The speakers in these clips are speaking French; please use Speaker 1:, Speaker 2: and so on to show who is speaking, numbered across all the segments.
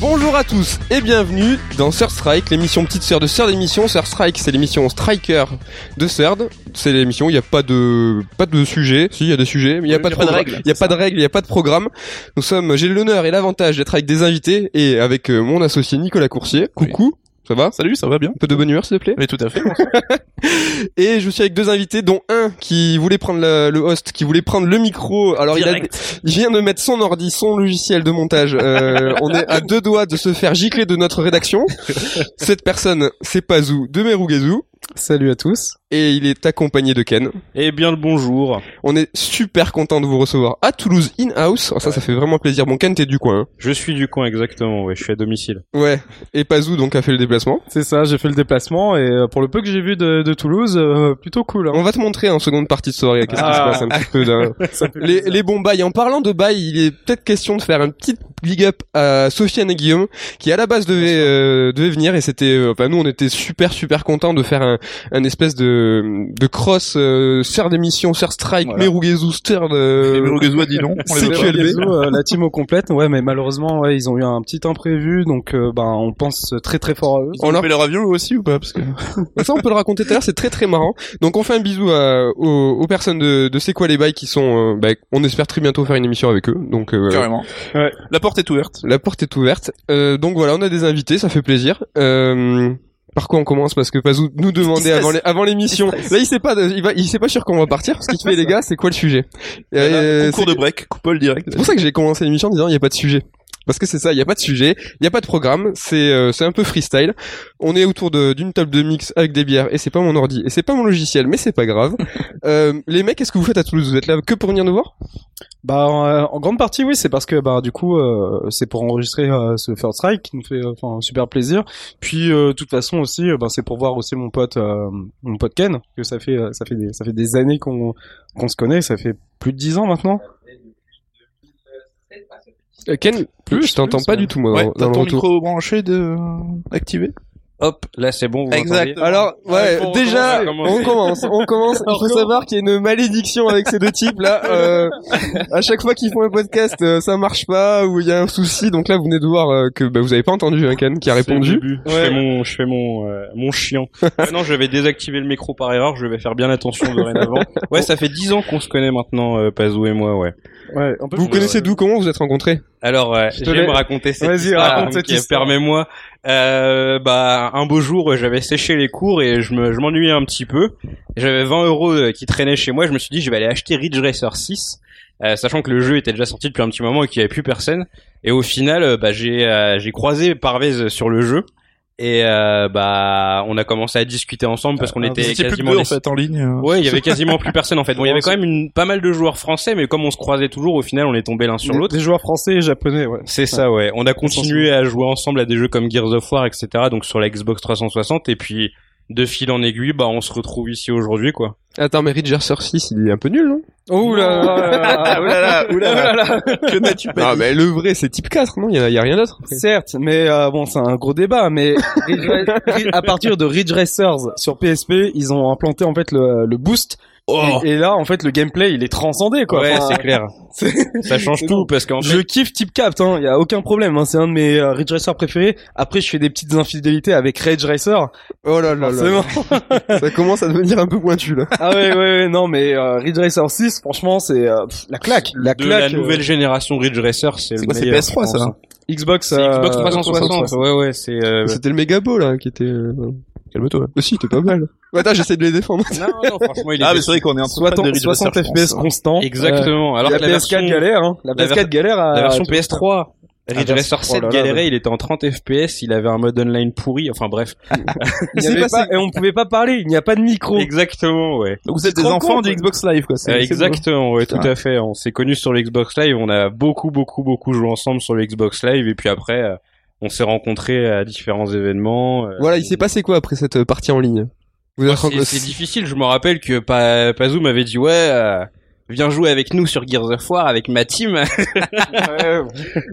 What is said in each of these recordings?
Speaker 1: Bonjour à tous et bienvenue dans Sir Strike, l'émission petite sœur de Sœur d'émission. Sir Strike, c'est l'émission Striker de CERD. C'est l'émission, il n'y a pas de, pas de sujet. Si, il y a des sujets, mais il n'y a,
Speaker 2: Oui,
Speaker 1: pas de
Speaker 2: il y a pas de
Speaker 1: programme.
Speaker 2: règles,
Speaker 1: Il n'y a
Speaker 2: c'est
Speaker 1: pas
Speaker 2: ça.
Speaker 1: de règles, il n'y a pas de programme. Nous sommes, j'ai l'honneur et l'avantage d'être avec des invités et avec euh, mon associé Nicolas Coursier. Coucou. Ça va?
Speaker 2: Salut, ça va bien
Speaker 1: Un peu de bonne humeur, s'il te plaît?
Speaker 2: Mais tout à fait.
Speaker 1: Et je suis avec deux invités, dont un qui voulait prendre la- le host, qui voulait prendre le micro. Alors il, a, il vient de mettre son ordi, son logiciel de montage. Euh, on est à deux doigts de se faire gicler de notre rédaction. Cette personne, c'est Pazou de Merougazou.
Speaker 3: Salut à tous.
Speaker 1: Et il est accompagné de Ken.
Speaker 4: Eh bien le bonjour.
Speaker 1: On est super content de vous recevoir à Toulouse in-house. Alors ça, ça fait vraiment plaisir. Bon, Ken, t'es du coin. hein.
Speaker 4: Je suis du coin exactement, ouais, je suis à domicile.
Speaker 1: Ouais. Et Pazou, donc, a fait le déplacement.
Speaker 3: C'est ça, j'ai fait le déplacement et euh, pour le peu que j'ai vu de, de Toulouse, euh, plutôt cool. hein.
Speaker 1: On va te montrer en seconde partie de soirée qu'est-ce qui se
Speaker 4: Ah.
Speaker 1: passe un petit peu d'un-
Speaker 3: Ça fait
Speaker 1: Les,
Speaker 3: plaisir.
Speaker 1: les bons bails. En parlant de bails, il est peut-être question de faire un petit big up à Sofiane et Guillaume, qui à la base devaient, euh, devaient venir et c'était, euh, enfin nous on était super super contents de faire un, un espèce de, de cross, euh, serre d'émission, serre strike,
Speaker 2: Voilà.
Speaker 1: Merougezou, serre de...
Speaker 2: Et Meroguezois, dis donc. on les
Speaker 1: C'est
Speaker 2: voit
Speaker 1: que-
Speaker 2: pas.
Speaker 1: QLB.
Speaker 3: Réseau, euh, la team au complète. Ouais, mais malheureusement, ouais, ils ont eu un petit imprévu, donc euh, ben on pense très très fort à eux.
Speaker 2: Ils
Speaker 1: On
Speaker 2: ont
Speaker 1: leur-
Speaker 2: fait leur avion eux aussi ou pas Parce que
Speaker 1: Ça, on peut le raconter tout à l'heure, c'est très très marrant. Donc, on fait un bisou à- aux, aux personnes de, de C'est quoi les bails qui sont. euh, bah, on espère très bientôt faire une émission avec eux. Donc, euh,
Speaker 2: carrément.
Speaker 4: Ouais.
Speaker 2: La porte est ouverte.
Speaker 1: La porte est ouverte. Euh, donc voilà, on a des invités, ça fait plaisir. Euh, par quoi on commence Parce que Pazou nous demandait
Speaker 2: stresse.
Speaker 1: avant, les- avant l'émission.
Speaker 2: Il stresse.
Speaker 1: Là, il sait pas, de- il, va, il sait pas sûr qu'on va partir. Ce qu'il fait, les gars, c'est quoi le sujet
Speaker 2: Eh
Speaker 1: Euh,
Speaker 2: Cours
Speaker 1: C'est
Speaker 2: de break, coupole direct.
Speaker 1: c'est pour ça que j'ai commencé l'émission en disant il n'y a pas de sujet. Parce que c'est ça, il n'y a pas de sujet, il n'y a pas de programme, c'est euh, c'est un peu freestyle. On est autour de- d'une table de mix avec des bières, et c'est pas mon ordi, et c'est pas mon logiciel, mais c'est pas grave. Euh, les mecs, qu'est-ce que vous faites à Toulouse Vous êtes là que pour venir nous voir
Speaker 3: Bah en, euh, en grande partie oui, c'est parce que bah du coup euh, c'est pour enregistrer euh, ce First Strike qui nous fait euh, enfin super plaisir. Puis euh, de toute façon aussi euh, bah, c'est pour voir aussi mon pote euh, mon pote Ken que ça fait euh, ça fait des, ça fait des années qu'on qu'on se connaît, ça fait plus de dix ans maintenant.
Speaker 1: Euh, Ken,
Speaker 3: Plus,
Speaker 1: je t'entends
Speaker 3: plus,
Speaker 1: pas
Speaker 3: même.
Speaker 1: du tout, moi,
Speaker 2: Ouais,
Speaker 1: dans,
Speaker 2: t'as
Speaker 1: dans le
Speaker 2: ton
Speaker 1: retour.
Speaker 2: micro branché de activé.
Speaker 4: Hop, là c'est bon, vous
Speaker 2: Exact.
Speaker 4: m'entendez
Speaker 1: Alors, ouais,
Speaker 4: faut
Speaker 1: déjà,
Speaker 4: recommencer.
Speaker 1: on commence, on commence. Il faut savoir qu'il y a une malédiction avec ces deux types là. Euh, à chaque fois qu'ils font un podcast, euh, ça marche pas ou il y a un souci. Donc là, vous venez de voir euh, que bah, vous avez pas entendu hein, Ken qui a
Speaker 4: C'est le
Speaker 1: répondu.
Speaker 4: début. Je fais mon, je fais mon, euh, mon chiant. Maintenant, je vais désactiver le micro par erreur. Je vais faire bien attention dorénavant. Ouais, ça fait dix ans qu'on se connaît maintenant, euh, Pazou et moi, ouais.
Speaker 3: Ouais, en plus,
Speaker 1: Vous
Speaker 3: je-
Speaker 1: connaissez d'où comment vous êtes rencontrés
Speaker 4: Alors, euh, je vais
Speaker 3: l'ai-
Speaker 4: me raconter cette
Speaker 3: Vas-y,
Speaker 4: histoire.
Speaker 3: raconte cette
Speaker 4: ok,
Speaker 3: histoire.
Speaker 4: Permets-moi. Euh, bah, un beau jour, euh, j'avais séché les cours et je me, je m'ennuyais un petit peu. J'avais 20 euros euh, qui traînaient chez moi. Je me suis dit, je vais aller acheter Ridge Racer 6, euh, sachant que le jeu était déjà sorti depuis un petit moment et qu'il n'y avait plus personne. Et au final, euh, bah, j'ai, euh, j'ai croisé Parvez euh, sur le jeu. Et euh, bah, on a commencé à discuter ensemble parce qu'on était
Speaker 2: C'est plus que
Speaker 4: quasiment
Speaker 2: deux en
Speaker 4: des-
Speaker 2: fait en ligne. euh.
Speaker 4: Ouais, il y avait quasiment plus personne en fait. Bon, il y avait quand même une, pas mal de joueurs français, mais comme on se croisait toujours, au final, on est tombé l'un sur
Speaker 3: des-
Speaker 4: l'autre.
Speaker 3: des joueurs français et japonais ouais.
Speaker 4: C'est ça, ouais. On a continué à jouer ensemble à des jeux comme Gears of War, etc. Donc sur la Xbox 360, et puis de fil en aiguille, bah on se retrouve ici aujourd'hui, quoi.
Speaker 1: Attends, mais Ridger 6 il est un peu nul, non
Speaker 3: Oh là là
Speaker 2: Ah, oulala, oulala. Que n'as-tu pas
Speaker 1: Ah
Speaker 2: dit
Speaker 1: mais le vrai, c'est Type 4, non Il y, a- il y a rien d'autre.
Speaker 3: Certes, mais euh, bon, c'est un gros débat. Mais Ridge Ra- Ri- à partir de Ridge Racers sur PSP, ils ont implanté en fait le, le boost.
Speaker 2: Oh.
Speaker 3: Et, et là, en fait, le gameplay, il est transcendé quoi.
Speaker 4: ouais,
Speaker 3: Enfin,
Speaker 4: c'est clair.
Speaker 3: c'est-
Speaker 4: Ça change
Speaker 3: c'est
Speaker 4: tout
Speaker 3: bon.
Speaker 4: parce qu'en
Speaker 3: Je
Speaker 4: fait,
Speaker 3: kiffe Type Cap, hein, y a aucun problème. Hein, c'est un de mes euh, Ridge Racers préférés. Après, je fais des petites infidélités avec Ridge Racer.
Speaker 1: Oh là là, là,
Speaker 3: Forcément.
Speaker 1: là. ça commence à devenir un peu pointu là.
Speaker 3: ah ouais, ouais, ouais, non, mais euh, Ridge Racer 6, franchement, c'est euh, pff, la claque, la
Speaker 4: de la
Speaker 3: claque. euh,
Speaker 4: nouvelle génération Ridge Racer, c'est
Speaker 2: C'est
Speaker 4: le
Speaker 2: quoi, c'est
Speaker 4: meilleur,
Speaker 2: PS3
Speaker 4: je pense.
Speaker 2: ça
Speaker 3: Xbox,
Speaker 4: C'est
Speaker 3: euh,
Speaker 4: Xbox 360. Ouais, ouais, c'est. euh,
Speaker 1: C'était le méga beau là qui était. euh,
Speaker 2: Calme-toi.
Speaker 1: Aussi, c'était pas mal. Attends, j'essaie de les défendre.
Speaker 4: Non, non, franchement, il est.
Speaker 2: Ah mais c'est vrai qu'on est un peu fan de
Speaker 3: 60, 60
Speaker 2: Ridge Racer, je pense.
Speaker 3: FPS constant. Euh,
Speaker 4: Exactement. Alors
Speaker 3: la,
Speaker 4: que la
Speaker 3: PS4
Speaker 4: version-
Speaker 3: galère, hein. La
Speaker 4: la
Speaker 3: PS4
Speaker 4: version-
Speaker 3: galère à...
Speaker 4: La version
Speaker 3: à-
Speaker 4: PS3. Ridge
Speaker 3: version-
Speaker 4: Racer 7
Speaker 3: oh là là,
Speaker 4: galérait, il était en 30 FPS, il avait un mode online pourri, enfin bref.
Speaker 3: Il n'y
Speaker 1: C'est
Speaker 3: avait
Speaker 1: passé.
Speaker 3: pas, et on pouvait pas parler, il n'y a pas de micro.
Speaker 4: Exactement, ouais.
Speaker 2: Donc vous êtes des
Speaker 3: trop con,
Speaker 2: enfants du
Speaker 3: quoi.
Speaker 2: Xbox Live quoi. c'est-
Speaker 4: Euh,
Speaker 2: c'est
Speaker 4: exactement, ouais, tout
Speaker 2: Putain.
Speaker 4: à fait. On s'est connus sur l'Xbox Live, on a beaucoup, beaucoup, beaucoup joué ensemble sur l'Xbox Live, et puis après, euh, on s'est rencontrés à différents événements. euh,
Speaker 1: Voilà, il s'est passé quoi après cette euh, partie en ligne Vous
Speaker 4: Moi,
Speaker 1: êtes rencontrés-
Speaker 4: c'est, c'est difficile, je me rappelle que pa Pazou m'avait dit, ouais, euh, viens jouer avec nous sur Gears of War, avec ma team.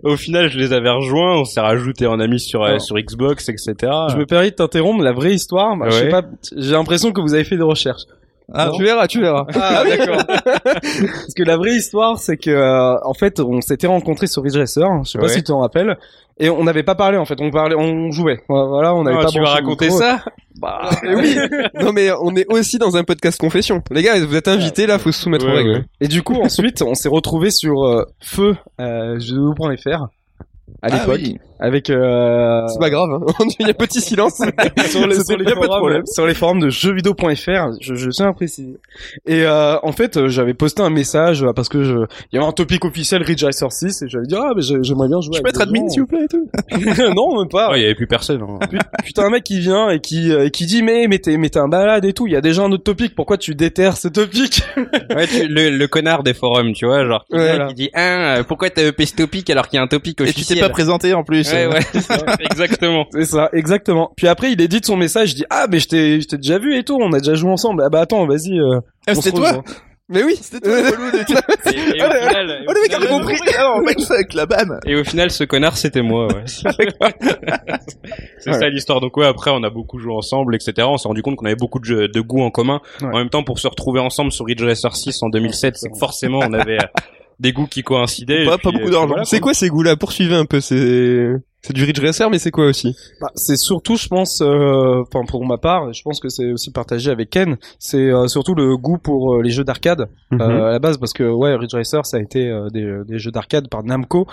Speaker 4: Au final, je les avais rejoints, on s'est rajoutés en amis sur, euh,
Speaker 3: Alors.
Speaker 4: sur Xbox, etc.
Speaker 3: Je me permets de t'interrompre, la vraie histoire, bah, je sais
Speaker 4: Ouais.
Speaker 3: pas, j'ai l'impression que vous avez fait des recherches.
Speaker 2: Ah,
Speaker 1: tu verras, tu verras.
Speaker 3: Ah, d'accord. Parce que la vraie histoire, c'est que euh, en fait, on s'était rencontrés sur Ridge Racer. hein, Je sais pas
Speaker 4: Ouais.
Speaker 3: si tu t'en rappelles. Et on n'avait pas parlé en fait. On parlait, on jouait. Voilà, on n'avait
Speaker 4: Ah,
Speaker 3: pas.
Speaker 4: tu vas
Speaker 3: branché le
Speaker 4: raconter
Speaker 3: micro.
Speaker 4: ça
Speaker 3: Bah,
Speaker 1: Mais oui. Non mais on est aussi dans un podcast confession. Les gars, vous êtes invités là, faut se soumettre
Speaker 4: Ouais,
Speaker 1: aux règles.
Speaker 4: ouais.
Speaker 3: Et du coup, ensuite, on s'est retrouvé sur euh, Feu, euh, jeux.fr à l'époque, avec euh,
Speaker 1: C'est pas grave. hein. Il y a petit silence.
Speaker 3: sur les, sur les
Speaker 1: Y a pas de
Speaker 3: forums,
Speaker 1: problème.
Speaker 3: sur les forums de jeuxvideo.fr, je, je tiens à préciser. Et euh, en fait, euh, j'avais posté un message euh, parce que je, il y avait un topic officiel Ridge Racer 6 et j'avais dit ah mais j'ai- j'aimerais bien jouer.
Speaker 2: Je peux être admin, s'il vous plaît, et tout.
Speaker 3: plaît Non, même pas.
Speaker 4: Ah, il y avait plus personne. hein.
Speaker 3: Putain, un mec qui vient et qui euh, qui dit mais mais t'es mais t'es un balade et tout. Il y a déjà un autre topic. Pourquoi tu déterres ce topic
Speaker 4: Ouais, tu- le, le connard des forums, tu vois, genre qui,
Speaker 1: Ouais.
Speaker 4: qui dit ah, pourquoi t'as EP ce topic alors qu'il y a un topic
Speaker 2: Et
Speaker 4: officiel
Speaker 2: tu t'es pas présenté, en plus.
Speaker 4: Ouais, ouais, c'est ça, exactement.
Speaker 3: C'est ça, exactement. Puis après, il édite son message. Il dit ah mais je t'ai je t'ai déjà vu et tout. On a déjà joué ensemble. Ah bah attends, vas-y. euh,
Speaker 2: Ah,
Speaker 3: on se
Speaker 2: c'était toi
Speaker 3: rejoint.
Speaker 1: Mais oui. C'était toi.
Speaker 4: Et, et au final,
Speaker 1: Oh, le
Speaker 2: Ah,
Speaker 1: mec a
Speaker 4: au final-
Speaker 1: compris.
Speaker 2: Alors, mec, ça avec la bam.
Speaker 4: et au final, ce connard, c'était moi. Ouais. c'est ça l'histoire. Donc ouais, après, on a beaucoup joué ensemble, etc. On s'est rendu compte qu'on avait beaucoup de, jeux- de goûts en commun.
Speaker 3: Ouais.
Speaker 4: En même temps, pour se retrouver ensemble sur Ridge Racer 6 en 2007, c'est que forcément, on avait euh, des goûts qui coïncidaient.
Speaker 2: Pas-
Speaker 4: Et
Speaker 2: pas
Speaker 4: puis,
Speaker 2: beaucoup
Speaker 4: euh,
Speaker 2: d'argent.
Speaker 4: voilà,
Speaker 1: C'est quoi ces goûts-là Poursuivez un peu. C'est c'est du Ridge Racer, mais c'est quoi aussi
Speaker 3: Bah, c'est surtout, je pense, euh, enfin pour ma part, je pense que c'est aussi partagé avec Ken. C'est euh, surtout le goût pour euh, les jeux d'arcade euh, à la base, parce que ouais, Ridge Racer, ça a été euh, des, des jeux d'arcade par Namco.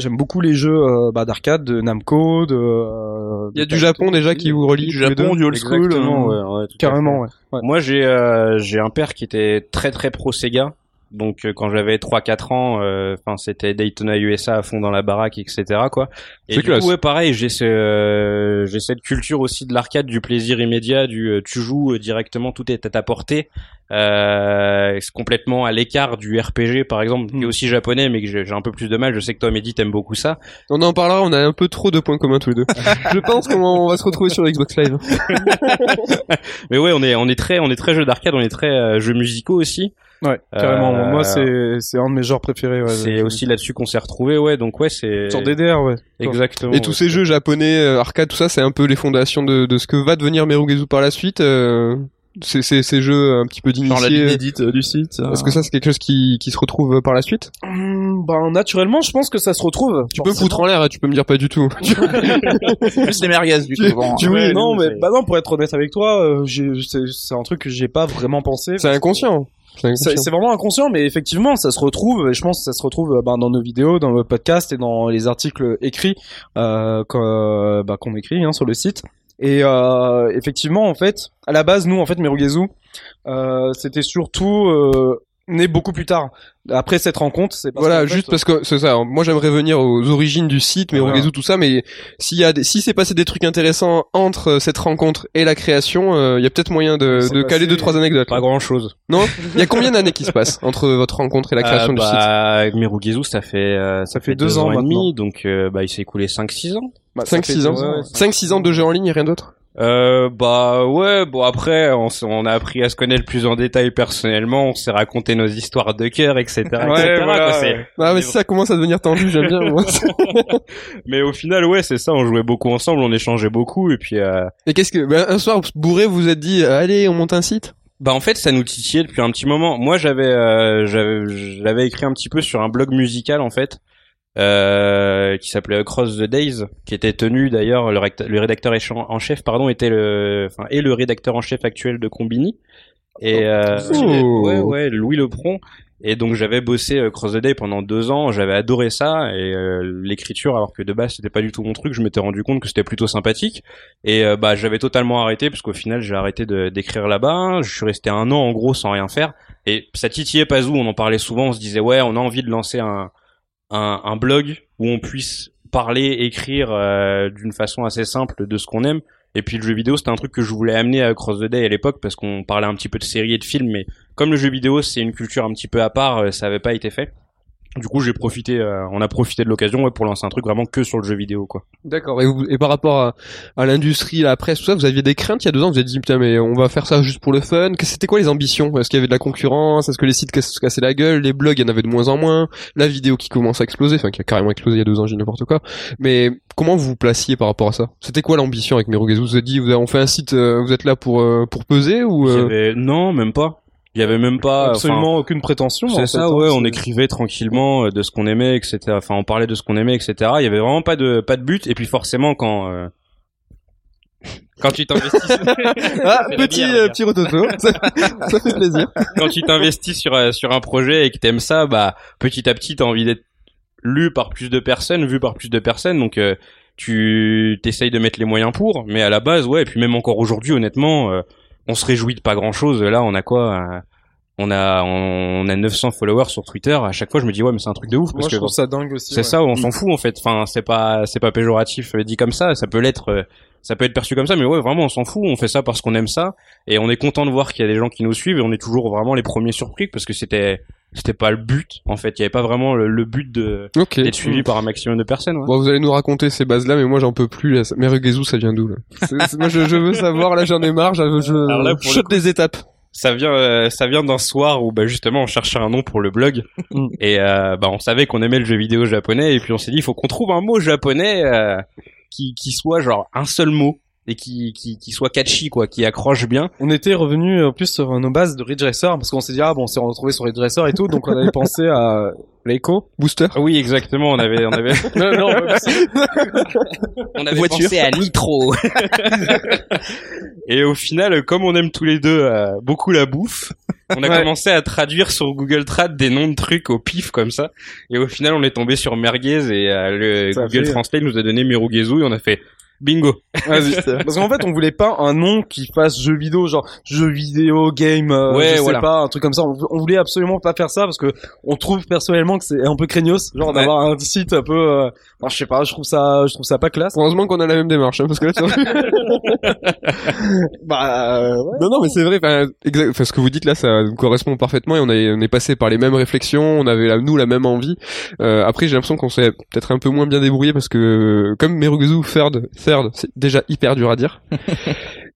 Speaker 3: J'aime beaucoup les jeux euh, bah, d'arcade de Namco, de. euh,
Speaker 1: Il y a du Japon déjà qui vous relie.
Speaker 2: Du
Speaker 1: tous les deux.
Speaker 2: Japon, du old school.
Speaker 4: Exactement, ouais,
Speaker 2: euh,
Speaker 4: ouais, tout à
Speaker 3: Carrément, ouais. ouais.
Speaker 4: Moi, j'ai euh, j'ai un père qui était très très pro Sega. Donc euh, quand j'avais 3 4 ans, euh, enfin c'était Daytona USA à fond dans la baraque etc quoi. Et
Speaker 1: C'est
Speaker 4: du
Speaker 1: classe.
Speaker 4: coup ouais pareil, j'ai ce euh, j'ai cette culture aussi de l'arcade du plaisir immédiat du euh, tu joues euh, directement tout est à ta portée. Euh, c'est complètement à l'écart du RPG par exemple
Speaker 3: Hmm.
Speaker 4: qui est aussi japonais mais que j'ai j'ai un peu plus de mal, je sais que toi Mehdi t'aimes beaucoup ça.
Speaker 1: On en parlera. On a un peu trop de points communs tous les deux. Je pense qu'on on va se retrouver sur Xbox Live.
Speaker 4: Mais ouais, on est on est très on est très jeux d'arcade, on est très euh, jeux musicaux aussi.
Speaker 3: Ouais, carrément.
Speaker 4: Euh,
Speaker 3: Moi, c'est c'est un de mes genres préférés. Ouais,
Speaker 4: c'est aussi là-dessus qu'on s'est retrouvé ouais, donc ouais, c'est
Speaker 3: sur DDR, ouais.
Speaker 4: Exactement.
Speaker 1: Et tous ces jeux japonais, euh, arcade, tout ça, c'est un peu les fondations de, de ce que va devenir Merugezu par la suite. euh, c'est c'est- ces jeux un petit peu
Speaker 2: Genre la ligne
Speaker 1: d'initié.
Speaker 2: édite euh, du site. euh.
Speaker 1: Est-ce que ça c'est quelque chose qui, qui se retrouve euh, par la suite
Speaker 3: Hum, ben naturellement, je pense que ça se retrouve.
Speaker 1: Tu peux me foutre en l'air, hein, tu peux me dire pas du tout.
Speaker 2: Plus les merguez, du coup. bon.
Speaker 3: Tu
Speaker 4: Ouais,
Speaker 3: non,
Speaker 4: nous,
Speaker 3: mais
Speaker 4: ça y est.
Speaker 3: bah non, pour être honnête avec toi, euh, j'ai- c'est c'est un truc que j'ai pas vraiment pensé.
Speaker 1: c'est inconscient. C'est
Speaker 3: C'est
Speaker 1: inconscient.
Speaker 3: c'est vraiment inconscient, mais effectivement, ça se retrouve. et Je pense que ça se retrouve euh, ben, dans nos vidéos, dans nos podcasts et dans les articles écrits euh, qu'on bah, qu'on écrit hein, sur le site. Et euh, effectivement, en fait, à la base, nous, en fait, Merugezu, euh, c'était surtout euh, né beaucoup plus tard. Après cette rencontre, c'est parce
Speaker 1: Voilà,
Speaker 3: qu'en fait,
Speaker 1: juste parce que c'est ça. hein. Moi, j'aimerais revenir aux origines du site, mais
Speaker 3: Voilà.
Speaker 1: Merugezu, tout ça. Mais s'il y a, des, si s'est passé des trucs intéressants entre euh, cette rencontre et la création, euh, il y a peut-être moyen de,
Speaker 3: C'est
Speaker 1: de
Speaker 3: passé-
Speaker 1: caler deux trois anecdotes.
Speaker 4: pas
Speaker 1: là.
Speaker 4: grand chose.
Speaker 1: Non Il y a combien d'années qui se passent entre votre rencontre
Speaker 3: Euh,
Speaker 1: et la création du site
Speaker 4: bah, Merugezu, ça fait euh, ça,
Speaker 3: fait
Speaker 4: fait
Speaker 3: deux
Speaker 4: deux
Speaker 3: ans
Speaker 4: ans, et
Speaker 3: maintenant.
Speaker 4: demi, donc euh, bah il s'est écoulé 5 6 ans.
Speaker 3: bah, ça
Speaker 1: 5
Speaker 3: fait
Speaker 1: 6 ans.
Speaker 3: deux ouais.
Speaker 1: 5 6 ans de jeux en ligne et rien d'autre.
Speaker 4: Euh, bah ouais, bon après on, s- on a appris à se connaître plus en détail personnellement, on s'est raconté nos histoires de cœur, etc. etc.,
Speaker 3: voilà,
Speaker 4: quoi, c'est-
Speaker 3: ouais.
Speaker 1: Ah mais
Speaker 4: Mais
Speaker 1: si ça commence à devenir tendu, j'aime bien. moi.
Speaker 4: Mais au final ouais c'est ça, on jouait beaucoup ensemble, on échangeait beaucoup et puis euh,
Speaker 1: Et qu'est-ce que ben, un soir bourré vous vous êtes dit allez on monte un site
Speaker 4: Bah en fait ça nous titillait depuis un petit moment. Moi j'avais euh, j'avais j'avais écrit un petit peu sur un blog musical en fait euh, qui s'appelait Cross the Days qui était tenu d'ailleurs le, recta- le rédacteur éche- en chef pardon était le enfin et le rédacteur en chef actuel de Combini et euh,
Speaker 1: Oh.
Speaker 4: ouais ouais Louis Lepron et donc j'avais bossé euh, Cross the Day pendant deux ans, j'avais adoré ça et euh, l'écriture alors que de base c'était pas du tout mon truc, je m'étais rendu compte que c'était plutôt sympathique et euh, bah j'avais totalement arrêté parce qu'au final j'ai arrêté de d'écrire là-bas, je suis resté un an en gros sans rien faire et ça titillait pas où on en parlait souvent, on se disait ouais on a envie de lancer un un, un blog où on puisse parler, écrire euh, d'une façon assez simple de ce qu'on aime. Et puis le jeu vidéo, c'était un truc que je voulais amener à Cross the Day à l'époque parce qu'on parlait un petit peu de séries et de films, mais comme le jeu vidéo, c'est une culture un petit peu à part, euh, ça avait pas été fait. Du coup, j'ai profité, euh, on a profité de l'occasion ouais, pour lancer un truc vraiment que sur le jeu vidéo, quoi.
Speaker 1: D'accord. Et, vous- et par rapport à, à l'industrie, la presse, tout ça, vous aviez des craintes il y a deux ans. Vous avez dit putain, mais on va faire ça juste pour le fun. Que- C'était quoi les ambitions Est-ce qu'il y avait de la concurrence Est-ce que les sites cas- se cassaient la gueule Les blogs, il y en avait de moins en moins. La vidéo qui commence à exploser, enfin qui a carrément explosé il y a deux ans, j'ai n'importe quoi. Mais comment vous vous placiez par rapport à ça C'était quoi l'ambition avec Miroguez Vous vous êtes dit, vous avez, on fait un site, euh, vous êtes là pour euh, pour peser ou
Speaker 4: Il y
Speaker 1: euh,
Speaker 4: avait- Non, même pas. Il y avait même pas. enfin,
Speaker 3: Absolument aucune prétention. en
Speaker 4: C'est
Speaker 3: fait,
Speaker 4: ça,
Speaker 3: hein,
Speaker 4: ouais.
Speaker 3: c'est-
Speaker 4: On écrivait tranquillement euh, de ce qu'on aimait, etc. Enfin, on parlait de ce qu'on aimait, etc. Il y avait vraiment pas de pas de but. Et puis forcément, quand euh, quand tu t'investis,
Speaker 1: Ah,
Speaker 4: C'est la
Speaker 1: petit
Speaker 4: bière,
Speaker 1: euh,
Speaker 4: les gars.
Speaker 1: petit rototo, ça, ça fait plaisir.
Speaker 4: quand tu t'investis sur euh, sur un projet et que t'aimes ça, bah petit à petit, t'as envie d'être lu par plus de personnes, vu par plus de personnes. Donc euh, tu t'essayes de mettre les moyens pour. Mais à la base, ouais. Et puis même encore aujourd'hui, honnêtement, euh, on se réjouit de pas grand chose. Là, on a quoi euh, on a on a 900 followers sur Twitter. À chaque fois, je me dis ouais, mais c'est un truc de ouf
Speaker 3: Moi,
Speaker 4: parce
Speaker 3: je
Speaker 4: que
Speaker 3: trouve ça dingue aussi.
Speaker 4: C'est ça, on s'en fout en fait. Enfin, c'est pas c'est pas péjoratif euh, dit comme ça. Ça peut l'être, euh, ça peut être perçu comme ça, mais ouais, vraiment, on s'en fout. On fait ça parce qu'on aime ça et on est content de voir qu'il y a des gens qui nous suivent et on est toujours vraiment les premiers surpris parce que c'était c'était pas le but en fait. Il y avait pas vraiment le, le but de
Speaker 1: Ok.
Speaker 4: d'être suivi par un maximum de personnes. ouais.
Speaker 1: Bon, vous allez nous raconter ces bases-là, mais moi j'en peux plus. Là. Mais Reguezou, ça vient d'où là C'est- c'est- Moi, je, je veux savoir. Là, j'en ai marre. Je, je
Speaker 4: Alors là, pour le
Speaker 1: saute des étapes.
Speaker 4: Ça vient euh, ça vient d'un soir où bah justement on cherchait un nom pour le blog
Speaker 3: Mm.
Speaker 4: et euh, bah on savait qu'on aimait le jeu vidéo japonais et puis on s'est dit il faut qu'on trouve un mot japonais euh, qui qui soit genre un seul mot et qui qui qui soit catchy quoi, qui accroche bien.
Speaker 3: On était revenu en plus sur euh, nos bases de Redresser parce qu'on s'est dit ah bon, on s'est retrouvé sur Redresser et tout, donc on avait pensé à Leiko.
Speaker 1: Booster.
Speaker 4: Oui, exactement. On avait, on avait,
Speaker 3: Non, non,
Speaker 4: on avait
Speaker 2: Voiture.
Speaker 4: pensé à Nitro. Et au final, comme on aime tous les deux euh, beaucoup la bouffe, on a
Speaker 3: Ouais.
Speaker 4: commencé à traduire sur Google Trad des noms de trucs au pif comme ça. Et au final, on est tombé sur merguez et euh, le
Speaker 3: Ça
Speaker 4: Google
Speaker 3: fait.
Speaker 4: Translate nous a donné Mirugezu et on a fait bingo.
Speaker 3: Parce qu'en fait, on voulait pas un nom qui fasse jeu vidéo, genre jeu vidéo, game, euh,
Speaker 4: Ouais,
Speaker 3: je sais
Speaker 4: voilà.
Speaker 3: pas, un truc comme ça. On, on voulait absolument pas faire ça parce que on trouve personnellement que c'est un peu craignos, genre
Speaker 4: Ouais.
Speaker 3: d'avoir un site un peu, euh, enfin, je sais pas, je trouve ça, je trouve ça pas classe.
Speaker 1: Heureusement qu'on a la même démarche, hein, parce que là, ça-
Speaker 3: Bah, euh, ouais.
Speaker 1: non, non, mais c'est vrai. Enfin, exact- enfin, ce que vous dites là, ça nous correspond parfaitement. Et on, est- on est passé par les mêmes réflexions. On avait la- nous la même envie. Euh, après, j'ai l'impression qu'on s'est peut-être un peu moins bien débrouillé parce que, comme Merugezu, third, third, c'est déjà hyper dur à dire.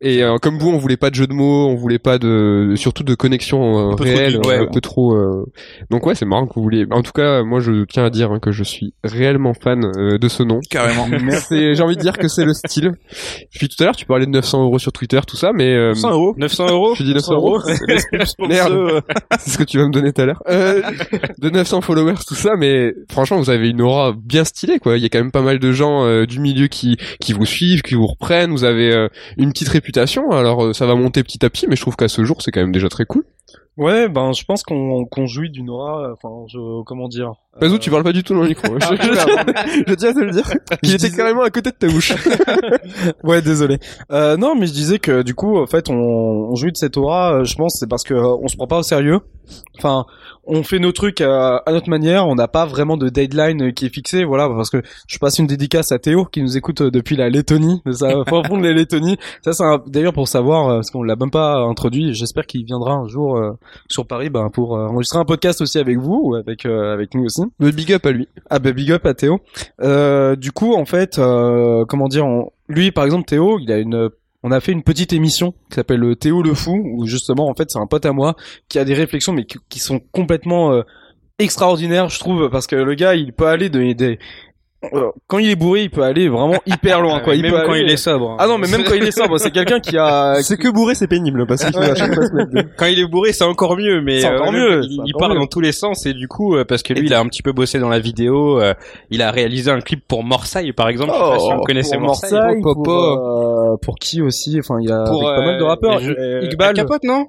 Speaker 1: Et euh, comme vous, on voulait pas de jeu de mots, on voulait pas de, surtout de connexion euh,
Speaker 2: Un peu trop
Speaker 1: réelle,
Speaker 2: geek, ouais,
Speaker 1: un
Speaker 2: ouais.
Speaker 1: peu trop. euh, Donc ouais, c'est marrant que vous vouliez. En tout cas, moi, je tiens à dire hein, que je suis réellement fan euh, de ce nom.
Speaker 2: Carrément.
Speaker 1: C'est- J'ai envie de dire que c'est le style. Puis tout à l'heure, tu parlais de 900 euros sur Twitter, tout ça, mais euh,
Speaker 2: 100 euros.
Speaker 4: 900 euros.
Speaker 1: tu dis 900 euros, Merde. c'est ce que tu vas me donner tout à l'heure. Euh, de 900 followers, tout ça, mais franchement, vous avez une aura bien stylée, quoi. Il y a quand même pas mal de gens euh, du milieu qui qui vous suivent, qui vous reprennent. Vous avez euh, une petite réputation, alors euh, ça va monter petit à petit, mais je trouve qu'à ce jour, c'est quand même déjà très cool.
Speaker 4: Euh,
Speaker 3: Ouais, ben, je pense qu'on qu'on jouit d'une aura, euh, enfin, je, comment dire.
Speaker 1: Pazou, Bah, tu parles pas du tout dans le micro. hein.
Speaker 4: Ah,
Speaker 1: Je- je, je tiens à te le dire. Il était carrément à côté de ta bouche.
Speaker 3: Ouais, désolé. Euh, non, mais je disais que du coup, en fait, on, on jouit de cette aura. euh, je pense c'est parce que euh, on se prend pas au sérieux. Enfin, on fait nos trucs euh, à notre manière. On n'a pas vraiment de deadline euh, qui est fixée. Voilà, parce que je passe une dédicace à Théo qui nous écoute euh, depuis la Lettonie, de sa fin fond de la Lettonie. Ça, c'est un- d'ailleurs pour savoir euh, parce qu'on l'a même pas introduit. J'espère qu'il viendra un jour euh, sur Paris, ben pour euh, enregistrer un podcast aussi avec vous ou avec euh, avec nous aussi.
Speaker 1: Le big up à lui.
Speaker 3: Ah bah big up à Théo. Euh, du coup en fait euh, comment dire on- lui par exemple Théo il a une on a fait une petite émission qui s'appelle euh, Théo le fou où justement en fait c'est un pote à moi qui a des réflexions mais qui, qui sont complètement euh, extraordinaires je trouve parce que le gars il peut aller de des euh, quand il est bourré il peut aller vraiment hyper loin quoi. Il
Speaker 4: même
Speaker 3: peut
Speaker 4: quand
Speaker 3: aller-
Speaker 4: il est sobre.
Speaker 3: ah non mais même quand il est sobre c'est quelqu'un qui a
Speaker 1: C'est que bourré, c'est pénible parce qu'il
Speaker 3: à chaque fois se mettre
Speaker 4: Quand il est bourré, c'est encore mieux, mais
Speaker 3: C'est encore
Speaker 4: euh,
Speaker 3: mieux,
Speaker 4: il,
Speaker 3: c'est
Speaker 4: il
Speaker 3: encore
Speaker 4: part
Speaker 3: mieux.
Speaker 4: dans tous les sens et du coup, euh, parce que lui, il a un petit peu bossé dans la vidéo, euh, il a réalisé un clip pour Morsaille, par exemple. je sais pas si vous
Speaker 2: Oh,
Speaker 4: connaissez
Speaker 3: pour
Speaker 4: Morsaille.
Speaker 3: Morsaille,
Speaker 1: Pop,
Speaker 3: pour,
Speaker 1: pop.
Speaker 3: euh, pour qui aussi enfin il y a
Speaker 4: Pour,
Speaker 3: avec pas mal de
Speaker 4: euh,
Speaker 3: rappeurs
Speaker 4: je- euh,
Speaker 3: Iqbal
Speaker 4: Al Capote, non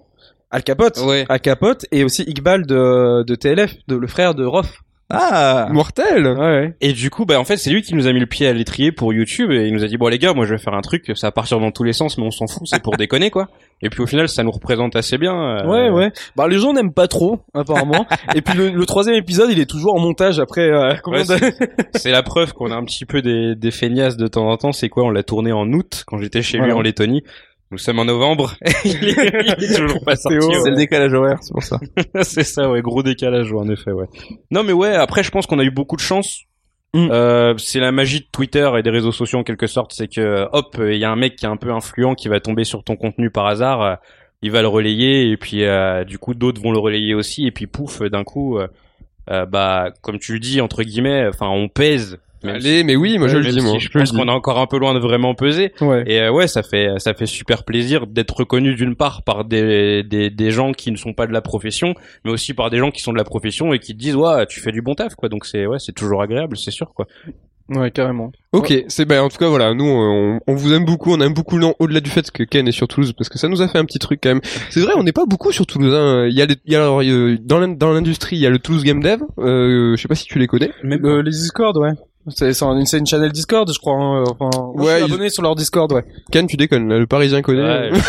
Speaker 3: Al Capote
Speaker 4: Ouais.
Speaker 3: à Capote et aussi Iqbal de, de TLF, de, le frère de Roth.
Speaker 2: Ah.
Speaker 1: Mortel.
Speaker 3: Ouais.
Speaker 4: Et du coup, bah en fait, c'est lui qui nous a mis le pied à l'étrier pour YouTube et il nous a dit bon les gars, moi je vais faire un truc, ça va partir dans tous les sens, mais on s'en fout, c'est pour déconner quoi. Et puis au final, ça nous représente assez bien. euh,
Speaker 3: Ouais, ouais. Bah, les gens n'aiment pas trop, apparemment. et puis le, le troisième épisode, il est toujours en montage après euh, combien
Speaker 4: Ouais,
Speaker 3: d'années
Speaker 4: C'est la preuve qu'on a un petit peu des, des feignasses de temps en temps. C'est quoi On l'a tourné en août quand j'étais chez lui
Speaker 3: Voilà.
Speaker 4: en Lettonie. Nous sommes en novembre. il, est, il est toujours pas sorti. ouais.
Speaker 2: C'est le décalage horaire, c'est pour ça.
Speaker 4: c'est ça, ouais, gros décalage, ouais, en effet, ouais. Non, mais ouais, après, je pense qu'on a eu beaucoup de chance.
Speaker 3: Mm.
Speaker 4: Euh, c'est la magie de Twitter et des réseaux sociaux en quelque sorte, c'est que hop, il y a un mec qui est un peu influent qui va tomber sur ton contenu par hasard, euh, il va le relayer et puis euh, du coup d'autres vont le relayer aussi et puis pouf, d'un coup, euh, euh, bah comme tu le dis entre guillemets, enfin on pèse. Même
Speaker 1: Allez, mais oui, moi je
Speaker 4: Ouais,
Speaker 1: le
Speaker 4: même
Speaker 1: dis,
Speaker 4: si
Speaker 1: moi.
Speaker 4: Je pense qu'on est encore un peu loin de vraiment peser.
Speaker 3: Ouais.
Speaker 4: Et euh, ouais, ça fait ça fait super plaisir d'être reconnu d'une part par des, des des gens qui ne sont pas de la profession, mais aussi par des gens qui sont de la profession et qui te disent ouais tu fais du bon taf quoi. Donc c'est ouais c'est toujours agréable, c'est sûr quoi.
Speaker 3: Ouais, carrément.
Speaker 1: Ok, c'est ben en tout cas voilà, nous on, on vous aime beaucoup, on aime beaucoup non au-delà du fait que Ken est sur Toulouse parce que ça nous a fait un petit truc quand même. C'est vrai, on n'est pas beaucoup sur Toulouse. hein. Il y a, les- il y a alors, il y a- dans l'in- dans l'industrie, il y a le Toulouse Game Dev. Euh, je sais pas si tu les connais.
Speaker 4: Même
Speaker 3: Euh, les Discord, ouais. C'est c'est une, c'est une channel Discord, je crois. hein, euh, Enfin, moi,
Speaker 1: Ouais,
Speaker 3: je
Speaker 1: ils-
Speaker 3: suis abonné sur leur Discord, ouais.
Speaker 1: Ken, tu déconnes, là, le Parisien connaît.
Speaker 4: Ouais,
Speaker 1: Ouais,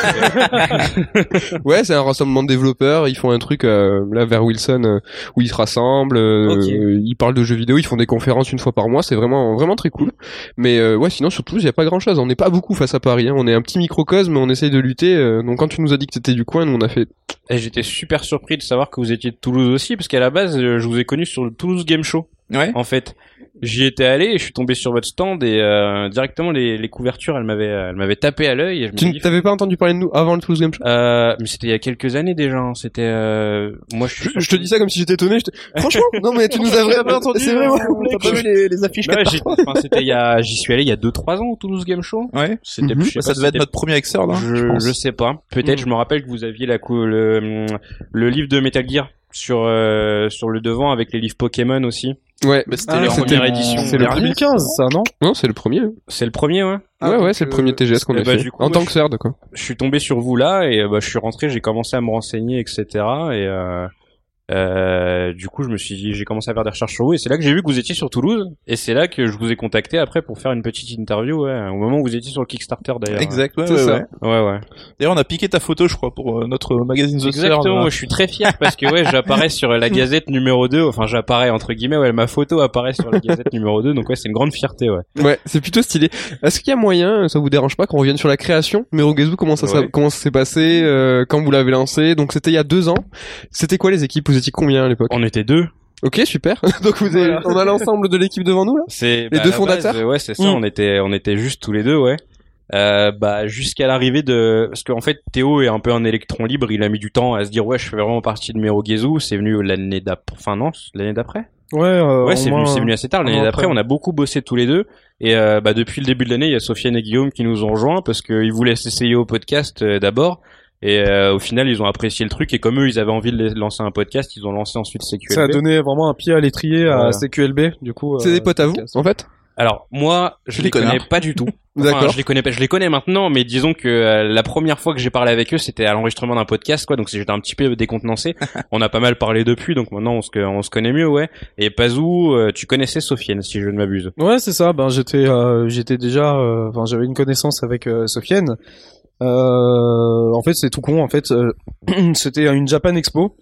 Speaker 1: c'est un rassemblement de développeurs. Ils font un truc euh, là vers Wilson euh, où ils se rassemblent, euh,
Speaker 4: Ok.
Speaker 1: ils parlent de jeux vidéo, ils font des conférences une fois par mois. C'est vraiment vraiment très cool. Mais euh, ouais, sinon sur Toulouse, il y a pas grand chose. On n'est pas beaucoup face à Paris. hein. On est un petit microcosme, on essaye de lutter. euh, donc quand tu nous as dit que t'étais du coin, nous on a fait
Speaker 4: et j'étais super surpris de savoir que vous étiez de Toulouse aussi parce qu'à la base euh, je vous ai connu sur le Toulouse Game Show.
Speaker 2: Ouais.
Speaker 4: En fait, j'y étais allé et je suis tombé sur votre stand et euh, directement les, les couvertures, elles m'avaient euh, elles m'avaient tapé à l'œil et je me
Speaker 1: Tu
Speaker 4: suis
Speaker 1: ne
Speaker 4: dit
Speaker 1: t'avais pas entendu parler de nous avant le Toulouse Game Show
Speaker 4: Euh, mais c'était il y a quelques années déjà. hein. C'était euh, moi je,
Speaker 1: je, je te dis ça comme si j'étais étonné. je te- Franchement, non mais tu nous as vraiment entendu. C'est vrai. ouais.
Speaker 2: T'as pas vu les, les affiches
Speaker 4: Non, ouais, j'y- enfin, c'était il y a j'y suis allé il y a 2 3 ans au Toulouse Game Show.
Speaker 2: Ouais.
Speaker 4: C'était
Speaker 1: Mhm.
Speaker 4: je sais
Speaker 2: Ça
Speaker 4: pas,
Speaker 2: devait être
Speaker 4: c'était-
Speaker 2: notre premier externe.
Speaker 4: je, je sais pas. Peut-être je me rappelle que vous aviez la cou- le le livre de Metal Gear sur euh, sur le devant avec les livres Pokémon aussi.
Speaker 1: Ouais.
Speaker 2: Mais c'était
Speaker 3: Ah,
Speaker 2: la
Speaker 4: c'était-
Speaker 2: première
Speaker 4: c'est
Speaker 2: édition.
Speaker 4: le
Speaker 3: C'est le 2015, ça, non
Speaker 1: Non, c'est le premier. hein.
Speaker 4: C'est le premier ouais.
Speaker 3: Ah,
Speaker 1: ouais, ouais,
Speaker 3: donc,
Speaker 1: c'est le
Speaker 3: euh,
Speaker 1: premier TGS qu'on
Speaker 4: eh
Speaker 1: a
Speaker 4: bah,
Speaker 1: fait.
Speaker 4: du coup,
Speaker 1: en
Speaker 4: moi,
Speaker 1: tant
Speaker 4: je-
Speaker 1: que CERD, quoi.
Speaker 4: Je suis tombé sur vous là et euh, bah, je suis rentré, j'ai commencé à me renseigner etc. Et euh, euh, du coup je me suis dit- j'ai commencé à faire des recherches sur vous et c'est là que j'ai vu que vous étiez sur Toulouse et c'est là que je vous ai contacté après pour faire une petite interview ouais, au moment où vous étiez sur le Kickstarter d'ailleurs.
Speaker 2: Exact, ouais,
Speaker 1: C'est
Speaker 2: ouais,
Speaker 1: ça.
Speaker 2: ouais.
Speaker 4: Ouais ouais.
Speaker 2: D'ailleurs, on a piqué ta photo, je crois, pour euh, notre magazine The Surge,
Speaker 4: Exactement,
Speaker 2: là.
Speaker 4: je suis très fier parce que ouais, j'apparais sur la Gazette numéro 2, enfin j'apparais entre guillemets, ouais, ma photo apparaît sur la Gazette numéro 2, donc ouais, c'est une grande fierté, ouais.
Speaker 1: Ouais, c'est plutôt stylé. Est-ce qu'il y a moyen, ça vous dérange pas, qu'on revienne sur la création Mais Rogezu, comment ça, ça
Speaker 4: Ouais.
Speaker 1: comment ça s'est passé euh, Quand vous l'avez lancé Donc c'était il y a deux ans. C'était quoi les équipes Vous étiez combien à l'époque
Speaker 4: On était deux.
Speaker 1: Ok, super. Donc vous avez, on a l'ensemble de l'équipe devant nous là.
Speaker 4: C'est
Speaker 1: Les
Speaker 4: bah, à
Speaker 1: deux
Speaker 4: la
Speaker 1: fondateurs
Speaker 4: base, Ouais, c'est ça,
Speaker 3: Hmm.
Speaker 1: Mm.
Speaker 4: on était on était juste tous les deux, ouais. Euh, bah jusqu'à l'arrivée de parce qu'en fait Théo est un peu un électron libre, il a mis du temps à se dire ouais, je fais vraiment partie de mes Rogezu, c'est venu l'année d'après, enfin non, l'année d'après.
Speaker 3: Ouais, euh,
Speaker 4: Ouais,
Speaker 3: au
Speaker 4: c'est
Speaker 3: moins,
Speaker 4: venu, c'est venu assez tard. L'année
Speaker 3: mois
Speaker 4: d'après,
Speaker 3: après.
Speaker 4: on a beaucoup bossé tous les deux. Et euh, bah, depuis le début de l'année, il y a Sofiane et Guillaume qui nous ont rejoints parce qu'ils voulaient s'essayer au podcast euh, d'abord. Et euh, au final, ils ont apprécié le truc. Et comme eux, ils avaient envie de les- lancer un podcast, ils ont lancé ensuite CQLB.
Speaker 3: Ça a donné vraiment un pied à l'étrier à
Speaker 4: Voilà.
Speaker 3: CQLB, du coup.
Speaker 1: C'est
Speaker 3: euh,
Speaker 1: des potes à vous, en fait.
Speaker 4: Alors moi, je
Speaker 2: Des
Speaker 4: les connais
Speaker 2: connards.
Speaker 4: pas du tout. Enfin,
Speaker 1: D'accord.
Speaker 4: je les connais pas. Je les connais maintenant, mais disons que euh, la première fois que j'ai parlé avec eux, c'était à l'enregistrement d'un podcast, quoi. Donc c'est- j'étais un petit peu décontenancé. on a pas mal parlé depuis, donc maintenant on se, on se connaît mieux, ouais. Et Pazou, euh, tu connaissais Sofiane, si je ne m'abuse.
Speaker 3: Ouais, c'est ça. Ben j'étais, euh, j'étais déjà, euh, enfin j'avais une connaissance avec euh, Sofiane. Euh, en fait, c'est tout con. En fait, euh, c'était à une Japan Expo.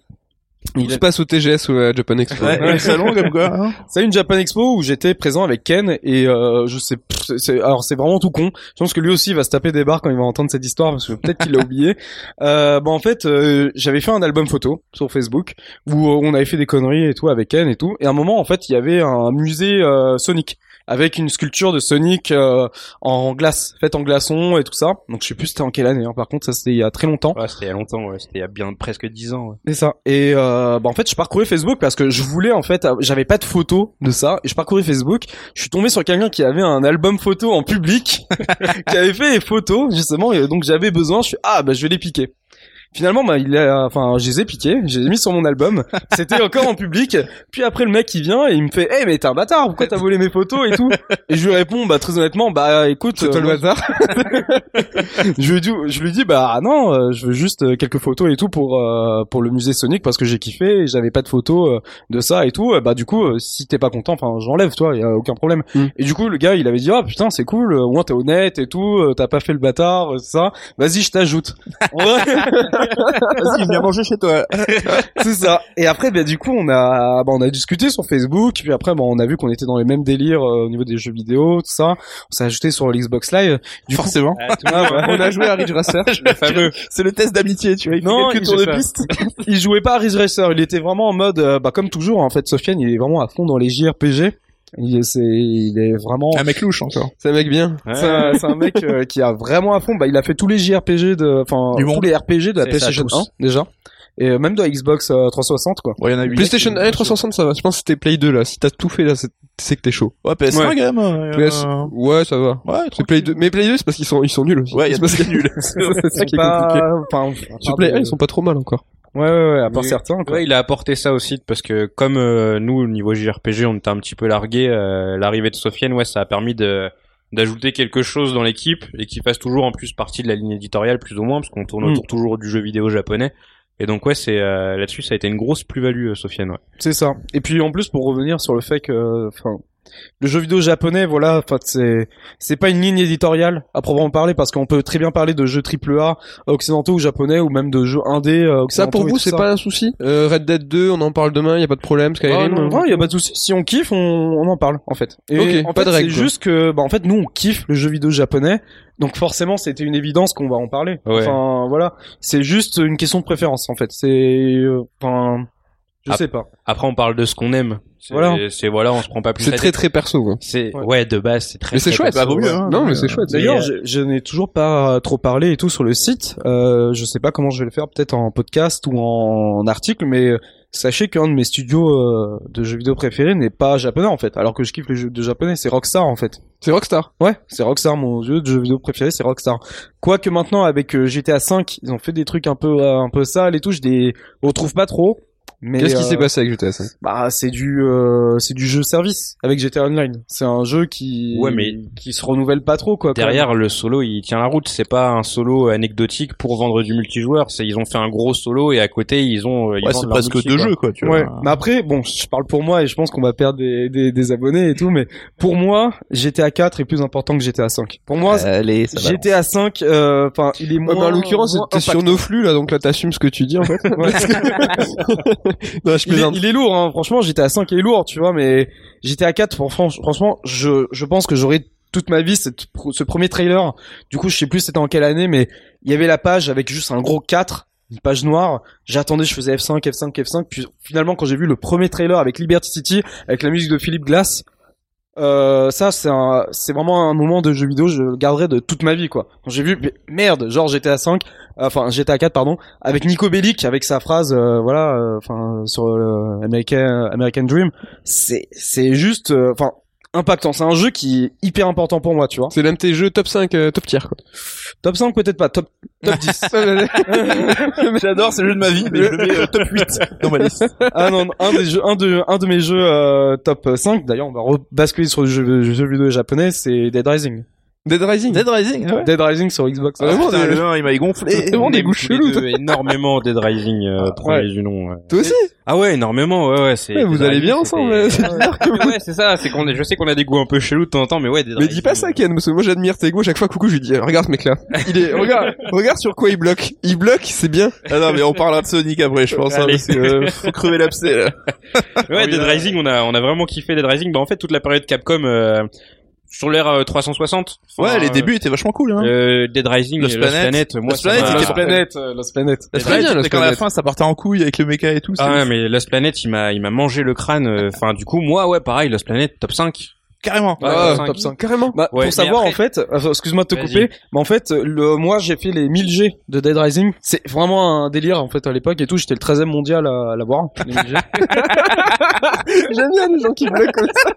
Speaker 1: Tout se passe au TGS ou à Japan Expo.
Speaker 2: Ouais, le salon, comme quoi. hein.
Speaker 3: C'est une Japan Expo où j'étais présent avec Ken et euh, je sais, pff, c'est- c'est- alors c'est vraiment tout con. Je pense que lui aussi va se taper des barres quand il va entendre cette histoire parce que peut-être qu'il l'a oublié. Euh, bah en fait, euh, j'avais fait un album photo sur Facebook où euh, on avait fait des conneries et tout avec Ken et tout. Et à un moment, en fait, il y avait un musée euh, Sonic avec une sculpture de Sonic euh, en glace, faite en glaçon et tout ça. Donc je sais plus c'était en quelle année. hein. Par contre, ça c'était il y a très longtemps.
Speaker 4: Ouais, c'était il y a longtemps, ouais. c'était il y a bien presque 10 ans. Ouais.
Speaker 3: C'est ça. Et euh, bah en fait, je parcourais Facebook parce que je voulais en fait, euh, j'avais pas de photo de ça. Et je parcourais Facebook. Je suis tombé sur quelqu'un qui avait un album photo en public, qui avait fait des photos justement. Et donc j'avais besoin. Je suis ah bah je vais les piquer. Finalement, bah il a, enfin je les ai piqués. Je les ai mis sur mon album. C'était encore en public. Puis après le mec il vient et il me fait, eh mais t'es un bâtard. Pourquoi t'as volé mes photos et tout Et je lui réponds, bah très honnêtement, bah écoute,
Speaker 1: C'est toi
Speaker 3: euh,
Speaker 1: le
Speaker 3: moi,
Speaker 1: hasard.
Speaker 3: je lui dis, je lui dis bah non, euh, je veux juste euh, quelques photos et tout pour euh, pour le musée Sonic parce que j'ai kiffé, et j'avais pas de photos euh, de ça et tout. Euh, Bah du coup, euh, si t'es pas content, enfin j'enlève toi, y a aucun problème.
Speaker 1: Mm.
Speaker 3: Et du coup, le gars, il avait dit ah putain c'est cool, euh, au moins t'es honnête et tout, euh, t'as pas fait le bâtard, euh, ça. Vas-y, je t'ajoute. Ouais.
Speaker 2: Vas-y, viens manger chez toi.
Speaker 3: C'est ça. Et après, bah, du coup, on a, bah, on a discuté sur Facebook. Puis après, bah, on a vu qu'on était dans les mêmes délires euh, au niveau des jeux vidéo, tout ça. On s'est ajouté sur l'Xbox Live. Du coup,
Speaker 2: Forcément.
Speaker 1: On a joué à Ridge Racer.
Speaker 4: le fameux.
Speaker 2: C'est le test d'amitié, tu vois. Il
Speaker 3: Non,
Speaker 2: fait
Speaker 3: il
Speaker 2: quelques tours de
Speaker 3: fait-
Speaker 2: piste.
Speaker 3: il jouait pas à Ridge Racer. Il était vraiment en mode, euh, bah, comme toujours, en fait, Sofiane, il est vraiment à fond dans les JRPG. Il est, c'est- il est vraiment.
Speaker 2: Un mec louche encore.
Speaker 1: C'est un mec bien.
Speaker 3: C'est un, c'est un mec euh, qui a vraiment à fond. Bah, il a fait tous les JRPG de, enfin,
Speaker 2: Du
Speaker 3: tous
Speaker 2: monde.
Speaker 3: les RPG de la
Speaker 4: C'est ça,
Speaker 3: PlayStation
Speaker 4: tous.
Speaker 3: 1 déjà, et euh, même de la Xbox euh, 360 quoi.
Speaker 2: Bon, il y en a huit.
Speaker 1: PlayStation 1 et 360 ça va. Je pense que c'était Play 2 là. Si t'as tout fait là, c'est c'est que t'es chaud.
Speaker 2: Ouais, PS1
Speaker 1: Ouais.
Speaker 2: quand même. euh,
Speaker 1: PS-
Speaker 2: euh,
Speaker 1: Ouais, ça va.
Speaker 2: Ouais,
Speaker 1: C'est Play 2. Mais Play 2 c'est parce qu'ils sont ils sont nuls aussi.
Speaker 2: Ouais, il y a
Speaker 1: C'est parce
Speaker 2: des
Speaker 1: que-
Speaker 2: nuls.
Speaker 1: c'est ça qui est
Speaker 3: Pas-
Speaker 1: compliqué.
Speaker 3: enfin,
Speaker 1: Sur
Speaker 3: à
Speaker 1: Play
Speaker 3: part
Speaker 1: 1
Speaker 3: de-
Speaker 1: ils sont pas trop mal encore.
Speaker 3: Ouais, ouais, ouais, à part
Speaker 4: Oui.
Speaker 3: certains. Quoi.
Speaker 4: Ouais, il a apporté ça aussi parce que comme euh, nous au niveau JRPG on était un petit peu largué, euh, l'arrivée de Sofiane ouais ça a permis de d'ajouter quelque chose dans l'équipe et qui fasse toujours en plus partie de la ligne éditoriale plus ou moins parce qu'on tourne
Speaker 3: Mm.
Speaker 4: autour toujours du jeu vidéo japonais. Et donc ouais c'est euh, là-dessus ça a été une grosse plus-value euh, Sofiane ouais.
Speaker 3: C'est ça. Et puis en plus pour revenir sur le fait que, enfin, le jeu vidéo japonais, voilà, enfin c'est c'est pas une ligne éditoriale à proprement parler parce qu'on peut très bien parler de jeux triple A occidentaux ou japonais ou même de jeux indé euh,
Speaker 1: Ça
Speaker 3: occidentaux
Speaker 1: pour
Speaker 3: et
Speaker 1: vous
Speaker 3: tout
Speaker 1: c'est
Speaker 3: ça.
Speaker 1: pas un souci Euh, Red Dead 2 on en parle demain, y a pas de problème
Speaker 3: Ah,
Speaker 1: Skyrim.
Speaker 3: non, non, y a pas de souci. Si on kiffe, on, on en parle en fait. Et
Speaker 1: euh, Ok,
Speaker 3: en
Speaker 1: pas
Speaker 3: fait,
Speaker 1: de règles,
Speaker 3: C'est
Speaker 1: quoi.
Speaker 3: juste que, bah, en fait, nous on kiffe le jeu vidéo japonais, donc forcément c'était une évidence qu'on va en parler.
Speaker 4: Ouais.
Speaker 3: Enfin voilà, c'est juste une question de préférence en fait. C'est, euh, enfin, je
Speaker 4: Ah.
Speaker 3: sais pas.
Speaker 4: Après on parle de ce qu'on aime. C'est-
Speaker 3: Voilà.
Speaker 4: C'est voilà on se prend pas plus.
Speaker 1: euh, C'est
Speaker 4: la
Speaker 1: très
Speaker 4: tête.
Speaker 1: très perso. quoi.
Speaker 4: C'est
Speaker 3: Ouais.
Speaker 4: ouais de base c'est très.
Speaker 1: Mais c'est
Speaker 4: très
Speaker 1: chouette.
Speaker 2: Bah, vaut
Speaker 4: perso,
Speaker 2: mieux,
Speaker 4: ouais.
Speaker 2: hein.
Speaker 1: Non mais c'est chouette.
Speaker 3: D'ailleurs,
Speaker 4: Mais,
Speaker 3: je, je n'ai toujours pas euh, trop parlé et tout sur le site. Euh, je sais pas comment je vais le faire, peut-être en podcast ou en article, mais euh, sachez qu'un de mes studios euh, de jeux vidéo préférés n'est pas japonais en fait, alors que je kiffe les jeux de japonais, c'est Rockstar en fait.
Speaker 1: C'est Rockstar.
Speaker 3: Ouais, c'est Rockstar, mon jeu de jeu vidéo préféré, c'est Rockstar. Quoique maintenant, avec euh, GTA V, ils ont fait des trucs un peu, euh, un peu sales et tout, je les retrouve pas trop. Mais
Speaker 1: Qu'est-ce qui
Speaker 3: euh,
Speaker 1: s'est passé avec GTA 5
Speaker 3: Bah, c'est du, euh, c'est du jeu service avec GTA Online. C'est un jeu qui,
Speaker 2: hein.
Speaker 4: Ouais, mais-
Speaker 3: qui se renouvelle pas trop, quoi. quand même.
Speaker 4: Derrière, le solo, il tient la route. C'est pas un solo anecdotique pour vendre du multijoueur. C'est ils ont fait un gros solo et à côté ils ont. euh, ils
Speaker 2: Ouais,
Speaker 4: vendent
Speaker 2: c'est
Speaker 4: leur
Speaker 2: presque
Speaker 4: outil,
Speaker 2: deux
Speaker 4: quoi.
Speaker 2: jeux, quoi, tu vois.
Speaker 3: Ouais. Mais après, bon, je parle pour moi et je pense qu'on va perdre des, des, des abonnés et tout, mais pour moi, GTA 4 est plus important que GTA 5. Pour moi,
Speaker 2: Allez,
Speaker 3: GTA 5, euh, enfin, il est
Speaker 1: Ouais,
Speaker 3: moins.
Speaker 1: bah, en l'occurrence,
Speaker 3: moins
Speaker 1: t'es sur nos flux là, donc là t'assumes ce que tu dis en fait.
Speaker 3: Ouais.
Speaker 1: non, je
Speaker 3: il, est,
Speaker 1: plaisante.
Speaker 3: il est lourd, hein. franchement, j'étais à 5 est lourd, tu vois, mais j'étais à 4, pour- franch- franchement, je, je pense que j'aurais toute ma vie cette pr- ce premier trailer. Du coup, je sais plus c'était en quelle année, mais il y avait la page avec juste un gros 4, une page noire. J'attendais, je faisais F5, F5, F5. Puis finalement, quand j'ai vu le premier trailer avec Liberty City, avec la musique de Philippe Glass, euh, ça, c'est un, c'est vraiment un moment de jeu vidéo, je le garderai de toute ma vie, quoi. Quand j'ai vu, mais merde, genre GTA 5, enfin GTA 4, pardon, avec Nico Bellic, avec sa phrase, euh, voilà, euh, enfin sur le American, American Dream, c'est, c'est juste, euh, enfin impactant. C'est un jeu qui est hyper important pour moi, tu vois.
Speaker 1: C'est l'un de tes jeux top 5, euh, top tier quoi.
Speaker 3: Top 5 peut-être pas, top, top 10.
Speaker 2: J'adore, c'est le jeu de ma vie, mais je le mets euh, top 8 dans ma liste.
Speaker 3: ah non, un des jeux, un de, un de mes jeux euh, top 5. D'ailleurs, on va rebasculer sur le jeu, jeu vidéo japonais, c'est Dead Rising.
Speaker 1: Dead Rising.
Speaker 2: Dead Rising, ouais.
Speaker 3: Dead Rising sur Xbox.
Speaker 1: Ah,
Speaker 2: Putain,
Speaker 1: c'est-
Speaker 2: le 1, il m'a gonflé.
Speaker 1: C'est vraiment des
Speaker 4: On aime
Speaker 1: goûts
Speaker 4: tous
Speaker 1: chelous,
Speaker 4: les deux énormément Dead Rising, euh, prenez du nom. ouais.
Speaker 1: Toi aussi
Speaker 4: Ah ouais, énormément, ouais, ouais. c'est-
Speaker 1: Ouais, vous
Speaker 4: Dead
Speaker 1: allez
Speaker 4: Rising,
Speaker 1: bien
Speaker 4: c'était-
Speaker 1: ensemble, ouais. C'est
Speaker 4: Ouais, ouais, c'est ça. C'est qu'on est, je sais qu'on a des goûts un peu chelous de temps en temps, mais ouais, Dead
Speaker 1: Mais
Speaker 4: Rising,
Speaker 1: dis pas ça Ken, parce que moi j'admire tes goûts, à chaque fois coucou je lui dis euh, regarde ce mec là. Il est regarde, regarde sur quoi il bloque. Il bloque, c'est bien.
Speaker 2: Ah non, mais on parlera de Sonic après, je pense, hein,
Speaker 4: Allez.
Speaker 2: parce que euh, faut crever l'abcès, là.
Speaker 4: Ouais, Dead Rising, on a, on a vraiment kiffé Dead Rising. Bah, en fait, toute la période Capcom, euh, sur l'ère euh, 360.
Speaker 2: Ouais,
Speaker 4: enfin,
Speaker 2: les débuts étaient vachement cool, hein.
Speaker 4: Euh, Dead Rising,
Speaker 2: Lost
Speaker 4: et Ah, Lost
Speaker 2: Planet.
Speaker 4: Planet, moi,
Speaker 2: Lost
Speaker 4: ça
Speaker 2: Planet,
Speaker 4: m'a-
Speaker 2: c'était
Speaker 3: Lost Planet, euh, Lost Planet.
Speaker 2: C'est
Speaker 1: très bien,
Speaker 2: c'est
Speaker 1: Lost
Speaker 2: quand à la
Speaker 1: Planet.
Speaker 2: fin, ça partait en couille avec le méca et tout.
Speaker 4: Ah
Speaker 2: c'est-
Speaker 4: ouais, mais Lost Planet, il m'a, il m'a mangé le crâne. euh, Enfin, du coup, moi, ouais, pareil, Lost Planet, top 5.
Speaker 2: Carrément.
Speaker 4: Ouais,
Speaker 1: Ah,
Speaker 4: top cinq.
Speaker 1: carrément.
Speaker 3: Bah,
Speaker 4: Ouais, mais
Speaker 3: pour savoir
Speaker 4: après-
Speaker 3: en fait, euh, excuse-moi de te
Speaker 4: Vas-y.
Speaker 3: couper, mais en fait, le, moi j'ai fait les 1000 G de Dead Rising, c'est vraiment un délire en fait à l'époque et tout, j'étais le 13 e mondial à, à l'avoir. les 1000 G.
Speaker 1: J'aime bien les gens qui bloquent. comme ça.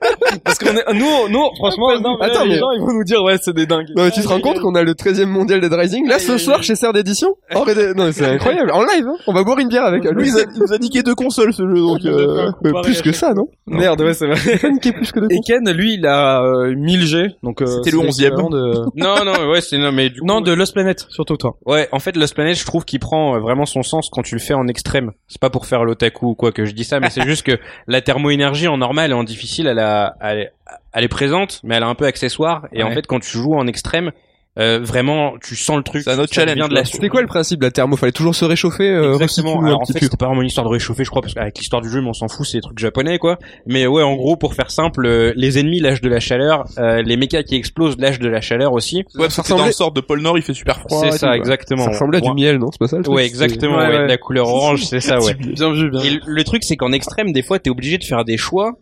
Speaker 3: Parce qu'on est, nous, nous, franchement, non, mais là,
Speaker 1: Attends,
Speaker 3: les
Speaker 1: mais-
Speaker 3: gens ils vont nous dire ouais c'est des dingues.
Speaker 1: Non, mais tu te rends compte qu'on a le 13e mondial Dead Rising là ce soir chez Serre d'édition Oh, Red- Non, mais c'est incroyable. En live, hein. on va boire une bière avec
Speaker 2: Lui,
Speaker 1: lui.
Speaker 2: il, a- il nous a niqué deux consoles, ce jeu, donc, euh,
Speaker 1: plus que ça, non
Speaker 3: Merde, ouais c'est vrai.
Speaker 1: plus que de
Speaker 3: Et Ken, lui, il a euh, 1000 G, donc euh,
Speaker 2: C'était le
Speaker 3: c'est
Speaker 2: 11e.
Speaker 3: l'équivalent de-
Speaker 4: non, non, ouais, c'est, non, mais du coup.
Speaker 3: Non, de Lost Planet, surtout toi.
Speaker 4: Ouais, en fait, Lost Planet, je trouve qu'il prend euh, vraiment son sens quand tu le fais en extrême. C'est pas pour faire l'otaku ou quoi que je dis ça, mais c'est juste que la thermoénergie en normal et en difficile, elle, a, elle, est- elle est présente, mais elle est un peu accessoire. Et en
Speaker 3: Ouais.
Speaker 4: fait, quand tu joues en extrême, euh, vraiment, tu sens le truc.
Speaker 2: C'est un autre
Speaker 4: ça
Speaker 2: challenge,
Speaker 4: vient de
Speaker 2: quoi.
Speaker 4: la
Speaker 1: C'était quoi le principe de la thermo Fallait toujours se réchauffer euh,
Speaker 4: Exactement.
Speaker 1: recycler ou un
Speaker 4: Alors, en
Speaker 1: petit
Speaker 4: fait,
Speaker 1: peu.
Speaker 4: c'était pas vraiment une histoire de réchauffer, je crois, parce qu'avec l'histoire du jeu, mais on s'en fout, c'est des trucs japonais, quoi. Mais ouais, en gros, pour faire simple, euh, les ennemis lâchent de la chaleur, euh, les mechas qui explosent lâchent de la chaleur aussi.
Speaker 2: Ouais, parce que c'est
Speaker 1: ressemblait-
Speaker 2: dans le sort de pôle Nord, il fait super froid.
Speaker 4: C'est
Speaker 2: et
Speaker 4: ça,
Speaker 2: tout, quoi.
Speaker 4: exactement.
Speaker 1: Ça ressemblait à du
Speaker 4: Ouais.
Speaker 1: miel, non C'est pas ça le truc
Speaker 4: Ouais, exactement.
Speaker 3: Ouais,
Speaker 4: ouais,
Speaker 3: ouais.
Speaker 4: de La couleur orange, c'est ça, ouais.
Speaker 3: Bien vu, bien
Speaker 4: Et le- le truc, c'est qu'en extrême, des fois, t'es obligé de faire des choix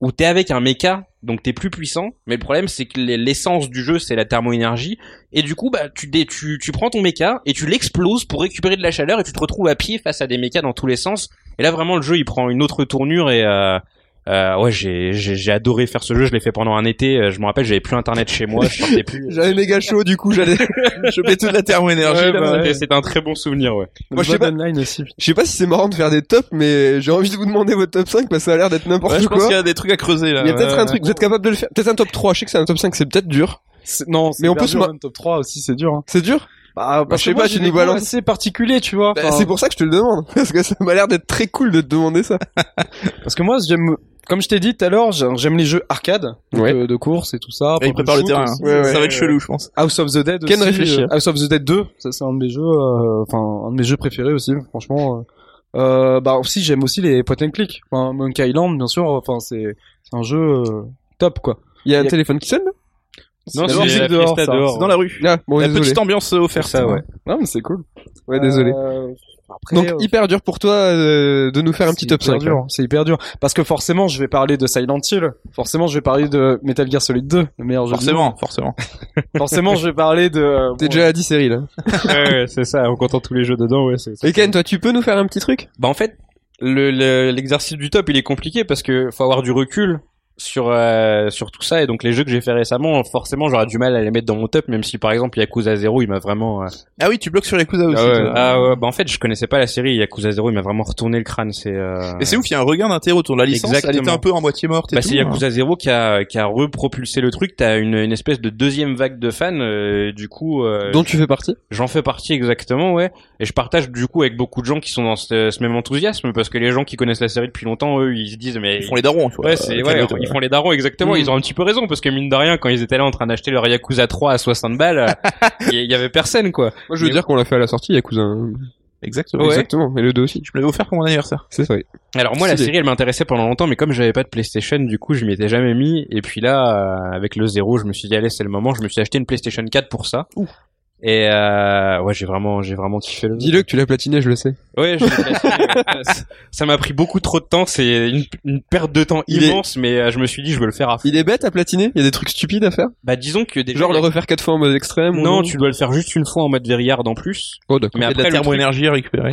Speaker 4: où t'es avec un mecha, donc t'es plus puissant. Mais le problème, c'est que les- l'essence du jeu, c'est la thermoénergie. Et du coup, bah, tu, dé- tu, tu prends ton mecha et tu l'exploses pour récupérer de la chaleur et tu te retrouves à pied face à des mechas dans tous les sens. Et là, vraiment, le jeu, il prend une autre tournure et, euh, euh, ouais, j'ai, j'ai, j'ai adoré faire ce jeu. Je l'ai fait pendant un été. Euh, Je me rappelle, j'avais plus internet chez moi. Je sortais plus.
Speaker 1: J'avais méga chaud, du coup, j'allais.
Speaker 2: Je mets toute la thermoénergie.
Speaker 4: Ouais,
Speaker 2: là.
Speaker 4: bah, c'était- C'était un très bon souvenir, ouais.
Speaker 1: Moi, je sais pas.
Speaker 3: Online aussi.
Speaker 1: Je sais pas si c'est marrant de faire des tops, mais j'ai envie de vous demander votre top 5 parce que ça a l'air d'être n'importe
Speaker 2: Ouais, je pense
Speaker 1: quoi.
Speaker 2: qu'il y a des trucs à creuser là.
Speaker 1: Il y a peut-être
Speaker 4: euh,
Speaker 2: Ouais.
Speaker 1: un truc, vous êtes capable de le faire. Peut-être un top 3, je sais que c'est un top 5, c'est peut-être dur.
Speaker 3: Non,
Speaker 1: Mais
Speaker 3: mais
Speaker 1: on
Speaker 3: on
Speaker 1: peut
Speaker 3: peut
Speaker 1: se ma-
Speaker 3: top 3 aussi, c'est dur. hein.
Speaker 1: C'est dur
Speaker 3: Bah,
Speaker 1: parce que moi, j'ai des goûts
Speaker 3: C'est particulier, tu vois.
Speaker 1: Bah, C'est pour ça que je te le demande. Parce que ça m'a l'air d'être très cool de te demander ça.
Speaker 3: Parce que moi, j'aime, comme je t'ai dit tout à l'heure, j'ai- j'aime les jeux arcade, donc,
Speaker 1: Ouais.
Speaker 3: euh, de course et tout ça.
Speaker 2: Et il prépare le
Speaker 3: shoot
Speaker 2: terrain.
Speaker 3: aussi.
Speaker 2: hein.
Speaker 1: Ouais, ouais.
Speaker 2: ça va être chelou, je pense.
Speaker 3: House of the Dead
Speaker 1: Ken
Speaker 3: aussi.
Speaker 1: réfléchit.
Speaker 3: euh, House of the Dead 2, ça c'est un de mes jeux, euh, enfin un de mes jeux préférés aussi, franchement. euh. Euh, bah aussi j'aime aussi les point and click, enfin Monkey Island bien sûr, enfin c'est c'est un jeu euh, top quoi.
Speaker 1: Il y a un
Speaker 3: Il y a-
Speaker 1: téléphone qui sonne là
Speaker 4: Non,
Speaker 3: la
Speaker 4: c'est
Speaker 3: musique
Speaker 4: la
Speaker 3: dehors,
Speaker 4: fiesta
Speaker 3: ça.
Speaker 4: dehors.
Speaker 2: C'est dans la rue.
Speaker 1: Ah, bon,
Speaker 2: La
Speaker 1: désolé.
Speaker 2: petite ambiance offerte.
Speaker 4: ça, ouais.
Speaker 3: Non mais c'est cool.
Speaker 1: Ouais, désolé.
Speaker 3: Euh, après,
Speaker 1: Donc,
Speaker 3: euh,
Speaker 1: hyper dur pour toi euh, de nous faire un petit
Speaker 3: c'est
Speaker 1: top
Speaker 3: hyper
Speaker 1: 5.
Speaker 3: dur, C'est hyper dur parce que forcément je vais parler de Silent Hill, forcément je vais parler de Metal Gear Solid 2, le meilleur jeu. du monde.
Speaker 2: Forcément, forcément.
Speaker 3: Forcément je vais parler de. euh,
Speaker 1: T'es
Speaker 3: bon,
Speaker 1: déjà à hein. 10 séries là.
Speaker 4: ouais, ouais, c'est ça. En comptant tous les jeux dedans, ouais, c'est,
Speaker 1: Et Ken, toi, tu peux nous faire un petit truc
Speaker 4: Bah en fait, le- le- l'exercice du top, il est compliqué parce que faut avoir du recul sur euh, sur tout ça et donc les jeux que j'ai fait récemment, forcément, j'aurais du mal à les mettre dans mon top même si par exemple Yakuza 0, il m'a vraiment euh,
Speaker 2: Ah oui, tu bloques sur les Yakuza aussi. toi.
Speaker 4: Ah ouais, bah en fait, je connaissais pas la série Yakuza 0, il m'a vraiment retourné le crâne, c'est euh,
Speaker 2: Et c'est ouf, il y a un regain d'intérêt autour de la licence. Elle
Speaker 4: Exactement.
Speaker 2: était un peu en moitié morte et
Speaker 4: Bah,
Speaker 2: tout.
Speaker 4: c'est
Speaker 2: hein.
Speaker 4: Yakuza 0 qui a qui a repropulsé le truc, t'as une une espèce de deuxième vague de fans euh, du coup euh,
Speaker 1: dont tu fais partie
Speaker 4: J'en fais partie exactement, ouais. Et je partage du coup avec beaucoup de gens qui sont dans ce, ce même enthousiasme parce que les gens qui connaissent la série depuis longtemps, eux, ils se disent mais
Speaker 2: Ils font les euh, darons, tu vois.
Speaker 4: Ouais, c'est,
Speaker 2: Avec
Speaker 4: ouais,
Speaker 2: la-
Speaker 4: ils font les darons, exactement.
Speaker 1: Mm.
Speaker 2: Hmm.
Speaker 4: Ils ont un petit peu raison, parce que mine de rien, quand ils étaient là en train d'acheter leur Yakuza 3 à 60 balles, il y, y avait personne, quoi.
Speaker 1: Moi, je veux
Speaker 4: Mais-
Speaker 1: dire qu'on l'a fait à la sortie, Yakuza. hein.
Speaker 2: Exactement.
Speaker 4: Ouais.
Speaker 1: Exactement, mais le 2 aussi.
Speaker 2: Je me l'avais offert pour mon anniversaire.
Speaker 1: C'est vrai.
Speaker 4: Alors moi, la
Speaker 1: Stylé.
Speaker 4: série, elle m'intéressait pendant longtemps, mais comme j'avais pas de PlayStation, du coup, je m'y étais jamais mis. Et puis là, euh, avec le zéro, je me suis dit, allez, c'est le moment. Je me suis acheté une PlayStation 4 pour ça.
Speaker 2: Ouh.
Speaker 4: Et euh, ouais, j'ai vraiment, j'ai vraiment kiffé le jeu.
Speaker 1: Dis-le que tu l'as platiné, je le sais.
Speaker 4: Ouais, je l'ai placé, euh, ça- ça m'a pris beaucoup trop de temps. C'est une, une perte de temps
Speaker 1: Il est-
Speaker 4: immense, mais euh, je me suis dit, je veux le faire à fond.
Speaker 1: Il est bête à platiner Il y a des trucs stupides à faire
Speaker 4: Bah, disons que déjà,
Speaker 1: Genre
Speaker 4: il
Speaker 1: le
Speaker 4: y a-
Speaker 1: refaire 4 fois en mode extrême ou
Speaker 4: non, tu dois le faire juste une fois en mode verriard en plus.
Speaker 1: Oh, d'accord.
Speaker 4: Mais
Speaker 2: Il y a de
Speaker 4: après,
Speaker 2: la
Speaker 4: le truc,
Speaker 2: thermoénergie à récupérer.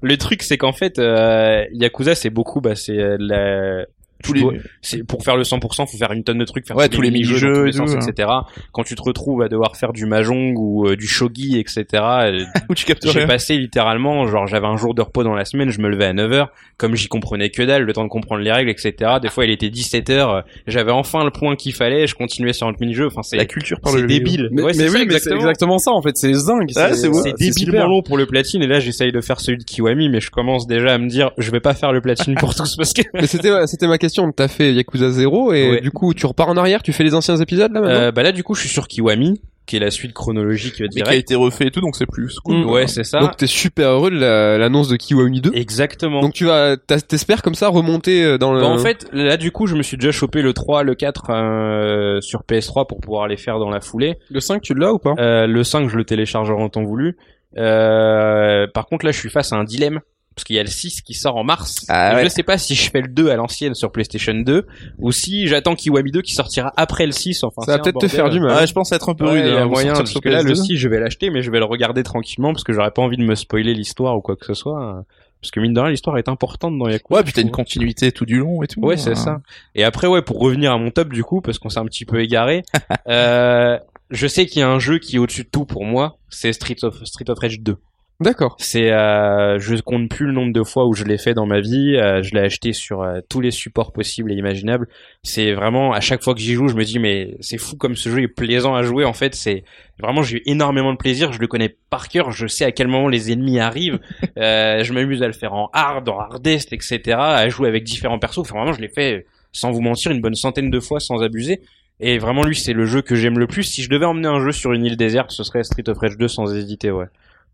Speaker 4: le truc, c'est qu'en fait, euh, Yakuza, c'est beaucoup, bah, c'est euh, la...
Speaker 2: Tous
Speaker 4: tu
Speaker 2: les-
Speaker 4: dois- c'est pour faire le 100%, faut faire une tonne de trucs, faire
Speaker 2: Ouais, tous les
Speaker 4: dans
Speaker 2: mini-jeux
Speaker 4: tous
Speaker 2: et
Speaker 4: sens,
Speaker 2: tout, hein.
Speaker 4: etc. Quand tu te retrouves à devoir faire du mahjong ou euh, du shogi, etc. euh,
Speaker 2: Où tu captes
Speaker 4: J'ai
Speaker 2: rien.
Speaker 4: passé littéralement, genre j'avais un jour de repos dans la semaine, je me levais à 9h, comme j'y comprenais que dalle, le temps de comprendre les règles, etc. Des fois il était 17h, j'avais enfin le point qu'il fallait, je continuais sur le mini-jeu, enfin c'est
Speaker 2: La culture par
Speaker 4: c'est
Speaker 2: le jeu vidéo.
Speaker 4: débile.
Speaker 3: Mais,
Speaker 4: Ouais, c'est
Speaker 3: mais
Speaker 4: ça,
Speaker 3: oui, mais c'est
Speaker 4: exactement.
Speaker 3: exactement ça en fait, c'est dingue.
Speaker 2: Ah, c'est beau.
Speaker 4: C'est
Speaker 3: super.
Speaker 4: débilement long pour le platine et là j'essaye de faire celui de Kiwami mais je commence déjà à me dire je vais pas faire le platine pour tous parce que
Speaker 1: Mais c'était c'était ma question. T'as fait Yakuza 0 et
Speaker 4: Ouais.
Speaker 1: du coup tu repars en arrière, tu fais les anciens épisodes là maintenant.
Speaker 4: Euh, bah là du coup je suis sur Kiwami qui est la suite chronologique euh,
Speaker 2: Mais qui a
Speaker 4: directe.
Speaker 2: été refait et tout, donc c'est plus cool.
Speaker 1: Mm.
Speaker 4: Ouais c'est ça.
Speaker 1: Donc t'es super heureux de la- l'annonce de Kiwami 2.
Speaker 4: Exactement.
Speaker 1: Donc tu vas t'as- t'espères comme ça remonter euh, dans le.
Speaker 4: Bah, en fait, là du coup, je me suis déjà chopé le 3, le 4 euh, sur PS3 pour pouvoir les faire dans la foulée.
Speaker 3: Le 5, tu l'as ou pas
Speaker 4: Euh, le 5, je le téléchargerai en temps voulu. Euh, par contre, là, je suis face à un dilemme. Parce qu'il y a le 6 qui sort en mars.
Speaker 2: Ah
Speaker 4: Et
Speaker 2: ouais.
Speaker 4: Je sais pas si je fais le 2 à l'ancienne sur PlayStation 2 ou si j'attends Kiwami 2 qui sortira après le 6. Enfin,
Speaker 1: ça va
Speaker 4: c'est un
Speaker 1: peut-être te
Speaker 4: bordel.
Speaker 1: faire du mal.
Speaker 2: Ouais, je pense être un peu
Speaker 4: Ouais,
Speaker 2: rude.
Speaker 4: il y a
Speaker 2: hein,
Speaker 4: moyen,
Speaker 2: sortir
Speaker 4: parce
Speaker 2: sur
Speaker 4: que là, le
Speaker 2: PS2.
Speaker 4: 6, je vais l'acheter, mais je vais le regarder tranquillement parce que j'aurais pas envie de me spoiler l'histoire ou quoi que ce soit. hein. Parce que mine de rien, l'histoire est importante dans Yakuza.
Speaker 2: Ouais, puis t'as une continuité tout du long et tout.
Speaker 4: Ouais, c'est
Speaker 2: hein.
Speaker 4: ça. Et après, ouais, pour revenir à mon top du coup, parce qu'on s'est un petit peu égaré, euh, je sais qu'il y a un jeu qui est au-dessus de tout pour moi, c'est Street of, Street of Rage 2.
Speaker 1: D'accord.
Speaker 4: C'est, euh, je compte plus le nombre de fois où je l'ai fait dans ma vie. euh, je l'ai acheté sur euh, tous les supports possibles et imaginables. C'est vraiment à chaque fois que j'y joue, je me dis mais c'est fou comme ce jeu est plaisant à jouer. En fait, c'est vraiment j'ai eu énormément de plaisir. Je le connais par cœur. Je sais à quel moment les ennemis arrivent. Euh, je m'amuse à le faire en hard, en hardest, etc. À jouer avec différents persos. Enfin vraiment, je l'ai fait sans vous mentir une bonne centaine de fois sans abuser. Et vraiment, lui, c'est le jeu que j'aime le plus. Si je devais emmener un jeu sur une île déserte, ce serait Street of Rage 2 sans hésiter, ouais.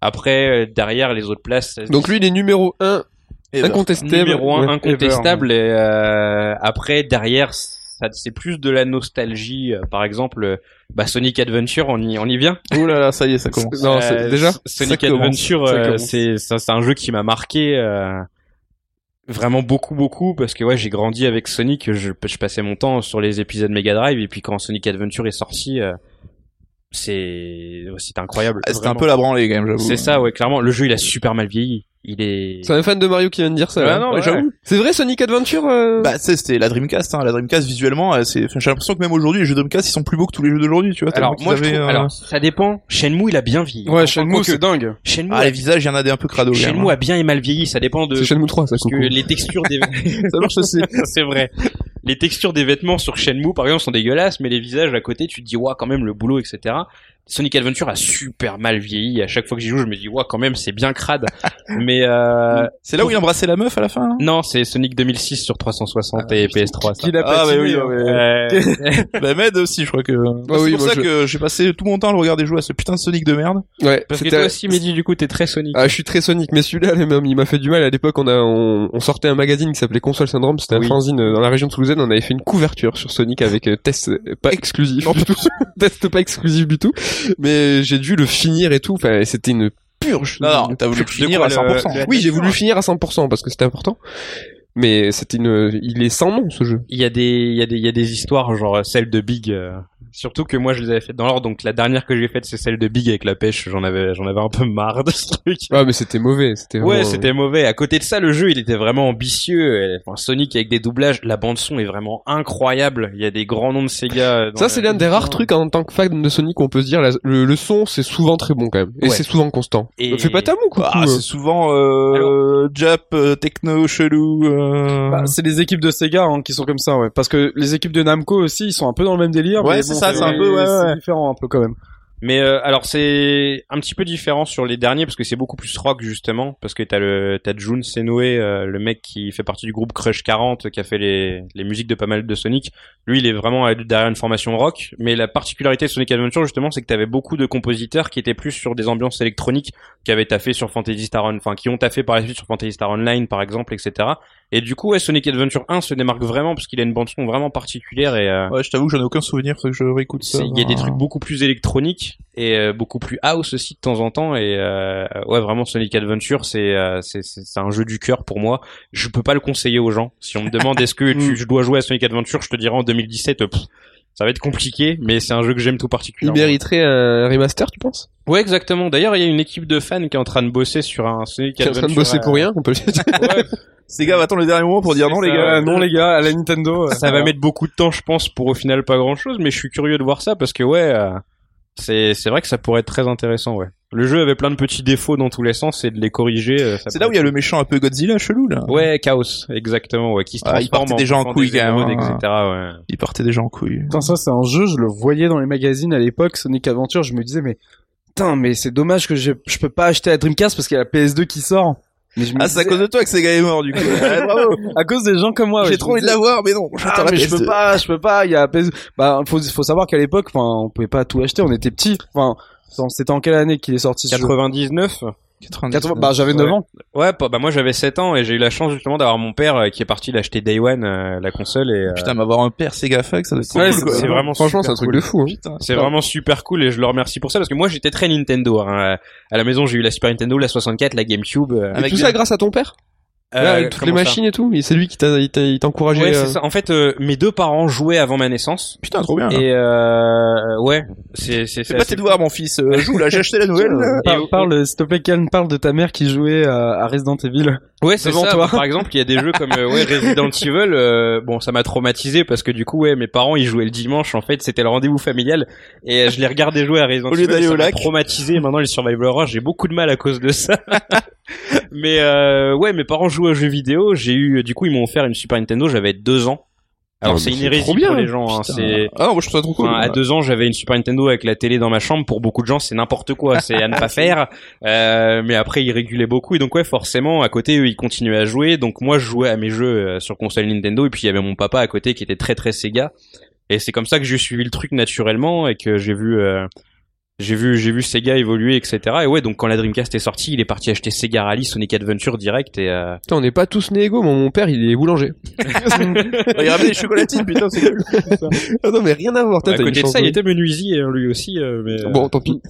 Speaker 4: Après, euh, derrière, les autres places, ça se
Speaker 1: Donc lui, il est numéro 1
Speaker 2: Ever.
Speaker 1: incontestable.
Speaker 4: numéro un
Speaker 1: Ouais.
Speaker 4: incontestable et euh, après derrière ça c'est plus de la nostalgie Euh, par exemple euh, bah Sonic Adventure on y on y vient
Speaker 2: Ouh là là, ça y est, ça commence.
Speaker 1: Non, c'est-
Speaker 4: Euh,
Speaker 1: déjà.
Speaker 4: S- Sonic
Speaker 1: ça commence,
Speaker 4: Adventure
Speaker 1: ça
Speaker 4: euh,
Speaker 1: commence.
Speaker 4: c'est ça c'est un jeu qui m'a marqué euh, vraiment beaucoup beaucoup parce que ouais j'ai grandi avec Sonic je je passais mon temps sur les épisodes Mega Drive et puis quand Sonic Adventure est sorti euh, c'est c'est incroyable
Speaker 2: Ah, C'était un
Speaker 4: vraiment.
Speaker 2: peu la branlée quand même, j'avoue.
Speaker 4: c'est ça ouais clairement le jeu il a super mal vieilli il est
Speaker 1: C'est un fan de Mario qui vient de dire ça.
Speaker 4: Ah
Speaker 1: là.
Speaker 4: non, mais
Speaker 1: Ouais.
Speaker 4: j'avoue.
Speaker 1: C'est vrai, Sonic Adventure. euh,
Speaker 2: Bah, tu sais, c'était la Dreamcast, hein. La Dreamcast, visuellement, euh, c'est, enfin, j'ai l'impression que même aujourd'hui, les jeux Dreamcast, ils sont plus beaux que tous les jeux d'aujourd'hui, tu vois.
Speaker 4: Alors,
Speaker 2: tellement
Speaker 4: moi, je
Speaker 2: qu'ils avaient,
Speaker 4: trouve-
Speaker 2: euh,
Speaker 4: alors, ça dépend. Shenmue, il a bien vieilli.
Speaker 3: Ouais,
Speaker 4: Enfin,
Speaker 3: Shenmue,
Speaker 4: quoique,
Speaker 3: c'est dingue.
Speaker 4: Shenmue,
Speaker 2: ah, les visages, il y en a des un peu crado, quand même,
Speaker 4: Shenmue a bien et mal vieilli. Ça dépend de
Speaker 1: C'est Shenmue 3, ça.
Speaker 4: euh, parce que
Speaker 1: coucou.
Speaker 4: les textures des
Speaker 2: hein. Ça marche aussi.
Speaker 4: c'est vrai. Les textures des vêtements sur Shenmue, par exemple, sont dégueulasses, mais les visages à côté, tu te dis, ouah, quand même, le boulot, etc. Sonic Adventure a super mal vieilli. À chaque fois que j'y joue, je me dis, ouah, quand même, c'est bien crade. mais, euh,
Speaker 2: C'est là où il embrassait la meuf à la fin, hein.
Speaker 4: non, c'est Sonic 2006 sur 360 et PS3. ça.
Speaker 3: Qui l'a
Speaker 2: Ah,
Speaker 3: patiné,
Speaker 2: bah oui,
Speaker 3: hein.
Speaker 2: ouais.
Speaker 4: Euh,
Speaker 2: Bah, Med aussi, je crois que.
Speaker 3: Ah
Speaker 2: Moi, c'est
Speaker 1: oui,
Speaker 2: pour
Speaker 1: moi,
Speaker 2: ça
Speaker 1: je-
Speaker 2: que j'ai passé tout mon temps à le regarder jouer à ce putain de Sonic de merde.
Speaker 1: Ouais.
Speaker 4: parce que
Speaker 1: c'était-
Speaker 4: toi aussi, Mehdi, du coup, t'es très Sonic.
Speaker 1: Ah, je suis très Sonic, mais celui-là, les mêmes, il m'a fait du mal. À l'époque, on a, on, on sortait un magazine qui s'appelait Console Syndrome. C'était un
Speaker 4: Oui.
Speaker 1: fanzine euh, dans la région toulousaine. On avait fait une couverture sur Sonic avec euh, test euh, pas exclusif du tout. test pas exclusif du tout. Mais j'ai dû le finir et tout. Enfin, c'était une purge.
Speaker 2: Non, non, t'as voulu le finir à
Speaker 4: le-
Speaker 2: 100%.
Speaker 4: le-
Speaker 1: Oui, j'ai voulu finir à 100% parce que c'était important. Mais c'était une, il est sans nom, ce jeu.
Speaker 4: il y a des il y a des il y a des histoires genre euh, celle de Big euh, surtout que moi je les avais faites dans l'ordre donc la dernière que j'ai faite c'est celle de Big avec la pêche j'en avais j'en avais un peu marre de ce truc
Speaker 1: Ah, mais c'était mauvais. C'était
Speaker 4: ouais
Speaker 1: vraiment-
Speaker 4: c'était mauvais à côté de ça le jeu il était vraiment ambitieux Enfin, Sonic avec des doublages la bande son est vraiment incroyable il y a des grands noms de Sega euh, dans
Speaker 1: Ça,
Speaker 4: la-
Speaker 1: c'est l'un des rares trucs en tant que fan de Sonic on peut se dire, la- le, le son, c'est souvent très bon quand même. Et
Speaker 4: Ouais.
Speaker 1: c'est souvent constant.
Speaker 4: Et- bah,
Speaker 1: Fais pas ta moue, quoi.
Speaker 2: Ah, c'est souvent, euh, Jap, euh, techno, chelou, euh...
Speaker 3: Bah, c'est les équipes de Sega hein, qui sont comme ça, ouais. Parce que les équipes de Namco aussi, ils sont un peu dans le même délire.
Speaker 2: Ouais,
Speaker 3: mais
Speaker 2: c'est
Speaker 3: bon,
Speaker 2: ça, c'est un peu, ouais,
Speaker 3: c'est
Speaker 2: ouais.
Speaker 3: différent un peu quand même.
Speaker 4: mais euh, alors c'est un petit peu différent sur les derniers parce que c'est beaucoup plus rock justement parce que t'as le t'as Jun Senoue euh, le mec qui fait partie du groupe Crush 40 qui a fait les les musiques de pas mal de Sonic lui il est vraiment euh, derrière une formation rock mais la particularité de Sonic Adventure justement c'est que t'avais beaucoup de compositeurs qui étaient plus sur des ambiances électroniques qui avaient taffé sur Fantasy Star Online enfin qui ont taffé par la suite sur Fantasy Star Online par exemple etc et du coup ouais, Sonic Adventure 1 se démarque vraiment parce qu'il a une bande son vraiment particulière et euh,
Speaker 2: Ouais, je t'avoue que j'en ai aucun souvenir, faut que je réécoute ça.
Speaker 4: c'est- Il y a des trucs beaucoup plus électroniques et euh, beaucoup plus house aussi de temps en temps. Et euh, ouais, vraiment Sonic Adventure, c'est euh, c'est c'est- c'est un jeu du cœur pour moi. Je peux pas le conseiller aux gens. Si on me demande est-ce que
Speaker 1: Mm.
Speaker 4: tu, je dois jouer à Sonic Adventure, je te dirais en 2017, euh, pff, ça va être compliqué, mais c'est un jeu que j'aime tout
Speaker 1: Il
Speaker 4: particulièrement.
Speaker 1: mériterait un remaster, tu penses
Speaker 4: Ouais, exactement. D'ailleurs, il y a une équipe de fans qui est en train de bosser sur un Sonic
Speaker 1: Qui est en
Speaker 4: Adventure.
Speaker 1: train de bosser pour rien, on peut le dire.
Speaker 4: euh, ouais,
Speaker 2: Ces gars, va-t-on le dernier moment pour dire non, les
Speaker 4: ça,
Speaker 2: gars?
Speaker 4: ouais.
Speaker 3: Euh, non les gars, à la Nintendo. euh,
Speaker 4: ça va mettre beaucoup de temps, je pense, pour au final pas grand chose, mais je suis curieux de voir ça parce que ouais, euh, c'est c'est vrai que ça pourrait être très intéressant, ouais. Le jeu avait plein de petits défauts dans tous les sens et de les corriger. euh, ça
Speaker 2: C'est
Speaker 4: pourrait
Speaker 2: là où il y a le méchant un peu Godzilla chelou là.
Speaker 4: être- Ouais, Chaos, exactement, ouais, qui se
Speaker 2: Ah, il
Speaker 4: transforme
Speaker 2: partait déjà en
Speaker 4: faisant
Speaker 2: couille,
Speaker 4: des
Speaker 2: quand même,
Speaker 4: émodes,
Speaker 2: hein.
Speaker 4: etc. Ouais.
Speaker 2: Il partait déjà en couille.
Speaker 3: Putain, ça, c'est un jeu, je le voyais dans les magazines à l'époque, Sonic Adventure, je me disais, mais, putain, mais c'est dommage que je, je peux pas acheter la Dreamcast parce qu'il y a la PS2 qui sort. Mais je me
Speaker 2: Ah, c'est à
Speaker 3: disais-
Speaker 2: cause de toi que ces gars est mort du coup. Ouais, bravo.
Speaker 3: à cause des gens comme moi. Ah, ouais,
Speaker 2: J'ai
Speaker 3: je
Speaker 2: trop
Speaker 3: me
Speaker 2: envie de
Speaker 3: disais,
Speaker 2: l'avoir, mais non. j'attends
Speaker 3: Ah,
Speaker 2: la
Speaker 3: mais je
Speaker 2: PS2.
Speaker 3: peux pas, je peux pas, il y a la PS2. Bah, faut, faut savoir qu'à l'époque, enfin, on pouvait pas tout acheter, on était petits. Enfin, attends, c'était en quelle année qu'il est sorti ce jeu
Speaker 4: 99.
Speaker 2: 99.
Speaker 3: 80, bah, j'avais
Speaker 4: Ouais.
Speaker 3: 9 ans.
Speaker 4: Ouais, pas- bah moi j'avais 7 ans et j'ai eu la chance justement d'avoir mon père euh, qui est parti l'acheter Day One euh, la console et euh,
Speaker 2: Putain, m'avoir un père Sega Fax, ça doit être
Speaker 4: Ouais,
Speaker 2: cool,
Speaker 4: c'est-
Speaker 2: quoi.
Speaker 4: c'est vraiment
Speaker 1: Franchement, c'est un truc de fou. Hein.
Speaker 2: Putain.
Speaker 4: C'est vraiment super cool et je le remercie pour ça parce que moi j'étais très Nintendo. Hein. À la maison j'ai eu la Super Nintendo, la 64, la GameCube. euh,
Speaker 1: Et
Speaker 2: Avec
Speaker 1: tout
Speaker 2: bien-
Speaker 1: ça grâce à ton père Là, Ah, avec toutes les
Speaker 4: comment ça
Speaker 1: machines et tout. Et c'est lui qui t'a il t'a- il t'a encouragé.
Speaker 4: Ouais,
Speaker 1: euh,
Speaker 4: c'est ça. En fait, Ah, euh, mes deux parents jouaient avant ma naissance.
Speaker 2: Putain, trop bien.
Speaker 4: Et euh, ouais, c'est c'est
Speaker 2: Fais
Speaker 4: c'est
Speaker 2: pas
Speaker 4: assez
Speaker 2: tes devoirs, mon fils. Euh, Joue là, j'ai acheté la nouvelle. là.
Speaker 4: Et-
Speaker 3: Parle, parle, s'il te plaît, Ken, parle de ta mère qui jouait euh, à Resident Evil.
Speaker 4: cool. Ouais, c'est
Speaker 3: devant
Speaker 4: ça.
Speaker 3: toi.
Speaker 4: Bah, Par exemple, il y a des jeux comme euh, ouais, Resident Evil. euh, bon, ça m'a traumatisé parce que du coup, ouais, mes parents ils jouaient le dimanche. En fait, c'était le rendez-vous familial et euh, je les regardais jouer à Resident
Speaker 2: Au lieu
Speaker 4: Evil.
Speaker 2: d'aller
Speaker 4: ça
Speaker 2: au
Speaker 4: m'a
Speaker 2: lac.
Speaker 4: Traumatisé. Maintenant, les Survival Horror, j'ai beaucoup de mal à cause de ça. Mais euh, ouais, mes parents jouaient aux jeux vidéo. J'ai eu, euh, du coup, ils m'ont offert une Super Nintendo. J'avais deux ans. Alors
Speaker 1: Ah,
Speaker 4: c'est
Speaker 1: mais
Speaker 4: une
Speaker 1: c'est
Speaker 4: hérésie
Speaker 1: trop bien.
Speaker 4: pour les gens. Hein,
Speaker 2: Putain.
Speaker 4: c'est
Speaker 2: Ah non, moi je trouve ça trop cool.
Speaker 4: Enfin, à deux ans, j'avais une Super Nintendo avec la télé dans ma chambre. Pour beaucoup de gens, c'est n'importe quoi, c'est à ne pas faire. Euh, mais après, ils régulaient beaucoup et donc ouais, forcément, à côté, eux, ils continuaient à jouer. Donc moi, je jouais à mes jeux euh, sur console Nintendo et puis il y avait mon papa à côté qui était très très Sega. Et c'est comme ça que j'ai suivi le truc naturellement et que j'ai vu, euh, j'ai vu, j'ai vu Sega évoluer, etc. Et ouais, donc quand la Dreamcast est sortie, il est parti acheter Sega Rally, Sonic Adventure direct et euh,
Speaker 1: Putain, on n'est pas tous nés égaux, mon, mon père, il est boulanger.
Speaker 2: Il ramène les chocolatines, putain, c'est cool.
Speaker 1: Ah non, mais rien à voir.
Speaker 4: à
Speaker 1: t'as une
Speaker 4: côté de
Speaker 1: chance,
Speaker 4: ça, il
Speaker 1: oui.
Speaker 4: était menuisier euh, lui aussi. euh, mais, euh,
Speaker 1: Bon, tant pis.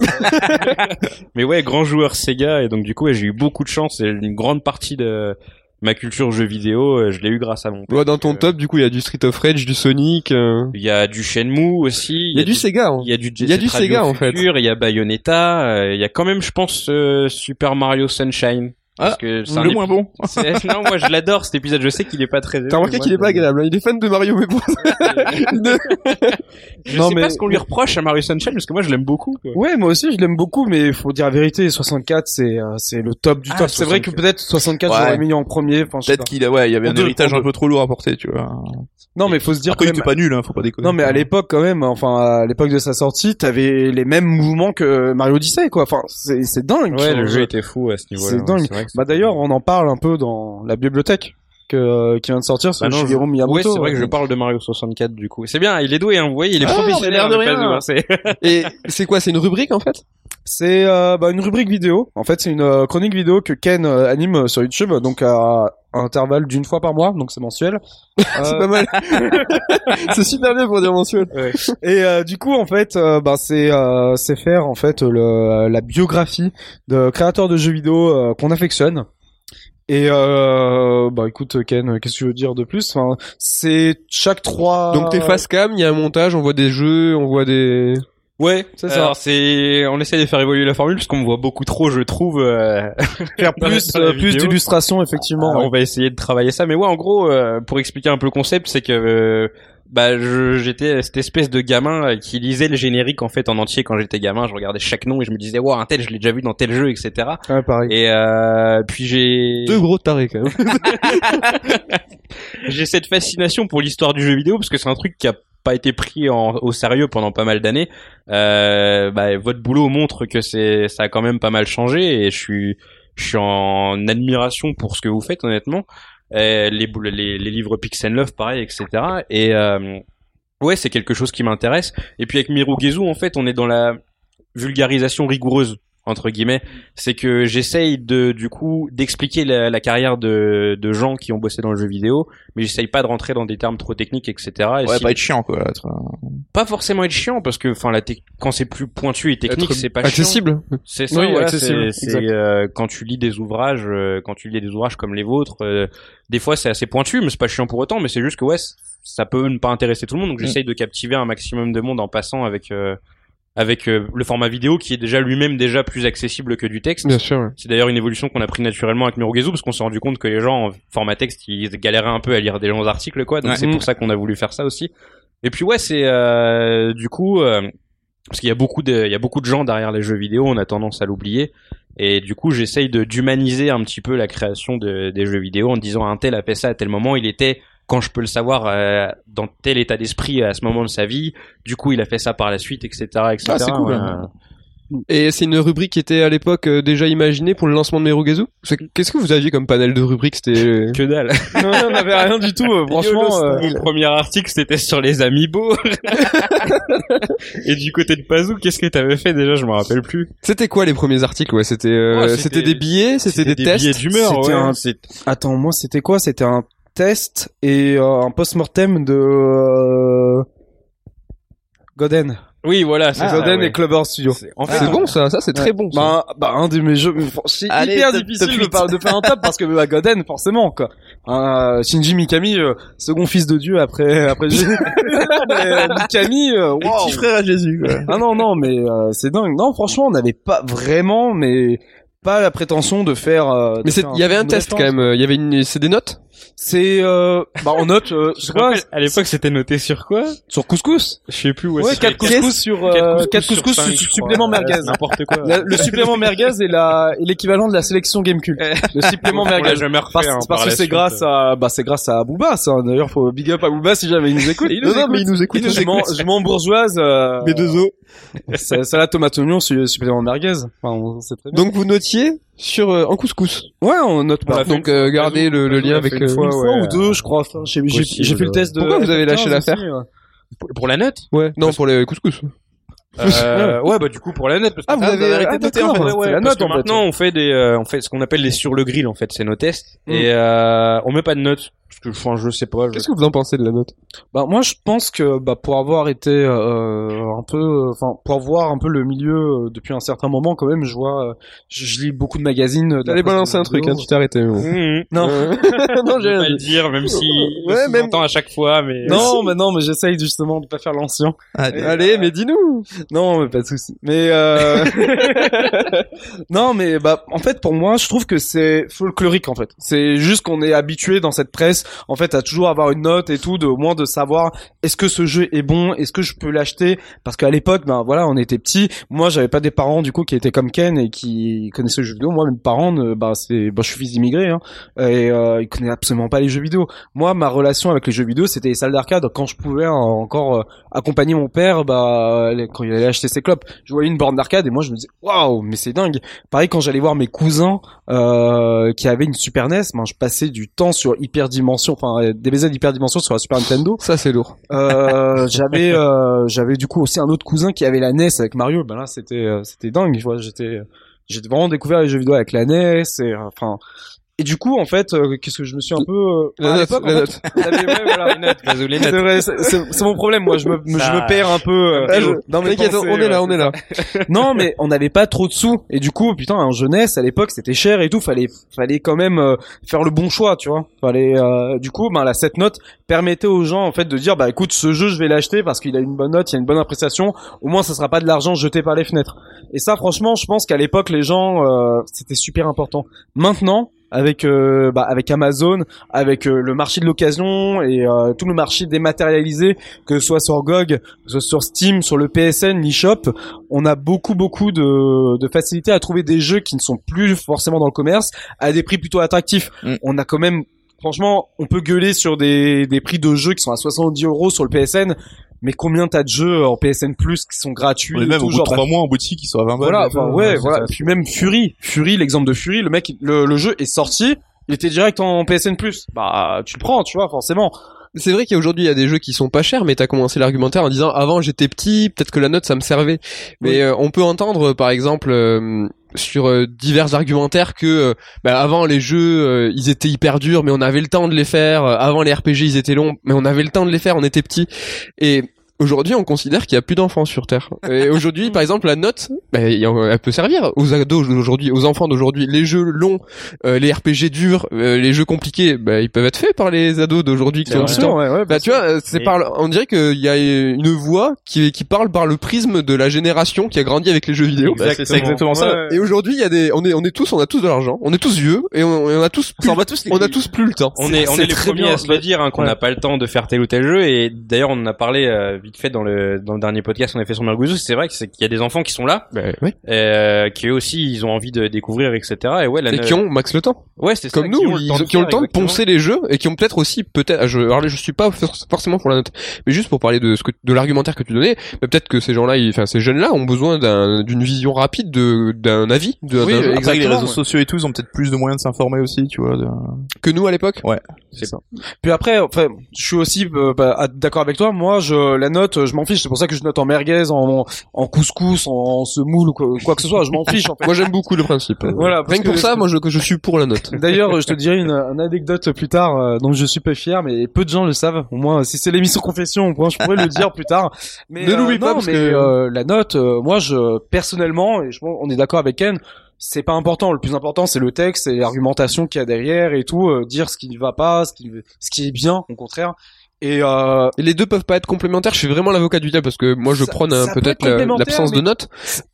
Speaker 4: mais ouais, grand joueur Sega et donc du coup, ouais, j'ai eu beaucoup de chance et une grande partie de ma culture jeu vidéo, euh, je l'ai eu grâce à mon. père.
Speaker 1: Ouais, dans ton
Speaker 4: Euh,
Speaker 1: top, du coup, il y a du Street of Rage, du Sonic. euh,
Speaker 4: Il y a du Shenmue aussi.
Speaker 1: Il y a du Sega. hein.
Speaker 4: Il y a du Jet
Speaker 1: Il y a
Speaker 4: Set
Speaker 1: du
Speaker 4: Radio
Speaker 1: Sega, en
Speaker 4: Future, Il y a Bayonetta. euh, il y a quand même, je pense, euh, Super Mario Sunshine. Parce
Speaker 2: Ah,
Speaker 4: que c'est un
Speaker 2: Le
Speaker 4: épi-
Speaker 2: moins bon.
Speaker 4: c'est- Non, moi je l'adore cet épisode. Je sais qu'il est pas très.
Speaker 1: T'as remarqué
Speaker 4: moi,
Speaker 1: qu'il est
Speaker 4: je-
Speaker 1: pas agréable, hein. il est fan de Mario, mais bon.
Speaker 4: Je
Speaker 3: Non,
Speaker 4: sais
Speaker 3: mais-
Speaker 4: pas ce qu'on lui reproche à Mario Sunshine parce que moi je l'aime beaucoup. quoi.
Speaker 3: Ouais, moi aussi, je l'aime beaucoup, mais faut dire la vérité, 64, c'est euh, c'est le top du
Speaker 4: Ah,
Speaker 3: top. C'est vrai que
Speaker 4: 64.
Speaker 3: peut-être 64,
Speaker 2: Ouais.
Speaker 3: j'aurais mis en premier. Enfin, je sais
Speaker 2: Peut-être
Speaker 3: pas.
Speaker 2: qu'il a, ouais, il y avait
Speaker 3: En
Speaker 2: un
Speaker 3: deux,
Speaker 2: héritage
Speaker 3: en
Speaker 2: un peu trop lourd à porter, tu vois.
Speaker 3: Non, mais faut se dire
Speaker 2: Après, il
Speaker 3: que
Speaker 2: était pas nul, hein, faut pas déconner.
Speaker 3: Non mais à l'époque quand même, enfin à l'époque de sa sortie, t'avais les mêmes mouvements que Mario Odyssey quoi. Enfin c'est c'est dingue.
Speaker 4: Ouais, le
Speaker 3: Enfin,
Speaker 4: jeu était fou à ce niveau-là.
Speaker 3: C'est
Speaker 4: hein,
Speaker 3: dingue.
Speaker 4: vrai que c'est-
Speaker 3: Bah d'ailleurs on en parle un peu dans la bibliothèque que euh, qui vient de sortir sur
Speaker 4: Ah non, je-
Speaker 3: Shigeru Miyamoto.
Speaker 4: Ouais, c'est vrai que je parle de Mario 64 du coup. C'est bien, il est doué, hein, vous voyez, il est
Speaker 1: Ah,
Speaker 4: professionnel.
Speaker 1: mais l'air de
Speaker 4: on est pas
Speaker 1: rien.
Speaker 4: doué, hein, c'est-
Speaker 1: Et c'est quoi, c'est une rubrique, en fait?
Speaker 3: C'est euh, bah, une rubrique vidéo. En fait c'est une euh, chronique vidéo que Ken euh, anime euh, sur YouTube donc à intervalle d'une fois par mois donc c'est mensuel.
Speaker 1: C'est
Speaker 3: Euh,
Speaker 1: pas mal. c'est super bien pour dire mensuel.
Speaker 3: Et euh, du coup, en fait, euh, bah, c'est euh, c'est faire en fait le, la biographie de créateurs de jeux vidéo euh, qu'on affectionne. Et euh, bah écoute Ken, euh, qu'est-ce que tu veux dire de plus enfin, C'est chaque trois.
Speaker 1: Donc t'es face cam, il y a un montage, on voit des jeux, on voit des...
Speaker 4: Ouais,
Speaker 3: C'est ça.
Speaker 4: alors c'est, on essaie de faire évoluer la formule parce qu'on me voit beaucoup trop, je trouve. euh,
Speaker 3: faire
Speaker 4: dans la-
Speaker 3: plus
Speaker 4: dans la
Speaker 3: euh, plus
Speaker 4: vidéo.
Speaker 3: d'illustrations effectivement.
Speaker 4: Alors, On va essayer de travailler ça, mais ouais, en gros, euh, pour expliquer un peu le concept, c'est que euh, bah je- j'étais cette espèce de gamin euh, qui lisait le générique en fait en entier quand j'étais gamin. Je regardais chaque nom et je me disais, waouh, un tel, je l'ai déjà vu dans tel jeu, etc.
Speaker 3: Ouais, pareil.
Speaker 4: Et euh, puis j'ai
Speaker 1: Deux gros tarés, quand même.
Speaker 4: j'ai cette fascination pour l'histoire du jeu vidéo parce que c'est un truc qui a pas été pris en- au sérieux pendant pas mal d'années. Euh, bah, votre boulot montre que c'est ça a quand même pas mal changé et je suis je suis en admiration pour ce que vous faites honnêtement. Euh, les, boules- les les livres Pix and Love pareil etc. Et euh, ouais c'est quelque chose qui m'intéresse. Et puis avec Mirugezu en fait on est dans la vulgarisation rigoureuse entre guillemets c'est que j'essaye de du coup d'expliquer la, la carrière de, de gens qui ont bossé dans le jeu vidéo, mais j'essaye pas de rentrer dans des termes trop techniques, etc. Et
Speaker 2: Ouais,
Speaker 4: si-
Speaker 2: pas être chiant, quoi. être-
Speaker 4: pas forcément être chiant parce que enfin la tec- quand c'est plus pointu et technique,
Speaker 1: Être
Speaker 4: c'est pas chiant.
Speaker 1: Accessible.
Speaker 4: C'est ça,
Speaker 3: Oui,
Speaker 4: voilà,
Speaker 3: accessible,
Speaker 4: c'est-
Speaker 3: exact.
Speaker 4: c'est, euh, quand tu lis des ouvrages, euh, quand tu lis des ouvrages comme les vôtres, euh, des fois c'est assez pointu, mais c'est pas chiant pour autant. Mais c'est juste que ouais, c- ça peut ne pas intéresser tout le monde. Donc
Speaker 2: Mm.
Speaker 4: j'essaye de captiver un maximum de monde en passant avec euh, avec euh, le format vidéo qui est déjà lui-même déjà plus accessible que du texte.
Speaker 1: Bien
Speaker 2: Mm.
Speaker 1: sûr, ouais.
Speaker 4: C'est d'ailleurs une évolution qu'on a pris naturellement avec Murugezu parce qu'on s'est rendu compte que les gens en format texte ils galéraient un peu à lire des longs articles quoi. Donc
Speaker 2: Ouais. Mm.
Speaker 4: c'est pour ça qu'on a voulu faire ça aussi. Et puis ouais c'est euh, du coup euh, parce qu'il y a beaucoup de il y a beaucoup de gens derrière les jeux vidéo on a tendance à l'oublier et du coup j'essaye de d'humaniser un petit peu la création de, des jeux vidéo en disant un tel a fait ça à tel moment il était quand je peux le savoir euh, dans tel état d'esprit à ce moment de sa vie du coup il a fait ça par la suite etc etc
Speaker 2: Ah, c'est cool,
Speaker 4: Ouais.
Speaker 2: hein.
Speaker 1: Et c'est une rubrique qui était à l'époque euh, déjà imaginée pour le lancement de Merugazu C'est- Qu'est-ce que vous aviez comme panel de rubriques C'était... euh,
Speaker 4: que dalle
Speaker 3: Non, on n'avait rien du tout. euh, franchement, euh,
Speaker 4: Mon premier article, c'était sur les amiibo. Et du côté de Pazou, qu'est-ce que t'avais fait déjà Je me rappelle plus.
Speaker 1: C'était quoi les premiers articles ouais, C'était euh,
Speaker 4: Ouais, c'était-
Speaker 1: c'était des billets, c'était des, tests.
Speaker 4: billets d'humeur.
Speaker 3: c'était
Speaker 4: Ouais.
Speaker 3: un-
Speaker 4: C'est-
Speaker 3: attends moi c'était quoi C'était un test et euh, un post-mortem de euh, Goden,
Speaker 4: Oui, voilà. C'est ça,
Speaker 3: Goden
Speaker 4: Ah, ouais. Ah.
Speaker 3: et Clubber Studio.
Speaker 4: C'est- En fait,
Speaker 1: C'est bon ça, ça c'est très bon. ça.
Speaker 3: Bah, bah, un de mes jeux, c'est
Speaker 2: Allez,
Speaker 3: hyper
Speaker 2: top-
Speaker 3: difficile
Speaker 2: top
Speaker 3: de,
Speaker 2: huit.
Speaker 3: par- de faire un top parce que bah, Goden, forcément quoi. Euh, Shinji Mikami, euh, second fils de Dieu après après Jésus. Mais, euh, Mikami, euh,
Speaker 2: Les
Speaker 3: waouh.
Speaker 2: petits frères à Jésus, quoi.
Speaker 3: Ah non non mais euh, c'est dingue. Non franchement on n'avait pas vraiment mais pas la prétention de faire. euh, de
Speaker 1: Mais c'est-
Speaker 3: faire
Speaker 1: il y avait un
Speaker 3: une
Speaker 1: test quand
Speaker 3: référence.
Speaker 1: même. euh, Il y avait une, c'est des notes.
Speaker 3: C'est euh, bah on note euh, je sais
Speaker 4: je me
Speaker 3: pas,
Speaker 4: rappelle, à l'époque, c'était noté sur quoi
Speaker 3: sur couscous.
Speaker 4: Je sais plus où.
Speaker 3: Ouais,
Speaker 4: c'est-
Speaker 3: quatre
Speaker 4: quatre-
Speaker 3: couscous sur
Speaker 4: quatre
Speaker 3: euh, quatre
Speaker 4: sur
Speaker 3: couscous
Speaker 4: cinq,
Speaker 3: su-
Speaker 4: je crois.
Speaker 3: supplément
Speaker 4: Ouais,
Speaker 3: merguez.
Speaker 4: N'importe quoi.
Speaker 3: La- le supplément merguez est la et l'équivalent de la sélection Gamecube. Le supplément
Speaker 4: On l'a
Speaker 3: merguez.
Speaker 4: jamais refait,
Speaker 3: Parce,
Speaker 4: hein,
Speaker 3: parce
Speaker 4: par
Speaker 3: que
Speaker 4: la
Speaker 3: c'est
Speaker 4: suite.
Speaker 3: grâce à bah c'est grâce à Booba ça. D'ailleurs faut big up à Booba si jamais il nous écoute.
Speaker 1: Il nous écoute.
Speaker 3: nous écoute.
Speaker 1: Il nous
Speaker 3: je m'en je m'en bourgeoise. Euh,
Speaker 1: os.
Speaker 3: ça, ça la tomate oignon su- supplément merguez. Enfin on sait très bien.
Speaker 1: Donc vous notiez sur euh, en couscous.
Speaker 3: ouais on note
Speaker 4: On
Speaker 3: pas.
Speaker 4: l'a fait
Speaker 1: Donc
Speaker 4: une
Speaker 1: euh,
Speaker 4: fois,
Speaker 1: gardez
Speaker 4: Pazou,
Speaker 1: le, le
Speaker 4: Pazou
Speaker 1: lien
Speaker 4: l'a
Speaker 1: avec.
Speaker 4: fait une
Speaker 1: euh,
Speaker 4: fois,
Speaker 3: une
Speaker 4: ouais.
Speaker 3: fois ou deux je crois. Enfin, j'ai j'ai-
Speaker 4: Possible.
Speaker 3: j'ai fait le test de.
Speaker 1: Pourquoi vous avez lâché
Speaker 3: F15
Speaker 1: l'affaire
Speaker 3: aussi, ouais.
Speaker 4: Pour, pour la note
Speaker 1: Ouais. Non, pour les couscous.
Speaker 4: Euh, Ouais, bah du coup pour la note. Parce que
Speaker 1: Ah, vous
Speaker 2: Ah,
Speaker 1: avez
Speaker 2: vous avez arrêté
Speaker 1: ah,
Speaker 2: de noter,
Speaker 1: d'accord.
Speaker 2: en fait.
Speaker 4: Ouais, ouais,
Speaker 3: la
Speaker 4: parce
Speaker 3: note,
Speaker 4: que
Speaker 3: en fait.
Speaker 4: maintenant on fait des, euh, on fait ce qu'on appelle les sur le grill en fait, c'est nos tests
Speaker 1: Mm.
Speaker 4: et euh, on met pas de notes parce que enfin je sais pas. je-
Speaker 1: Qu'est-ce que vous en pensez de la note
Speaker 3: Bah moi je pense que bah pour avoir été euh, un peu euh, enfin pour voir un peu le milieu euh, depuis un certain moment quand même je vois euh, je, je lis beaucoup de magazines euh, de la
Speaker 1: T'allais
Speaker 3: presse
Speaker 1: balancer un truc, hein,
Speaker 3: vidéo.
Speaker 1: tu t'es arrêté. mais bon.
Speaker 4: Mm, mm.
Speaker 3: Non.
Speaker 1: Euh,
Speaker 4: Je
Speaker 1: non, j'ai
Speaker 4: vais pas
Speaker 1: rien
Speaker 4: le
Speaker 1: dit.
Speaker 4: dire même si
Speaker 1: Ouais,
Speaker 4: ouais,
Speaker 1: même-
Speaker 4: même à chaque fois mais euh,
Speaker 3: non mais non mais j'essaye justement de pas faire l'ancien
Speaker 1: Ah, Allez, mais dis-nous
Speaker 3: Non, mais pas de souci. Mais euh... non, mais bah en fait pour moi, je trouve que c'est folklorique en fait. C'est juste qu'on est habitué dans cette presse en fait à toujours avoir une note et tout, de au moins de savoir est-ce que ce jeu est bon, est-ce que je peux l'acheter parce qu'à l'époque ben voilà, on était petits. Moi, j'avais pas des parents du coup qui étaient comme Ken et qui connaissaient le jeu vidéo. Moi, mes parents euh, bah c'est bah je suis fils d'immigré hein et euh, ils connaissaient absolument pas les jeux vidéo. Moi, ma relation avec les jeux vidéo, c'était les salles d'arcade quand je pouvais hein, encore euh, accompagner mon père bah euh, quand il allait acheter ses clopes je voyais une borne d'arcade et moi je me disais waouh mais c'est dingue pareil quand j'allais voir mes cousins euh, qui avaient une Super NES ben, je passais du temps sur Hyper Dimension enfin euh, DBZ Hyper Dimension sur la Super Nintendo
Speaker 1: Ça, c'est lourd.
Speaker 3: euh, j'avais euh, j'avais du coup aussi un autre cousin qui avait la NES avec Mario ben là c'était euh, c'était dingue je vois j'étais j'ai vraiment découvert les jeux vidéo avec la NES et euh, enfin et du coup en fait euh, qu'est-ce que je me suis un peu euh,
Speaker 1: La
Speaker 3: à
Speaker 1: note,
Speaker 3: l'époque, en
Speaker 1: la
Speaker 3: fait,
Speaker 1: note.
Speaker 3: j'avais- ouais, voilà.
Speaker 4: les notes, Mazou, les
Speaker 3: C'est
Speaker 4: notes.
Speaker 3: vrai, c'est- c'est c'est mon problème. Moi, je me, je
Speaker 4: Ça-
Speaker 3: me perds un peu. euh,
Speaker 1: Ah, je-
Speaker 3: dans mes
Speaker 1: T'inquiète, on
Speaker 3: pensées, euh,
Speaker 1: est là, on est là.
Speaker 3: ouais. Non, mais on n'avait pas trop de sous. Et du coup, putain, en jeunesse, à l'époque, c'était cher et tout. Fallait, fallait quand même euh, faire le bon choix, tu vois. Fallait, euh, du coup, ben, la cette note permettait aux gens, en fait, de dire, bah, écoute, ce jeu, je vais l'acheter parce qu'il a une bonne note, il y a une bonne appréciation. Au moins, ça sera pas de l'argent jeté par les fenêtres. Et ça, franchement, je pense qu'à l'époque, les gens, euh, c'était super important. Maintenant, avec euh, bah, avec Amazon, avec euh, le marché de l'occasion et euh, tout le marché dématérialisé, que ce soit sur GOG, que ce soit sur Steam, sur le PSN, l'eShop, on a beaucoup beaucoup de, de facilité à trouver des jeux qui ne sont plus forcément dans le commerce à des prix plutôt attractifs.
Speaker 2: Mm.
Speaker 3: On a quand même, franchement, on peut gueuler sur des, des prix de jeux qui sont à 70 euros sur le PSN. Mais combien t'as de jeux en PSN Plus qui sont gratuits
Speaker 2: On est
Speaker 3: et
Speaker 2: même
Speaker 3: tout,
Speaker 2: au bout de
Speaker 3: genre, t'as
Speaker 2: 3 mois en boutique, ils sont à 20 balles.
Speaker 3: voilà, enfin, ouais,
Speaker 2: c'est
Speaker 3: voilà.
Speaker 2: ça.
Speaker 3: Puis même Fury, Fury, l'exemple de Fury, le mec, le, le jeu est sorti, il était direct en PSN Plus. Bah, tu le prends, tu vois, forcément.
Speaker 1: C'est vrai qu'aujourd'hui il y a des jeux qui sont pas chers, mais t'as commencé l'argumentaire en disant avant j'étais petit, peut-être que la note ça me servait. Mais euh, on peut entendre euh, par exemple euh, sur euh, divers argumentaires que euh, bah, avant les jeux euh, ils étaient hyper durs, mais on avait le temps de les faire. Euh, Avant les RPG ils étaient longs, mais on avait le temps de les faire, on était petit. Et Aujourd'hui, on considère qu'il y a plus d'enfants sur Terre. Et aujourd'hui, par exemple, la note, bah, elle peut servir aux ados d'aujourd'hui, aux enfants d'aujourd'hui. Les jeux longs, euh, les RPG durs, euh, les jeux compliqués, bah, ils peuvent être faits par les ados d'aujourd'hui qui
Speaker 4: C'est
Speaker 1: ont
Speaker 4: vrai.
Speaker 1: du temps.
Speaker 3: ouais, ouais,
Speaker 1: Bah tu vois, euh, c'est
Speaker 4: Et-
Speaker 1: par le- on dirait qu'il y a une voix qui, qui parle par le prisme de la génération qui a grandi avec les jeux vidéo.
Speaker 2: Bah, c'est- c'est exactement ça.
Speaker 1: Et aujourd'hui, il y a des, on est, on est tous, on a tous de l'argent, on est tous vieux et on, et on a tous, plus-
Speaker 2: on va tous les-
Speaker 1: on a tous plus le temps.
Speaker 4: On est, on
Speaker 3: c'est
Speaker 4: est les
Speaker 3: très
Speaker 4: premiers
Speaker 3: bien,
Speaker 4: à se le dire hein, qu'on
Speaker 3: ouais.
Speaker 4: n'a pas le temps de faire tel ou tel jeu et d'ailleurs on en a parlé euh, vite fait dans le dans le dernier podcast on a fait sur Merguzu c'est vrai que c'est qu'il y a des enfants qui sont
Speaker 1: Bah,
Speaker 4: là euh, qui eux aussi ils ont envie de découvrir etc et ouais la
Speaker 1: Et qui ont max le temps,
Speaker 4: ouais Euh, c'est ça,
Speaker 1: comme nous,
Speaker 4: qui ont
Speaker 1: ils ont- qui ont le
Speaker 4: faire,
Speaker 1: temps de
Speaker 4: exactement.
Speaker 1: poncer les jeux et qui ont peut-être aussi peut-être. ah, Je, alors là, je suis pas for- forcément pour la note, mais juste pour parler de ce que, de l'argumentaire que tu donnais, bah, peut-être que ces gens-là, ils- enfin ces jeunes-là, ont besoin d'un- d'une vision rapide, de- d'un avis, de, d'un
Speaker 2: Oui,
Speaker 1: jeu.
Speaker 2: après les
Speaker 1: Exactement,
Speaker 2: réseaux
Speaker 1: ouais.
Speaker 2: sociaux et tout, ils ont peut-être plus de moyens de s'informer aussi, tu vois. de-
Speaker 1: que nous à l'époque.
Speaker 3: Puis après, enfin, je suis aussi euh, bah, à- d'accord avec toi. Moi, je la note, euh, je m'en fiche. C'est pour ça que je note en merguez, en, en couscous, en, en semoule ou quoi, quoi que ce soit. Je m'en fiche. En fait.
Speaker 1: Moi, j'aime beaucoup le principe.
Speaker 3: Voilà. parce
Speaker 1: Rien que pour
Speaker 3: que-
Speaker 1: ça, moi, je, que je suis pour la note.
Speaker 3: D'ailleurs, je te dirai une, une anecdote plus tard, euh, dont je suis peu fier, mais peu de gens le savent. Au moins, si c'est l'émission Confession, au moins, je pourrais le dire plus tard. Mais,
Speaker 1: Ne
Speaker 3: euh,
Speaker 1: l'oublie pas,
Speaker 3: non,
Speaker 1: parce
Speaker 3: mais,
Speaker 1: que-
Speaker 3: euh, la note, euh, moi, je personnellement, et je, pense on est d'accord avec Ken, c'est pas important. Le plus important, c'est le texte et l'argumentation qu'il y a derrière et tout, euh, dire ce qui ne va pas, ce qui, ce qui est bien, au contraire. Et euh,
Speaker 1: Et les deux peuvent pas être complémentaires. Je suis vraiment l'avocat du diable parce que moi je
Speaker 3: Ça-
Speaker 1: prône euh,
Speaker 3: ça peut
Speaker 1: peut-être
Speaker 3: être
Speaker 1: la-
Speaker 3: complémentaire,
Speaker 1: l'absence de
Speaker 3: mais-
Speaker 1: notes.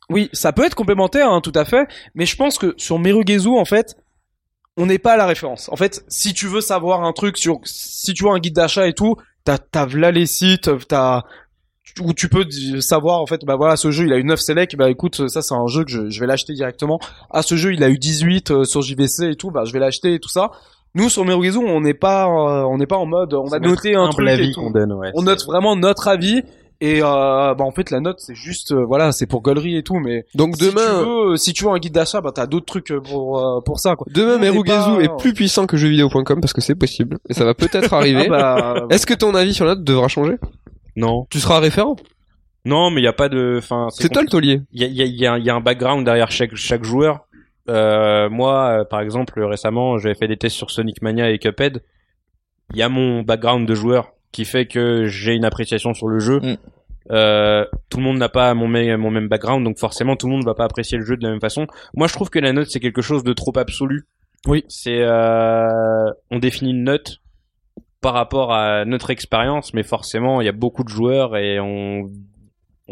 Speaker 3: Oui, ça peut être complémentaire, hein, tout à fait. Mais je pense que sur Merugezu, en fait, on n'est pas à la référence. En fait, si tu veux savoir un truc sur, si tu vois un guide d'achat et tout, t'as, t'as v'là les sites, t'as, où tu peux di- savoir, en fait, bah voilà, ce jeu, il a eu 9 select, bah écoute, ça c'est un jeu que je, je vais l'acheter directement. Ah, ce jeu, il a eu 18 euh, sur JVC et tout, bah je vais l'acheter et tout ça. Nous, sur Merugezu, on n'est pas, euh, on n'est pas en mode, on va
Speaker 4: notre
Speaker 3: noter un
Speaker 4: Simple
Speaker 3: truc
Speaker 4: avis
Speaker 3: et tout.
Speaker 4: qu'on donne ouais
Speaker 3: On note vraiment notre avis. Et euh, bah en fait la note c'est juste euh, voilà c'est pour gaulerie et tout mais
Speaker 1: Donc
Speaker 3: si tu
Speaker 1: demain,
Speaker 3: veux, euh, si tu veux un guide d'achat, bah t'as d'autres trucs euh, pour euh, pour ça quoi.
Speaker 1: demain
Speaker 3: on n'est
Speaker 1: Merugazu
Speaker 3: pas- hein.
Speaker 1: est plus puissant que jeuxvideo.com parce que c'est possible et ça va peut-être
Speaker 3: Ah
Speaker 1: arriver.
Speaker 3: bah,
Speaker 1: Est-ce que ton avis sur la note devra changer
Speaker 4: Non.
Speaker 1: Tu seras référent.
Speaker 4: Non, mais il y a pas de. Enfin,
Speaker 1: C'est toi le taulier.
Speaker 4: Il y a, il y, a, il y a un- il y a un background derrière chaque, chaque joueur. Euh, moi, euh, par exemple, récemment, j'avais fait des tests sur Sonic Mania et Cuphead. Il y a mon background de joueur qui fait que j'ai une appréciation sur le jeu.
Speaker 2: Mm.
Speaker 4: Euh, tout le monde n'a pas mon, mé- mon même background, donc forcément, tout le monde va pas apprécier le jeu de la même façon. Moi, je trouve que la note, c'est quelque chose de trop absolu.
Speaker 3: Oui.
Speaker 4: C'est euh, on définit une note par rapport à notre expérience, mais forcément, il y a beaucoup de joueurs et on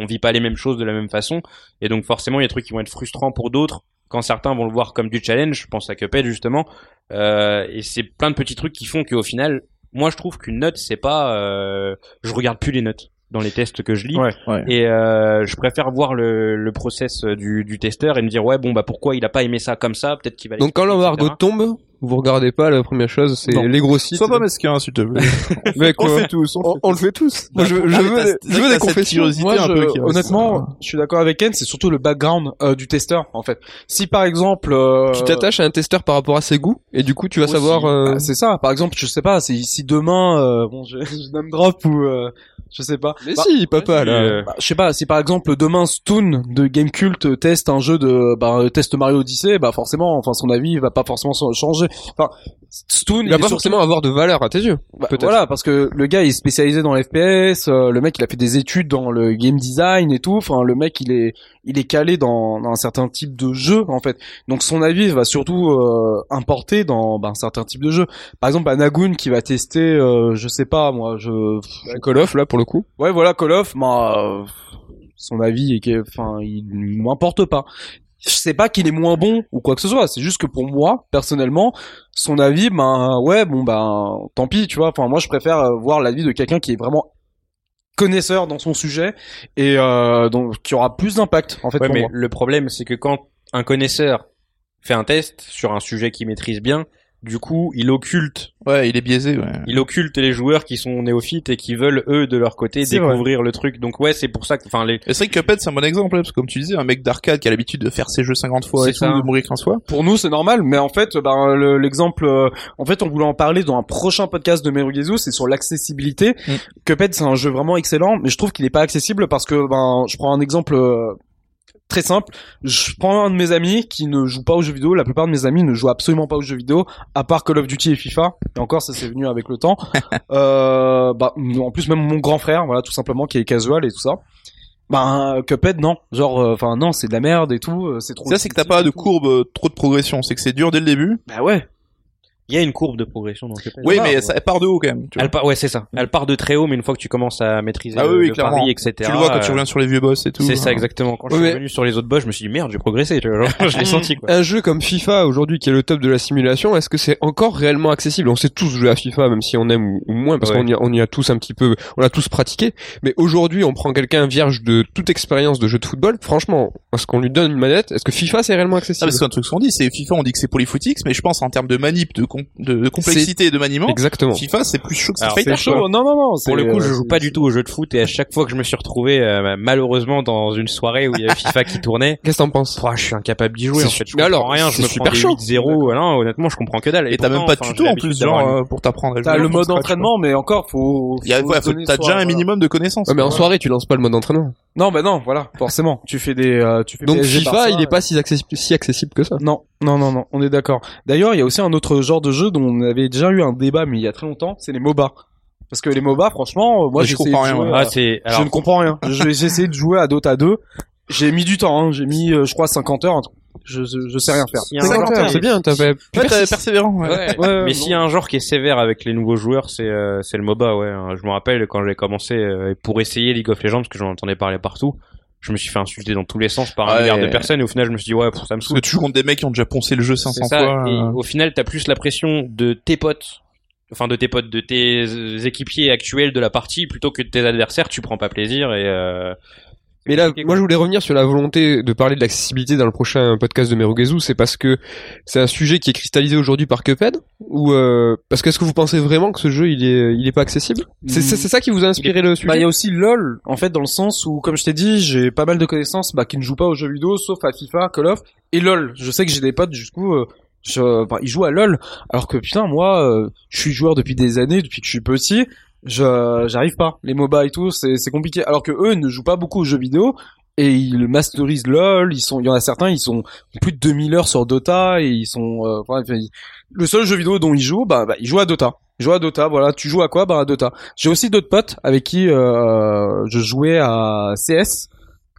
Speaker 4: on vit pas les mêmes choses de la même façon. Et donc forcément, il y a des trucs qui vont être frustrants pour d'autres quand certains vont le voir comme du challenge. Je pense à Cuphead justement. Euh, et c'est plein de petits trucs qui font qu'au final, moi je trouve qu'une note, c'est pas... euh, je regarde plus les notes dans les tests que je lis.
Speaker 3: Ouais,
Speaker 2: ouais.
Speaker 4: Et euh, je préfère voir le, le process du, du testeur et me dire ouais bon bah pourquoi il a pas aimé ça comme ça peut-être qu'il va
Speaker 1: Donc quand
Speaker 4: l'expliquer,
Speaker 1: l'embargo
Speaker 4: etc.
Speaker 1: tombe, vous regardez pas la première chose, c'est
Speaker 2: Non.
Speaker 1: les gros sites.
Speaker 2: Sois pas mesquin, s'il te plaît.
Speaker 1: Mec,
Speaker 2: On le
Speaker 1: ouais.
Speaker 2: fait tous. on le
Speaker 1: on,
Speaker 2: fait
Speaker 1: on le fait tous. Moi, je, je
Speaker 2: Ah, mais t'as-
Speaker 1: veux,
Speaker 2: c'est
Speaker 1: je veux
Speaker 2: que t'as
Speaker 1: des
Speaker 2: cette
Speaker 1: confessions.
Speaker 2: curiosité
Speaker 3: Moi,
Speaker 2: un
Speaker 3: je-
Speaker 2: peu qui reste.
Speaker 3: honnêtement, je suis d'accord avec Ken, c'est surtout le background euh, du testeur, en fait. Si par exemple, euh,
Speaker 1: Tu t'attaches à un testeur par rapport à ses goûts, et du coup, tu vas
Speaker 3: Aussi.
Speaker 1: savoir. euh,
Speaker 3: Ah, c'est ça. Par exemple, je sais pas, si, si demain, euh, bon, je, je nomme drop ou euh, je sais
Speaker 2: Ah,
Speaker 3: pas.
Speaker 1: Mais
Speaker 3: Bah,
Speaker 1: si, papa, Ah là.
Speaker 4: Euh,
Speaker 3: bah, je sais pas. Si par exemple demain Stone de Game Cult teste un jeu de, bah, euh, teste Mario Odyssey, bah forcément, enfin son avis il va pas forcément so- changer. Enfin, Stone,
Speaker 1: Il va
Speaker 3: est
Speaker 1: pas
Speaker 3: surtout-
Speaker 1: forcément avoir de valeur à tes yeux.
Speaker 3: Bah,
Speaker 1: peut-être.
Speaker 3: voilà, parce que le gars il est spécialisé dans le FPS, euh, le mec il a fait des études dans le game design et tout, enfin le mec il est il est calé dans, dans un certain type de jeu en fait. Donc son avis va surtout euh, importer dans ben, un certain type de jeu. Par exemple, à Nagoon qui va tester, euh, je sais pas moi, je
Speaker 1: Call of, là, pour le coup.
Speaker 3: ouais voilà Call of, bah, euh, son avis est que enfin il m'importe pas. Je sais pas qu'il est moins bon ou quoi que ce soit, c'est juste que pour moi personnellement, son avis ben ouais bon ben tant pis, tu vois. Enfin moi je préfère euh, voir l'avis de quelqu'un qui est vraiment connaisseur dans son sujet et euh, donc qui aura plus d'impact en fait
Speaker 4: Ouais,
Speaker 3: pour
Speaker 4: mais
Speaker 3: moi.
Speaker 4: le problème, c'est que quand un connaisseur fait un test sur un sujet qu'il maîtrise bien, du coup, il occulte
Speaker 2: Ouais, il est biaisé, ouais.
Speaker 4: il occulte les joueurs qui sont néophytes et qui veulent eux de leur côté
Speaker 3: C'est
Speaker 4: découvrir le truc. Donc ouais, c'est pour ça que enfin les
Speaker 2: Et c'est vrai que Cuphead, c'est un bon exemple, hein, parce que comme tu disais, un mec d'arcade qui a l'habitude de faire ses jeux 50 fois
Speaker 4: C'est
Speaker 2: et tout,
Speaker 4: ça.
Speaker 2: de mourir 15 fois.
Speaker 3: Pour nous c'est normal, mais en fait ben le- l'exemple, euh, en fait on voulait en parler dans un prochain podcast de Merugezu, c'est sur l'accessibilité.
Speaker 2: Mm.
Speaker 3: Cuphead c'est un jeu vraiment excellent, mais je trouve qu'il est pas accessible parce que ben je prends un exemple euh, très simple. Je prends un de mes amis qui ne joue pas aux jeux vidéo. La plupart de mes amis ne jouent absolument pas aux jeux vidéo, à part Call of Duty et FIFA. Et encore, ça c'est venu avec le temps. euh, bah, en plus, même mon grand frère, voilà, tout simplement, qui est casual et tout ça. Ben, Cuphead, non. Genre, euh, enfin, non, c'est de la merde et tout. euh, C'est trop.
Speaker 2: Ça, c'est que t'as pas de courbe euh, trop de progression. C'est que c'est dur dès le début.
Speaker 3: Bah ouais.
Speaker 4: il y a une courbe de progression dans Cuphead.
Speaker 2: Oui,
Speaker 4: Ah,
Speaker 2: mais
Speaker 4: ouais.
Speaker 2: ça elle part de haut quand même. Tu, vois.
Speaker 4: elle part ouais, c'est ça. Elle part de très haut, mais une fois que tu commences à maîtriser
Speaker 2: Ah
Speaker 4: le,
Speaker 2: oui, oui,
Speaker 4: le
Speaker 2: clairement.
Speaker 4: pari, etc.
Speaker 2: Tu le vois quand tu
Speaker 4: euh,
Speaker 2: reviens sur les vieux boss et tout.
Speaker 4: C'est ça
Speaker 2: hein.
Speaker 4: exactement. Quand je
Speaker 1: Ouais,
Speaker 4: suis
Speaker 1: mais-
Speaker 4: revenu sur les autres boss, je me suis dit merde, j'ai progressé. tu vois, genre, je l'ai senti quoi.
Speaker 1: Un jeu comme FIFA aujourd'hui, qui est le top de la simulation, est-ce que c'est encore réellement accessible On sait tous jouer à FIFA, même si on aime ou, ou moins, parce
Speaker 4: Ouais.
Speaker 1: qu'on y, a- on y a tous un petit peu, on l'a tous pratiqué. Mais aujourd'hui, on prend quelqu'un vierge de toute expérience de jeu de football. Franchement, est-ce qu'on lui donne une manette Est-ce que FIFA c'est réellement
Speaker 2: Ah,
Speaker 1: accessible
Speaker 2: parce qu'un truc qu'on dit, c'est FIFA, on dit que c'est pour les footix, mais je pense en termes de manip, de, com- de, de complexité et de maniement,
Speaker 1: Exactement.
Speaker 2: FIFA, c'est plus chaud hein. que Street
Speaker 4: Alors,
Speaker 2: Fighter.
Speaker 4: c'est chaud.
Speaker 2: quoi.
Speaker 3: hein. Non, non, non. c'est-
Speaker 4: Pour le coup, je
Speaker 3: euh,
Speaker 4: joue pas du tout au jeu de foot et à chaque fois que je me suis retrouvé euh, malheureusement dans une soirée où il y avait FIFA qui tournait,
Speaker 1: Qu'est-ce que t'en penses
Speaker 4: oh, je suis incapable d'y jouer.
Speaker 1: C'est
Speaker 4: En fait,
Speaker 1: su-
Speaker 4: je comprends
Speaker 1: alors,
Speaker 4: rien.
Speaker 1: c'est
Speaker 4: Je me
Speaker 1: super
Speaker 4: prends des
Speaker 1: chaud.
Speaker 4: 8-0. alors, honnêtement, je comprends que dalle.
Speaker 2: Et t'as
Speaker 4: pourtant,
Speaker 2: même pas de
Speaker 4: enfin,
Speaker 2: tuto
Speaker 4: j'ai
Speaker 2: en
Speaker 4: l'habitude
Speaker 2: plus,
Speaker 4: d'avoir
Speaker 2: genre,
Speaker 4: une-
Speaker 2: euh, pour t'apprendre à jouer.
Speaker 3: T'as le
Speaker 2: from
Speaker 3: mode
Speaker 2: scratch,
Speaker 3: entraînement, mais encore, faut.
Speaker 2: quoi. Il y a-
Speaker 3: faut
Speaker 2: ouais,
Speaker 3: se
Speaker 2: faut-
Speaker 3: donner
Speaker 2: T'as
Speaker 3: soi,
Speaker 2: déjà un
Speaker 3: voilà.
Speaker 2: minimum de connaissances.
Speaker 1: Ouais, mais en
Speaker 2: quoi.
Speaker 1: soirée, tu lances pas le mode entraînement.
Speaker 3: Non, bah non, voilà, forcément. Tu fais des, euh, tu fais
Speaker 1: Donc
Speaker 3: PSG
Speaker 1: FIFA,
Speaker 3: Barça,
Speaker 1: il est
Speaker 2: euh,
Speaker 1: pas si accessible, si accessible que ça.
Speaker 3: Non, non, non, non, on est d'accord. D'ailleurs, il y a aussi un autre genre de jeu dont on avait déjà eu un débat, mais il y a très longtemps, c'est les MOBA. Parce que les MOBA, franchement, euh, moi,
Speaker 2: Mais je
Speaker 3: j'ai essayé
Speaker 2: comprends
Speaker 3: de
Speaker 2: rien,
Speaker 3: jouer
Speaker 2: moi.
Speaker 3: à-
Speaker 4: Ah, c'est.
Speaker 3: je
Speaker 4: alors,
Speaker 3: ne comprends rien. J'ai j'ai essayé de jouer à Dota 2. J'ai mis du temps, hein. J'ai mis, euh, je crois, 50 heures. un truc. Je, je, je sais rien faire.
Speaker 4: si un
Speaker 2: C'est
Speaker 4: joueur
Speaker 2: clair,
Speaker 4: qui-
Speaker 1: C'est bien, t'as fait-
Speaker 2: Ouais, t'as persévérant, ouais.
Speaker 4: Ouais.
Speaker 3: Ouais,
Speaker 4: mais
Speaker 3: non.
Speaker 4: s'il y a un genre qui est sévère avec les nouveaux joueurs, c'est euh, c'est le MOBA. Ouais, hein. je me rappelle quand j'ai commencé euh, pour essayer League of Legends parce que j'en entendais parler partout. Je me suis fait insulter dans tous les sens par un
Speaker 2: Ouais.
Speaker 4: milliard de personnes et au final je me suis dit ouais pff, ça me
Speaker 2: Parce que
Speaker 4: saoule.
Speaker 2: tu joues contre des mecs qui ont déjà poncé le jeu 500
Speaker 4: C'est ça.
Speaker 2: fois.
Speaker 4: et
Speaker 2: euh.
Speaker 4: au final t'as plus la pression de tes potes, enfin de tes potes, de tes euh, équipiers actuels de la partie plutôt que de tes adversaires. Tu prends pas plaisir et. euh,
Speaker 1: Mais là,
Speaker 4: compliqué,
Speaker 1: moi,
Speaker 4: quoi.
Speaker 1: je voulais revenir sur la volonté de parler de l'accessibilité dans le prochain podcast de Merugezu. C'est parce que c'est un sujet qui est cristallisé aujourd'hui par Cuphead ou euh, parce qu'est-ce que vous pensez vraiment que ce jeu il est il est pas accessible C'est c'est- c'est ça qui vous a inspiré le
Speaker 3: Bah, il y
Speaker 1: sujet
Speaker 3: a aussi LOL, en fait, dans le sens où, comme je t'ai dit, j'ai pas mal de connaissances bah, qui ne jouent pas aux jeux vidéo, sauf à FIFA, Call of, et LOL. Je sais que j'ai des potes, du coup, euh, je, bah, ils jouent à LOL, alors que putain, moi, euh, je suis joueur depuis des années, depuis que je suis petit, je j'arrive pas. Les MOBA et tout, c'est c'est compliqué. Alors que eux ne jouent pas beaucoup aux jeux vidéo et ils masterisent LOL. Ils sont, il y en a certains, ils sont plus de 2000 heures sur Dota et ils sont. euh, voilà, enfin, ils- le seul jeu vidéo dont ils jouent, bah, bah ils jouent à Dota. Ils jouent à Dota. Voilà, tu joues à quoi Bah à Dota. J'ai aussi d'autres potes avec qui euh, je jouais à CS.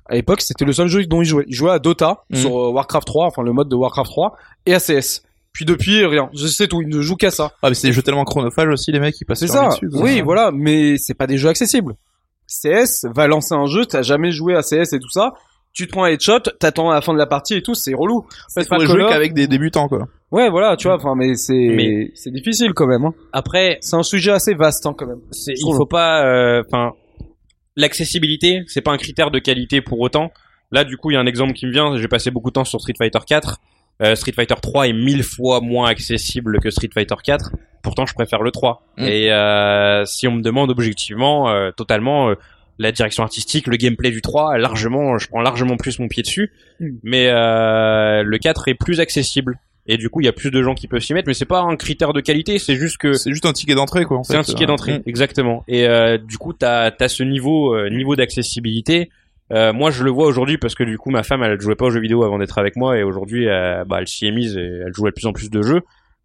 Speaker 3: À l'époque, c'était le seul jeu dont ils jouaient. Ils jouaient à Dota
Speaker 4: Mm.
Speaker 2: Mhm.
Speaker 3: sur euh, Warcraft 3, enfin le mode de Warcraft 3 et à CS. Puis depuis rien, je sais tout, ils ne jouent qu'à ça.
Speaker 2: Ah, mais c'est des jeux tellement chronophages aussi, les mecs, ils passent hein.
Speaker 3: C'est
Speaker 2: leur
Speaker 3: ça.
Speaker 2: vie dessus, quoi.
Speaker 3: oui,
Speaker 4: hein.
Speaker 3: voilà, mais c'est pas des jeux accessibles. CS va lancer un jeu, t'as jamais joué à CS et tout ça. Tu te prends un headshot, t'attends à la fin de la partie et tout, c'est relou.
Speaker 2: C'est
Speaker 3: C'est pas
Speaker 2: pour
Speaker 3: Call
Speaker 2: jouer
Speaker 3: of.
Speaker 2: qu'avec des débutants, quoi.
Speaker 3: Ouais, voilà, tu vois, enfin, mais c'est,
Speaker 4: Mm. Mais-
Speaker 3: c'est difficile quand même, hein.
Speaker 4: Après,
Speaker 3: C'est un sujet assez vaste, hein, quand même.
Speaker 4: c'est, il
Speaker 3: trouve.
Speaker 4: faut pas, euh, enfin, l'accessibilité, c'est pas un critère de qualité pour autant. Là, du coup, il y a un exemple qui me vient. J'ai passé beaucoup de temps sur Street Fighter 4. Euh, Street Fighter 3 est mille fois moins accessible que Street Fighter 4. Pourtant, je préfère le 3.
Speaker 2: Mm.
Speaker 4: Et euh, si on me demande objectivement, euh, totalement, euh, la direction artistique, le gameplay du 3, largement, je prends largement plus mon pied dessus. Mais euh, le 4 est plus accessible. Et du coup, il y a plus de gens qui peuvent s'y mettre. Mais c'est pas un critère de qualité. C'est juste que
Speaker 2: C'est juste un ticket d'entrée, quoi, en
Speaker 4: c'est
Speaker 2: fait.
Speaker 4: un ticket d'entrée,
Speaker 2: Mm.
Speaker 4: exactement. Et euh, du coup, t'as as ce niveau euh, niveau d'accessibilité. Euh, moi, je le vois aujourd'hui parce que du coup, ma femme, elle jouait pas aux jeux vidéo avant d'être avec moi, et aujourd'hui, euh, bah, elle s'y est mise et elle joue à de plus en plus de jeux.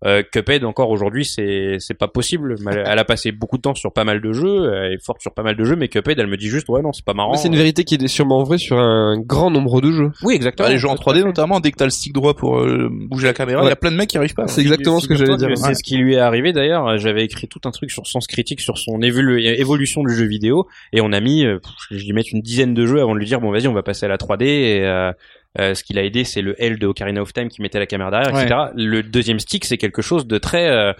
Speaker 4: Euh, Cuphead encore aujourd'hui c'est c'est pas possible Mais elle elle a passé beaucoup de temps sur pas mal de jeux euh, elle est forte sur pas mal de jeux mais Cuphead elle me dit juste ouais non c'est pas marrant
Speaker 1: Mais c'est une vérité qui est sûrement vraie sur un grand nombre de jeux.
Speaker 4: oui exactement
Speaker 2: Bah, les jeux en 3D, notamment, dès que t'as le stick droit pour euh, bouger la caméra, il
Speaker 1: Ouais.
Speaker 2: y a plein de mecs qui arrivent pas.
Speaker 1: C'est exactement ce que j'allais dire.
Speaker 4: Figure-toi que C'est ce qui lui est arrivé d'ailleurs. J'avais écrit tout un truc sur Sens Critique, sur son évolu- évolution du jeu vidéo, et on a mis, euh, pff, je lui mettre une dizaine de jeux avant de lui dire bon vas-y on va passer à la 3D. Et, euh, euh, ce qui l'a aidé, c'est le L de Ocarina of Time qui mettait la caméra derrière,
Speaker 2: Ouais.
Speaker 4: etc. Le deuxième stick, c'est quelque chose de très, euh,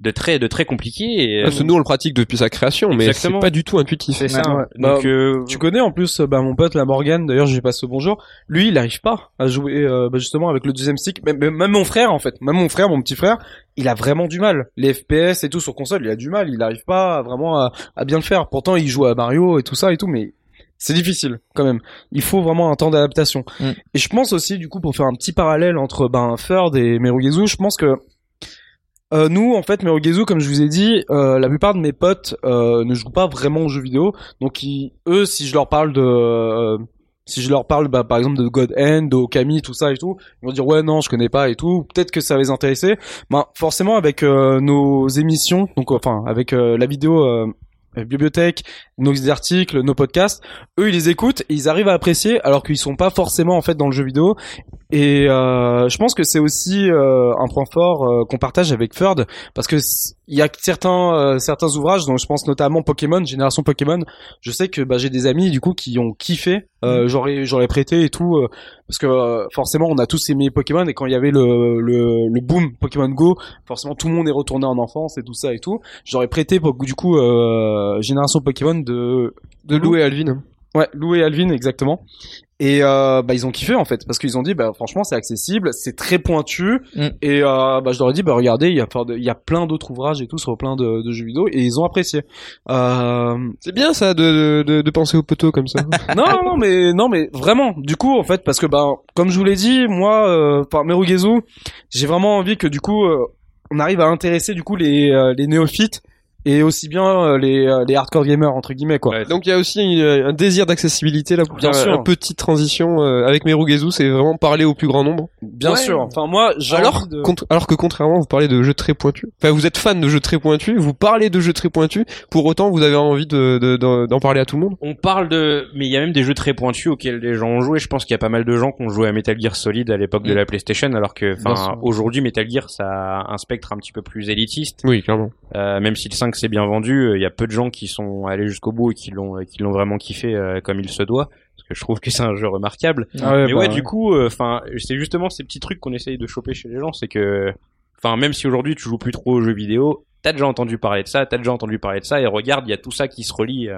Speaker 4: de très, de très compliqué. Et,
Speaker 3: Ah,
Speaker 1: Parce que nous, on le pratique depuis sa création, mais c'est
Speaker 4: Exactement.
Speaker 1: pas du tout intuitif.
Speaker 4: c'est ça.
Speaker 3: Ouais, ouais.
Speaker 4: Donc,
Speaker 3: Bah,
Speaker 4: euh,
Speaker 3: Tu connais en plus euh, bah, mon pote la Morgan d'ailleurs je lui passe le bonjour. Lui il arrive pas à jouer euh, bah, justement avec le deuxième stick. Même, même- même mon frère en fait, même mon frère, mon petit frère, il a vraiment du mal. Les FPS et tout sur console, il a du mal. Il arrive pas à- vraiment à, à bien le faire. Pourtant il joue à Mario et tout ça et tout, mais c'est difficile quand même. Il faut vraiment un temps d'adaptation.
Speaker 2: Mm.
Speaker 3: Et je pense aussi du coup pour faire un petit parallèle entre ben Ferd et Merugezu, je pense que euh, nous, en fait, Merugezu, comme je vous ai dit, euh, la plupart de mes potes euh, ne jouent pas vraiment aux jeux vidéo. Donc, ils- eux, si je leur parle de... euh, si je leur parle, bah, par exemple, de God Hand, de Okami, tout ça et tout, ils vont dire, ouais, non, je connais pas et tout. Peut-être que ça va les intéresser. Ben, forcément, avec euh, nos émissions, donc, enfin, avec euh, la vidéo... euh, euh, bibliothèque, nos articles, nos podcasts, eux ils les écoutent, et ils arrivent à apprécier alors qu'ils sont pas forcément en fait dans le jeu vidéo et euh, je pense que c'est aussi euh, un point fort euh, qu'on partage avec Ferd parce que c- il y a certains euh, certains ouvrages dont je pense notamment Pokémon, Génération Pokémon. Je sais que bah, j'ai des amis du coup qui ont kiffé,
Speaker 1: Mm.
Speaker 3: euh, j'aurais j'aurais prêté et tout euh, parce que euh, forcément on a tous aimé Pokémon et quand il y avait le, le le boom Pokémon Go, forcément tout le monde est retourné en enfance et tout ça et tout. J'aurais prêté pour, du coup euh, Génération Pokémon de
Speaker 1: De Lou et Alvin.
Speaker 3: Ouais, Lou et Alvin, exactement. Et euh, bah ils ont kiffé en fait parce qu'ils ont dit bah franchement c'est accessible, c'est très pointu
Speaker 2: Mm.
Speaker 3: et euh, bah je leur ai dit bah regardez il y a plein de- il y a plein d'autres ouvrages et tout sur plein de, de jeux vidéo et ils ont apprécié. Euh,
Speaker 1: C'est bien ça de, de, de penser au poteau comme ça.
Speaker 3: non non mais non mais vraiment du coup en fait parce que bah comme je vous l'ai dit moi euh, par Merugezu j'ai vraiment envie que du coup euh, on arrive à intéresser du coup les euh, les néophytes et aussi bien euh, les euh, les hardcore gamers entre guillemets quoi.
Speaker 4: ouais,
Speaker 1: Donc il y a aussi une- un désir d'accessibilité là pour
Speaker 3: Bien
Speaker 1: faire
Speaker 3: sûr.
Speaker 1: une petite transition euh, avec Merugezu, c'est vraiment parler au plus grand nombre.
Speaker 3: Bien
Speaker 1: Ouais.
Speaker 3: sûr. Enfin moi j'ai
Speaker 1: Alors,
Speaker 3: envie de-
Speaker 1: contre- alors que contrairement, vous parlez de jeux très pointus. Enfin, vous êtes fan de jeux très pointus, vous parlez de jeux très pointus. Pour autant, vous avez envie de de- d'en d'en parler à tout le monde.
Speaker 4: on parle de, mais il y a même des jeux très pointus auxquels les gens ont joué. Je pense qu'il y a pas mal de gens qui ont joué à Metal Gear Solid à l'époque de
Speaker 2: Mm.
Speaker 4: la PlayStation, alors que,
Speaker 3: Bien
Speaker 4: enfin,
Speaker 3: sûr.
Speaker 4: aujourd'hui Metal Gear ça a un spectre un petit peu plus élitiste.
Speaker 1: Oui, clairement.
Speaker 4: Euh, même si le 5 s'est bien vendu, euh, il y a peu de gens qui sont allés jusqu'au bout et qui l'ont euh, qui l'ont vraiment kiffé euh, comme il se doit parce que je trouve que c'est un jeu remarquable.
Speaker 3: Ah ouais,
Speaker 4: Mais
Speaker 3: bah,
Speaker 4: ouais, du coup, euh, enfin, c'est justement ces petits trucs qu'on essaye de choper chez les gens, c'est que enfin même si aujourd'hui tu joues plus trop aux jeux vidéo, t'as déjà entendu parler de ça, t'as déjà entendu parler de ça et regarde, il y a tout ça qui se relie euh,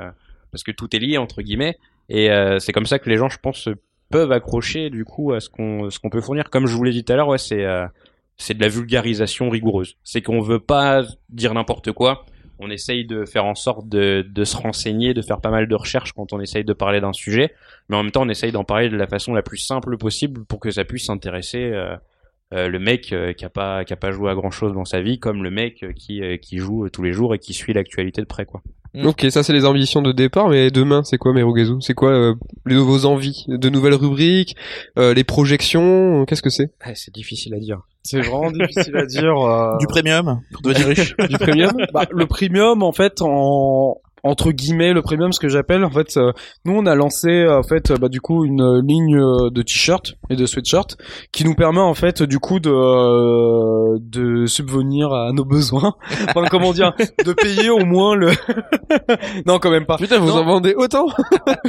Speaker 4: parce que tout est lié entre guillemets et euh, c'est comme ça que les gens je pense euh, peuvent accrocher du coup à ce qu'on ce qu'on peut fournir comme je vous l'ai dit tout à l'heure, ouais, c'est euh, c'est de la vulgarisation rigoureuse. C'est qu'on veut pas dire n'importe quoi. On essaye de faire en sorte de, de se renseigner, de faire pas mal de recherches quand on essaye de parler d'un sujet, mais en même temps on essaye d'en parler de la façon la plus simple possible pour que ça puisse intéresser euh, euh, le mec euh, qui a pas qui a pas joué à grand chose dans sa vie, comme le mec euh, qui euh, qui joue euh, tous les jours et qui suit l'actualité de près quoi.
Speaker 1: Ok, ça c'est les ambitions de départ, mais demain c'est quoi Merugazu C'est quoi euh, les nouveaux envies, de nouvelles rubriques, euh, les projections, euh, qu'est-ce que c'est
Speaker 4: c'est difficile à dire.
Speaker 3: C'est vraiment difficile à dire. euh,
Speaker 2: Du premium pour devenir riche.
Speaker 3: du premium Bah, Le premium, en fait, en entre guillemets le premium ce que j'appelle en fait euh, nous on a lancé euh, en fait euh, bah, du coup une euh, ligne euh, de t-shirts et de sweatshirts qui nous permet en fait euh, du coup de euh, de subvenir à nos besoins enfin comment dire de payer au moins le non quand même pas
Speaker 1: Putain, vous
Speaker 3: Non.
Speaker 1: en vendez autant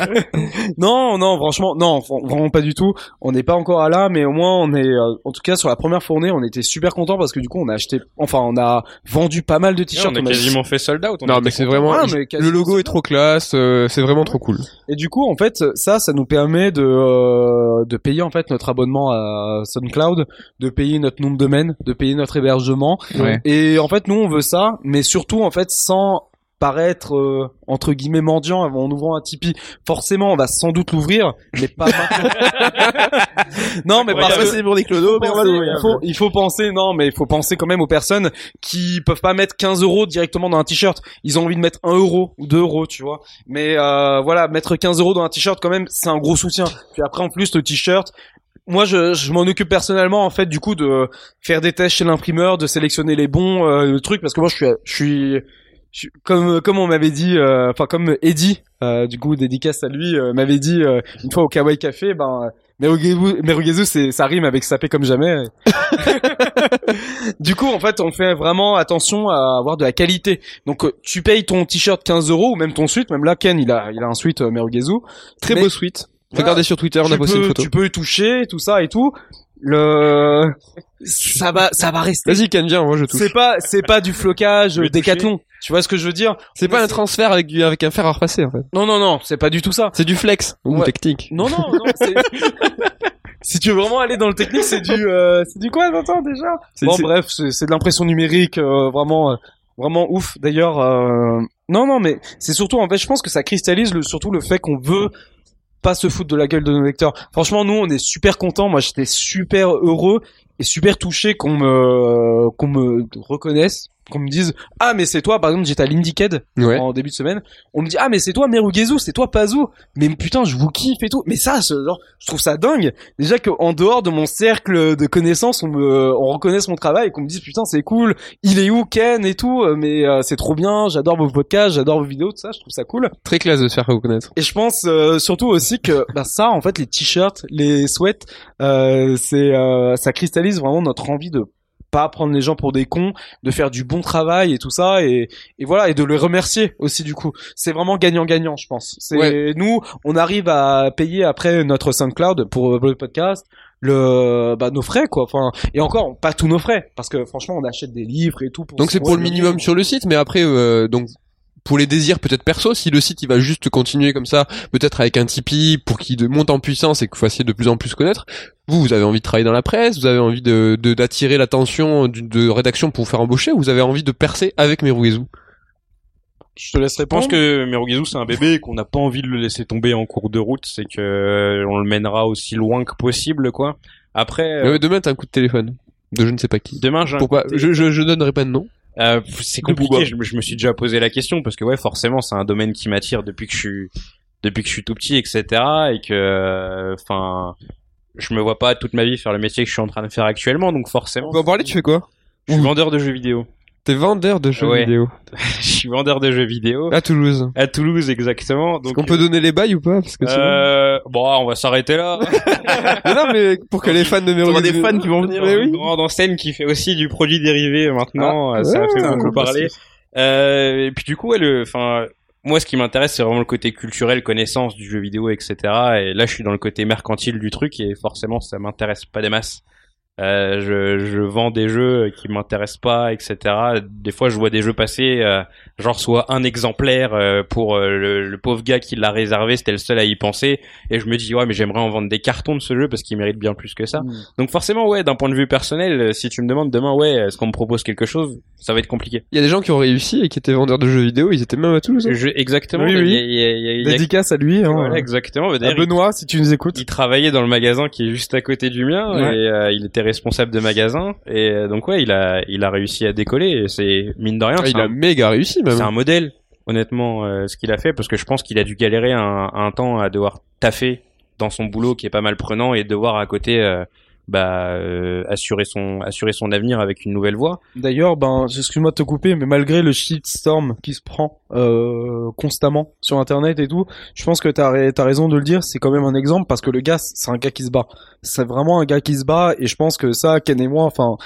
Speaker 3: non, non, franchement, non, fr- vraiment pas du tout. On n'est pas encore à là, mais au moins on est, euh, en tout cas sur la première fournée, on était super content parce que du coup on a acheté, enfin on a vendu pas mal de t-shirts.
Speaker 4: on a
Speaker 3: on a-
Speaker 4: quasiment fait sold out. on
Speaker 1: Non,
Speaker 4: était
Speaker 1: Ah, mais c'est
Speaker 4: content.
Speaker 1: vraiment...
Speaker 3: Voilà, mais
Speaker 1: Le
Speaker 3: quasiment-
Speaker 1: logo est trop classe, euh, c'est vraiment trop cool.
Speaker 3: Et du coup, en fait, ça, ça nous permet de euh, de payer en fait notre abonnement à SoundCloud, de payer notre nom de domaine, de payer notre hébergement.
Speaker 2: Ouais.
Speaker 3: Et en fait, nous, on veut ça, mais surtout en fait, sans paraître euh, entre guillemets mendiant en ouvrant un Tipeee. Forcément, on va sans doute l'ouvrir, mais pas maintenant. non, mais parce que
Speaker 2: Parfois c'est pour des clodos, mais on va
Speaker 3: penser-
Speaker 2: l'ouvrir.
Speaker 3: il, faut, il faut penser, non, mais il faut penser quand même aux personnes qui peuvent pas mettre 15 euros directement dans un t-shirt. Ils ont envie de mettre 1 euro ou 2 euros, tu vois. Mais euh, voilà, mettre 15 euros dans un t-shirt quand même, c'est un gros soutien. Puis après, en plus, le t-shirt. Moi, je, je m'en occupe personnellement, en fait, du coup, de faire des tests chez l'imprimeur, de sélectionner les bons euh, le truc, parce que moi, je suis, je suis, je suis- comme, comme on m'avait dit, euh, enfin, comme Eddie, euh, du coup, dédicace à lui, euh, m'avait dit euh, une fois au Kawaii Café, ben, Merugazu, Merugazu, c'est ça rime avec sapé comme jamais. du coup, en fait, on fait vraiment attention à avoir de la qualité. Donc, euh, tu payes ton t-shirt 15 euros ou même ton suite. Même là, Ken, il a, il a un suite euh, Merugazu.
Speaker 1: Très
Speaker 3: Mais-
Speaker 1: beau suite.
Speaker 3: Voilà.
Speaker 1: Regardez sur Twitter, on
Speaker 3: tu
Speaker 1: a posté
Speaker 3: peux,
Speaker 1: une photo.
Speaker 3: Tu peux y toucher, tout ça et tout. Le, ça va, ça va rester.
Speaker 1: Vas-y, Ken, viens, moi je touche.
Speaker 3: C'est pas, c'est pas du flocage
Speaker 4: Le toucher.
Speaker 3: décathlon. Tu vois ce que je veux dire?
Speaker 1: C'est pas un transfert avec du avec un fer à repasser en fait.
Speaker 3: Non, non, non, c'est pas du tout ça.
Speaker 1: C'est du flex ou
Speaker 3: Ouais.
Speaker 1: technique.
Speaker 3: Non, non, non, c'est... Si tu veux vraiment aller dans le technique, c'est du, euh, c'est du quoi, attends, déjà?
Speaker 1: C'est-
Speaker 3: Bon,
Speaker 1: c'est-
Speaker 3: bref, c'est c'est de l'impression numérique, euh, vraiment, euh, vraiment ouf. D'ailleurs, euh, non, non, mais c'est surtout, en fait, je pense que ça cristallise le, surtout le fait qu'on veut pas se foutre de la gueule de nos lecteurs. Franchement, nous, on est super contents. Moi, j'étais super heureux et super touché qu'on me, qu'on me reconnaisse, qu'on me dise, ah, mais c'est toi, par exemple, j'étais à l'Indiecade
Speaker 1: Ouais.
Speaker 3: en début de semaine. On me dit ah mais c'est toi Merugezu, c'est toi Pazou. Mais putain, je vous kiffe et tout. Mais ça, ce- genre, je trouve ça dingue. Déjà que en dehors de mon cercle de connaissances, on me, on reconnaisse mon travail et qu'on me dise putain c'est cool. Il est où Ken et tout. euh, Mais euh, c'est trop bien. J'adore vos podcasts, j'adore vos vidéos, tout ça. Je trouve ça cool.
Speaker 1: Très classe de se faire reconnaître.
Speaker 3: Et je pense euh, surtout aussi que bah, ça, en fait, les t-shirts, les sweats, euh, c'est euh, ça cristallise vraiment notre envie de pas prendre les gens pour des cons, de faire du bon travail et tout ça et, et voilà et de les remercier aussi du coup. C'est vraiment gagnant-gagnant, je pense. C'est
Speaker 1: Ouais.
Speaker 3: nous, on arrive à payer après notre SoundCloud pour euh, le podcast le bah nos frais quoi enfin et encore pas tous nos frais parce que franchement on achète des livres et tout pour
Speaker 1: Donc c'est pour le minimum sur le site, mais après euh, donc pour les désirs peut-être perso, si le site il va juste continuer comme ça, peut-être avec un Tipeee pour qu'il de- monte en puissance et que vous fassiez de plus en plus connaître. Vous, vous avez envie de travailler dans la presse, vous avez envie de de- d'attirer l'attention d'une- de rédaction pour vous faire embaucher, ou vous avez envie de percer avec Merugazu.
Speaker 3: je te laisse
Speaker 4: Je pense
Speaker 3: répondre
Speaker 4: que Merugazu c'est un bébé et qu'on n'a pas envie de le laisser tomber en cours de route, c'est que euh, on le mènera aussi loin que possible quoi. Après euh,
Speaker 1: Euh, demain t'as un coup de téléphone de je ne sais pas qui.
Speaker 4: demain j'ai un
Speaker 1: Pourquoi je, je je donnerai pas de nom.
Speaker 4: Euh, pff, c'est
Speaker 1: De Booba.
Speaker 4: compliqué. Je, me- je me suis déjà posé la question parce que ouais, forcément, c'est un domaine qui m'attire depuis que je suis depuis que je suis tout petit, etc. Et que euh, enfin, je me vois pas toute ma vie faire le métier que je suis en train de faire actuellement, donc forcément.
Speaker 1: On peut en parler. Tu fais quoi
Speaker 4: Je suis vendeur de jeux vidéo.
Speaker 1: T'es vendeur de jeux
Speaker 4: Ouais.
Speaker 1: vidéo
Speaker 4: je suis vendeur de jeux vidéo
Speaker 1: à Toulouse.
Speaker 4: à Toulouse exactement.
Speaker 1: Est-ce
Speaker 4: Donc
Speaker 1: qu'on peut donner les bails ou pas Parce que sinon-
Speaker 4: euh, bon, on va s'arrêter là.
Speaker 1: Mais non, mais pour que les fans de
Speaker 2: On
Speaker 1: Merugazu...
Speaker 2: aura des fans qui vont venir. hein.
Speaker 1: Mais oui. Ah.
Speaker 4: Une grande enseigne qui fait aussi du produit dérivé maintenant. euh, ça a fait
Speaker 2: cool,
Speaker 4: beaucoup parler. Euh, et puis du coup, ouais, le, enfin, moi, ce qui m'intéresse, c'est vraiment le côté culturel, connaissance du jeu vidéo, etc. Et là, je suis dans le côté mercantile du truc et forcément, ça m'intéresse pas des masses. Euh, je, je vends des jeux qui m'intéressent pas, etc. Des fois, je vois des jeux passer euh, genre soit un exemplaire euh, pour euh, le, le pauvre gars qui l'a réservé, c'était le seul à y penser. Et je me dis ouais, mais j'aimerais en vendre des cartons de ce jeu parce qu'il mérite bien plus que ça.
Speaker 3: Mmh.
Speaker 4: Donc forcément ouais, d'un point de vue personnel, euh, si tu me demandes demain ouais, est-ce qu'on me propose quelque chose, ça va être compliqué.
Speaker 1: Il y a des gens qui ont réussi et qui étaient vendeurs de jeux vidéo, ils étaient même à Toulouse. hein.
Speaker 4: Je- exactement.
Speaker 3: Oui, oui.
Speaker 4: il y a- il y a- il y a- il y a-
Speaker 3: Dédicace à lui, hein,
Speaker 4: voilà, exactement.
Speaker 3: à
Speaker 4: D'ailleurs, il-
Speaker 3: Benoît si tu nous écoutes.
Speaker 4: il travaillait dans le magasin qui est juste à côté du mien
Speaker 3: Ouais.
Speaker 4: et euh, il était responsable de magasin et euh, donc ouais il a il a réussi à décoller et c'est mine de rien
Speaker 1: Ah,
Speaker 4: c'est
Speaker 1: il a
Speaker 4: un,
Speaker 1: méga réussi même.
Speaker 4: hein. c'est un modèle honnêtement euh, ce qu'il a fait parce que je pense qu'il a dû galérer un, un temps à devoir taffer dans son boulot qui est pas mal prenant et devoir à côté euh, bah euh, assurer son assurer son avenir avec une nouvelle voie
Speaker 3: D'ailleurs, ben, excuse-moi de te couper, mais malgré le shitstorm qui se prend euh, constamment sur Internet et tout, je pense que t'as ra- t'as raison de le dire. C'est quand même un exemple parce que le gars, c'est un gars qui se bat. C'est vraiment un gars qui se bat et je pense que ça, Ken et moi, enfin,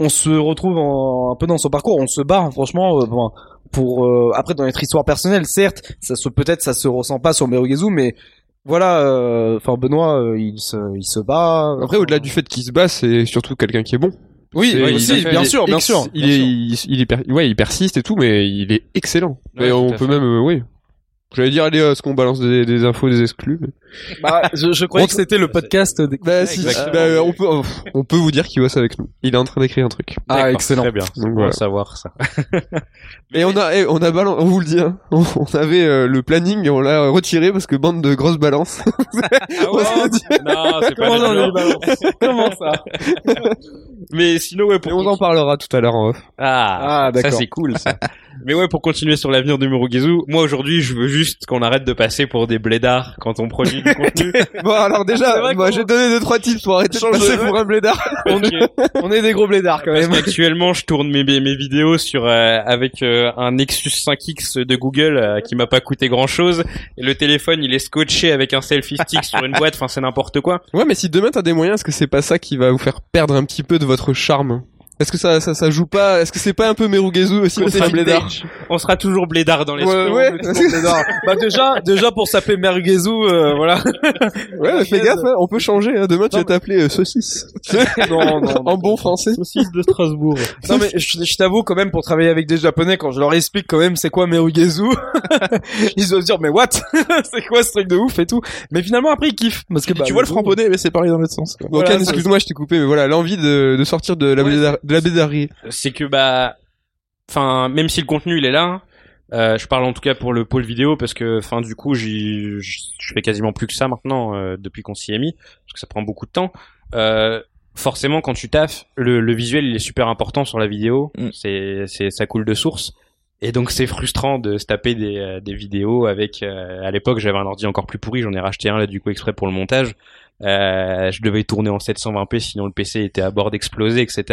Speaker 3: on se retrouve en- un peu dans son parcours. On se bat, franchement. euh, ben, pour euh, après dans notre histoire personnelle, certes, ça se peut-être ça se ressent pas sur Merugezu, mais voilà. euh, Enfin, Benoît, euh, il se il se bat.
Speaker 1: Après, au-delà du fait qu'il se bat, c'est surtout quelqu'un qui est bon.
Speaker 3: oui,
Speaker 1: C'est-
Speaker 4: oui,
Speaker 1: il
Speaker 4: aussi,
Speaker 1: a fait
Speaker 3: bien
Speaker 1: des
Speaker 3: sûr, bien
Speaker 1: ex-
Speaker 3: sûr,
Speaker 1: Il
Speaker 3: bien
Speaker 1: est,
Speaker 3: sûr.
Speaker 1: il, il est per- ouais, il persiste et tout, mais il est excellent.
Speaker 4: Ouais,
Speaker 1: et
Speaker 4: tout
Speaker 1: on
Speaker 4: à
Speaker 1: peut
Speaker 4: fait.
Speaker 1: même, euh, oui. J'allais dire, allez, euh, est-ce qu'on balance des, des infos, des exclus mais-
Speaker 3: Bah, je, je croyais
Speaker 1: On-
Speaker 3: que c'était le podcast. Des...
Speaker 1: Bah, si,
Speaker 4: exactement.
Speaker 1: bah, euh, on peut, oh, pff, on peut vous dire qu'il bosse avec nous. Il est en train d'écrire un truc.
Speaker 3: Ah,
Speaker 4: D'accord,
Speaker 3: excellent.
Speaker 4: très bien
Speaker 1: Donc
Speaker 4: on va
Speaker 1: voilà.
Speaker 4: savoir ça
Speaker 1: Et on a, eh, on a balan- on vous le dit, hein. on, on avait euh, le planning et on l'a retiré parce que bande de grosses balances. ouais
Speaker 4: Ah non c'est
Speaker 3: Oh, Comment
Speaker 4: pas
Speaker 3: on
Speaker 4: le
Speaker 3: est balance Comment ça
Speaker 4: mais sinon ouais
Speaker 1: Et
Speaker 4: pour
Speaker 1: on en parlera tout à l'heure en off.
Speaker 4: ah
Speaker 3: Ah,
Speaker 4: Ça
Speaker 3: d'accord.
Speaker 4: c'est cool ça. Mais ouais, pour continuer sur l'avenir de Murugizu, moi aujourd'hui je veux juste qu'on arrête de passer pour des blédards quand on produit du contenu.
Speaker 1: Bon, alors
Speaker 3: C'est
Speaker 1: déjà,
Speaker 3: vrai
Speaker 1: moi,
Speaker 3: qu'on-
Speaker 1: j'ai donné deux, trois tips pour arrêter de
Speaker 3: Change de-
Speaker 1: passer pour un blédard.
Speaker 4: Parce que-
Speaker 3: On est des gros blédards quand
Speaker 4: parce
Speaker 3: même.
Speaker 4: qu'actuellement je tourne mes, mes vidéos sur euh, avec euh, un Nexus 5X de Google euh, qui m'a pas coûté grand chose. Et le téléphone il est scotché avec un selfie stick sur une boîte, enfin c'est n'importe quoi.
Speaker 1: Ouais, mais si demain t'as des moyens, est-ce que c'est pas ça qui va vous faire perdre un petit peu de votre charme Est-ce que ça, ça, ça joue pas Est-ce que c'est pas un peu Merugezu aussi
Speaker 4: Côté
Speaker 1: c'est un blédard
Speaker 4: On sera toujours blédard dans les
Speaker 1: Ouais, ouais.
Speaker 3: bah déjà, déjà pour s'appeler Merguezu, euh, voilà.
Speaker 1: Ouais, mais fais gaffe, hein, on peut changer. hein. Demain, tu vas t'appeler euh, saucisse.
Speaker 3: Non, non,
Speaker 1: en bon français.
Speaker 4: saucisses de Strasbourg.
Speaker 3: Non mais je, je t'avoue quand même pour travailler avec des Japonais, quand je leur explique quand même c'est quoi Merugezu, ils doivent se dire mais what, c'est quoi ce truc de ouf et tout. Mais finalement après ils kiffent parce que bah,
Speaker 2: tu vois le framponné, mais c'est pareil dans l'autre sens.
Speaker 1: Bon,
Speaker 3: Voilà,
Speaker 1: Ken,
Speaker 3: ça-
Speaker 1: excuse-moi, je t'ai coupé, mais voilà, l'envie de, de sortir de la,
Speaker 4: Ouais,
Speaker 1: blédar- de la bédarrie.
Speaker 4: c'est que bah enfin même si le contenu il est là euh, je parle en tout cas pour le pôle vidéo parce que enfin du coup j'y j- je fais quasiment plus que ça maintenant euh, depuis qu'on s'y est mis parce que ça prend beaucoup de temps euh, forcément quand tu taffes le, le visuel il est super important sur la vidéo
Speaker 2: Mm.
Speaker 4: c'est c'est ça coule de source et donc c'est frustrant de se taper des, euh, des vidéos avec euh, à l'époque j'avais un ordi encore plus pourri j'en ai racheté un là du coup exprès pour le montage euh, je devais tourner en 720p sinon le PC était à bord d'exploser etc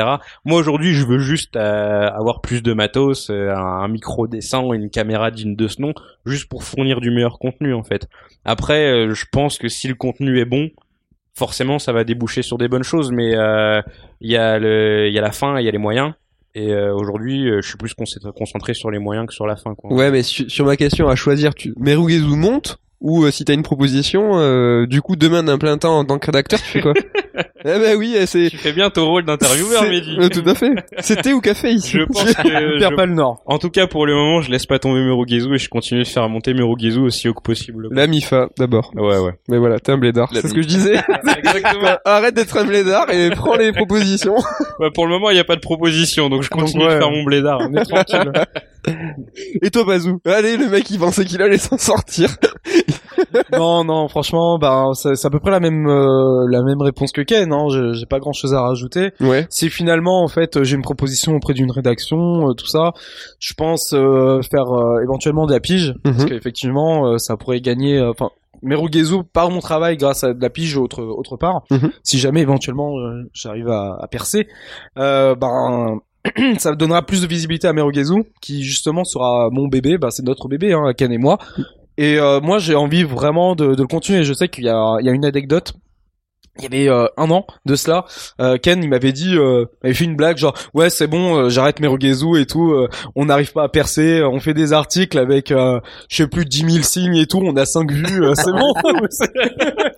Speaker 4: moi aujourd'hui, je veux juste euh, avoir plus de matos, euh, un, un micro décent, une caméra digne de ce nom, juste pour fournir du meilleur contenu en fait. Après, euh, je pense que si le contenu est bon, forcément, ça va déboucher sur des bonnes choses, mais euh, il y a le, il y a la fin, il y a les moyens. Et euh, aujourd'hui, euh, je suis plus concé- concentré sur les moyens que sur la fin. Quoi.
Speaker 1: Ouais, mais su- sur ma question à choisir, tu Merugezu monte ou euh, si t'as une proposition, euh, du coup demain d'un plein temps en tant que rédacteur, tu fais quoi Eh ben oui, eh, c'est.
Speaker 4: Tu fais bien ton rôle d'intervieweur,
Speaker 1: c'est-
Speaker 4: Mehdi.
Speaker 1: Euh, tout à fait. C'était ou café ici
Speaker 4: Je pense que
Speaker 3: On
Speaker 4: je-
Speaker 3: perd pas le nord.
Speaker 4: en tout cas pour le moment, je laisse pas tomber Murugizu et je continue de faire monter Murugizu aussi haut que possible.
Speaker 1: La Mifa d'abord.
Speaker 4: Ouais, ouais.
Speaker 1: Mais voilà, t'es un blédard.
Speaker 2: La
Speaker 1: C'est ce que je disais.
Speaker 4: Exactement.
Speaker 1: Arrête d'être un blédard et prends les propositions.
Speaker 4: Bah, pour le moment, il n'y a pas de proposition, donc je
Speaker 3: Donc,
Speaker 4: continue
Speaker 3: ouais.
Speaker 4: de faire mon blédard.
Speaker 3: On est tranquille.
Speaker 1: Et toi, Bazou Allez, le mec, il pensait qu'il allait s'en sortir.
Speaker 3: non non franchement bah c'est c'est à peu près la même euh, la même réponse que Ken. Hein. Je- J'ai pas grand chose à rajouter.
Speaker 1: Ouais.
Speaker 3: C'est finalement en fait euh, j'ai une proposition auprès d'une rédaction, euh, tout ça. Je pense euh, faire euh, éventuellement de la pige
Speaker 1: Mhm.
Speaker 3: parce qu'effectivement euh, ça pourrait gagner. euh, Enfin, Merugezu par mon travail grâce à de la pige autre autre part.
Speaker 1: Mhm.
Speaker 3: Si jamais éventuellement euh, j'arrive à, à percer, euh, ben ça donnera plus de visibilité à Merugezu qui justement sera mon bébé. Bah c'est notre bébé, hein, Ken et moi. Et euh, moi j'ai envie vraiment de, de le continuer. Je sais qu'il y a il y a une anecdote il y avait euh, un an de cela, euh, Ken il m'avait dit, euh, il avait fait une blague genre ouais c'est bon, euh, j'arrête mes rugezu et tout, euh, on n'arrive pas à percer, euh, on fait des articles avec euh, je sais plus 10 000 signes et tout, on a 5 vues, euh, c'est bon.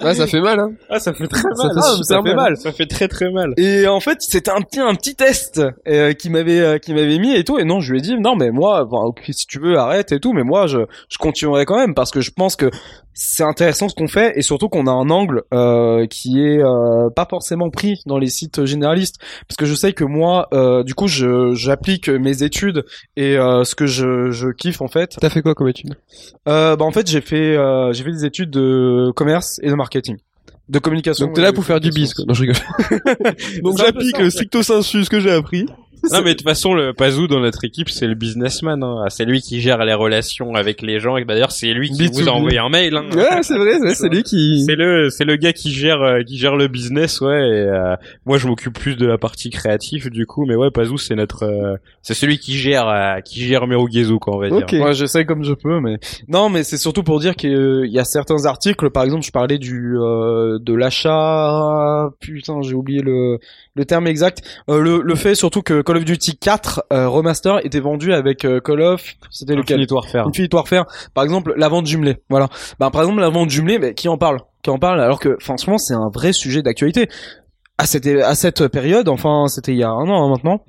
Speaker 1: Ouais, ça fait mal, hein.
Speaker 3: ah ça fait très
Speaker 1: mal.
Speaker 3: ça,
Speaker 1: Ah, mais ça
Speaker 3: fait
Speaker 1: fait
Speaker 3: mal.
Speaker 4: Ça fait très très mal.
Speaker 3: Et en fait, c'était un petit un petit test euh, qui m'avait euh, qui m'avait mis et tout. Et non, je lui ai dit non, mais moi, bon, ok, si tu veux, arrête et tout. Mais moi, je je continuerai quand même parce que je pense que c'est intéressant ce qu'on fait et surtout qu'on a un angle euh, qui est euh, pas forcément pris dans les sites généralistes parce que je sais que moi, euh, du coup, je j'applique mes études et euh, ce que je je kiffe en fait.
Speaker 1: T'as fait quoi comme étude
Speaker 3: Euh, bah en fait, j'ai fait euh, j'ai fait des études de commerce et de marketing, de communication.
Speaker 1: Donc t'es là
Speaker 3: et de
Speaker 1: pour faire du bis, quoi.
Speaker 3: communication.
Speaker 1: Non, je rigole. Donc
Speaker 3: C'est un peu
Speaker 1: j'applique
Speaker 3: ça.
Speaker 1: le stricto sensu ce que j'ai appris.
Speaker 4: Non mais de toute façon le Pazou dans notre équipe c'est le businessman hein. c'est lui qui gère les relations avec les gens et d'ailleurs c'est lui qui
Speaker 1: B2B.
Speaker 4: vous a envoyé un mail hein.
Speaker 1: Ouais, c'est vrai, ouais, c'est lui qui...
Speaker 4: C'est le c'est le gars qui gère euh, qui gère le business ouais et, euh, moi je m'occupe plus de la partie créative du coup mais ouais Pazou c'est notre euh, c'est celui qui gère euh, qui gère Merugezu quoi on va
Speaker 1: Ok.
Speaker 4: dire.
Speaker 3: Ouais, j'essaie comme je peux, mais non, mais c'est surtout pour dire qu'il euh, il y a certains articles. Par exemple, je parlais du euh, de l'achat. Putain, j'ai oublié le le terme exact. Euh, le le fait surtout que Call of Duty 4 euh, remaster était vendu avec euh, Call of. C'était lequel
Speaker 4: Infinite Warfare.
Speaker 3: Infinite Warfare. Par exemple, la vente jumelée. Voilà. Bah par exemple, la vente jumelée, mais qui en parle Qui en parle Alors que franchement, c'est un vrai sujet d'actualité. À cette, à cette période, enfin, c'était il y a un an hein, maintenant,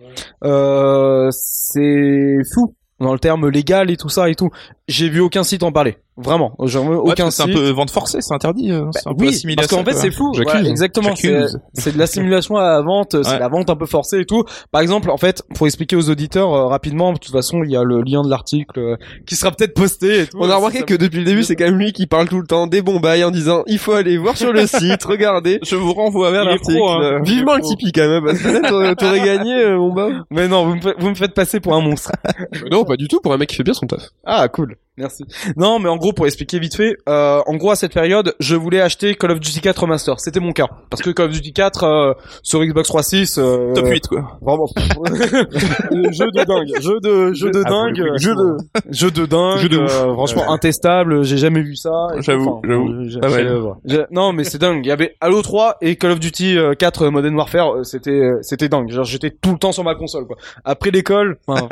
Speaker 3: euh, c'est fou dans le terme légal et tout ça et tout. J'ai vu aucun site en parler, vraiment. J'en veux
Speaker 2: Ouais,
Speaker 3: aucun
Speaker 2: parce que
Speaker 3: site.
Speaker 2: C'est un peu vente forcée, c'est interdit. euh,
Speaker 3: Bah
Speaker 2: c'est un peu
Speaker 3: oui,
Speaker 2: assimilé à
Speaker 3: parce qu'en
Speaker 2: ça,
Speaker 3: fait
Speaker 2: quoi.
Speaker 3: c'est fou.
Speaker 2: J'accuse.
Speaker 3: Voilà, exactement. C'est
Speaker 2: J'accuse.
Speaker 3: c'est de la simulation à la vente, c'est
Speaker 2: Ouais.
Speaker 3: la vente un peu forcée et tout. Par exemple, en fait, pour expliquer aux auditeurs euh, rapidement, de toute façon, il y a le lien de l'article euh, qui sera peut-être posté. Et tout,
Speaker 1: On a
Speaker 3: Ça,
Speaker 1: remarqué
Speaker 3: ça-
Speaker 1: que depuis le début, c'est quand même lui qui parle tout le temps des bons bails en disant il faut aller voir sur le site, regardez.
Speaker 2: Je vous renvoie vers
Speaker 4: Il est
Speaker 2: l'article.
Speaker 4: pro, hein.
Speaker 2: euh,
Speaker 1: Vivement le Tipeee quand même, parce que là, t'aurais- t'aurais gagné euh, mon bas.
Speaker 3: Mais non, vous me, fa- vous me faites passer pour un monstre.
Speaker 1: Non, pas du tout, pour un mec qui fait bien son taf.
Speaker 3: Ah, cool. Merci. Non, mais en gros, pour expliquer vite fait, euh, en gros, à cette période, je voulais acheter Call of Duty 4 Remaster. C'était mon cas. Parce que Call of Duty 4, euh, sur Xbox 360, euh,
Speaker 2: Top 8 quoi.
Speaker 3: Vraiment. Euh, jeu de dingue, jeu de jeu de
Speaker 2: Ah,
Speaker 3: dingue,
Speaker 2: pour le coup,
Speaker 3: jeu de jeu de dingue.
Speaker 2: Jeu de ouf.
Speaker 3: euh, franchement intestable, j'ai jamais vu ça. Et
Speaker 2: J'avoue,
Speaker 3: enfin,
Speaker 2: j'avoue.
Speaker 3: j'ai-
Speaker 2: Ah ouais.
Speaker 3: j'ai- Non mais c'est dingue. Il y avait Halo 3 et Call of Duty euh, 4 Modern Warfare. euh, C'était euh, c'était dingue. Genre j'étais tout le temps sur ma console quoi. Après l'école, enfin,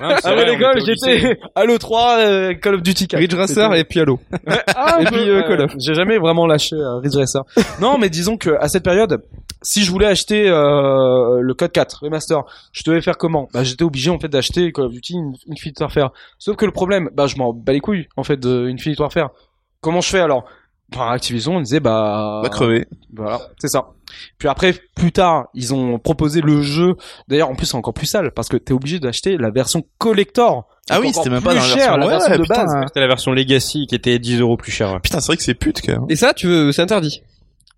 Speaker 3: Ah après l'école j'étais Halo 3, euh, Call of Duty 4.
Speaker 1: Ridge Racer et puis Halo.
Speaker 3: Ah,
Speaker 1: Et
Speaker 3: je-
Speaker 1: puis, euh,
Speaker 3: ouais,
Speaker 1: Call of.
Speaker 3: J'ai jamais vraiment lâché euh, Ridge Racer. non, mais disons que à cette période, si je voulais acheter euh, le code 4 remaster, je devais faire comment Bah j'étais obligé en fait d'acheter Call of Duty In- Infinite Warfare. Sauf que le problème, bah je m'en bats les couilles en fait de Infinite Warfare. Comment je fais alors Bah Activision on disait bah
Speaker 2: Va crever.
Speaker 3: voilà, c'est ça. Puis après, plus tard, ils ont proposé le jeu. D'ailleurs, en plus, c'est encore plus sale parce que t'es obligé d'acheter la version collector.
Speaker 2: Ah oui,
Speaker 3: encore
Speaker 2: c'était même pas
Speaker 3: plus
Speaker 2: dans la
Speaker 3: cher,
Speaker 2: version,
Speaker 3: la
Speaker 2: ouais,
Speaker 3: version de
Speaker 2: putain.
Speaker 3: base.
Speaker 4: C'était la version Legacy qui était 10 euros plus chère.
Speaker 2: Putain, c'est vrai que c'est pute quand même.
Speaker 1: Et ça, tu veux, c'est interdit.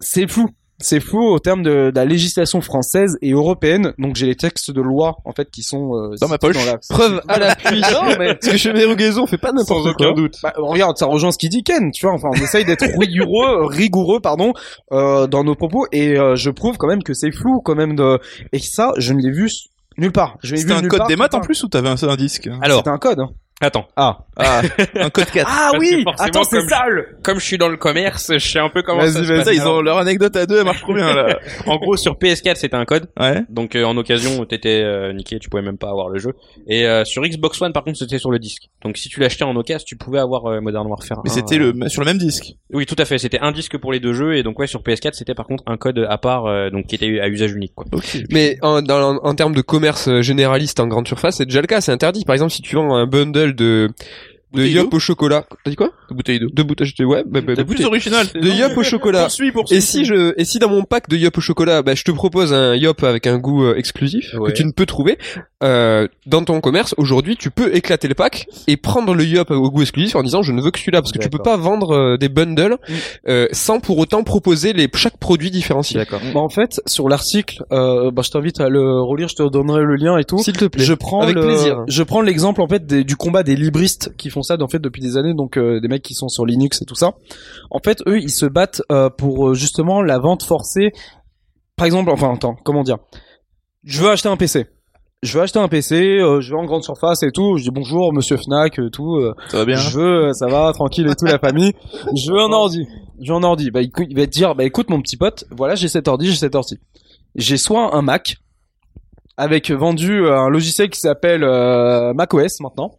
Speaker 3: c'est flou. C'est flou au terme de, de la législation française et européenne. Donc j'ai les textes de loi en fait qui sont euh,
Speaker 2: Dans ma
Speaker 3: cités
Speaker 2: poche.
Speaker 3: la-
Speaker 1: Preuve à l'appui.
Speaker 3: Non, mais-
Speaker 1: Parce que chez Merugaison, on fait pas n'importe quoi.
Speaker 4: doute.
Speaker 3: Bah, regarde, ça rejoint ce qu'il dit Ken. Tu vois, enfin, on essaye d'être rigoureux, rigoureux, pardon, euh, dans nos propos et euh, je prouve quand même que c'est flou quand même de et ça, je ne l'ai vu s- nulle part. Je l'ai
Speaker 2: C'était
Speaker 3: vu hein
Speaker 2: un
Speaker 3: nulle
Speaker 2: code
Speaker 3: part,
Speaker 2: des maths
Speaker 3: putain.
Speaker 2: en plus ou t'avais un, un disque
Speaker 4: Alors,
Speaker 3: C'était un code. hein.
Speaker 4: attends.
Speaker 3: Ah.
Speaker 2: Ah, un code 4.
Speaker 3: Ah
Speaker 4: Parce que
Speaker 3: oui.
Speaker 4: forcément,
Speaker 3: Attends, c'est
Speaker 4: comme-
Speaker 3: sale.
Speaker 4: Comme je suis dans le commerce, je sais un peu comment ça
Speaker 2: Vas-y,
Speaker 4: se passe.
Speaker 2: vas-y, ils ont leur anecdote à deux, elle marche trop bien là.
Speaker 4: En gros, sur PS4, c'était un code.
Speaker 2: Ouais.
Speaker 4: Donc, euh, en occasion, t'étais euh, niqué, tu pouvais même pas avoir le jeu. Et euh, sur Xbox One, par contre, c'était sur le disque. Donc, si tu l'achetais en occasion, tu pouvais avoir euh, Modern Warfare.
Speaker 2: Mais
Speaker 4: 1,
Speaker 2: c'était
Speaker 4: euh,
Speaker 2: le sur le même disque.
Speaker 4: Oui, tout à fait. C'était un disque pour les deux jeux. Et donc, ouais, sur PS4, c'était par contre un code à part, euh, donc qui était à usage unique. Quoi.
Speaker 1: Mais en, dans- en termes de commerce euh, généraliste en grande surface, c'est déjà le cas, c'est interdit. Par exemple, si tu vends un bundle de, de
Speaker 2: Bouteille
Speaker 1: yop au chocolat. T'as dit quoi?
Speaker 2: De bouteille d'eau.
Speaker 1: De bouteilles de, ouais, bah, bah, de
Speaker 2: C'est plus
Speaker 1: bouteilles.
Speaker 2: original.
Speaker 1: De yop au chocolat.
Speaker 2: Poursuis, poursuis.
Speaker 1: Et si je, et si dans mon pack de yop au chocolat, bah, je te propose un yop avec un goût euh, exclusif
Speaker 4: Ouais.
Speaker 1: que tu ne peux trouver euh, dans ton commerce aujourd'hui, tu peux éclater le pack et prendre le yop au goût exclusif en disant je ne veux que celui-là parce que tu peux pas vendre euh, des bundles euh, sans pour autant proposer les chaque produit différencié.
Speaker 4: D'accord.
Speaker 3: Bah, en fait, sur l'article, euh, bah, je t'invite à le relire. Je te donnerai le lien et tout.
Speaker 1: S'il te plaît.
Speaker 3: Je prends
Speaker 1: Avec
Speaker 3: le-
Speaker 1: plaisir.
Speaker 3: Je prends l'exemple en fait des- du combat des libristes qui font ça en fait depuis des années, donc euh, des mecs qui sont sur Linux et tout ça. En fait, eux, ils se battent euh, pour euh, justement la vente forcée. Par exemple, enfin, attends, comment dire Je veux acheter un PC. Je veux acheter un PC, euh, je vais en grande surface et tout. Je dis bonjour, monsieur Fnac, euh, tout. euh,
Speaker 2: Ça va bien.
Speaker 3: je veux, euh, ça va, tranquille et tout, la famille. Je veux un ordi. j'ai un ordi. Bah, il, cou- il va te dire, bah écoute mon petit pote, voilà j'ai cet ordi, j'ai cet ordi. J'ai soit un Mac avec vendu euh, un logiciel qui s'appelle euh, macOS maintenant,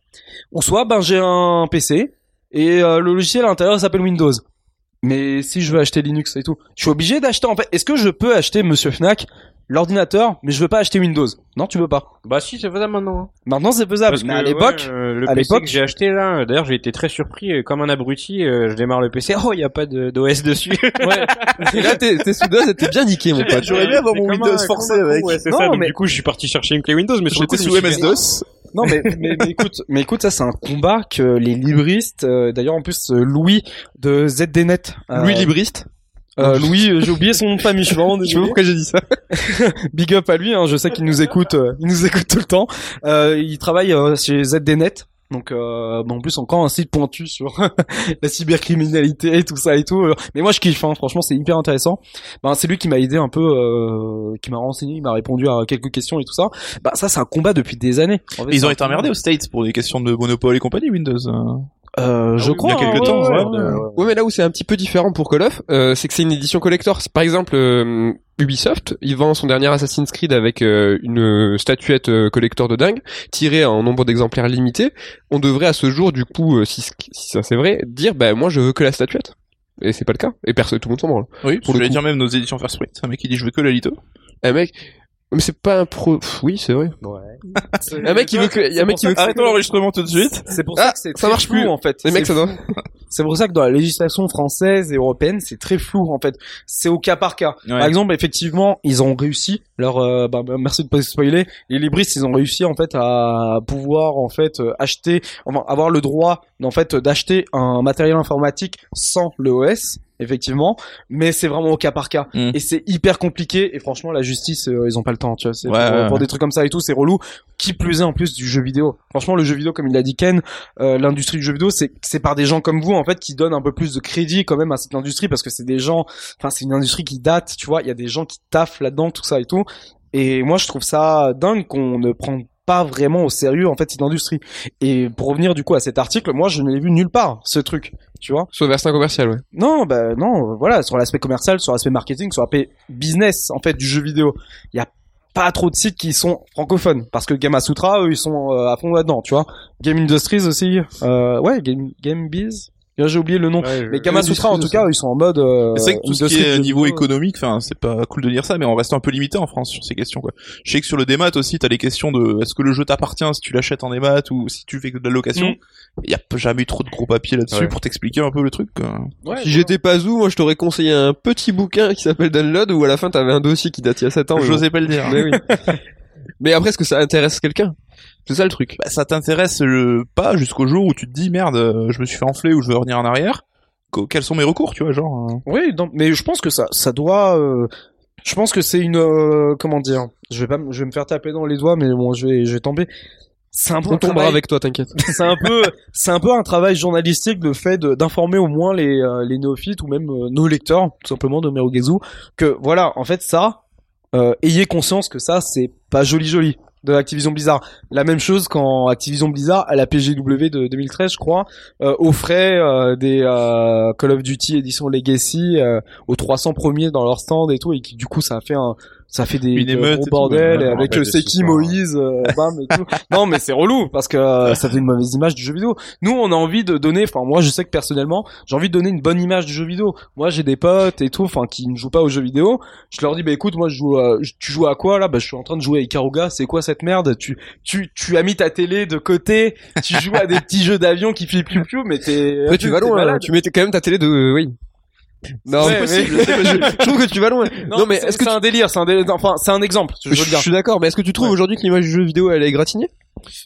Speaker 3: ou soit ben j'ai un PC et euh, le logiciel à l'intérieur s'appelle Windows. Mais si je veux acheter Linux et tout, je suis obligé d'acheter en fait. Est-ce que je peux acheter Monsieur Fnac l'ordinateur, mais je veux pas acheter Windows Non, tu peux pas.
Speaker 4: Bah si, c'est faisable maintenant.
Speaker 3: Maintenant c'est faisable.
Speaker 4: Parce
Speaker 3: mais
Speaker 4: que,
Speaker 3: à l'époque,
Speaker 4: ouais, euh, le
Speaker 3: à
Speaker 4: PC
Speaker 3: l'époque-
Speaker 4: que j'ai acheté là, euh, d'ailleurs j'ai été très surpris, euh, comme un abruti, euh, je démarre le PC, oh il y a pas de- d'OS dessus.
Speaker 1: Et là, t'es, t'es soudain, c'était bien niqué, mon pote.
Speaker 2: J'aurais aimé avoir
Speaker 4: Euh, C'est
Speaker 2: mon
Speaker 4: comme
Speaker 2: Windows
Speaker 4: un-
Speaker 2: forcé
Speaker 4: comme un con,
Speaker 2: avec.
Speaker 4: Ouais, c'est
Speaker 3: Non,
Speaker 4: ça. Donc
Speaker 3: mais-
Speaker 4: du coup je suis parti chercher une clé Windows, mais sur le coup,
Speaker 2: J'étais
Speaker 4: je
Speaker 2: sous
Speaker 4: me suis dit,
Speaker 2: MS-DOS.
Speaker 3: Non, mais, mais, mais écoute, mais écoute, ça c'est un combat que les libristes, euh, d'ailleurs en plus euh, Louis de ZDNet, euh,
Speaker 1: Louis Libriste.
Speaker 3: euh, Louis, euh, j'ai oublié son nom de famille, je suis vraiment
Speaker 1: Je sais pas
Speaker 3: désolé.
Speaker 1: pourquoi j'ai dit ça.
Speaker 3: Big up à lui, hein, je sais qu'il nous écoute, euh, il nous écoute tout le temps. Euh, il travaille euh, chez ZDNet, donc euh, bon, en plus encore un site pointu sur la cybercriminalité et tout ça et tout. euh. Mais moi je kiffe, hein, franchement c'est hyper intéressant. Ben c'est lui qui m'a aidé un peu, euh, qui m'a renseigné, il m'a répondu à quelques questions et tout ça. Ben ça c'est un combat depuis des années. En fait,
Speaker 2: Ils ont
Speaker 3: c'est un
Speaker 2: été emmerdés aux States pour des questions de monopole et compagnie Windows. hein.
Speaker 3: Euh, je
Speaker 4: oui,
Speaker 3: crois.
Speaker 2: il y a
Speaker 3: hein,
Speaker 2: quelques
Speaker 3: ouais,
Speaker 2: temps,
Speaker 3: ouais,
Speaker 2: ouais,
Speaker 3: ouais.
Speaker 2: de-
Speaker 1: Ouais, mais là où c'est un petit peu différent pour Call of, euh, c'est que c'est une édition collector. Par exemple, euh, Ubisoft, il vend son dernier Assassin's Creed avec euh, une statuette euh, collector de dingue, tirée en nombre d'exemplaires limité. On devrait à ce jour, du coup, euh, si, si ça c'est vrai, dire, bah moi je veux que la statuette. Et c'est pas le cas. Et personne, tout le monde s'en branle.
Speaker 2: Oui,
Speaker 1: pour
Speaker 2: pour
Speaker 1: le
Speaker 2: le
Speaker 1: coup.
Speaker 2: dire même nos éditions First Print. Un mec qui dit je veux que la lito.
Speaker 1: Un mec, mais c'est pas un pro. Pff, oui, c'est vrai. Un mec qui veut que, un mec qui veut que.
Speaker 2: Arrêtons l'enregistrement tout de suite.
Speaker 3: C'est pour
Speaker 1: Ah,
Speaker 3: ça que c'est
Speaker 1: ça
Speaker 3: très
Speaker 1: marche
Speaker 3: flou,
Speaker 1: plus.
Speaker 3: en fait.
Speaker 1: Les mecs, ça
Speaker 3: C'est-
Speaker 1: doit.
Speaker 3: C'est pour ça que dans la législation française et européenne, c'est très flou en fait. C'est au cas par cas.
Speaker 2: Ouais.
Speaker 3: Par exemple, effectivement, ils ont réussi. Leur, euh, bah, bah, merci de pas spoiler. Les libristes, ils ont réussi en fait à pouvoir en fait euh, acheter, enfin avoir le droit en fait d'acheter un matériel informatique sans le OS. Effectivement, mais c'est vraiment au cas par cas
Speaker 2: Mm.
Speaker 3: et c'est hyper compliqué. Et franchement, la justice, euh, ils ont pas le temps. Tu vois, c'est
Speaker 2: Ouais,
Speaker 3: pour,
Speaker 2: ouais,
Speaker 3: pour
Speaker 2: ouais.
Speaker 3: des trucs comme ça et tout, c'est relou. Qui plus est en plus du jeu vidéo. Franchement, le jeu vidéo, comme il l'a dit Ken, euh, l'industrie du jeu vidéo, c'est c'est par des gens comme vous en fait qui donnent un peu plus de crédit quand même à cette industrie parce que c'est des gens enfin c'est une industrie qui date, tu vois, il y a des gens qui taffent là-dedans, tout ça et tout. Et moi je trouve ça dingue qu'on ne prend pas vraiment au sérieux en fait cette industrie. Et pour revenir du coup à cet article, moi je ne l'ai vu nulle part ce truc, tu vois.
Speaker 1: Sauf version commerciale, ouais.
Speaker 3: Non, bah non, euh, voilà, sur l'aspect commercial, sur l'aspect marketing, sur l'aspect business en fait du jeu vidéo, il y a pas trop de sites qui sont francophones parce que Gamasutra eux ils sont euh, à fond là-dedans, tu vois. Game Industries aussi, euh, ouais, Game Game Biz. Là, J'ai oublié le nom.
Speaker 4: Ouais, je-
Speaker 3: Mais Gamasutra en tout cas, ils sont en mode euh,
Speaker 2: c'est vrai que tout ce qui
Speaker 3: industrie
Speaker 2: est
Speaker 3: du jeu
Speaker 2: niveau
Speaker 3: vidéo.
Speaker 2: économique, enfin, c'est pas cool de dire ça, mais on reste un peu limité en France sur ces questions, quoi. Je sais que sur le démat aussi, t'as les questions de est-ce que le jeu t'appartient si tu l'achètes en démat ou si tu fais que de la location.
Speaker 3: Mm.
Speaker 2: Il y a jamais eu trop de gros papiers là-dessus
Speaker 4: Ouais.
Speaker 2: pour t'expliquer un peu le truc, quoi.
Speaker 3: Ouais,
Speaker 1: Si j'étais pas Zou, moi je t'aurais conseillé un petit bouquin qui s'appelle Download où à la fin t'avais un dossier qui date il y a 7 ans. mais
Speaker 2: J'osais pas le dire.
Speaker 1: Mais oui. Mais après, est-ce que ça intéresse quelqu'un C'est ça le truc.
Speaker 2: Bah, ça t'intéresse euh, pas jusqu'au jour où tu te dis merde, euh, je me suis fait enfler ou je veux revenir en arrière. Qu- Quels sont mes recours, tu vois, genre. euh,
Speaker 3: Oui, non, mais je pense que ça, ça doit. euh, je pense que c'est une, euh, comment dire Je vais pas, me- je vais me faire taper dans les doigts, mais bon, je vais, je vais tomber. C'est un peu
Speaker 1: On
Speaker 3: un
Speaker 1: tombera
Speaker 3: travail-
Speaker 1: avec toi, t'inquiète.
Speaker 3: C'est un peu, c'est un peu un travail journalistique le fait de- d'informer au moins les, euh, les néophytes ou même euh, nos lecteurs, tout simplement de Merugezu, que voilà, en fait, ça, euh, ayez conscience que ça, c'est pas joli joli de Activision Blizzard. La même chose quand Activision Blizzard, à la PGW de 2013, je crois, euh, offrait euh, des euh, Call of Duty édition Legacy euh, aux 300 premiers dans leur stand et tout, et qui du coup ça a fait un, ça fait des,
Speaker 2: Une
Speaker 3: des
Speaker 2: émeute et
Speaker 3: gros
Speaker 2: tout,
Speaker 3: bordels
Speaker 2: ouais, ouais,
Speaker 3: avec
Speaker 2: ouais,
Speaker 3: euh,
Speaker 2: des
Speaker 3: c'est qui
Speaker 2: histoires.
Speaker 3: Moïse, euh, bam et tout. non mais c'est relou parce que euh, ça fait une mauvaise image du jeu vidéo. Nous on a envie de donner, enfin moi je sais que personnellement j'ai envie de donner une bonne image du jeu vidéo. Moi j'ai des potes et tout, enfin qui ne jouent pas aux jeux vidéo, je leur dis bah écoute moi je joue à- je- tu joues à quoi là bah je suis en train de jouer à Ikaruga c'est quoi cette merde tu tu tu as mis ta télé de côté tu joues à des petits jeux d'avion qui filent plus plus mais t'es
Speaker 1: Après, tu vas
Speaker 3: t'es
Speaker 1: loin.
Speaker 3: malade.
Speaker 1: hein. Tu mets quand même ta télé de. oui. Non,
Speaker 3: Ouais,
Speaker 1: mais- je, sais, mais je- je trouve que tu vas loin. Non, mais est-ce que
Speaker 3: c'est
Speaker 1: tu-
Speaker 3: un délire c'est un délire enfin c'est un exemple je
Speaker 1: je,
Speaker 3: veux le dire
Speaker 1: suis d'accord, mais est-ce que tu trouves
Speaker 3: Ouais.
Speaker 1: aujourd'hui que l'image du jeu vidéo elle est gratignée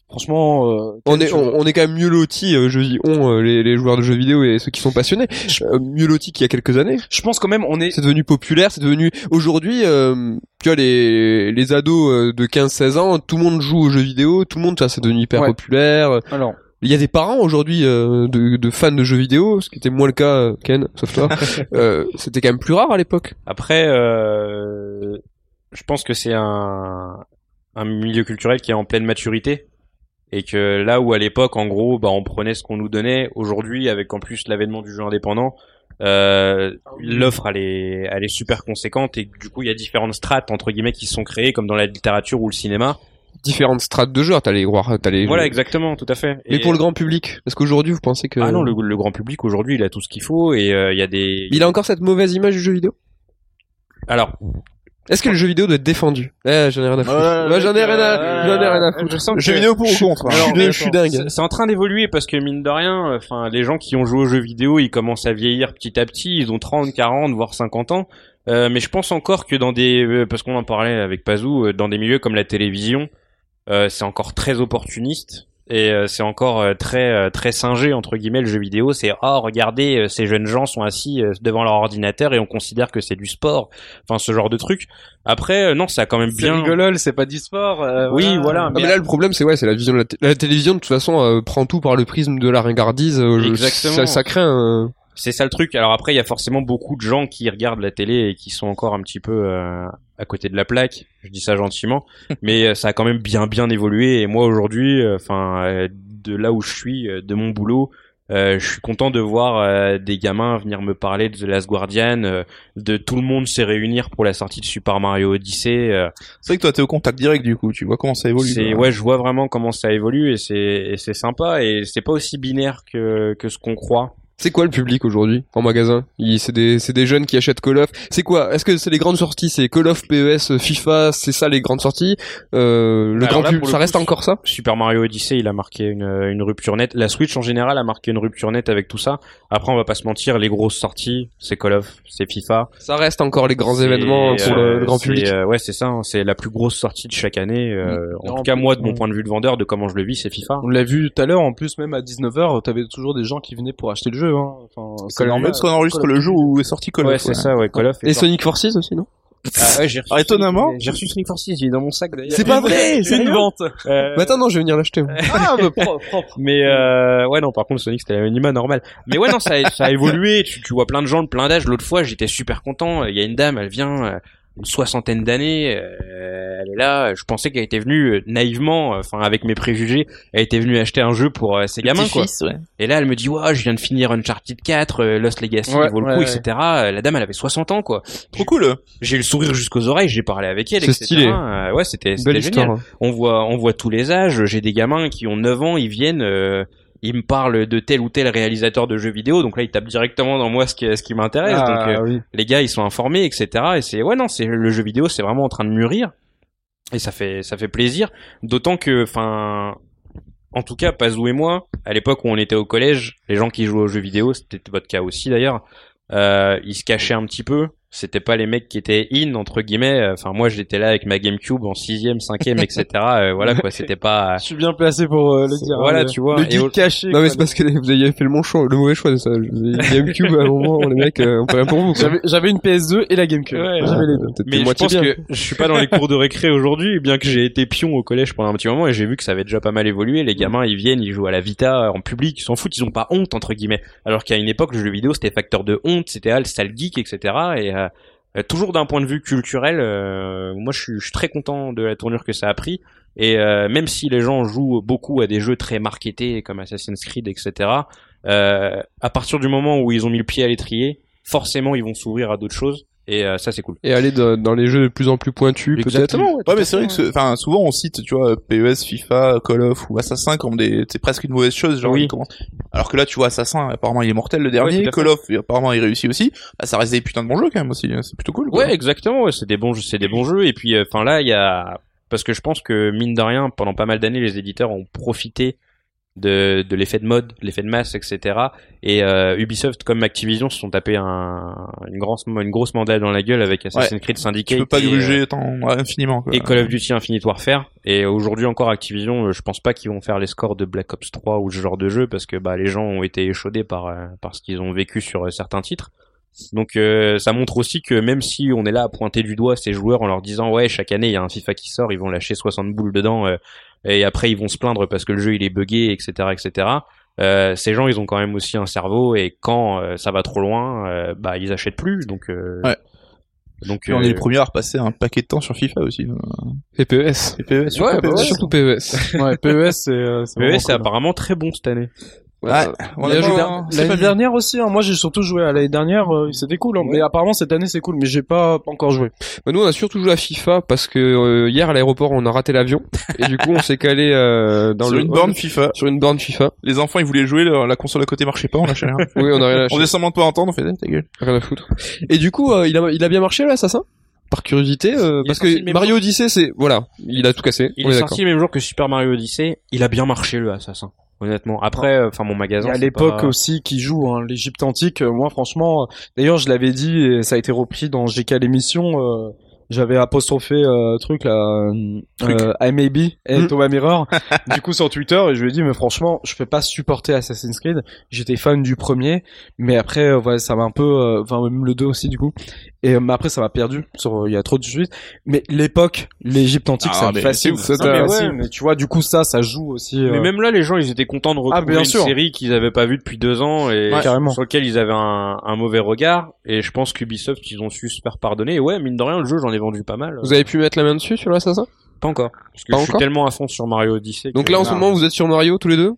Speaker 3: franchement euh,
Speaker 1: On est,
Speaker 3: je-
Speaker 1: on, on est quand même mieux lotis, euh, je dis on, euh, les, les joueurs de jeux vidéo et ceux qui sont passionnés, euh, mieux lotis qu'il y a quelques années.
Speaker 3: je pense quand même on est
Speaker 1: C'est devenu populaire, c'est devenu aujourd'hui euh, tu vois les les ados euh, de 15-16 ans, tout le monde joue aux jeux vidéo, tout le monde ça c'est devenu hyper
Speaker 3: Ouais.
Speaker 1: populaire.
Speaker 3: alors
Speaker 1: Il y a des parents aujourd'hui euh, de, de fans de jeux vidéo, ce qui était moins le cas euh, Ken, sauf toi. Euh, c'était quand même plus rare à l'époque.
Speaker 4: Après, euh, je pense que c'est un, un milieu culturel qui est en pleine maturité. Et que là où à l'époque, en gros, bah, on prenait ce qu'on nous donnait, aujourd'hui, avec en plus l'avènement du jeu indépendant, euh, l'offre elle est, elle est super conséquente et du coup il y a différentes strates entre guillemets qui sont créées comme dans la littérature ou le cinéma.
Speaker 1: Différentes strates de genre, t'as les gros, t'as les.
Speaker 4: Voilà exactement, tout à fait.
Speaker 1: Mais
Speaker 4: Et- euh,
Speaker 1: pour le grand euh, public, parce qu'aujourd'hui, vous pensez que.
Speaker 4: ah non le, le grand public aujourd'hui il a tout ce qu'il faut et euh, il y a des
Speaker 1: Il a encore cette mauvaise image du jeu vidéo.
Speaker 4: alors
Speaker 1: Est-ce que le jeu vidéo doit être défendu Eh, j'en ai rien à foutre.
Speaker 3: Bah,
Speaker 1: Moi, j'en ai rien à, j'en ai rien à foutre.
Speaker 4: je sens que
Speaker 2: Jeux vidéo pour ou contre hein.
Speaker 1: je suis
Speaker 4: Alors,
Speaker 1: dingue, je suis dingue.
Speaker 4: C'est c'est en train d'évoluer parce que mine de rien, euh, enfin les gens qui ont joué aux jeux vidéo, ils commencent à vieillir petit à petit, ils ont 30, 40 voire 50 ans. Euh, mais je pense encore que dans des euh, parce qu'on en parlait avec Pazou euh, dans des milieux comme la télévision, euh, c'est encore très opportuniste et euh, c'est encore euh, très euh, très singé entre guillemets le jeu vidéo, c'est oh regardez euh, ces jeunes gens sont assis euh, devant leur ordinateur et on considère que c'est du sport. Enfin ce genre de truc. Après euh, non, ça a quand même
Speaker 3: C'est
Speaker 4: bien
Speaker 3: rigolo, c'est pas du sport. euh,
Speaker 4: Oui, voilà.
Speaker 1: Ah, mais là, le problème, c'est ouais, c'est la vision de la, té- la télévision. De toute façon, euh, prend tout par le prisme de la ringardise. euh, je-
Speaker 4: Exactement.
Speaker 1: Ça, ça craint. euh.
Speaker 4: C'est ça le truc. Alors après, il y a forcément beaucoup de gens qui regardent la télé et qui sont encore un petit peu euh, à côté de la plaque. Je dis ça gentiment, mais euh, ça a quand même bien bien évolué. Et moi aujourd'hui, euh, enfin de là où je suis, euh, de mon boulot, euh, je suis content de voir euh, des gamins venir me parler de The Last Guardian, euh, de tout le monde se réunir pour la sortie de Super Mario Odyssey. euh,
Speaker 2: C'est vrai que toi t'es au contact direct du coup, tu vois comment ça évolue.
Speaker 4: c'est ouais, je vois vraiment comment ça évolue et c'est et c'est sympa et c'est pas aussi binaire que que ce qu'on croit.
Speaker 1: C'est quoi le public aujourd'hui en magasin Il- C'est des, c'est des jeunes qui achètent Call of. C'est quoi Est-ce que c'est les grandes sorties C'est Call of, PES, FIFA, c'est ça les grandes sorties euh, Le
Speaker 2: Alors
Speaker 1: grand
Speaker 2: là,
Speaker 1: public,
Speaker 2: pour le
Speaker 1: ça
Speaker 2: coup,
Speaker 1: reste encore ça
Speaker 4: Super Mario Odyssey, il a marqué une, euh, une rupture nette. La Switch en général a marqué une rupture nette avec tout ça. Après, on va pas se mentir, les grosses sorties, c'est Call of, c'est FIFA.
Speaker 1: Ça reste encore les grands
Speaker 4: C'est,
Speaker 1: événements pour le,
Speaker 4: euh,
Speaker 1: le grand
Speaker 4: c'est,
Speaker 1: public.
Speaker 4: euh, ouais, c'est ça. hein. C'est la plus grosse sortie de chaque année. euh, en
Speaker 3: Non,
Speaker 4: tout cas, moi, de mon
Speaker 3: oui.
Speaker 4: point de vue de vendeur, de comment je le vis, c'est FIFA.
Speaker 3: On l'a vu tout à l'heure, en plus, même à 19h, t'avais toujours des gens qui venaient pour acheter le jeu. Hein. Enfin, c'est
Speaker 2: En fait,
Speaker 3: normal.
Speaker 2: parce qu'on enregistre le jour où est sorti Call of.
Speaker 4: ouais, c'est ça, ouais, Call of.
Speaker 1: Et Sonic Forces aussi, non
Speaker 4: Ah, ouais, j'ai reçu-
Speaker 2: Ah, étonnamment.
Speaker 4: J'ai reçu Sonic Forces, il est dans mon sac d'ailleurs.
Speaker 1: C'est pas vrai
Speaker 4: C'est une vente. Euh,
Speaker 1: Bah attends, non, je vais venir l'acheter. moi.
Speaker 3: Ah, bah, pro- propre.
Speaker 4: Mais euh, ouais non par contre Sonic c'était l'anonymat normal. Mais ouais non ça a, ça a évolué, tu, tu vois plein de gens de plein d'âge. L'autre fois j'étais super content, il y a une dame, elle vient euh, une soixantaine d'années, euh, elle est là, je pensais qu'elle était venue euh, naïvement, euh, enfin avec mes préjugés, elle était venue acheter un jeu pour euh, ses gamins quoi.
Speaker 5: Petit-fils, ouais.
Speaker 4: Et là elle me dit "Waouh, je viens de finir Uncharted 4, euh, Lost Legacy,
Speaker 3: Ouais,
Speaker 4: il vaut le
Speaker 3: ouais,
Speaker 4: coup
Speaker 3: ouais.
Speaker 4: etc." Euh, La dame elle avait 60 ans quoi.
Speaker 2: Trop cool.
Speaker 4: J'ai eu le sourire jusqu'aux oreilles, j'ai parlé avec elle
Speaker 1: C'est
Speaker 4: etc.
Speaker 1: stylé.
Speaker 4: Euh, ouais c'était c'était
Speaker 1: Belle
Speaker 4: génial
Speaker 1: histoire. hein.
Speaker 4: on voit on voit tous les âges j'ai des gamins qui ont 9 ans ils viennent euh, ils me parlent de tel ou tel réalisateur de jeux vidéo donc là ils tapent directement dans moi ce qui ce qui m'intéresse donc euh,
Speaker 3: Ah, oui.
Speaker 4: les gars ils sont informés etc et c'est ouais non c'est le jeu vidéo c'est vraiment en train de mûrir et ça fait ça fait plaisir d'autant que enfin en tout cas Pazou et moi à l'époque où on était au collège les gens qui jouaient aux jeux vidéo c'était votre cas aussi d'ailleurs euh, ils se cachaient un petit peu c'était pas les mecs qui étaient in entre guillemets enfin moi j'étais là avec ma GameCube en sixième cinquième etc Euh, voilà quoi c'était pas
Speaker 3: Je suis bien placé pour euh, le dire.
Speaker 4: voilà
Speaker 3: hein,
Speaker 4: tu vois
Speaker 3: le
Speaker 4: Et au-
Speaker 3: geek caché.
Speaker 1: Non mais c'est
Speaker 3: quoi.
Speaker 1: parce que les- vous avez fait le bon choix, le mauvais choix de ça. GameCube à un moment, les mecs, euh, on peut rien pour vous. quoi.
Speaker 3: J'avais- J'avais une PS2 et la GameCube.
Speaker 4: Ouais.
Speaker 3: J'avais les deux.
Speaker 1: T'étais
Speaker 4: Mais je
Speaker 1: moitié
Speaker 4: pense
Speaker 1: bien.
Speaker 4: que je suis pas dans les cours de récré aujourd'hui, bien que j'ai été pion au collège pendant un petit moment et j'ai vu que ça avait déjà pas mal évolué. Les gamins, ils viennent, ils jouent à la Vita euh, en public, ils s'en foutent, ils ont pas honte entre guillemets. Alors qu'à une époque, le jeu vidéo c'était facteur de honte, c'était ah, le sale geek, etc. Et euh, euh, toujours d'un point de vue culturel, euh, moi je suis, je suis très content de la tournure que ça a pris. Et euh, même si les gens jouent beaucoup à des jeux très marketés comme Assassin's Creed, etc. Euh, à partir du moment où ils ont mis le pied à l'étrier, forcément ils vont s'ouvrir à d'autres choses. Et euh, ça c'est cool.
Speaker 1: Et aller dans, dans les jeux de plus en plus pointus, peut-être.
Speaker 2: Exactement. Ouais, mais c'est vrai que ce- enfin souvent on cite tu vois PES, FIFA, Call of ou Assassin comme des c'est presque une mauvaise chose genre
Speaker 4: Oui.
Speaker 2: ils commencent- Alors que là tu vois Assassin apparemment il est mortel le
Speaker 4: Ouais,
Speaker 2: dernier,
Speaker 4: tout à fait.
Speaker 2: Call of apparemment il réussit aussi. Bah, ça reste des putains de bons jeux quand même aussi, hein, c'est plutôt cool. quoi.
Speaker 4: Ouais, exactement. ouais, c'est des bons jeux, c'est des bons jeux. Et puis, euh, enfin là, il y a parce que je pense que mine de rien, pendant pas mal d'années, les éditeurs ont profité de, de l'effet de mode, l'effet de masse, etc. Et euh, Ubisoft comme Activision se sont tapés un, une, grosse, une grosse mandale dans la gueule avec Assassin's Creed Syndicate.
Speaker 2: Tu peux pas
Speaker 4: et, euh,
Speaker 2: gruger tant infiniment quoi.
Speaker 4: et Call of Duty Infinite Warfare. Et aujourd'hui encore Activision, euh, je pense pas qu'ils vont faire les scores de Black Ops 3 ou ce genre de jeu parce que bah, les gens ont été échaudés par, euh, par ce qu'ils ont vécu sur euh, certains titres. Donc euh, ça montre aussi que même si on est là à pointer du doigt ces joueurs en leur disant ouais chaque année il y a un FIFA qui sort, ils vont lâcher 60 boules dedans euh, et après ils vont se plaindre parce que le jeu il est buggé etc etc. Euh, ces gens ils ont quand même aussi un cerveau et quand euh, ça va trop loin euh, bah ils achètent plus donc euh,
Speaker 2: Ouais.
Speaker 4: donc
Speaker 2: Puis on est
Speaker 4: euh,
Speaker 2: les premiers à repasser un paquet de temps sur FIFA aussi.
Speaker 1: Et PES.
Speaker 2: Et E PES,
Speaker 1: Ouais, bah ouais, surtout PES.
Speaker 3: Ouais, PES, c'est. euh, c'est
Speaker 4: Ouais,
Speaker 3: vraiment
Speaker 4: E c'est
Speaker 3: cool.
Speaker 4: apparemment très bon cette année.
Speaker 2: Ouais,
Speaker 1: Euh,
Speaker 2: on
Speaker 1: il y a
Speaker 2: a
Speaker 1: joué
Speaker 2: pas- E c'est pas
Speaker 3: L'année
Speaker 2: bien.
Speaker 3: dernière aussi, hein. moi j'ai surtout joué à l'année dernière, euh, c'était cool, hein. mais apparemment cette année c'est cool, mais j'ai pas, pas encore joué.
Speaker 1: Bah, nous, on a surtout joué à FIFA parce que euh, hier à l'aéroport, on a raté l'avion et du coup, on s'est calé euh, dans
Speaker 2: Sur
Speaker 1: le
Speaker 2: une
Speaker 4: E
Speaker 2: borne FIFA.
Speaker 1: sur une borne FIFA.
Speaker 2: Les enfants, ils voulaient jouer, leur- la console à côté marchait pas, on lâchait rien.
Speaker 1: Oui, on a rien à,
Speaker 2: on faisait semblant de pas entendre, on faisait hein, ta gueule.
Speaker 1: rien à foutre. Et du coup, euh, il a il a bien marché là, Assassin Par curiosité, euh,
Speaker 4: Il est
Speaker 1: parce
Speaker 4: sorti le
Speaker 1: que
Speaker 4: même
Speaker 1: Mario Odyssey, c'est voilà, il a tout cassé.
Speaker 4: Il
Speaker 1: on
Speaker 4: est,
Speaker 1: est d'accord.
Speaker 4: sorti le même jour que Super Mario Odyssey. Il a bien marché le Assassin. Honnêtement. Après, euh, enfin mon
Speaker 3: Il
Speaker 4: magasin.
Speaker 3: y a
Speaker 4: c'est
Speaker 3: l'époque
Speaker 4: pas-
Speaker 3: aussi qui joue, hein, l'Égypte antique, euh, moi franchement, euh, d'ailleurs je l'avais dit et ça a été repris dans GK l'émission, euh, j'avais apostrophé euh, truc là, euh, euh, MAB et
Speaker 2: Hmm.
Speaker 1: Mm.
Speaker 3: Thomas Mirror, du coup sur Twitter et je lui ai dit mais franchement je peux pas supporter Assassin's Creed, j'étais fan du premier, mais après euh, ouais, ça m'a un peu, euh, enfin même le 2 aussi du coup, et euh, mais après ça m'a perdu, sur il y a trop de suites, mais l'époque, l'Égypte antique
Speaker 2: Ah,
Speaker 3: ça me
Speaker 2: mais
Speaker 3: fascine,
Speaker 2: c'est ouf,
Speaker 3: ça
Speaker 4: non,
Speaker 3: me
Speaker 4: mais ouais,
Speaker 3: fascine. mais tu vois du coup ça, ça joue aussi.
Speaker 4: Mais
Speaker 3: euh,
Speaker 4: même là, les gens, ils étaient contents de retrouver
Speaker 3: Ah, bien
Speaker 4: une
Speaker 3: sûr.
Speaker 4: série qu'ils avaient pas vue depuis deux ans et
Speaker 3: Ouais, carrément.
Speaker 4: sur laquelle ils avaient un, un mauvais regard. Et je pense qu'Ubisoft, ils ont su se faire pardonner. Et ouais, mine de rien, le jeu, j'en ai vendu pas mal.
Speaker 1: Vous avez pu mettre la main dessus sur l'assassin
Speaker 4: Pas encore. Parce que
Speaker 1: Pas
Speaker 4: je suis
Speaker 1: encore
Speaker 4: tellement à fond sur Mario Odyssey.
Speaker 1: Donc
Speaker 4: que-
Speaker 1: là en ce
Speaker 4: Non.
Speaker 1: moment vous êtes sur Mario tous les deux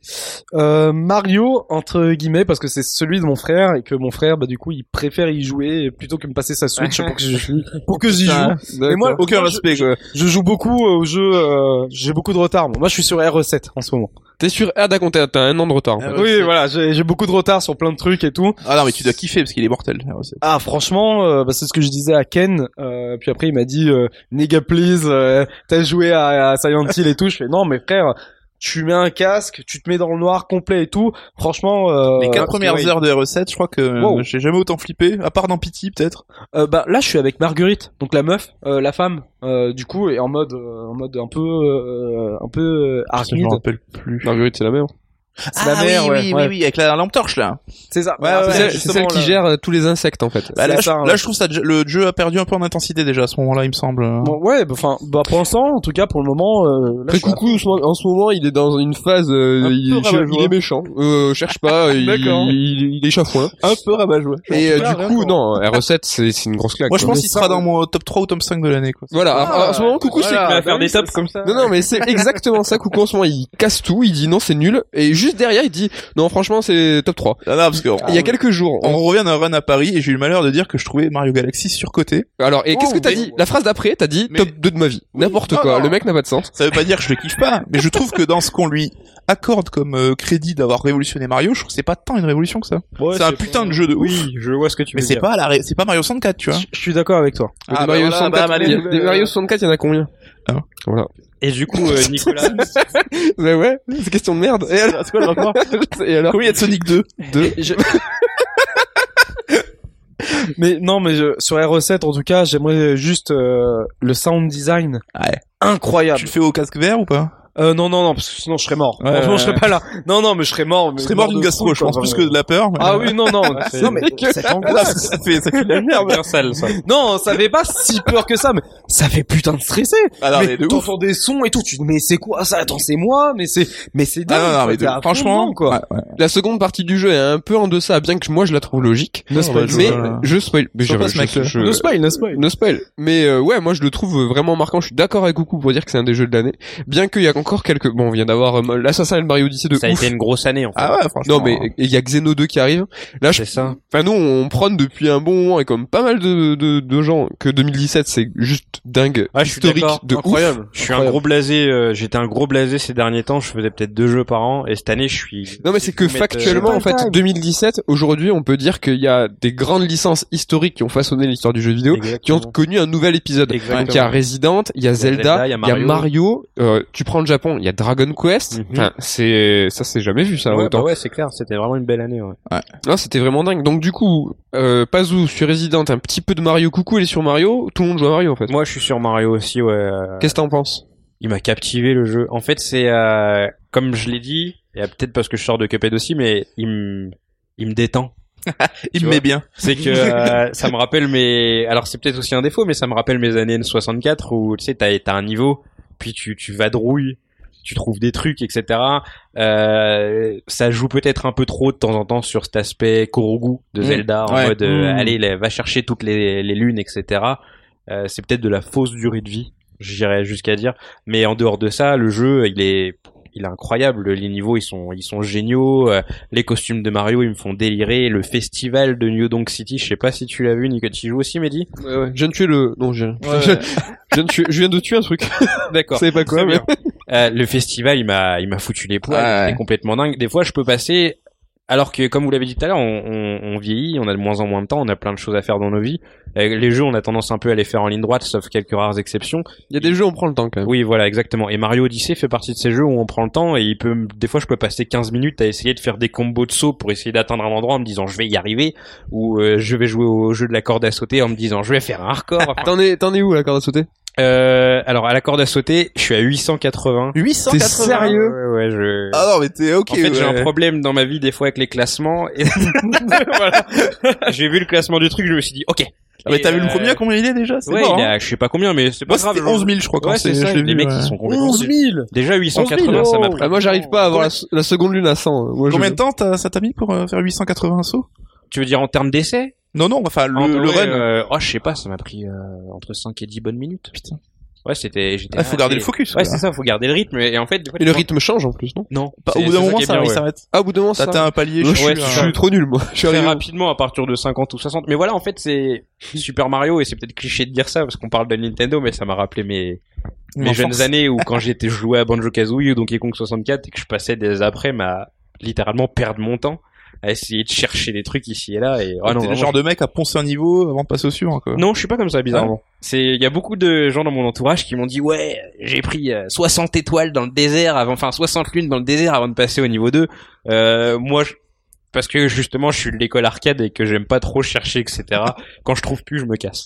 Speaker 3: Euh, Mario entre guillemets parce que c'est celui de mon frère et que mon frère bah du coup il préfère y jouer plutôt que me passer sa Switch pour que je pour que j'y joue.
Speaker 1: Et
Speaker 3: moi,
Speaker 2: Aucun
Speaker 3: moi, je-
Speaker 2: respect, quoi.
Speaker 3: Je joue beaucoup euh, aux jeux, euh, j'ai beaucoup de retard. Moi, Moi, je suis sur RE7 en ce moment.
Speaker 1: T'es sur Ah d'accord t'as t'as un an de retard. en
Speaker 2: Ah
Speaker 1: fait.
Speaker 2: ouais.
Speaker 3: oui, voilà, j'ai j'ai beaucoup de retard sur plein de trucs et tout.
Speaker 2: Ah non, mais tu dois kiffer parce qu'il est mortel. Ah ouais, c'est-
Speaker 3: Ah, franchement, euh, bah, c'est ce que je disais à Ken. euh, puis après, il m'a dit, euh, Nigga, please, euh, t'as joué à, à Silent Hill et tout. Je fais, non, mais frère, tu mets un casque, tu te mets dans le noir complet et tout. Franchement, euh,
Speaker 2: Les quatre
Speaker 3: parce que,
Speaker 2: premières
Speaker 3: ouais,
Speaker 2: heures de R7, je crois que euh,
Speaker 3: Wow.
Speaker 2: j'ai jamais autant flippé, à part dans Pity peut-être.
Speaker 3: Euh, bah là je suis avec Marguerite donc la meuf euh, la femme euh, du coup et en mode euh, en mode un peu euh, un peu euh,
Speaker 2: Ah,
Speaker 3: aride
Speaker 2: rappelle plus. Ah
Speaker 1: Marguerite c'est la mère.
Speaker 3: C'est la mère,
Speaker 2: oui,
Speaker 3: ouais,
Speaker 2: oui,
Speaker 3: ouais.
Speaker 2: oui, oui, avec la lampe torche là.
Speaker 3: c'est ça
Speaker 2: Ouais,
Speaker 3: Bah,
Speaker 2: ouais,
Speaker 1: c'est
Speaker 3: après,
Speaker 1: celle, c'est
Speaker 3: justement,
Speaker 1: celle qui
Speaker 3: là-
Speaker 1: gère euh, tous les insectes en fait.
Speaker 2: Bah, là,
Speaker 3: C'est
Speaker 2: je,
Speaker 3: ça,
Speaker 2: là,
Speaker 3: ouais.
Speaker 2: je trouve ça le jeu a perdu un peu en intensité déjà à ce moment-là, il me semble.
Speaker 3: Bon, ouais bah, enfin bah, pour l'instant en tout cas pour le moment euh, là, je
Speaker 1: Très
Speaker 3: suis à-
Speaker 1: coucou en ce moment- en ce moment il est dans une phase euh,
Speaker 3: Un peu
Speaker 1: il, je-
Speaker 3: rabat-joie.
Speaker 1: il est méchant euh, cherche pas il,
Speaker 3: D'accord.
Speaker 1: il, il est chafouin
Speaker 2: un peu rabat joie.
Speaker 1: et euh,
Speaker 3: tout cas,
Speaker 1: du
Speaker 3: rien
Speaker 1: coup
Speaker 3: qu'en-
Speaker 1: non R7 c'est c'est une grosse claque.
Speaker 2: Moi je
Speaker 1: quoi.
Speaker 2: pense qu'il sera dans mon top 3 ou top 5 de l'année quoi.
Speaker 1: voilà
Speaker 2: Ah,
Speaker 1: à- à- en ce moment coucou c'est
Speaker 4: Voilà,
Speaker 3: bah
Speaker 4: à faire
Speaker 3: oui,
Speaker 4: des
Speaker 3: ça,
Speaker 4: tops comme ça.
Speaker 1: Non, non, mais c'est exactement ça. Coucou, en ce moment, il casse tout, il dit non, c'est nul. Et juste derrière, il dit non, franchement, c'est top 3.
Speaker 2: Ah, non, parce que
Speaker 1: il y a quelques jours.
Speaker 2: on revient d'un run à Paris et j'ai eu le malheur de dire que je trouvais Mario Galaxy surcoté.
Speaker 1: Alors, et qu'est-ce que
Speaker 2: Oh,
Speaker 1: t'as
Speaker 2: mais-
Speaker 1: dit La phrase d'après, t'as dit
Speaker 2: Mais- Oh
Speaker 1: top 2 de ma vie. N'importe
Speaker 2: Non,
Speaker 1: quoi.
Speaker 2: non.
Speaker 1: Le mec n'a pas de sens.
Speaker 2: Ça veut pas dire que je le kiffe pas, mais je trouve que dans ce qu'on lui accorde comme euh, crédit d'avoir révolutionné Mario, je trouve que c'est pas tant une révolution que ça.
Speaker 4: Ouais,
Speaker 2: c'est un putain de jeu de ouf.
Speaker 4: Oui, je vois ce que tu
Speaker 2: Mais
Speaker 4: veux
Speaker 2: c'est
Speaker 4: dire.
Speaker 2: pas la ré- c'est pas Mario 64, tu vois.
Speaker 3: je je suis d'accord avec toi
Speaker 1: Mais
Speaker 2: Ah,
Speaker 1: des
Speaker 2: bah
Speaker 1: Mario
Speaker 2: voilà,
Speaker 1: 64,
Speaker 2: bah,
Speaker 1: il y a-
Speaker 2: Mario-
Speaker 1: des Mario 64, il y en a combien
Speaker 2: Un.
Speaker 1: Voilà.
Speaker 4: Et du coup, euh, Nicolas,
Speaker 1: Bah ouais, c'est question de merde. Et
Speaker 2: Ah,
Speaker 1: alors, et alors
Speaker 2: Combien il y a de Sonic 2
Speaker 1: Deux.
Speaker 3: mais non mais je- sur RE7 en tout cas j'aimerais juste euh, le sound design
Speaker 2: Ouais.
Speaker 4: Ah,
Speaker 3: incroyable
Speaker 2: Tu le fais au casque vert ou pas
Speaker 3: euh, non non non parce que sinon je serais mort
Speaker 2: Ouais,
Speaker 3: franchement
Speaker 2: ouais,
Speaker 3: je serais pas là non non mais je serais mort mais
Speaker 2: Je serais mort
Speaker 3: de
Speaker 2: d'une gastro,
Speaker 3: fou,
Speaker 2: je
Speaker 3: quoi,
Speaker 2: pense, plus que
Speaker 3: vraiment.
Speaker 2: de la peur. mais-
Speaker 3: ah oui non non
Speaker 4: Ouais, c'est-
Speaker 3: non mais cette
Speaker 2: Ah,
Speaker 3: angoisse
Speaker 2: ça, ça fait, ça fait de la merde.
Speaker 4: bien sale ça.
Speaker 3: Non, ça fait pas si peur que ça, mais ça fait putain de stressé.
Speaker 2: Ah non,
Speaker 3: mais
Speaker 2: mais de ouf.
Speaker 3: t'entends des sons et tout, tu te dis mais c'est quoi ça Attends, c'est moi, mais c'est mais c'est dingue.
Speaker 2: Ah non, non,
Speaker 3: quoi,
Speaker 2: mais de-
Speaker 3: t'es à fond
Speaker 2: franchement,
Speaker 3: dedans, quoi.
Speaker 2: ouais, ouais.
Speaker 1: La seconde partie du jeu est un peu en deçà, bien que moi je la trouve logique.
Speaker 3: Ne spoil,
Speaker 1: Mais
Speaker 2: Voilà.
Speaker 1: je spoil. Mais
Speaker 2: Sois
Speaker 1: je-
Speaker 2: pas ce
Speaker 1: je-
Speaker 2: mec-là.
Speaker 1: je-
Speaker 3: ne spoil, ne spoil.
Speaker 1: No spoil. Mais euh, ouais, moi je le trouve vraiment marquant. Je suis d'accord avec Coucou pour dire que c'est un des jeux de l'année. Bien qu'il y a encore quelques. Bon, on vient d'avoir euh, l'Assassin et le Mario Odyssey de
Speaker 4: Ça a
Speaker 1: ouf.
Speaker 4: été une grosse année en fait.
Speaker 2: Ah ouais, franchement.
Speaker 1: Non mais il y a Xeno 2 qui arrive. Là, je...
Speaker 4: c'est ça.
Speaker 1: enfin nous on prône depuis un bon moment et comme pas mal de de, de gens que 2017 c'est juste dingue,
Speaker 4: Ah, je suis
Speaker 1: historique
Speaker 4: d'accord.
Speaker 1: de
Speaker 3: Incroyable.
Speaker 1: ouf.
Speaker 4: Je suis un gros blasé. euh, J'étais un gros blasé ces derniers temps. Je faisais peut-être deux jeux par an. Et cette année, je suis.
Speaker 1: Non mais c'est que
Speaker 4: je vais mettre, euh,
Speaker 1: factuellement en fait 2017 aujourd'hui on peut dire qu'il y a des grandes licences historiques qui ont façonné l'histoire du jeu vidéo qui ont
Speaker 4: Exactement.
Speaker 1: connu un nouvel épisode.
Speaker 4: Exactement.
Speaker 1: Donc il y a Resident, il y a Zelda, il y a Mario. euh, tu prends le Japon, il y a Dragon Quest.
Speaker 4: Mhm.
Speaker 1: Enfin, c'est ça, c'est jamais vu ça
Speaker 4: ouais,
Speaker 1: autant.
Speaker 4: bah ouais, c'est clair. C'était vraiment une belle année. Ouais.
Speaker 1: Non, c'était vraiment dingue. Donc du coup, euh, Pazou sur Resident, un petit peu de Mario. Coucou, elle est sur Mario. Tout le monde joue à Mario en fait.
Speaker 4: Moi, je suis sur Mario aussi. Ouais. euh,
Speaker 1: Qu'est-ce que t'en penses
Speaker 4: Il m'a captivé le jeu. En fait, c'est euh, comme je l'ai dit, et peut-être parce que je sors de Cuphead aussi, mais il me il me détend.
Speaker 2: il
Speaker 4: tu
Speaker 2: me
Speaker 4: vois.
Speaker 2: met bien.
Speaker 4: C'est que euh, ça me rappelle mes. Alors c'est peut-être aussi un défaut, mais ça me rappelle mes années N64 où tu sais t'as t'as un niveau, puis tu tu vadrouilles, tu trouves des trucs, etc. Euh, ça joue peut-être un peu trop de temps en temps sur cet aspect Korogu de
Speaker 2: Mmh.
Speaker 4: Zelda en
Speaker 2: Ouais.
Speaker 4: mode euh,
Speaker 2: Mmh.
Speaker 4: allez là, va chercher toutes les les lunes, etc. Euh, c'est peut-être de la fausse durée de vie, j'irais jusqu'à dire. Mais en dehors de ça, le jeu il est il est incroyable. Les niveaux, ils sont, ils sont géniaux. Euh, Les costumes de Mario, ils me font délirer. Le festival de New Donk City, je sais pas si tu l'as vu, Nico, tu y joues aussi, Mehdi
Speaker 1: Ouais, ouais. Je viens de tuer le. Non, je, je... je viens de tuer... je viens de tuer un truc. Je
Speaker 4: D'accord.
Speaker 1: savais Ah, pas quoi.
Speaker 4: Très
Speaker 1: Mais...
Speaker 4: bien. Euh, le festival, il m'a, il m'a foutu les poils.
Speaker 1: Ouais.
Speaker 4: C'était complètement dingue. Des fois, je peux passer, alors que, comme vous l'avez dit tout à l'heure, on, on, on vieillit, on a de moins en moins de temps, on a plein de choses à faire dans nos vies. Euh, les jeux, on a tendance un peu à les faire en ligne droite, sauf quelques rares exceptions.
Speaker 1: Il y a des jeux, on prend le temps quand même.
Speaker 4: Euh, Oui, voilà, exactement. Et Mario Odyssey fait partie de ces jeux où on prend le temps et il peut, des fois, je peux passer 15 minutes à essayer de faire des combos de saut pour essayer d'atteindre un endroit en me disant je vais y arriver, ou euh, je vais jouer au jeu de la corde à sauter en me disant je vais faire un hardcore. Enfin,
Speaker 1: T'en es, t'en es où la corde à sauter
Speaker 4: euh, alors, à la corde à sauter, je suis à 880.
Speaker 2: 880.
Speaker 1: T'es sérieux
Speaker 4: Ouais, ouais, je...
Speaker 2: Ah non, mais t'es ok.
Speaker 4: en fait, j'ai
Speaker 2: ouais.
Speaker 4: un problème dans ma vie des fois avec les classements. Et... voilà. J'ai vu le classement du truc, je me suis dit, ok.
Speaker 2: Ah, mais t'as vu le premier à
Speaker 4: à
Speaker 2: combien il est déjà C'est
Speaker 4: Ouais,
Speaker 2: mort,
Speaker 4: il est
Speaker 2: hein.
Speaker 4: à- je sais pas combien, mais c'est pas
Speaker 2: Moi,
Speaker 4: grave.
Speaker 2: c'était 11 000, je crois, quand
Speaker 4: Ouais,
Speaker 2: c'est,
Speaker 4: c'est ça,
Speaker 2: je l'ai
Speaker 4: les
Speaker 2: vu,
Speaker 4: mecs,
Speaker 2: ouais.
Speaker 4: ils sont complètement...
Speaker 3: 11 000
Speaker 4: Déjà 880, ça m'a pris.
Speaker 1: Ah, Moi, j'arrive pas à avoir la, la seconde lune à 100. Moi, je-
Speaker 2: Combien de temps t'as- ça t'a mis pour euh, faire 880 sauts
Speaker 4: Tu veux dire en termes d'essai
Speaker 2: Non, non, enfin, le,
Speaker 4: En-
Speaker 2: le
Speaker 4: ouais,
Speaker 2: run.
Speaker 4: euh, Oh, je sais pas, ça m'a pris euh, entre 5 et 10 bonnes minutes. Putain. Ouais, c'était... j'étais
Speaker 2: Ah, faut
Speaker 4: arrêté.
Speaker 2: garder le focus.
Speaker 4: Ouais,
Speaker 2: quoi.
Speaker 4: c'est ça, faut garder le rythme. Et en fait, des fois,
Speaker 1: Et
Speaker 4: tu
Speaker 1: le
Speaker 4: prends-
Speaker 1: rythme change en plus, non
Speaker 4: Non.
Speaker 2: Pas-
Speaker 4: c'est-
Speaker 2: Au bout
Speaker 4: c'est
Speaker 2: d'un
Speaker 4: ça
Speaker 2: moment,
Speaker 4: qui est
Speaker 2: ça,
Speaker 4: bien,
Speaker 2: il
Speaker 4: ouais.
Speaker 2: s'arrête.
Speaker 1: Ah, au bout d'un moment,
Speaker 2: T'as
Speaker 1: ça.
Speaker 2: t'as un palier.
Speaker 1: Moi,
Speaker 2: je
Speaker 1: je,
Speaker 2: suis euh,
Speaker 1: suis,
Speaker 2: à-
Speaker 1: je suis trop nul, moi. Je suis
Speaker 4: très
Speaker 1: arrivé.
Speaker 4: rapidement à partir de 50 ou 60. Mais voilà, en fait, c'est Super Mario et c'est peut-être cliché de dire ça parce qu'on parle de Nintendo, mais ça m'a rappelé mes mes
Speaker 2: L'enfance.
Speaker 4: jeunes années où quand j'étais joué à Banjo Kazooie ou Donkey Kong 64 et que je passais des après à littéralement perdre mon temps à essayer de chercher des trucs ici et là et ah non,
Speaker 2: T'es le
Speaker 4: vraiment,
Speaker 2: genre de mec à poncer un niveau avant de passer au suivant, quoi.
Speaker 4: non, je suis pas comme ça bizarrement. C'est il y a beaucoup de gens dans mon entourage qui m'ont dit "Ouais, j'ai pris euh, 60 étoiles dans le désert avant enfin 60 lunes dans le désert avant de passer au niveau 2." Euh, moi je- parce que justement, je suis de l'école arcade et que j'aime pas trop chercher, etc. Quand je trouve plus, je me casse.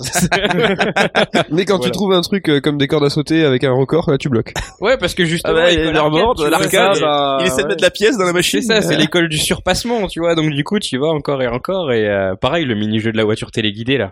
Speaker 1: Mais quand tu
Speaker 4: Voilà.
Speaker 1: trouves un truc euh, comme des cordes à sauter avec un record, là, tu bloques.
Speaker 4: ouais, parce que justement,
Speaker 2: Ah bah,
Speaker 4: l'école
Speaker 2: il y a les
Speaker 4: arcade,
Speaker 2: bords,
Speaker 4: tu vois,
Speaker 2: l'arcade,
Speaker 4: c'est-
Speaker 2: Il essaie de mettre la pièce dans la machine.
Speaker 4: ah C'est ça, c'est l'école du surpassement, tu vois. Donc du coup, tu vas encore et encore et euh, pareil, le mini-jeu de la voiture téléguidée là.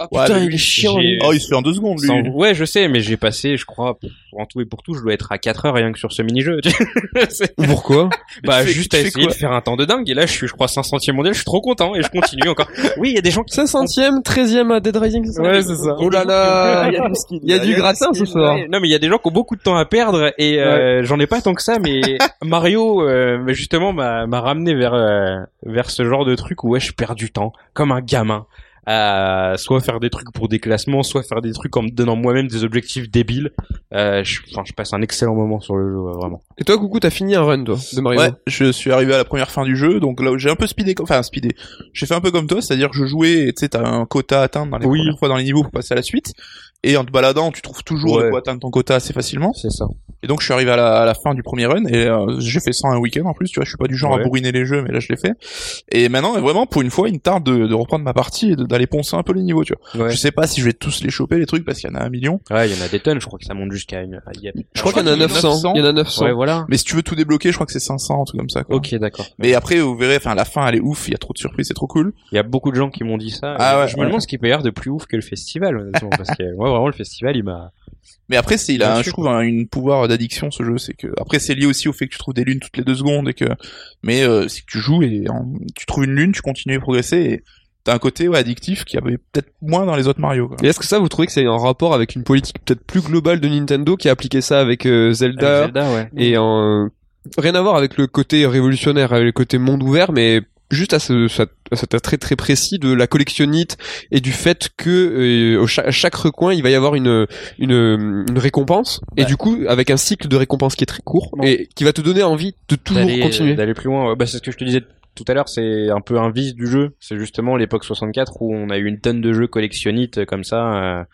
Speaker 2: Ouais, mais
Speaker 1: Ah, il est chiant,
Speaker 4: lui.
Speaker 2: Oh, il se fait en deux secondes, lui.
Speaker 4: Sans- Ouais, je sais, mais j'ai passé, je crois, pour- en tout et pour tout, je dois être à 4 heures rien que sur ce mini-jeu. tu vois. C'est-
Speaker 1: Pourquoi
Speaker 4: bah
Speaker 2: fais-
Speaker 4: juste
Speaker 2: tu
Speaker 4: à
Speaker 2: fais
Speaker 4: essayer de
Speaker 2: quoi
Speaker 4: faire un temps de dingue. Et là, je suis, je crois, 500e mondial. Je suis trop content et je continue encore. Oui, il y a des gens qui.
Speaker 1: 500ème, 13ème à Dead Rising, c'est ça
Speaker 4: Ouais, c'est ça.
Speaker 1: Oh là là Il y a du gratin ce soir.
Speaker 4: Ouais, Non, mais il y a des gens qui ont beaucoup de temps à perdre et euh, j'en ai pas tant que ça. Mais Mario, euh, justement, m'a m'a ramené vers euh, vers ce genre de truc où ouais, je perds du temps comme un gamin. À soit faire des trucs pour des classements, soit faire des trucs en me donnant moi-même des objectifs débiles. Euh, je, enfin, je passe un excellent moment sur le jeu, ouais, vraiment.
Speaker 1: Et toi, coucou, t'as fini un run, toi, de Mario
Speaker 2: Ouais, je suis arrivé à la première fin du jeu, donc là où j'ai un peu speedé, comme- enfin speedé. J'ai fait un peu comme toi, c'est-à-dire que je jouais, et tu sais, t'as un quota à atteindre dans les
Speaker 4: Oui.
Speaker 2: premières fois dans les niveaux pour passer à la suite, et en te baladant, tu trouves toujours de
Speaker 4: Ouais.
Speaker 2: quoi atteindre ton quota assez facilement.
Speaker 4: C'est ça.
Speaker 2: Et donc je suis arrivé à la, à la fin du premier run, et euh, j'ai fait ça un week-end en plus, tu vois, je suis pas du genre
Speaker 4: Ouais.
Speaker 2: à bourriner les jeux, mais là je l'ai fait. Et maintenant, vraiment, pour une fois, il me tarde de, de reprendre ma partie et de- d'aller poncer un peu les niveaux, tu vois.
Speaker 4: Ouais.
Speaker 2: Je sais pas si je vais tous les choper, les trucs, parce qu'il y en a un million.
Speaker 4: Ouais, il y en a des tonnes. Je crois que ça monte jusqu'à une. il y a-
Speaker 1: Je crois qu'il y en a 900. Il y en a 900.
Speaker 4: Ouais, voilà.
Speaker 2: Mais si tu veux tout débloquer, je crois que c'est 500, un truc comme ça, quoi.
Speaker 4: Ok, d'accord.
Speaker 2: Mais après, vous verrez, enfin, la fin, elle est ouf, il y a trop de surprises, c'est trop cool.
Speaker 4: Il y a beaucoup de gens qui m'ont dit ça.
Speaker 2: Ah
Speaker 4: Et
Speaker 2: ouais,
Speaker 4: je
Speaker 2: ouais.
Speaker 4: me demande ce qu'il peut y avoir de plus ouf que le festival, honnêtement, parce que moi vraiment le festival, il m'a.
Speaker 2: Mais après, c'est il a,
Speaker 4: Bien
Speaker 2: un-
Speaker 4: sûr.
Speaker 2: je trouve, un une pouvoir d'addiction ce jeu. C'est que après, c'est lié aussi au fait que tu trouves des lunes toutes les deux secondes et que, mais euh, c'est que tu joues et en- tu trouves une lune, tu continues à progresser. et T'as un côté ouais, addictif qui avait peut-être moins dans les autres Mario. Quoi.
Speaker 1: Et est-ce que ça, vous trouvez que c'est en rapport avec une politique peut-être plus globale de Nintendo qui a appliqué ça avec euh, Zelda,
Speaker 4: ouais.
Speaker 1: et en... rien à voir avec le côté révolutionnaire, avec le côté monde ouvert, mais juste à, ce, ça- à cet attrait très précis de la collectionnite et du fait que euh, au cha- à chaque recoin il va y avoir une une, une récompense et
Speaker 4: Ouais.
Speaker 1: du coup avec un cycle de récompense qui est très court
Speaker 3: Bon.
Speaker 1: et qui va te donner envie de toujours
Speaker 4: D'aller-
Speaker 1: continuer.
Speaker 4: D'aller plus loin. ouais. Bah, c'est ce que je te disais tout à l'heure, c'est un peu un vice du jeu. C'est justement l'époque 64 où on a eu une tonne de jeux collectionnites euh, comme ça, euh,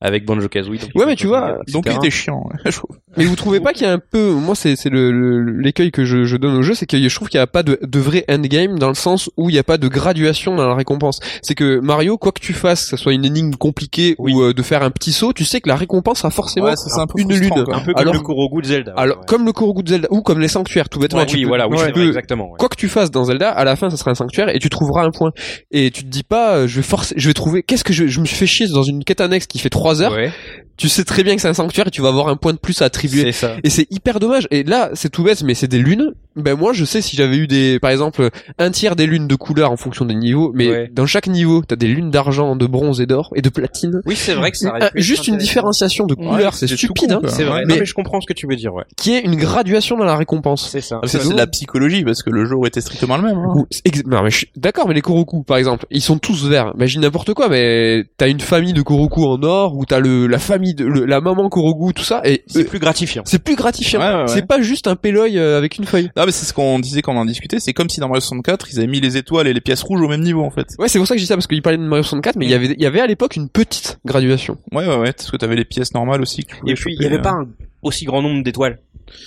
Speaker 4: avec Banjo Kazooie.
Speaker 1: Ouais, mais tu vois,
Speaker 2: Donc il était chiant. ouais, je trouve.
Speaker 1: Mais vous trouvez pas qu'il y a un peu, moi c'est c'est le- le- l'écueil que je, je donne au jeu, c'est que je trouve qu'il n'y a pas de, de vrai endgame dans le sens où il n'y a pas de graduation dans la récompense. C'est que Mario, quoi que tu fasses, que ce soit une énigme compliquée
Speaker 4: Oui.
Speaker 1: ou euh, de faire un petit saut, tu sais que la récompense a forcément
Speaker 2: Ouais, ça, c'est un peu
Speaker 1: une
Speaker 2: frustrant,
Speaker 1: lune.
Speaker 2: quoi.
Speaker 4: un peu comme
Speaker 1: Alors-
Speaker 4: le Korogu de Zelda. ouais,
Speaker 1: Alors
Speaker 4: ouais.
Speaker 1: comme le Korogu de Zelda ou comme les sanctuaires, tout bêtement.
Speaker 4: Ouais,
Speaker 1: tu
Speaker 4: oui,
Speaker 1: peux-
Speaker 4: voilà, oui,
Speaker 1: tu
Speaker 4: c'est vrai,
Speaker 1: peux-
Speaker 4: exactement. ouais.
Speaker 1: Quoi que tu fasses dans Zelda, à la fin, ça sera un sanctuaire et tu trouveras un point. Et tu te dis pas, euh, je vais forcer, je vais trouver. Qu'est-ce que je, je me suis fait chier dans une quête annexe qui fait 3 heures
Speaker 4: Ouais.
Speaker 1: tu sais très bien que c'est un sanctuaire et tu vas avoir un point de plus à attribuer.
Speaker 4: C'est ça.
Speaker 1: Et c'est hyper dommage. Et là, c'est tout bête, mais c'est des lunes. Ben moi, je sais si j'avais eu des, par exemple, un tiers des lunes de couleur en fonction des niveaux, mais
Speaker 4: Ouais.
Speaker 1: dans chaque niveau, t'as des lunes d'argent, de bronze et d'or et de platine.
Speaker 4: Oui, c'est vrai que ça. aurait
Speaker 1: Ah,
Speaker 4: pu être
Speaker 1: Juste une
Speaker 4: intéressant.
Speaker 1: différenciation de couleur, c'est
Speaker 2: c'est tout
Speaker 1: stupide,
Speaker 2: con,
Speaker 1: hein,
Speaker 2: quoi.
Speaker 4: C'est vrai.
Speaker 1: Mais-
Speaker 4: Mais... Non, mais je comprends ce que tu veux dire, ouais.
Speaker 1: qui est une graduation dans la récompense.
Speaker 4: C'est ça.
Speaker 2: Ah, ça,
Speaker 1: c'est
Speaker 2: c'est
Speaker 1: bon.
Speaker 2: de la psychologie parce que le jeu aurait été strictement le même. hein.
Speaker 1: Ou- c'est ex- Non mais je suis d'accord, mais les Koroku par exemple, ils sont tous verts. Imagine n'importe quoi, mais t'as une famille de Koroku en or, ou t'as le la famille de le- la maman Koroku, tout ça, et
Speaker 4: C'est
Speaker 1: euh,
Speaker 4: plus gratifiant.
Speaker 1: c'est plus gratifiant.
Speaker 2: Ouais, ouais, ouais.
Speaker 1: C'est pas juste un péloï euh, avec une feuille.
Speaker 2: Non mais c'est ce qu'on disait quand on en discutait, c'est comme si dans Mario 64 ils avaient mis les étoiles et les pièces rouges au même niveau en fait.
Speaker 1: Ouais, c'est pour ça que je dis ça parce qu'il parlait de Mario 64, mais il y avait il y avait à l'époque une petite graduation.
Speaker 2: Ouais ouais ouais, parce que t'avais les pièces normales aussi. que tu pouvais
Speaker 4: Et puis, il
Speaker 2: choper,
Speaker 4: n'y avait
Speaker 2: euh.
Speaker 4: pas un aussi grand nombre d'étoiles.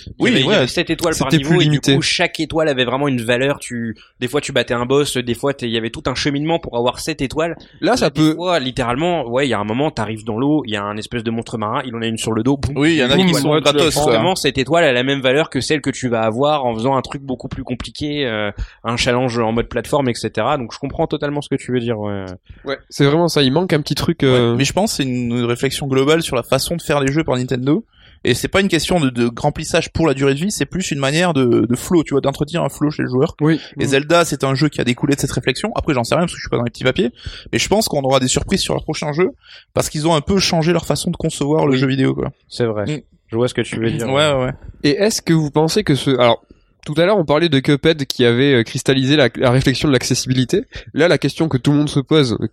Speaker 4: Il y
Speaker 2: Oui,
Speaker 4: avait- il y
Speaker 2: ouais.
Speaker 4: avait 7 étoiles par
Speaker 1: C'était
Speaker 4: niveau,
Speaker 1: plus
Speaker 4: et
Speaker 1: limité.
Speaker 4: du coup, chaque étoile avait vraiment une valeur. Tu, des fois, tu battais un boss, des fois, t'es- il y avait tout un cheminement pour avoir 7 étoiles.
Speaker 1: Là, ça
Speaker 4: Des
Speaker 1: peut.
Speaker 4: fois, littéralement, ouais, il y a un moment, t'arrives dans l'eau, il y a un espèce de monstre marin, il en a une sur le dos, boum.
Speaker 2: Oui, il y en a
Speaker 4: Boum,
Speaker 2: qui
Speaker 4: ouais.
Speaker 2: sont
Speaker 3: moi, tu le
Speaker 2: gratos.
Speaker 3: prends
Speaker 2: ça.
Speaker 4: Forcément, cette étoile a la même valeur que celle que tu vas avoir en faisant un truc beaucoup plus compliqué, euh, un challenge en mode plateforme, etc. Donc je comprends totalement ce que tu veux dire. Ouais.
Speaker 1: Ouais, c'est vraiment ça. Il manque un petit truc. euh,
Speaker 2: Ouais, mais je pense que c'est une une réflexion globale sur la façon de faire les jeux par Nintendo. Et c'est pas une question de, de remplissage pour la durée de vie, c'est plus une manière de, de flow, tu vois, d'entretenir un flow chez le joueur.
Speaker 3: Oui.
Speaker 2: Et Zelda, c'est un jeu qui a découlé de cette réflexion. Après, j'en sais rien parce que je suis pas dans les petits papiers. Mais je pense qu'on aura des surprises sur leur prochain jeu parce qu'ils ont un peu changé leur façon de concevoir le jeu vidéo, quoi.
Speaker 4: C'est vrai.
Speaker 2: Mm.
Speaker 4: Je vois ce que tu veux
Speaker 2: Ouais,
Speaker 4: dire.
Speaker 2: ouais. ouais.
Speaker 1: Et est-ce que vous pensez que ce alors tout à l'heure, on parlait de Cuphead qui avait euh, cristallisé la, la réflexion de l'accessibilité. Là, la question que tout le monde se pose euh,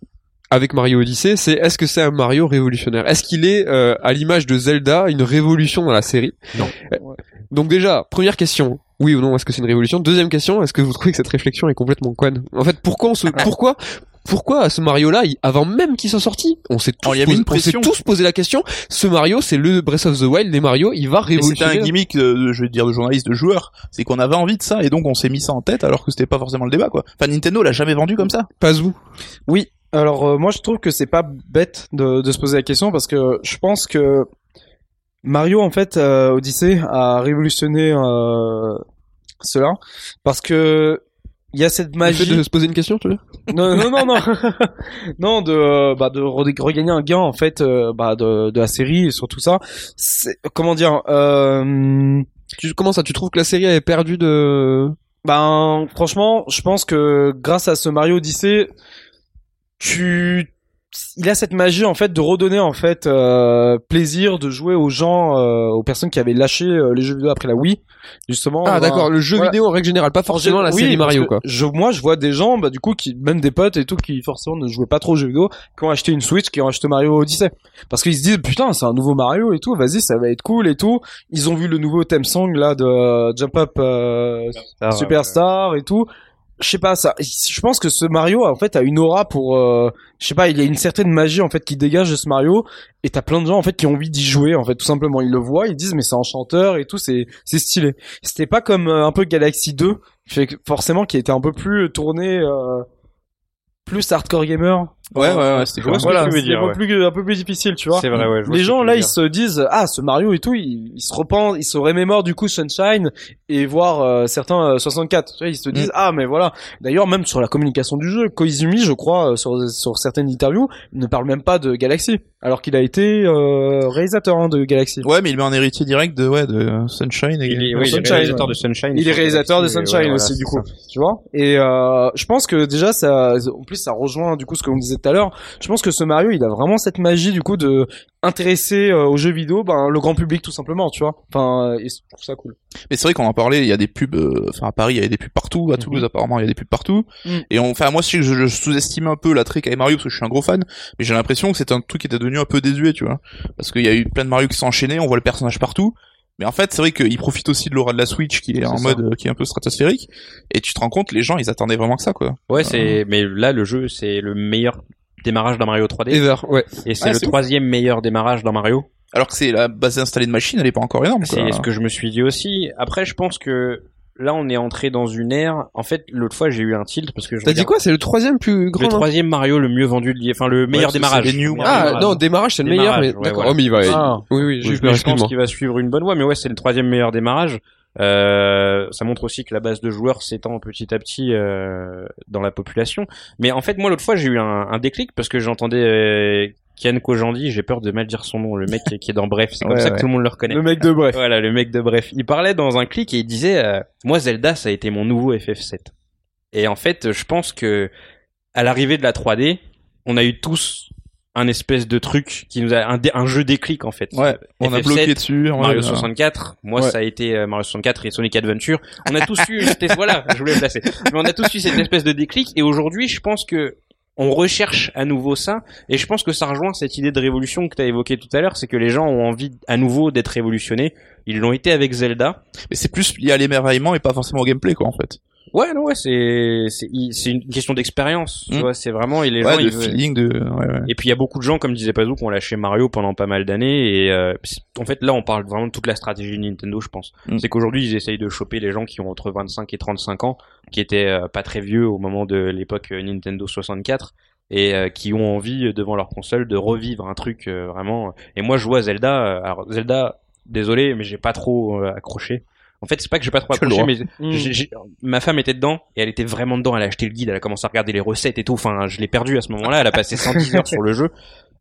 Speaker 1: avec Mario Odyssey, c'est est-ce que c'est un Mario révolutionnaire Est-ce qu'il est, euh, à l'image de Zelda, une révolution dans la série
Speaker 4: Non.
Speaker 1: Euh, Donc déjà, première question, oui ou non, est-ce que c'est une révolution Deuxième question, est-ce que vous trouvez que cette réflexion est complètement conne En fait, pourquoi on se,
Speaker 2: Ah.
Speaker 1: pourquoi pourquoi ce Mario-là, il- avant même qu'il soit sorti, on s'est tous,
Speaker 2: On lui a mis
Speaker 1: posé-
Speaker 2: une
Speaker 1: on s'est
Speaker 2: pression.
Speaker 1: tous posé la question. Ce Mario, c'est le Breath of the Wild des Mario, il va
Speaker 2: Et C'était
Speaker 1: révolutionner.
Speaker 2: un gimmick, de, de- je vais dire, de journaliste, de joueur. C'est qu'on avait envie de ça et donc on s'est mis ça en tête alors que c'était pas forcément le débat, quoi. Enfin, Nintendo l'a jamais vendu comme ça.
Speaker 1: Pas vous.
Speaker 3: Oui. Alors euh, moi je trouve que c'est pas bête de, de se poser la question parce que je pense que Mario en fait euh, Odyssey a révolutionné euh, cela parce que il y a cette
Speaker 1: Le fait
Speaker 3: magie
Speaker 1: de se poser une question, tu veux dire
Speaker 3: non non non non non de euh, bah de re- regagner un gain en fait euh, bah de, de la série et sur tout ça c'est comment dire euh,
Speaker 1: tu, Comment ça Tu trouves que la série avait perdu de...
Speaker 3: Ben, franchement, je pense que grâce à ce Mario Odyssey, tu, il a cette magie en fait de redonner en fait euh, plaisir de jouer aux gens, euh, aux personnes qui avaient lâché euh, les jeux vidéo après la Wii, justement.
Speaker 1: Ah
Speaker 3: ben,
Speaker 1: d'accord, le jeu
Speaker 3: voilà.
Speaker 1: vidéo en règle générale, pas forcément
Speaker 3: en
Speaker 1: la
Speaker 3: gé-
Speaker 1: série
Speaker 3: oui,
Speaker 1: Mario quoi.
Speaker 3: parce que Je, moi, je vois des gens, bah, du coup, qui, même des potes et tout, qui forcément ne jouaient pas trop aux jeux vidéo, qui ont acheté une Switch, qui ont acheté Mario Odyssey. Parce qu'ils se disent, putain, c'est un nouveau Mario et tout, vas-y, ça va être cool et tout. Ils ont vu le nouveau theme song, là, de Jump Up, euh,
Speaker 4: Ah, ouais,
Speaker 3: Superstar et tout. Je sais pas ça. Je pense que ce Mario en fait a une aura pour, euh, je sais pas, il y a une certaine magie en fait qui dégage de ce Mario. Et t'as plein de gens en fait qui ont envie d'y jouer en fait tout simplement. Ils le voient, ils disent mais c'est enchanteur et tout, c'est c'est stylé. C'était pas comme euh, un peu Galaxy 2, fait que forcément qui était un peu plus tourné, euh, plus hardcore gamer.
Speaker 2: Ouais, ouais, ouais, c'était
Speaker 4: Je vois
Speaker 2: clair.
Speaker 4: ce que tu veux
Speaker 3: c'était
Speaker 4: dire,
Speaker 3: un peu
Speaker 4: ouais.
Speaker 3: plus un peu plus difficile, tu vois
Speaker 4: C'est vrai, ouais. je vois
Speaker 3: les
Speaker 4: ce que
Speaker 3: gens
Speaker 4: tu
Speaker 3: là
Speaker 4: veux
Speaker 3: ils
Speaker 4: dire.
Speaker 3: se disent ah ce Mario et tout ils, ils se repensent ils se remémorent du coup Sunshine et voir euh, certains euh, 64 Tu vois, ils se
Speaker 4: Mm.
Speaker 3: disent ah mais voilà d'ailleurs même sur la communication du jeu Koizumi je crois euh, sur, sur certaines interviews ne parle même pas de Galaxy alors qu'il a été euh, réalisateur hein, de Galaxy
Speaker 2: Ouais, mais il met un héritier direct de, ouais, de Sunshine et...
Speaker 4: Il est, oui, il est
Speaker 3: Sunshine,
Speaker 4: réalisateur de Sunshine.
Speaker 3: il est réalisateur de
Speaker 4: Ouais,
Speaker 3: Sunshine
Speaker 4: voilà,
Speaker 3: aussi
Speaker 4: c'est
Speaker 3: du
Speaker 4: ça.
Speaker 3: coup tu vois et euh, je pense que déjà ça en plus ça rejoint du coup ce qu'on disait tout à l'heure je pense que ce Mario il a vraiment cette magie du coup de intéresser euh, aux jeux vidéo ben le grand public tout simplement tu vois enfin euh, et je trouve ça cool
Speaker 2: Mais c'est vrai qu'on en parlait, il y a des pubs, euh, enfin à Paris, il y avait des pubs partout, à
Speaker 4: Mm-hmm.
Speaker 2: Toulouse apparemment, il y a des pubs partout.
Speaker 4: Mm.
Speaker 3: Mhm.
Speaker 2: Et on, enfin moi je sais que je, je sous-estime un peu l'attrait qu'a Mario parce que je suis un gros fan, mais j'ai l'impression que c'est un truc qui était devenu un peu désuet, tu vois. Parce qu'il y a eu plein de Mario qui s'enchaînaient, on voit le personnage partout. Mais en fait, c'est vrai qu'il profite aussi de l'aura de la Switch qui est, en
Speaker 3: ça.
Speaker 2: mode, euh, qui est un peu stratosphérique. Et tu te rends compte, les gens, ils attendaient vraiment que ça, quoi.
Speaker 4: Ouais,
Speaker 3: Ah.
Speaker 4: c'est, mais là, le jeu, c'est le meilleur démarrage d'un Mario 3D.
Speaker 1: Ever, ouais.
Speaker 4: Et c'est
Speaker 2: Ah,
Speaker 4: le
Speaker 2: c'est ouf.
Speaker 4: troisième meilleur démarrage d'un Mario.
Speaker 2: Alors que c'est la base installée de machine, elle est pas encore énorme, quoi.
Speaker 4: C'est ce que je me suis dit aussi. Après, je pense que là, on est entré dans une ère. En fait, l'autre fois, j'ai eu un tilt parce que je.
Speaker 1: T'as dit
Speaker 4: regarde-
Speaker 1: quoi C'est le troisième plus grand
Speaker 4: Le
Speaker 1: hein
Speaker 4: troisième Mario le mieux vendu, de l'IA. enfin le meilleur
Speaker 2: parce que
Speaker 4: démarrage.
Speaker 2: c'est les New
Speaker 4: Le meilleur
Speaker 1: Ah
Speaker 4: démarrage.
Speaker 1: non, démarrage c'est le meilleur,
Speaker 4: Démarrage,
Speaker 1: mais
Speaker 4: ouais,
Speaker 1: d'accord.
Speaker 4: voilà.
Speaker 1: Oh mais il va...
Speaker 3: Ah.
Speaker 1: Oui oui, j'ai eu
Speaker 4: Oui,
Speaker 1: peur,
Speaker 4: je pense
Speaker 1: excuse-moi.
Speaker 4: qu'il va suivre une bonne voie, mais ouais, c'est le troisième meilleur démarrage. Euh, ça montre aussi que la base de joueurs s'étend petit à petit euh, dans la population. Mais en fait, moi, l'autre fois, j'ai eu un, un déclic parce que j'entendais euh, Kian Kojandi, j'ai peur de mal dire son nom, le mec qui est dans Bref, c'est comme
Speaker 2: Ouais,
Speaker 4: ça
Speaker 2: ouais.
Speaker 4: que tout le monde le reconnaît.
Speaker 3: Le mec de bref.
Speaker 4: Voilà, le mec de Bref. Il parlait dans un clic et il disait euh, Moi, Zelda, ça a été mon nouveau FF7. » Et en fait, je pense que à l'arrivée de la 3D, on a eu tous un espèce de truc qui nous a un, dé- un jeu déclic en fait.
Speaker 2: Ouais, on a
Speaker 4: FF7,
Speaker 2: bloqué dessus. on
Speaker 4: Mario
Speaker 2: a-
Speaker 4: 64, moi
Speaker 2: Ouais.
Speaker 4: ça a été euh, Mario 64 et Sonic Adventure. On a tous eu cette voilà, je voulais le placer. Mais on a tous eu cette espèce de déclic et aujourd'hui, je pense que on recherche à nouveau ça et je pense que ça rejoint cette idée de révolution que tu as évoquée tout à l'heure, c'est que les gens ont envie à nouveau d'être révolutionnés. Ils l'ont été avec Zelda.
Speaker 2: Mais c'est plus lié à l'émerveillement et pas forcément au gameplay, quoi, en fait.
Speaker 4: Ouais, non ouais, c'est c'est il- c'est une question d'expérience, tu
Speaker 2: Mm.
Speaker 4: vois, c'est vraiment et les gens
Speaker 2: Ouais, de
Speaker 4: ils veulent-
Speaker 2: feeling, de. Ouais, ouais.
Speaker 4: Et puis il y a beaucoup de gens, comme disait Pazou, qui ont lâché Mario pendant pas mal d'années. Et euh, c'est- en fait, là, on parle vraiment de toute la stratégie de Nintendo, je pense.
Speaker 2: Mm.
Speaker 4: C'est qu'aujourd'hui, ils essayent de choper les gens qui ont entre 25 et 35 ans, qui étaient euh, pas très vieux au moment de l'époque euh, Nintendo 64, et euh, qui ont envie, euh, devant leur console, de revivre un truc euh, vraiment. Et moi, je vois Zelda. euh, alors Zelda, désolé, mais j'ai pas trop euh, accroché. En fait, c'est pas que j'ai pas trop
Speaker 2: Tu as le
Speaker 4: accroché,
Speaker 2: droit.
Speaker 4: mais
Speaker 1: Hmm.
Speaker 4: j'ai- j'ai- ma femme était dedans et elle était vraiment dedans. Elle a acheté le guide, elle a commencé à regarder les recettes et tout. Enfin, je l'ai perdu à ce moment-là. Elle a passé 110 heures sur le jeu.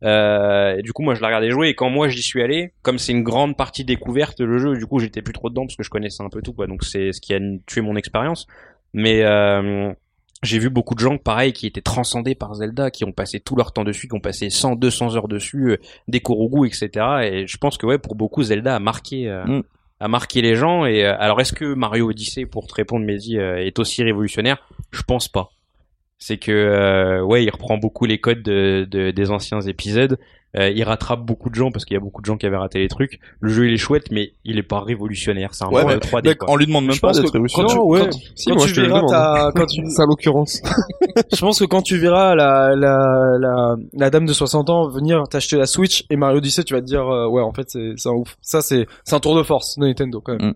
Speaker 4: Euh, et du coup, moi, je la regardais jouer. Et quand moi, j'y suis allé, comme c'est une grande partie découverte le jeu, du coup, j'étais plus trop dedans parce que je connaissais un peu tout. Quoi. Donc, c'est ce qui a tué mon expérience. Mais euh, j'ai vu beaucoup de gens, pareil, qui étaient transcendés par Zelda, qui ont passé tout leur temps dessus, qui ont passé 100, 200 heures dessus, euh, des Korogu, etc. Et je pense que ouais, pour beaucoup, Zelda a marqué. euh,
Speaker 2: Mm.
Speaker 4: a marqué les gens et euh, alors est-ce que Mario Odyssey pour te répondre Mehdi euh, est aussi révolutionnaire je pense pas c'est que euh, ouais il reprend beaucoup les codes de, de- des anciens épisodes Euh, il rattrape beaucoup de gens parce qu'il y a beaucoup de gens qui avaient raté les trucs le jeu il est chouette mais il est pas révolutionnaire c'est un
Speaker 2: Ouais,
Speaker 4: Mario
Speaker 2: mais-
Speaker 4: 3D
Speaker 2: D'accord,
Speaker 4: quoi.
Speaker 2: on lui demande même
Speaker 3: Je
Speaker 2: pas
Speaker 3: pense
Speaker 2: d'être
Speaker 3: que-
Speaker 2: révolutionnaire.
Speaker 3: Non, ouais.
Speaker 1: Si,
Speaker 3: Quand
Speaker 1: moi
Speaker 3: tu
Speaker 1: je te le
Speaker 3: verras
Speaker 1: demande. hein.
Speaker 3: ta- quand tu-
Speaker 1: Ça, à l'occurrence.
Speaker 3: Je pense que quand tu verras la, la, la, la dame de 60 ans venir t'acheter la Switch et Mario Odyssey, tu vas te dire, euh, ouais, en fait, c'est c'est un ouf. Ça, c'est c'est un tour de force de Nintendo, quand même.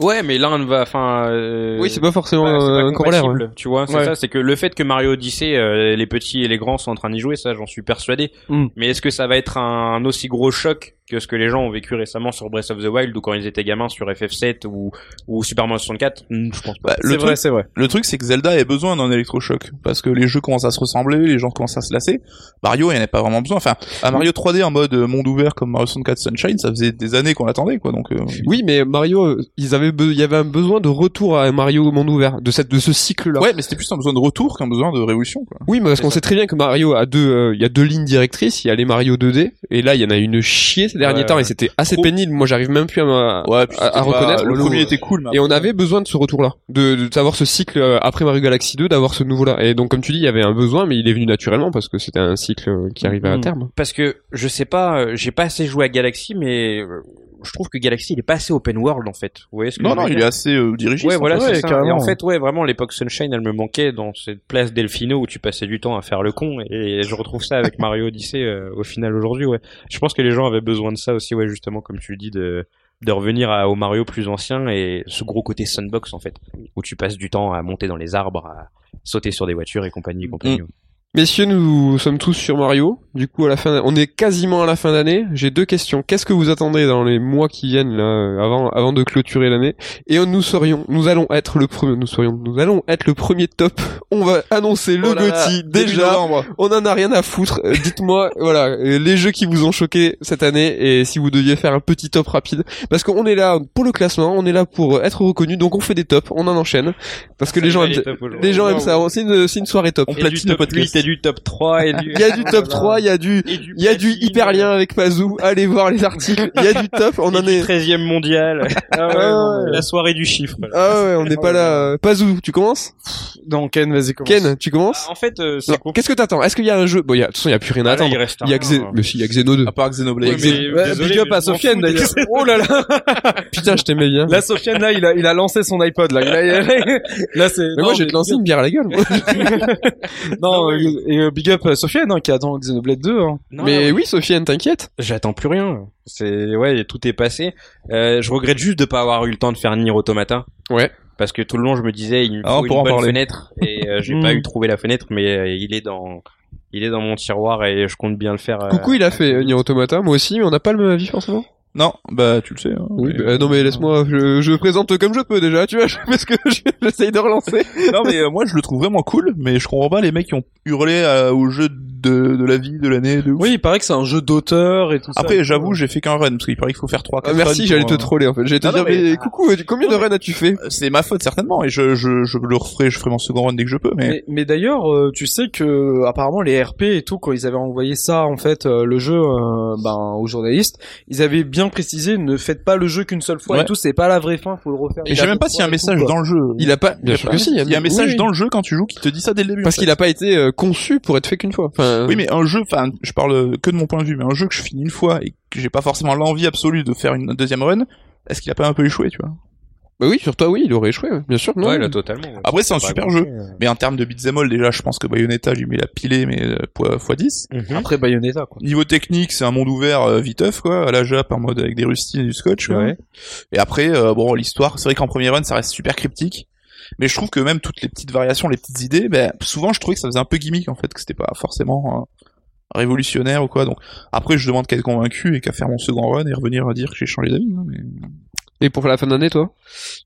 Speaker 4: ouais mais l'un ne va enfin euh,
Speaker 1: Oui, c'est pas forcément
Speaker 4: Ouais, c'est pas
Speaker 1: euh, un corollaire.
Speaker 4: compatible, Tu vois, c'est
Speaker 3: Ouais.
Speaker 4: ça, c'est que le fait que Mario Odyssey, euh, les petits et les grands sont en train d'y jouer, ça j'en suis persuadé.
Speaker 3: Mm.
Speaker 4: Mais est-ce que ça va être un, aussi gros choc que ce que les gens ont vécu récemment sur Breath of the Wild ou quand ils étaient gamins sur FF7 ou, ou Super Mario 64 Hmm, Je pense pas.
Speaker 2: Bah,
Speaker 3: C'est
Speaker 2: le,
Speaker 3: vrai,
Speaker 2: truc,
Speaker 3: c'est vrai.
Speaker 2: le truc, c'est que Zelda a besoin d'un électrochoc. Parce que les jeux commencent à se ressembler, les gens commencent à se lasser. Mario, il n'y en a pas vraiment besoin. Enfin, à Mario 3D en mode euh, monde ouvert comme Mario 64 Sunshine, ça faisait des années qu'on l'attendait, quoi. Donc, euh,
Speaker 1: hein. Oui, mais Mario, euh, ils avaient, be- il y avait un besoin de retour à Mario au monde ouvert, de cette, de ce cycle-là.
Speaker 2: Ouais, mais c'était plus un besoin de retour qu'un besoin de révolution, quoi.
Speaker 1: Oui, mais parce
Speaker 4: C'est
Speaker 1: qu'on
Speaker 4: ça.
Speaker 1: sait très bien que Mario a deux, euh, il y a deux lignes directrices. Il y a les Mario 2D, et là, il y en a une chier ces derniers
Speaker 3: Ouais.
Speaker 1: temps, et c'était assez
Speaker 2: Trop.
Speaker 1: pénible. Moi, j'arrive même plus à, ma-
Speaker 2: Ouais, puis
Speaker 1: à- à
Speaker 2: c'était pas-
Speaker 1: reconnaître
Speaker 2: Le
Speaker 1: le
Speaker 2: premier
Speaker 1: lot.
Speaker 2: était cool, mais
Speaker 1: Et on avait besoin de ce retour-là, de, de d'avoir ce cycle euh, après Mario Galaxy 2, d'avoir ce nouveau-là. Et donc, comme tu dis, il y avait un besoin, mais il est venu naturellement parce que c'était un cycle euh, qui arrivait à
Speaker 3: Mhm.
Speaker 1: terme.
Speaker 4: Parce que je sais pas, euh, j'ai pas assez joué à Galaxy, mais euh, je trouve que Galaxy il est pas assez open world en fait. Vous voyez ce que
Speaker 2: Non,
Speaker 4: je veux
Speaker 2: non,
Speaker 4: dire
Speaker 2: il est assez euh, dirigiste.
Speaker 4: Ouais,
Speaker 2: en
Speaker 4: voilà,
Speaker 2: fait.
Speaker 3: ouais,
Speaker 4: c'est ça.
Speaker 3: carrément.
Speaker 4: Et en fait, ouais, vraiment, l'époque Sunshine, elle me manquait dans cette place Delfino où tu passais du temps à faire le con. Et je retrouve ça avec Mario Odyssey euh, au final aujourd'hui, ouais. Je pense que les gens avaient besoin de ça aussi, ouais, justement, comme tu le dis, de, de revenir à, au Mario plus ancien et ce gros côté sandbox, en fait, où tu passes du temps à monter dans les arbres, à sauter sur des voitures et compagnie,
Speaker 1: Mm.
Speaker 4: et compagnie.
Speaker 1: Messieurs, nous sommes tous sur Mario. Du coup, à la fin, on est quasiment à la fin d'année. J'ai deux questions. Qu'est-ce que vous attendez dans les mois qui viennent, là, euh, avant, avant de clôturer l'année Et on- nous serions, nous allons être le premier, nous serions, nous allons être le premier top. On va annoncer le
Speaker 2: Oh là là,
Speaker 1: Gotti
Speaker 2: début
Speaker 1: déjà.
Speaker 2: novembre.
Speaker 1: On en a rien à foutre. Euh, Dites-moi, voilà, euh, les jeux qui vous ont choqué cette année et si vous deviez faire un petit top rapide, parce qu'on est là pour le classement, on est là pour euh, être reconnu, donc on fait des tops, on en enchaîne, parce que les gens aiment, les gens aiment ça. C'est une, c'est une soirée top.
Speaker 2: On platine le podcast.
Speaker 4: et du top 3 et du...
Speaker 1: Il y a du top 3, il y a du
Speaker 4: et du
Speaker 1: il y a du
Speaker 4: platine,
Speaker 1: hyper lien avec Pazou, allez voir les articles, il y a du top, on
Speaker 4: et
Speaker 1: en
Speaker 4: du
Speaker 1: est
Speaker 4: 13e mondial. Ah ouais,
Speaker 1: Ah
Speaker 4: non,
Speaker 1: ouais.
Speaker 4: La soirée du chiffre. là.
Speaker 1: Ah ouais, on n'est pas là. euh, Pazou, tu commences
Speaker 3: Donc, Ken, vas-y, commence.
Speaker 1: Ken, tu commences
Speaker 4: Ah, En fait, euh, c'est
Speaker 1: Non,
Speaker 4: compliqué.
Speaker 1: Qu'est-ce que t'attends Est-ce qu'il y a un jeu Bon, il y a- de toute façon, il y a plus rien à
Speaker 4: Ah, là,
Speaker 1: attendre.
Speaker 4: il reste
Speaker 1: Il y a
Speaker 4: rien,
Speaker 1: Xeno,
Speaker 4: hein.
Speaker 1: mais si, il y a Xeno 2.
Speaker 2: À part Xenoblade.
Speaker 1: Ouais, mais-
Speaker 2: Xen-
Speaker 3: Ouais,
Speaker 4: Désolé,
Speaker 3: big up
Speaker 4: mais
Speaker 3: à
Speaker 4: je m'en
Speaker 3: Sofiane
Speaker 4: fous de
Speaker 3: d'ailleurs. Oh là là,
Speaker 1: Putain, je t'aimais bien.
Speaker 3: là Sofiane là, il a, il a lancé son iPod là. Il a- il a- là c'est.
Speaker 1: mais
Speaker 3: non,
Speaker 1: moi, j'ai lancé une bière à la gueule. moi.
Speaker 3: Non, euh, et euh, big up à Sofiane hein, qui attend Xenoblade 2. Hein.
Speaker 4: Non,
Speaker 1: mais oui, Sofiane, t'inquiète.
Speaker 4: j'attends plus rien. C'est ouais, tout est passé. Euh, je regrette juste de pas avoir eu le temps de faire Nier Automata.
Speaker 1: Ouais.
Speaker 4: Parce que tout le long, je me disais, il me
Speaker 2: Ah, on
Speaker 4: faut
Speaker 2: pourra en
Speaker 4: une bonne
Speaker 2: parler.
Speaker 4: fenêtre et euh, j'ai
Speaker 3: Mm.
Speaker 4: pas
Speaker 1: Hmm.
Speaker 4: eu trouvé la fenêtre, mais euh, il est dans il est dans mon tiroir et je compte bien le faire. euh,
Speaker 1: Coucou, il a fait euh, Nier Automata, moi aussi, mais on n'a pas le même avis forcément.
Speaker 2: Non, bah, tu le sais. hein.
Speaker 1: Oui,
Speaker 2: Mais-
Speaker 1: bah, non mais laisse-moi, je, je présente comme je peux déjà, tu vois, je fais ce que je- j'essaye de relancer.
Speaker 2: non mais euh, moi je le trouve vraiment cool mais je comprends pas les mecs qui ont hurlé euh, au jeu de, de la vie, de l'année, de ouf.
Speaker 3: Oui, il paraît que c'est un jeu d'auteur et tout ça.
Speaker 2: Après, j'avoue, j'ai fait qu'un run, parce qu'il paraît qu'il faut faire 3
Speaker 1: Ah,
Speaker 2: 4
Speaker 1: merci, j'allais te troller en fait. J'allais te
Speaker 2: Ah non,
Speaker 1: dire, mais,
Speaker 2: mais-
Speaker 1: coucou, euh, combien de runs as-tu fait
Speaker 2: C'est ma faute, certainement, et je, je, je le referai, je ferai mon second run dès que je peux, mais...
Speaker 3: Mais, mais d'ailleurs, euh, tu sais que apparemment les RP et tout, quand ils avaient envoyé ça en fait euh, le jeu euh, ben, aux journalistes, ils avaient bien précisé ne faites pas le jeu qu'une seule fois
Speaker 2: Ouais.
Speaker 3: et tout, c'est pas la vraie fin, faut le refaire.
Speaker 2: Et je sais même pas s'il y a un message dans le jeu.
Speaker 1: Il a pas. Bien sûr que si.
Speaker 2: Il y a un message
Speaker 1: oui,
Speaker 2: dans le jeu quand tu joues qui te dit ça dès le début.
Speaker 1: Parce
Speaker 2: en fait.
Speaker 1: qu'il a pas été euh, conçu pour être fait qu'une fois. Enfin,
Speaker 2: Oui, mais un jeu, enfin, je parle euh, que de mon point de vue, mais un jeu que je finis une fois et que j'ai pas forcément l'envie absolue de faire une deuxième run, est-ce qu'il a pas un peu échoué, tu vois
Speaker 1: bah oui, sur toi, oui, il aurait échoué, ouais, bien sûr. Non,
Speaker 4: Ouais, là, totalement. ouais.
Speaker 2: Après, c'est un
Speaker 4: Pas
Speaker 2: super
Speaker 4: grand-
Speaker 2: jeu, mais en termes de beat'em all, déjà, je pense que Bayonetta, j'ai mis la pilée, mais euh, fois fois 10.
Speaker 4: Mhm.
Speaker 3: Après Bayonetta quoi.
Speaker 2: Niveau technique, c'est un monde ouvert euh, viteuf, quoi, à la Jap, en mode avec des rustines et du scotch. quoi.
Speaker 3: Ouais.
Speaker 2: Et après, euh, bon, l'histoire, c'est vrai qu'en premier run, ça reste super cryptique. Mais je trouve que même toutes les petites variations, les petites idées, ben, souvent je trouvais que ça faisait un peu gimmick en fait, que c'était pas forcément euh, révolutionnaire ou quoi. Donc après, je demande qu'à être convaincu et qu'à faire mon second run et revenir à dire que j'ai changé d'avis. hein, mais-
Speaker 1: Et pour la fin d'année, toi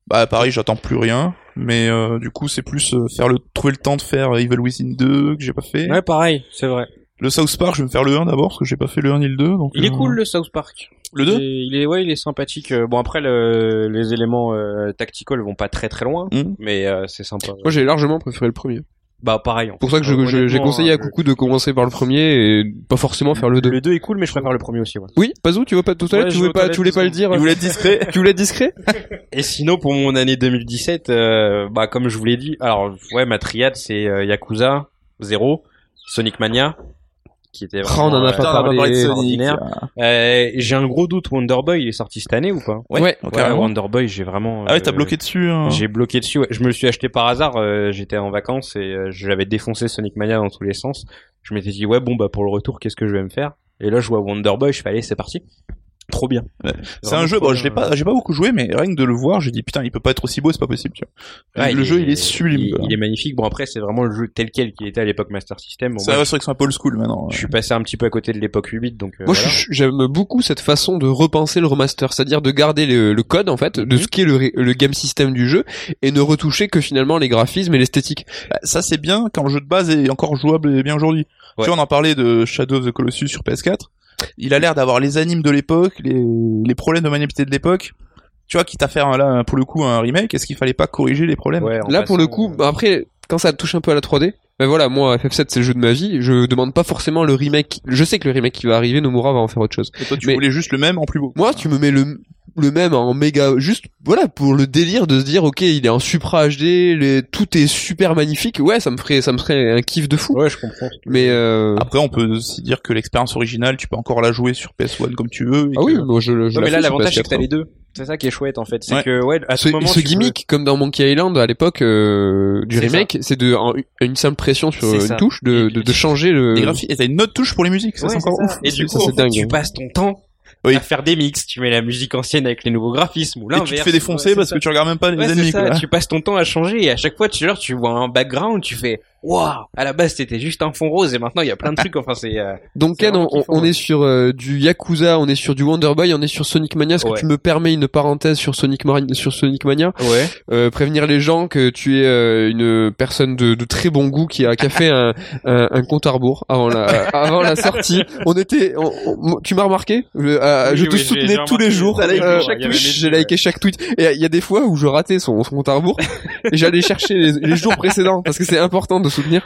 Speaker 2: Bah pareil, j'attends plus rien. Mais euh, du coup, c'est plus euh, faire le trouver le temps de faire euh, Evil Within 2 que j'ai pas fait.
Speaker 4: Ouais, pareil, c'est vrai.
Speaker 2: Le South Park, je vais me faire le 1 d'abord parce que j'ai pas fait le 1 ni le 2. Donc,
Speaker 4: Il est
Speaker 2: euh,
Speaker 4: cool le South Park.
Speaker 2: Le 2
Speaker 4: Il est- il est ouais, il est sympathique. Euh, Bon après le- les éléments euh, tactical vont pas très très loin,
Speaker 1: Mmh.
Speaker 2: Mhm.
Speaker 4: mais euh, c'est sympa.
Speaker 1: Moi, j'ai largement préféré le premier.
Speaker 4: Bah pareil. en
Speaker 1: C'est pour
Speaker 4: fait.
Speaker 1: ça que je-
Speaker 4: Euh,
Speaker 1: je- j'ai
Speaker 4: honnêtement,
Speaker 1: conseillé à
Speaker 4: euh,
Speaker 1: Coucou de commencer par le premier et pas forcément faire le deux.
Speaker 4: Le 2 est cool, mais je préfère le premier aussi. ouais.
Speaker 1: Oui, Pazou, tu veux pas tout à l'heure,
Speaker 4: Ouais,
Speaker 1: tu
Speaker 4: je
Speaker 1: voulais
Speaker 4: vais
Speaker 1: pas,
Speaker 4: aux
Speaker 1: tu voulais pas le
Speaker 4: toilettes
Speaker 1: dire.
Speaker 2: Il voulait être discret.
Speaker 1: Tu voulais être discret
Speaker 4: Et sinon, pour mon année 2017, euh, bah comme je vous l'ai dit, alors ouais, ma triade c'est euh, Yakuza, Zero, Sonic Mania, qui était
Speaker 1: Ah, on en a
Speaker 4: vraiment,
Speaker 1: pas
Speaker 4: euh,
Speaker 1: parlé.
Speaker 2: Oh, on va parler de Sonic.
Speaker 4: extraordinaire. Euh, J'ai un gros doute, Wonder Boy, il est sorti cette année ou pas
Speaker 2: Ouais,
Speaker 1: Ouais.
Speaker 2: oh,
Speaker 4: Ouais,
Speaker 2: carrément.
Speaker 4: Wonder Boy, j'ai vraiment.
Speaker 2: Ah ouais, t'as
Speaker 4: euh,
Speaker 2: bloqué dessus. hein.
Speaker 4: J'ai bloqué dessus. ouais. Je me le suis acheté par hasard. euh, J'étais en vacances et euh, j'avais défoncé Sonic Mania dans tous les sens. Je m'étais dit ouais bon bah pour le retour qu'est-ce que je vais me faire Et là je vois Wonder Boy. Je fais allez c'est parti. Trop bien.
Speaker 2: Ouais. C'est
Speaker 4: Vraiment
Speaker 2: un jeu,
Speaker 4: trop
Speaker 2: bon,
Speaker 4: bien.
Speaker 2: je l'ai pas, j'ai pas beaucoup joué, mais rien que de le voir, j'ai dit putain, il peut pas être aussi beau, c'est pas possible. Tu vois.
Speaker 4: Ouais,
Speaker 2: le jeu, il est sublime.
Speaker 4: Il,
Speaker 2: quoi.
Speaker 4: il est magnifique. Bon après c'est vraiment le jeu tel quel qu'il était à l'époque Master System. Bon,
Speaker 2: C'est la
Speaker 4: moi,
Speaker 2: résurrection à Paul School maintenant.
Speaker 4: je suis passé un petit peu à côté de l'époque 8 donc. euh,
Speaker 1: Moi,
Speaker 4: voilà.
Speaker 1: je- j'aime beaucoup cette façon de repenser le remaster, c'est-à-dire de garder le, le code en fait, de
Speaker 4: Mhm.
Speaker 1: ce qu'est le, ré- le game system du jeu et ne retoucher que finalement les graphismes et l'esthétique.
Speaker 2: Bah, ça, c'est bien quand le jeu de base est encore jouable et bien aujourd'hui.
Speaker 4: Ouais.
Speaker 2: Tu vois, on en parlait de Shadow of the Colossus sur PS4. Il a l'air d'avoir les animes de l'époque, les, les problèmes de maniabilité de l'époque. Tu vois, quitte à faire un- là, pour le coup, un remake, est-ce qu'il fallait pas corriger les problèmes
Speaker 4: Ouais, en
Speaker 1: Là, pour le
Speaker 4: passant,
Speaker 1: coup,
Speaker 4: euh,
Speaker 1: bah, après, quand ça touche un peu à la 3D, ben voilà, moi FF7 c'est le jeu de ma vie, je demande pas forcément le remake. Je sais que le remake qui va arriver, Nomura va en faire autre chose.
Speaker 2: Et toi, tu
Speaker 1: Mais-
Speaker 2: voulais juste le même en plus beau.
Speaker 1: Moi, tu me mets le le même en méga juste voilà pour le délire de se dire ok il est en supra HD les- tout est super magnifique ouais ça me ferait ça me ferait un kiff de fou
Speaker 4: Ouais je comprends. Ah,
Speaker 1: mais euh,
Speaker 2: Après, on peut aussi dire que l'expérience originale, tu peux encore la jouer sur PS1 comme tu veux. et
Speaker 1: ah oui
Speaker 2: que-
Speaker 1: moi je, le- je
Speaker 4: Non,
Speaker 1: la
Speaker 4: mais là
Speaker 1: fais sur
Speaker 4: l'avantage c'est que
Speaker 1: PS4,
Speaker 4: t'as
Speaker 1: hein.
Speaker 4: les deux. C'est ça qui est chouette en fait. C'est
Speaker 2: Ouais.
Speaker 4: que ouais à ce,
Speaker 1: ce,
Speaker 4: moment
Speaker 1: ce
Speaker 4: tu peux-
Speaker 1: gimmick comme dans Monkey Island à l'époque euh, du
Speaker 4: C'est ça.
Speaker 1: remake c'est de en- une simple pression sur
Speaker 4: C'est
Speaker 1: une
Speaker 4: ça.
Speaker 1: touche de,
Speaker 4: Et-
Speaker 1: de, de changer le
Speaker 2: Et graphi- et t'as une autre touche pour les musiques, ça
Speaker 4: Ouais,
Speaker 2: c'est encore
Speaker 4: c'est ça.
Speaker 2: ouf.
Speaker 4: Et du
Speaker 1: Ça,
Speaker 4: coup,
Speaker 1: c'est
Speaker 4: en fait,
Speaker 1: dingue.
Speaker 4: tu passes ton temps
Speaker 2: Oui.
Speaker 4: à faire des mix. Tu mets la musique ancienne avec les nouveaux graphismes ou
Speaker 2: Et
Speaker 4: l'inverse.
Speaker 2: tu te fais défoncer
Speaker 4: Ouais,
Speaker 2: parce
Speaker 4: c'est
Speaker 2: que tu regardes même pas les
Speaker 4: ça. Ouais, c'est
Speaker 2: ennemis.
Speaker 4: ça.
Speaker 2: quoi.
Speaker 4: Tu passes ton temps à changer et à chaque fois, tu genre, tu vois un background, tu fais waouh. À la base, c'était juste un fond rose et maintenant, il y a plein
Speaker 2: Ah.
Speaker 4: de trucs. Enfin, c'est euh,
Speaker 1: donc
Speaker 4: c'est
Speaker 1: Ken on,
Speaker 4: vraiment kiffant,
Speaker 1: on
Speaker 4: ouais.
Speaker 1: est sur euh, du Yakuza on est sur du Wonder Boy on est sur Sonic Mania est-ce
Speaker 4: Ouais.
Speaker 1: que tu me permets une parenthèse sur Sonic, Mari- sur Sonic Mania
Speaker 4: ouais.
Speaker 1: Euh, prévenir les gens que tu es euh, une personne de, de très bon goût qui a, qui a fait un, un, un compte à rebours avant la, avant la sortie on était on- on- tu m'as remarqué je, euh,
Speaker 4: Oui,
Speaker 1: je
Speaker 4: oui,
Speaker 1: te
Speaker 4: j'ai-
Speaker 1: soutenais
Speaker 4: j'ai
Speaker 1: tous les
Speaker 4: remarqué.
Speaker 1: jours
Speaker 4: T'as liké
Speaker 1: Euh,
Speaker 4: chaque
Speaker 1: j'ai
Speaker 4: tweet.
Speaker 1: j'ai liké chaque tweet et il y a des fois où je ratais son, son compte à rebours et j'allais chercher les, les jours précédents parce que c'est important de soutenir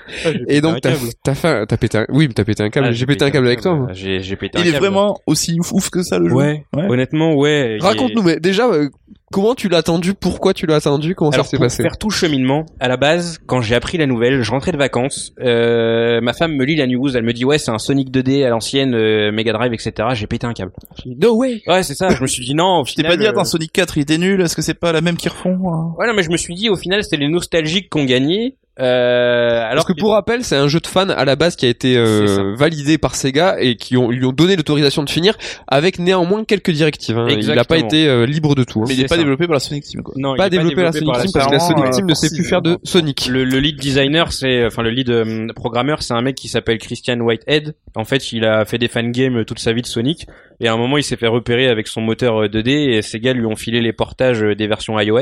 Speaker 1: et donc t'as t'as fait Ah, un- t'as pété un, oui mais t'as pété un câble j'ai pété un câble avec toi moi.
Speaker 4: J'ai j'ai pété un
Speaker 2: Il est
Speaker 4: câble.
Speaker 2: vraiment aussi ouf, ouf que ça le jeu.
Speaker 4: Ouais.
Speaker 2: Ouais.
Speaker 4: Honnêtement, ouais. il est-
Speaker 1: raconte-nous mais déjà euh, comment tu l'as attendu pourquoi tu l'as attendu comment
Speaker 4: Alors,
Speaker 1: ça s'est
Speaker 4: pour
Speaker 1: passé
Speaker 4: faire tout le cheminement, à la base, quand j'ai appris la nouvelle, je rentrais de vacances, euh, ma femme me lit la news, elle me dit ouais c'est un Sonic 2D à l'ancienne, euh, Mega Drive, etc. J'ai pété un câble.
Speaker 1: no way
Speaker 4: Ouais c'est ça, je me suis dit non, au
Speaker 2: Je t'ai
Speaker 4: final,
Speaker 2: pas dit,
Speaker 4: euh,
Speaker 2: attends, Sonic 4, il était nul, est-ce que c'est pas la même qu'ils refont hein
Speaker 4: Ouais, non, mais je me suis dit, au final, c'était les nostalgiques qu'on gagnait. Euh, alors
Speaker 1: Parce que pour rappel, c'est un jeu de fan à la base qui a été euh,
Speaker 4: C'est ça.
Speaker 1: validé par Sega et qui ont, lui ont donné l'autorisation de finir avec néanmoins quelques directives. hein. Il n'a pas
Speaker 4: Exactement.
Speaker 1: été euh, libre de tout. hein.
Speaker 2: Mais il est
Speaker 4: c'est
Speaker 2: pas
Speaker 4: ça.
Speaker 2: développé par la Sonic Team, quoi.
Speaker 4: non, il
Speaker 1: Pas
Speaker 4: est
Speaker 1: développé la Sonic
Speaker 4: par
Speaker 1: Team parce que la
Speaker 2: apparemment,
Speaker 1: Sonic
Speaker 2: euh,
Speaker 1: Team ne sait plus
Speaker 2: forcément.
Speaker 1: faire de Sonic.
Speaker 4: Le, le lead designer, c'est enfin le lead euh, programmeur, c'est un mec qui s'appelle Christian Whitehead. En fait, il a fait des fan games toute sa vie de Sonic, et à un moment, il s'est fait repérer avec son moteur euh, 2D. Et Sega lui ont filé les portages euh, des versions iOS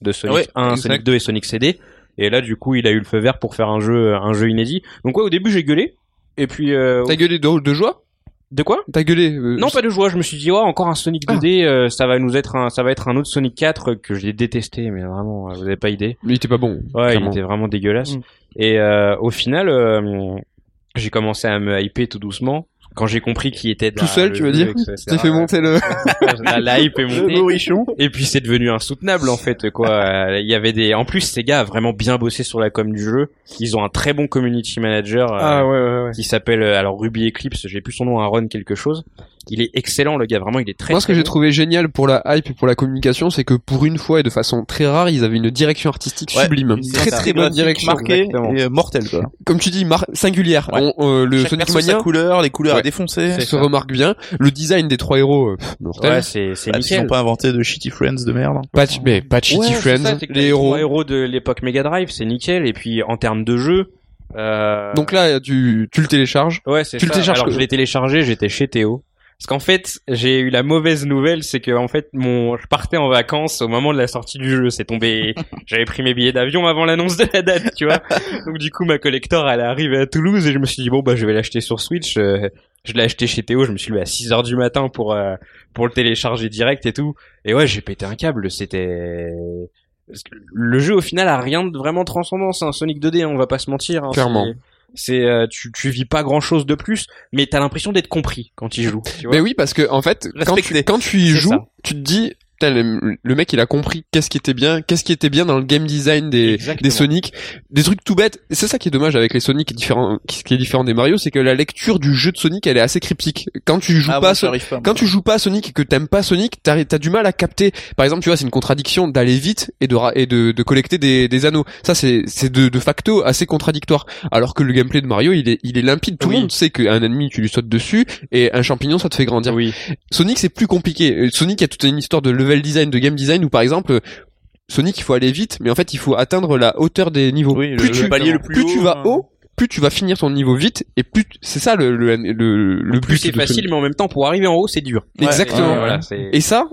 Speaker 4: de Sonic
Speaker 2: Ouais,
Speaker 4: 1,
Speaker 2: exact.
Speaker 4: Sonic 2 euh, et Sonic CD. Et là, du coup, il a eu le feu vert pour faire un jeu, un jeu inédit. Donc ouais, au début, j'ai gueulé. Et puis, euh,
Speaker 1: T'as gueulé de, de joie
Speaker 4: de quoi
Speaker 1: T'as gueulé euh,
Speaker 4: Non, pas de joie. Je me suis dit, oh, encore un Sonic 2D. euh, ça va nous être un, ça va être un autre Sonic 4 que j'ai détesté, mais vraiment, euh, vous avez pas idée.
Speaker 1: Mais il était pas bon.
Speaker 4: Ouais,
Speaker 1: Clairement.
Speaker 4: il était vraiment dégueulasse.
Speaker 3: Mm.
Speaker 4: Et euh, au final, euh, j'ai commencé à me hyper tout doucement. Quand j'ai compris qui était
Speaker 1: Tout seul, tu veux dire T'as fait monter le...
Speaker 4: la, la hype est montée.
Speaker 2: Maurichon.
Speaker 4: Et puis c'est devenu insoutenable en fait quoi. Euh, Il y avait des. En plus, ces gars a vraiment bien bossé sur la com du jeu. Ils ont un très bon community manager. euh,
Speaker 3: Ah ouais, ouais, ouais.
Speaker 4: qui s'appelle euh, alors Ruby Eclipse, j'ai plus son nom, Aaron quelque chose. Il est excellent le gars, vraiment il est très.
Speaker 1: Moi, ce que
Speaker 4: très
Speaker 1: j'ai
Speaker 4: bon.
Speaker 1: trouvé génial pour la hype et pour la communication, c'est que pour une fois et de façon très rare, ils avaient une direction artistique
Speaker 2: Ouais.
Speaker 1: sublime.
Speaker 2: Une
Speaker 1: Très très bonne
Speaker 2: graphique
Speaker 1: direction.
Speaker 2: marquée
Speaker 4: exactement.
Speaker 2: et euh, mortelle quoi.
Speaker 1: Comme tu dis, mar- singulière.
Speaker 2: Ouais.
Speaker 1: On- euh, le
Speaker 2: Chaque
Speaker 1: Sonic
Speaker 2: perso,
Speaker 1: Mania
Speaker 2: sa couleur, les couleurs
Speaker 1: Ouais.
Speaker 2: à défoncer.
Speaker 1: se remarque bien. Le design des trois héros, euh, pff, mortel.
Speaker 4: Ouais, c'est c'est
Speaker 1: bah,
Speaker 2: Ah, ils
Speaker 4: nickel.
Speaker 2: ont pas inventé de shitty friends de merde.
Speaker 1: Pas de- mais pas de shitty
Speaker 4: Ouais, c'est
Speaker 1: friends,
Speaker 4: ça, c'est que
Speaker 1: les
Speaker 4: les
Speaker 1: héros.
Speaker 4: trois héros de l'époque Mega Drive, c'est nickel. Et puis en termes de jeu, euh...
Speaker 1: Donc là, tu, tu le télécharges.
Speaker 4: ouais, c'est
Speaker 1: tu le
Speaker 4: ça.
Speaker 1: télécharges
Speaker 4: Alors
Speaker 1: que-
Speaker 4: je l'ai téléchargé, j'étais chez Théo. Parce qu'en fait, j'ai eu la mauvaise nouvelle, c'est que en fait, mon, je partais en vacances au moment de la sortie du jeu. C'est tombé, j'avais pris mes billets d'avion avant l'annonce de la date, tu vois. Donc du coup, ma collector, elle est arrivée à Toulouse et je me suis dit bon bah je vais l'acheter sur Switch. Euh, je l'ai acheté chez Théo. Je me suis levé à 6 heures du matin pour euh, pour le télécharger direct et tout. Et ouais, j'ai pété un câble. C'était Parce que le jeu au final a rien de vraiment transcendant. C'est un Sonic 2D, hein, on va pas se mentir. hein.
Speaker 1: Clairement.
Speaker 4: C'est- C'est euh, tu tu vis pas grand chose de plus, mais t'as l'impression d'être compris quand il joue. Tu vois
Speaker 1: Mais oui, parce que en fait, quand tu,
Speaker 2: Respecter.
Speaker 1: quand tu y
Speaker 4: C'est
Speaker 1: joues,
Speaker 4: ça.
Speaker 1: tu te dis, putain, le, le mec, il a compris qu'est-ce qui était bien, qu'est-ce qui était bien dans le game design des,
Speaker 4: Exactement.
Speaker 1: des Sonic, des trucs tout bêtes. Et C'est ça qui est dommage avec les Sonic, différents, qui- ce qui est différent des Mario, c'est que la lecture du jeu de Sonic, elle est assez cryptique. Quand tu joues
Speaker 2: Ah,
Speaker 1: pas,
Speaker 2: moi,
Speaker 1: à Sonic-
Speaker 2: j'arrive pas, moi.
Speaker 1: quand tu joues pas à Sonic et que t'aimes pas Sonic, t'as t'as du mal à capter. Par exemple, tu vois, c'est une contradiction d'aller vite et de ra- et de, de collecter des, des anneaux. Ça, c'est c'est de, de facto assez contradictoire. Alors que le gameplay de Mario, il est il est limpide. Tout le
Speaker 4: Oui.
Speaker 1: monde sait qu'un ennemi, tu lui sautes dessus et un champignon, ça te fait grandir.
Speaker 4: Oui.
Speaker 1: Sonic c'est plus compliqué. Euh, Sonic il y a toute une histoire de level design, de game design où par exemple euh, Sonic il faut aller vite, mais en fait il faut atteindre la hauteur des niveaux.
Speaker 2: Oui, le-
Speaker 1: plus
Speaker 2: le
Speaker 1: tu,
Speaker 2: palier le plus
Speaker 1: plus tu
Speaker 2: haut,
Speaker 1: vas
Speaker 2: hein.
Speaker 1: haut, plus tu vas finir ton niveau vite et plus tu- c'est ça le le le, le
Speaker 4: Plus
Speaker 1: but
Speaker 4: c'est
Speaker 1: de Sonic.
Speaker 4: facile, mais en même temps pour arriver en haut, c'est dur.
Speaker 1: Exactement.
Speaker 4: Ouais, voilà, c'est-
Speaker 1: Et ça,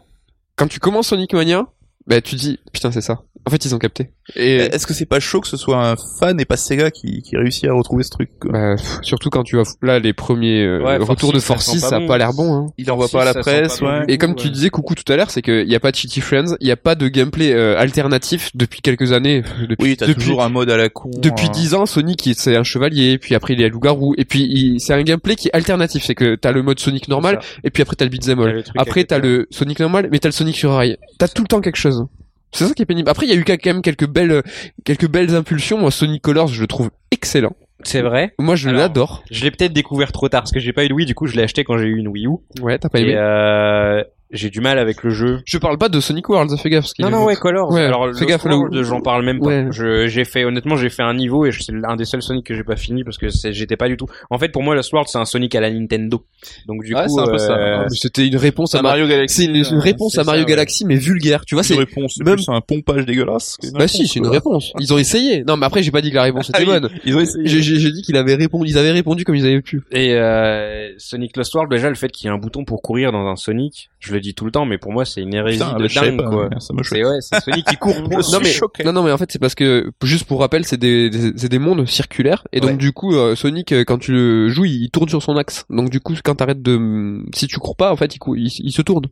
Speaker 1: quand tu commences Sonic Mania, bah tu dis putain c'est ça. En fait ils ont capté. Et
Speaker 2: Est-ce que c'est pas chaud que ce soit un fan et pas Sega qui, qui réussit à retrouver ce truc quoi
Speaker 1: bah, pff, surtout quand tu vas là les premiers euh,
Speaker 4: Ouais, Force
Speaker 1: retours de
Speaker 4: Six, ça
Speaker 1: Force
Speaker 4: sent
Speaker 1: 6
Speaker 4: pas
Speaker 1: ça a
Speaker 4: bon.
Speaker 1: pas l'air bon. Hein.
Speaker 2: Il envoie
Speaker 4: Si,
Speaker 2: pas à la
Speaker 4: ça sent
Speaker 2: presse,
Speaker 4: pas bon.
Speaker 2: ouais.
Speaker 1: Et comme
Speaker 4: Ouais.
Speaker 1: tu disais coucou tout à l'heure, c'est qu'il n'y a pas de Chitty Friends, il n'y a pas de gameplay euh, alternatif depuis quelques années. Depuis,
Speaker 2: Oui, t'as
Speaker 1: depuis,
Speaker 2: toujours un mode à la con.
Speaker 1: depuis
Speaker 2: euh,
Speaker 1: 10 ans, Sonic il- c'est un chevalier, puis après il est à loup-garou, et puis il- c'est un gameplay qui est alternatif, c'est que t'as le mode Sonic normal, et puis après t'as le beat'em all.
Speaker 4: le truc
Speaker 1: Après
Speaker 4: avec
Speaker 1: t'as le Sonic normal, mais t'as le Sonic sur rail. T'as tout le temps quelque chose. C'est ça qui est pénible. Après il y a eu quand même quelques belles, quelques belles impulsions. Moi Sonic Colors je le trouve excellent.
Speaker 4: C'est vrai.
Speaker 1: Moi je
Speaker 4: Alors,
Speaker 1: l'adore.
Speaker 4: Je l'ai peut-être découvert trop tard parce que j'ai pas eu de Wii, du coup je l'ai acheté quand j'ai eu une Wii U.
Speaker 1: Ouais t'as pas aimé.
Speaker 4: Et euh, j'ai du mal avec le jeu.
Speaker 1: Je parle pas de Sonic World, fais gaffe. parce qu'il
Speaker 4: Non
Speaker 1: est-
Speaker 4: non ouais Colors.
Speaker 1: Ouais,
Speaker 4: Alors le
Speaker 1: fais gaffe, là où-
Speaker 4: World, j'en parle même pas.
Speaker 1: Ouais.
Speaker 4: Je j'ai fait honnêtement j'ai fait un niveau et je- c'est l'un des seuls Sonic que j'ai pas fini parce que c'est- j'étais pas du tout. En fait pour moi Lost World c'est un Sonic à la Nintendo. Donc du
Speaker 2: Ouais,
Speaker 4: coup
Speaker 2: c'est un peu ça. hein.
Speaker 4: euh,
Speaker 1: Ah, mais C'était une réponse
Speaker 2: C'est
Speaker 1: à
Speaker 2: un
Speaker 1: Mario.
Speaker 2: Mario Galaxy.
Speaker 1: C'est une, une
Speaker 2: euh,
Speaker 1: réponse
Speaker 2: c'est
Speaker 1: à Mario
Speaker 2: ça, ouais.
Speaker 1: Galaxy, mais vulgaire. Tu vois, c'est
Speaker 2: Une réponse, c'est
Speaker 1: même-
Speaker 2: plus un pompage dégueulasse. qu'une
Speaker 1: bah si,
Speaker 2: réponse,
Speaker 1: c'est une
Speaker 2: quoi.
Speaker 1: réponse. Ils ont essayé. Non, mais après, j'ai pas dit que la réponse
Speaker 2: Ah
Speaker 1: était
Speaker 2: oui,
Speaker 1: bonne.
Speaker 2: Ils ont essayé.
Speaker 1: J'ai- J'ai j'ai dit qu'ils avaient répondu, ils avaient répondu comme ils avaient pu.
Speaker 4: et euh, Sonic Lost World déjà le fait qu'il y ait un bouton pour courir dans un Sonic, je le dis tout le temps mais pour moi c'est une hérésie
Speaker 2: Putain,
Speaker 4: de
Speaker 2: je savais
Speaker 4: dingue
Speaker 2: pas,
Speaker 4: quoi.
Speaker 2: mais Ça me choque.
Speaker 4: C'est ouais c'est Sonic qui court.
Speaker 2: Je suis
Speaker 1: mais-
Speaker 2: choqué.
Speaker 1: Non, non, mais en fait, c'est parce que juste pour rappel, c'est des, des- c'est des mondes circulaires et donc
Speaker 2: Ouais.
Speaker 1: du coup, euh, Sonic, euh, quand tu le joues, il, il tourne sur son axe. Donc du coup, quand t'arrêtes de, mm, si tu cours pas, en fait, il, cou- il, il se tourne.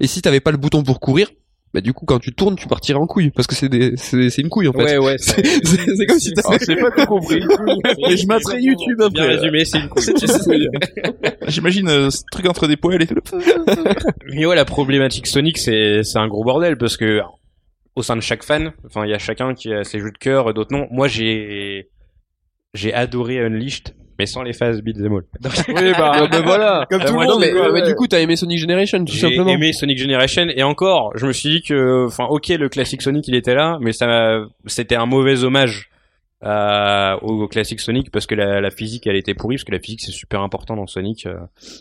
Speaker 1: Et si t'avais pas le bouton pour courir, bah du coup, quand tu tournes, tu partirais en couille parce que c'est des, c'est c'est une couille en fait.
Speaker 4: Ouais ouais.
Speaker 1: C'est c'est comme si t'avais...
Speaker 2: J'ai pas euh, tout compris. Et je m'attrais YouTube
Speaker 4: Bien
Speaker 2: après.
Speaker 4: résumé c'est une
Speaker 2: J'imagine euh, ce truc entre des poils et tout.
Speaker 4: Mais ouais, la problématique Sonic, c'est c'est un gros bordel parce que au sein de chaque fan, enfin, il y a chacun qui a ses jeux de cœur, d'autres non. Moi, j'ai j'ai adoré Unleashed, mais sans les phases beat'em all.
Speaker 1: Oui, bah, voilà.
Speaker 2: Comme
Speaker 4: tout le
Speaker 1: non,
Speaker 4: monde,
Speaker 1: mais,
Speaker 4: quoi,
Speaker 1: mais du coup, t'as aimé Sonic Generation, tout
Speaker 4: J'ai
Speaker 1: simplement.
Speaker 4: aimé Sonic Generation et encore, je me suis dit que, enfin, ok, le classique Sonic, il était là, mais ça, m'a- c'était un mauvais hommage à- au, au classique Sonic parce que la, la physique, elle était pourrie parce que la physique, c'est super important dans Sonic. euh,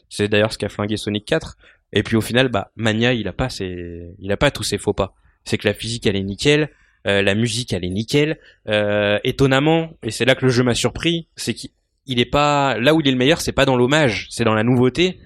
Speaker 4: C'est d'ailleurs ce qu'a flingué Sonic 4. Et puis au final, bah, Mania, il a pas ses, il a pas tous ses faux pas. C'est que la physique, elle est nickel. euh, la musique, elle est nickel. Euh, étonnamment, et c'est là que le jeu m'a surpris, c'est qu'il il est pas là où il est le meilleur, c'est pas dans l'hommage, c'est dans la nouveauté.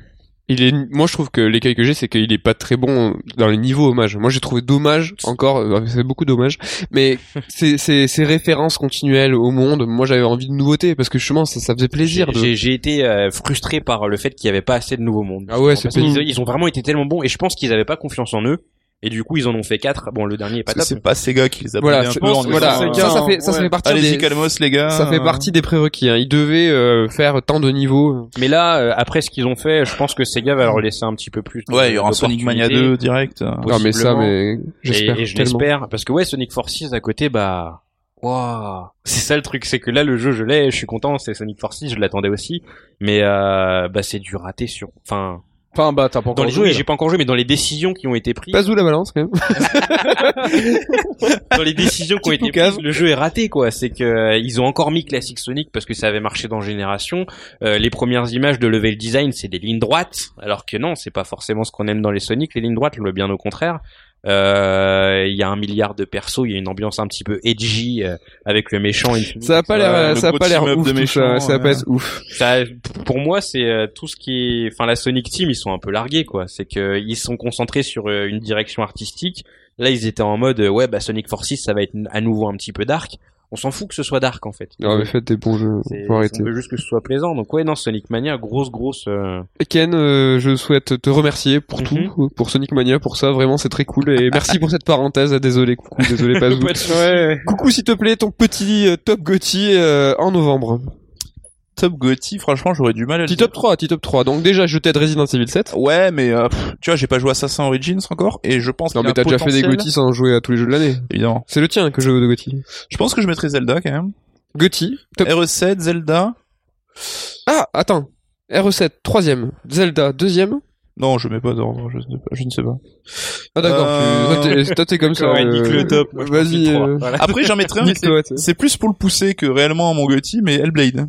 Speaker 1: il est, moi je trouve que l'écueil que j'ai, c'est qu'il est pas très bon dans les niveaux hommages. Moi j'ai trouvé dommage encore, euh, c'est beaucoup dommage, mais ces, ces, ces références continuelles au monde, moi j'avais envie de nouveautés parce que justement ça, ça faisait plaisir.
Speaker 4: J'ai-
Speaker 1: De...
Speaker 4: J'ai j'ai été euh, frustré par le fait qu'il n'y avait pas assez de Nouveau Monde.
Speaker 1: Ah ouais, c'est
Speaker 4: Parce qu'ils
Speaker 1: pénible.
Speaker 4: ils ont vraiment été tellement bons et je pense qu'ils n'avaient pas confiance en eux. Et du coup, ils en ont fait quatre. Bon, le dernier est pas
Speaker 2: Parce que
Speaker 4: top.
Speaker 2: c'est pas Sega qui les a
Speaker 1: Voilà,
Speaker 2: pris un
Speaker 1: c'est-
Speaker 2: peu en disant,
Speaker 1: voilà.
Speaker 2: euh,
Speaker 1: Ça, ça fait, ça, ça
Speaker 3: Ouais.
Speaker 1: fait partie
Speaker 2: Allez-y,
Speaker 1: des,
Speaker 2: calmos, les gars.
Speaker 1: ça fait partie des prérequis. Hein. Ils devaient euh, faire tant de niveaux.
Speaker 4: Mais là, euh, après ce qu'ils ont fait, je pense que Sega va leur laisser un petit peu plus. de-
Speaker 2: Ouais, il y aura un Sonic Mania
Speaker 4: d'opportunités.
Speaker 2: 2 direct. euh.
Speaker 1: Non mais ça,
Speaker 4: Possiblement.
Speaker 1: mais j'espère
Speaker 4: Et, et je
Speaker 1: tellement.
Speaker 4: l'espère parce que ouais Sonic Forces à côté bah waouh c'est ça le truc c'est que là le jeu je l'ai je suis content c'est Sonic Forces je l'attendais aussi mais euh, bah c'est du raté sur enfin
Speaker 3: Enfin, bah, t'as pas
Speaker 4: dans
Speaker 3: encore
Speaker 4: les
Speaker 3: joué.
Speaker 4: jeux j'ai pas encore joué mais dans les décisions qui ont été prises
Speaker 1: Pas où la balance quand même.
Speaker 4: dans les décisions qui ont été
Speaker 1: Poucave.
Speaker 4: prises le jeu est raté quoi c'est que euh, ils ont encore mis Classic Sonic parce que ça avait marché dans Génération Euh, les premières images de level design c'est des lignes droites alors que non c'est pas forcément ce qu'on aime dans les Sonic les lignes droites le bien au contraire Euh, il y a un milliard de persos, il y a une ambiance un petit peu edgy euh, avec le méchant. Infinite.
Speaker 1: Ça a pas l'air,
Speaker 2: Ouais,
Speaker 1: euh,
Speaker 2: le
Speaker 1: ça a
Speaker 2: gros
Speaker 1: pas l'air
Speaker 2: team-up
Speaker 1: ouf.
Speaker 2: de
Speaker 1: tout
Speaker 2: méchants,
Speaker 1: ça, ça a pas
Speaker 2: ouais.
Speaker 1: être ouf.
Speaker 4: Ça, pour moi, c'est euh, tout ce qui est, enfin, la Sonic Team, ils sont un peu largués, quoi. C'est que ils se sont concentrés sur euh, une direction artistique. Là, ils étaient en mode, euh, ouais, bah Sonic Forces, ça va être n- à nouveau un petit peu dark. On s'en fout que ce soit dark, en fait.
Speaker 1: Non mais faites des bons jeux.
Speaker 4: C'est-
Speaker 1: Ah Faut arrêter.
Speaker 4: on veut juste que ce soit plaisant. Donc ouais, non, Sonic Mania, grosse, grosse. euh,
Speaker 1: Ken, euh, je souhaite te remercier pour
Speaker 4: Mhm.
Speaker 1: tout, euh, pour Sonic Mania, pour ça, vraiment c'est très cool. Et merci pour cette parenthèse. Ah, Désolé, coucou, désolé, pas Ah, vous. Coucou, s'il te plaît, ton petit euh, top Gotti euh, en novembre.
Speaker 2: Top Gotti, franchement, j'aurais du mal à le
Speaker 1: Petit top 3, petit top 3. Donc déjà, je t'aide Resident Evil 7.
Speaker 2: Ouais, mais euh, pff, tu vois, j'ai pas joué Assassin Origins encore, et je pense
Speaker 1: Non
Speaker 2: qu'il y a
Speaker 1: mais t'as
Speaker 2: un
Speaker 1: déjà fait des
Speaker 2: potentiel,
Speaker 1: Gotti sans jouer à tous les jeux de l'année.
Speaker 2: Évidemment.
Speaker 1: C'est le tien que je veux de Gotti.
Speaker 2: Je pense que je mettrais Zelda quand même.
Speaker 1: Gotti. Top...
Speaker 2: RE7, Zelda.
Speaker 1: Ah, attends. RE7, troisième. Zelda, deuxième.
Speaker 2: Non, je mets pas d'ordre, je, sais pas, je ne sais pas.
Speaker 1: Ah d'accord.
Speaker 2: Euh,
Speaker 1: tu- toi, t'es- Toi t'es comme ça.
Speaker 4: Ouais,
Speaker 1: euh,
Speaker 4: nique le top. Moi, je pense
Speaker 1: Vas-y.
Speaker 4: qu'il y a trois.
Speaker 1: euh,
Speaker 4: Voilà.
Speaker 2: Après, j'en mettrais un, mais c'est-
Speaker 1: Nique-toi. t'es.
Speaker 2: c'est plus pour le pousser que réellement à mon Gotti, mais Hellblade.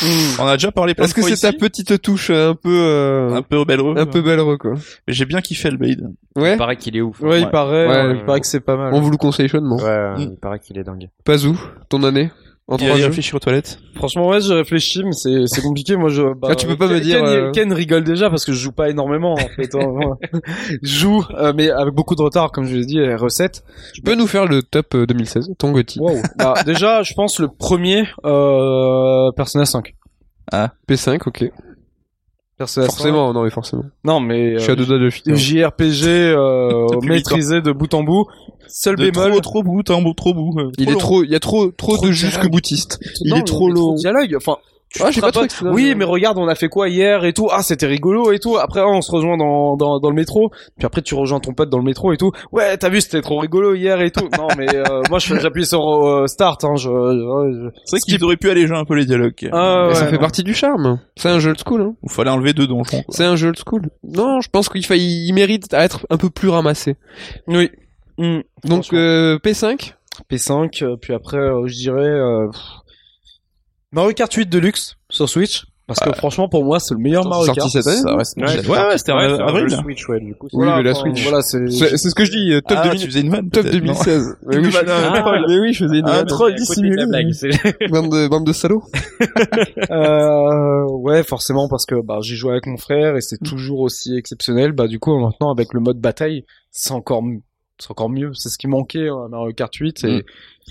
Speaker 3: Mm.
Speaker 2: On a déjà parlé plein
Speaker 1: Est-ce
Speaker 2: de
Speaker 1: que
Speaker 2: fois
Speaker 1: c'est ta
Speaker 2: ici. Ah,
Speaker 1: petite touche euh, un peu euh,
Speaker 2: un peu rebelle
Speaker 1: un peu belreux quoi
Speaker 2: Mais j'ai bien kiffé Hellblade.
Speaker 1: Ouais.
Speaker 4: Il paraît qu'il est ouf.
Speaker 3: Ouais, il paraît,
Speaker 1: Ouais.
Speaker 3: euh, il paraît que c'est pas mal.
Speaker 1: On vous le conseille chaudement.
Speaker 4: Ouais, euh,
Speaker 2: Mm.
Speaker 4: il paraît qu'il est dingue.
Speaker 1: Pas où ton année en
Speaker 2: Il
Speaker 1: trois
Speaker 2: allait
Speaker 1: jeux.
Speaker 2: réfléchir aux toilettes.
Speaker 3: Franchement, ouais, j'ai réfléchi, mais c'est, c'est compliqué. Moi, je, bah,
Speaker 1: Ah, tu peux pas me
Speaker 3: Ken-
Speaker 1: dire,
Speaker 3: Ken,
Speaker 1: euh,
Speaker 3: Ken rigole déjà parce que je joue pas énormément, en fait. hein, moi. je joue, euh, mais avec beaucoup de retard, comme je l'ai dit, euh, recette.
Speaker 1: Tu peux nous faire le top euh, 2016, ton Gotti.
Speaker 3: Wow. Bah, déjà, je pense le premier, euh, Persona 5.
Speaker 1: P5, ok.
Speaker 3: Persona 5.
Speaker 1: forcément, non mais forcément.
Speaker 3: Non, mais,
Speaker 1: Je suis
Speaker 3: euh,
Speaker 1: à deux doigts de le finir.
Speaker 3: JRPG, euh,
Speaker 2: Depuis
Speaker 3: maîtrisé de bout en bout. Seul
Speaker 2: De
Speaker 3: bémol.
Speaker 2: trop, trop bout, hein, beau- trop bout. euh,
Speaker 1: Il est
Speaker 2: long.
Speaker 1: trop, il y a trop, trop,
Speaker 3: Trop
Speaker 1: de
Speaker 3: de
Speaker 1: jusque boutiste. Il
Speaker 3: Non,
Speaker 1: est trop
Speaker 3: mais
Speaker 1: long.
Speaker 3: de dialogue. Enfin, tu
Speaker 1: Ah, j'ai
Speaker 3: te
Speaker 1: pas trouvé
Speaker 3: rabattes.
Speaker 1: que c'était dingue.
Speaker 3: Oui, mais regarde, on a fait quoi hier et tout. Ah, c'était rigolo et tout. Après, ah, on se rejoint dans, dans, dans le métro. Puis après, tu rejoins ton pote dans le métro et tout. Ouais, t'as vu, c'était trop rigolo hier et tout. non, mais euh, moi, je- j'appuie sur euh, start. Hein, je, je- je-
Speaker 2: C'est vrai qu'ils auraient pu alléger un peu les dialogues.
Speaker 3: Ah,
Speaker 1: Et ça
Speaker 3: ouais,
Speaker 1: fait
Speaker 3: non.
Speaker 1: partie du charme. C'est un jeu old school. Hein.
Speaker 2: Il fallait enlever deux donjons. quoi.
Speaker 1: C'est un jeu old school. Non, je pense qu'il fa- il mérite à être un peu plus ramassé.
Speaker 3: Oui. Hmm.
Speaker 1: Donc
Speaker 3: Franchement.
Speaker 1: euh, P5,
Speaker 3: P5, euh, puis après, euh, je dirais euh, pff, Mario Kart 8 Deluxe sur Switch. Parce que franchement, pour moi, c'est le meilleur Mario
Speaker 1: sorti
Speaker 3: Kart.
Speaker 1: cette année.
Speaker 2: Ça reste-
Speaker 4: Ouais,
Speaker 2: Ouais, ouais, c'était en
Speaker 4: Ouais, c'est un jeu
Speaker 2: avril.
Speaker 4: Switch, ouais, du coup.
Speaker 1: Oui, mais la
Speaker 3: enfin,
Speaker 1: Switch.
Speaker 3: Voilà, c'est.
Speaker 1: C'est c'est ce que je dis. euh, Top,
Speaker 2: Ah,
Speaker 1: 2000
Speaker 2: tu faisais une vanne,
Speaker 1: top
Speaker 2: peut-être, non
Speaker 1: 2016. Mais oui, je-
Speaker 2: Bah, non,
Speaker 4: Ah,
Speaker 1: mais oui, je faisais une
Speaker 2: Ah,
Speaker 1: vanne.
Speaker 2: non.
Speaker 4: à côté de la blague, c'est-
Speaker 3: Ah.
Speaker 1: bande de bande de salauds.
Speaker 3: Euh, ouais, forcément, parce que bah, j'ai joué avec mon frère et c'est toujours aussi exceptionnel. Bah, du coup, maintenant, avec le mode bataille, c'est encore, m- c'est encore mieux. C'est ce qui manquait hein, à Mario Kart 8. Et...
Speaker 2: Mm.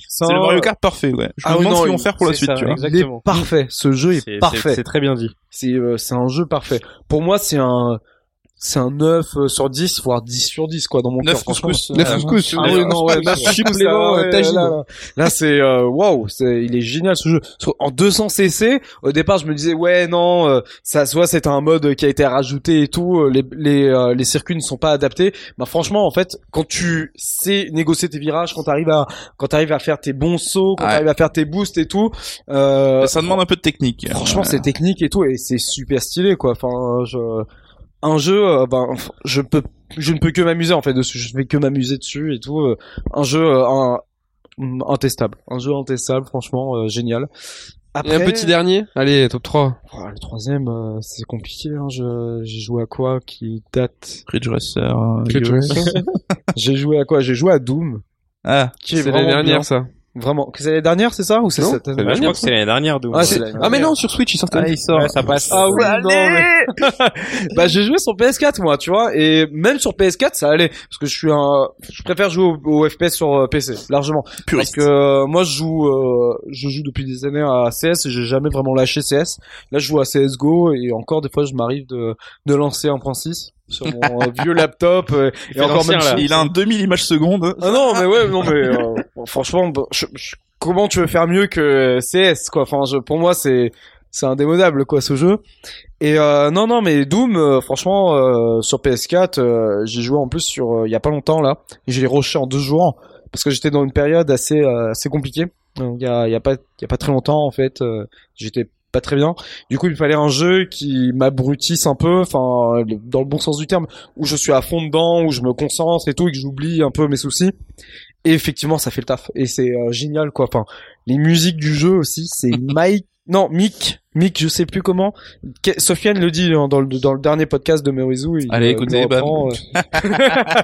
Speaker 2: C'est le Mario Kart parfait, ouais. Je me
Speaker 3: Ah oui,
Speaker 2: demande ce
Speaker 3: non,
Speaker 2: qu'ils vont
Speaker 3: il-
Speaker 2: faire pour la
Speaker 4: c'est
Speaker 2: suite,
Speaker 4: ça,
Speaker 2: tu vois.
Speaker 3: Il est
Speaker 4: Exactement.
Speaker 3: parfait. Ce jeu est,
Speaker 4: C'est- c'est-
Speaker 3: parfait.
Speaker 4: C'est très bien dit.
Speaker 3: C'est euh, c'est un jeu parfait. Pour moi, c'est un, c'est un 9 sur 10, voire 10 sur 10, quoi, dans mon cœur.
Speaker 2: Neuf
Speaker 3: franchement.
Speaker 2: couscous.
Speaker 1: Neuf
Speaker 2: euh,
Speaker 1: couscous.
Speaker 3: Ah oui, non, ouais, bah, supplément,
Speaker 1: euh,
Speaker 3: ouais,
Speaker 1: tagine.
Speaker 3: Là, là. Là, c'est euh, waouh, c'est il est génial ce jeu. Parce que En 200 cc, au départ, je me disais ouais non, euh, ça soit c'est un mode qui a été rajouté et tout, euh, les les euh, les circuits ne sont pas adaptés. Bah franchement, en fait, quand tu sais négocier tes virages, quand t'arrives à quand t'arrives à faire tes bons sauts, quand
Speaker 2: Ouais.
Speaker 3: t'arrives à faire tes boosts et tout, euh,
Speaker 2: Ça demande un peu de technique.
Speaker 3: Franchement, c'est technique et tout, et c'est super stylé, quoi. Enfin, je... un jeu, euh, ben, f- je peux, je ne peux que m'amuser en fait dessus. Je ne fais que m'amuser dessus et tout. euh, Un jeu euh, un- mm, intestable, un jeu intestable, franchement euh, génial.
Speaker 1: Et un petit dernier. Allez, top 3.
Speaker 3: Oh, le troisième, euh, c'est compliqué. Hein. Je, j'ai joué à quoi qui date
Speaker 2: Ridge Racer. euh,
Speaker 1: Que tu
Speaker 2: Yo.
Speaker 1: restes.
Speaker 3: J'ai joué à quoi J'ai joué à Doom.
Speaker 2: Ah,
Speaker 3: qui est
Speaker 1: C'est la
Speaker 3: vraiment
Speaker 1: dernière
Speaker 3: bien.
Speaker 1: ça.
Speaker 3: Vraiment. Que C'est l'année dernière, c'est ça Ou c'est
Speaker 1: Non,
Speaker 3: cette année
Speaker 1: c'est
Speaker 4: Bah, je crois que c'est l'année dernière, Doom.
Speaker 3: Ah,
Speaker 1: C'est-
Speaker 3: c'est la-
Speaker 1: Ah mais non, sur Switch, il sortait.
Speaker 2: Ah, il sort.
Speaker 4: Ouais, ça passe.
Speaker 3: Ah oui, non, mais- bah j'ai joué sur PS4 moi, tu vois, et même sur PS4 ça allait parce que je suis un, je préfère jouer au, au FPS sur euh, PC largement parce
Speaker 2: Puriste.
Speaker 3: que euh, moi je joue, euh, je joue depuis des années à CS et j'ai jamais vraiment lâché CS. Là je joue à CS:GO et encore des fois je m'arrive de de lancer un point six sur mon euh, vieux laptop euh, et,
Speaker 4: fait
Speaker 3: encore
Speaker 4: l'ancien,
Speaker 3: même
Speaker 4: là.
Speaker 3: chose.
Speaker 2: Il a un 2000 images secondes.
Speaker 3: Ah non, mais ouais, non, mais euh, bon, franchement, bon, je- je- comment tu veux faire mieux que CS, quoi Enfin, je, pour moi, c'est c'est indémodable, quoi, ce jeu. Et euh, non, non, mais Doom, euh, franchement, euh, sur PS4, euh, j'ai joué en plus sur euh, il y a pas longtemps là. Et J'ai rushé en deux jours parce que j'étais dans une période assez euh, assez compliquée. Donc il y a il y a pas il y a pas très longtemps en fait, euh, j'étais pas très bien. Du coup, il me fallait un jeu qui m'abrutisse un peu, enfin le- dans le bon sens du terme, où je suis à fond dedans, où je me concentre et tout, et que j'oublie un peu mes soucis. Et effectivement, ça fait le taf. Et c'est euh, génial, quoi. Enfin, les musiques du jeu aussi, c'est Mike, non, Mick, Mick, je sais plus comment. Ke- Sofiane le dit hein, dans le, dans le dernier podcast de Merizu. il,
Speaker 2: Allez,
Speaker 3: euh,
Speaker 2: écoutez,
Speaker 3: le reprend,
Speaker 2: bah,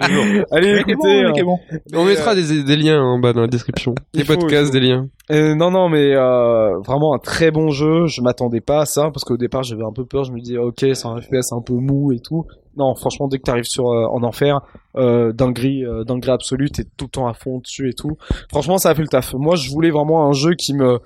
Speaker 3: euh. Allez, écoutez. hein.
Speaker 1: On mettra des, des liens en bas dans la description.
Speaker 3: Il
Speaker 1: Des
Speaker 3: faut,
Speaker 1: podcasts,
Speaker 3: il
Speaker 1: des liens.
Speaker 3: Euh, non, non, mais euh, vraiment un très bon jeu. Je m'attendais pas à ça parce qu'au départ j'avais un peu peur. Je me disais ok, c'est un FPS un peu mou et tout. Non, franchement, dès que t'arrives sur euh, en enfer, euh, dinguerie, euh, dinguerie absolue, t'es tout le temps à fond dessus et tout. Franchement, ça a fait le taf. Moi, je voulais vraiment un jeu qui me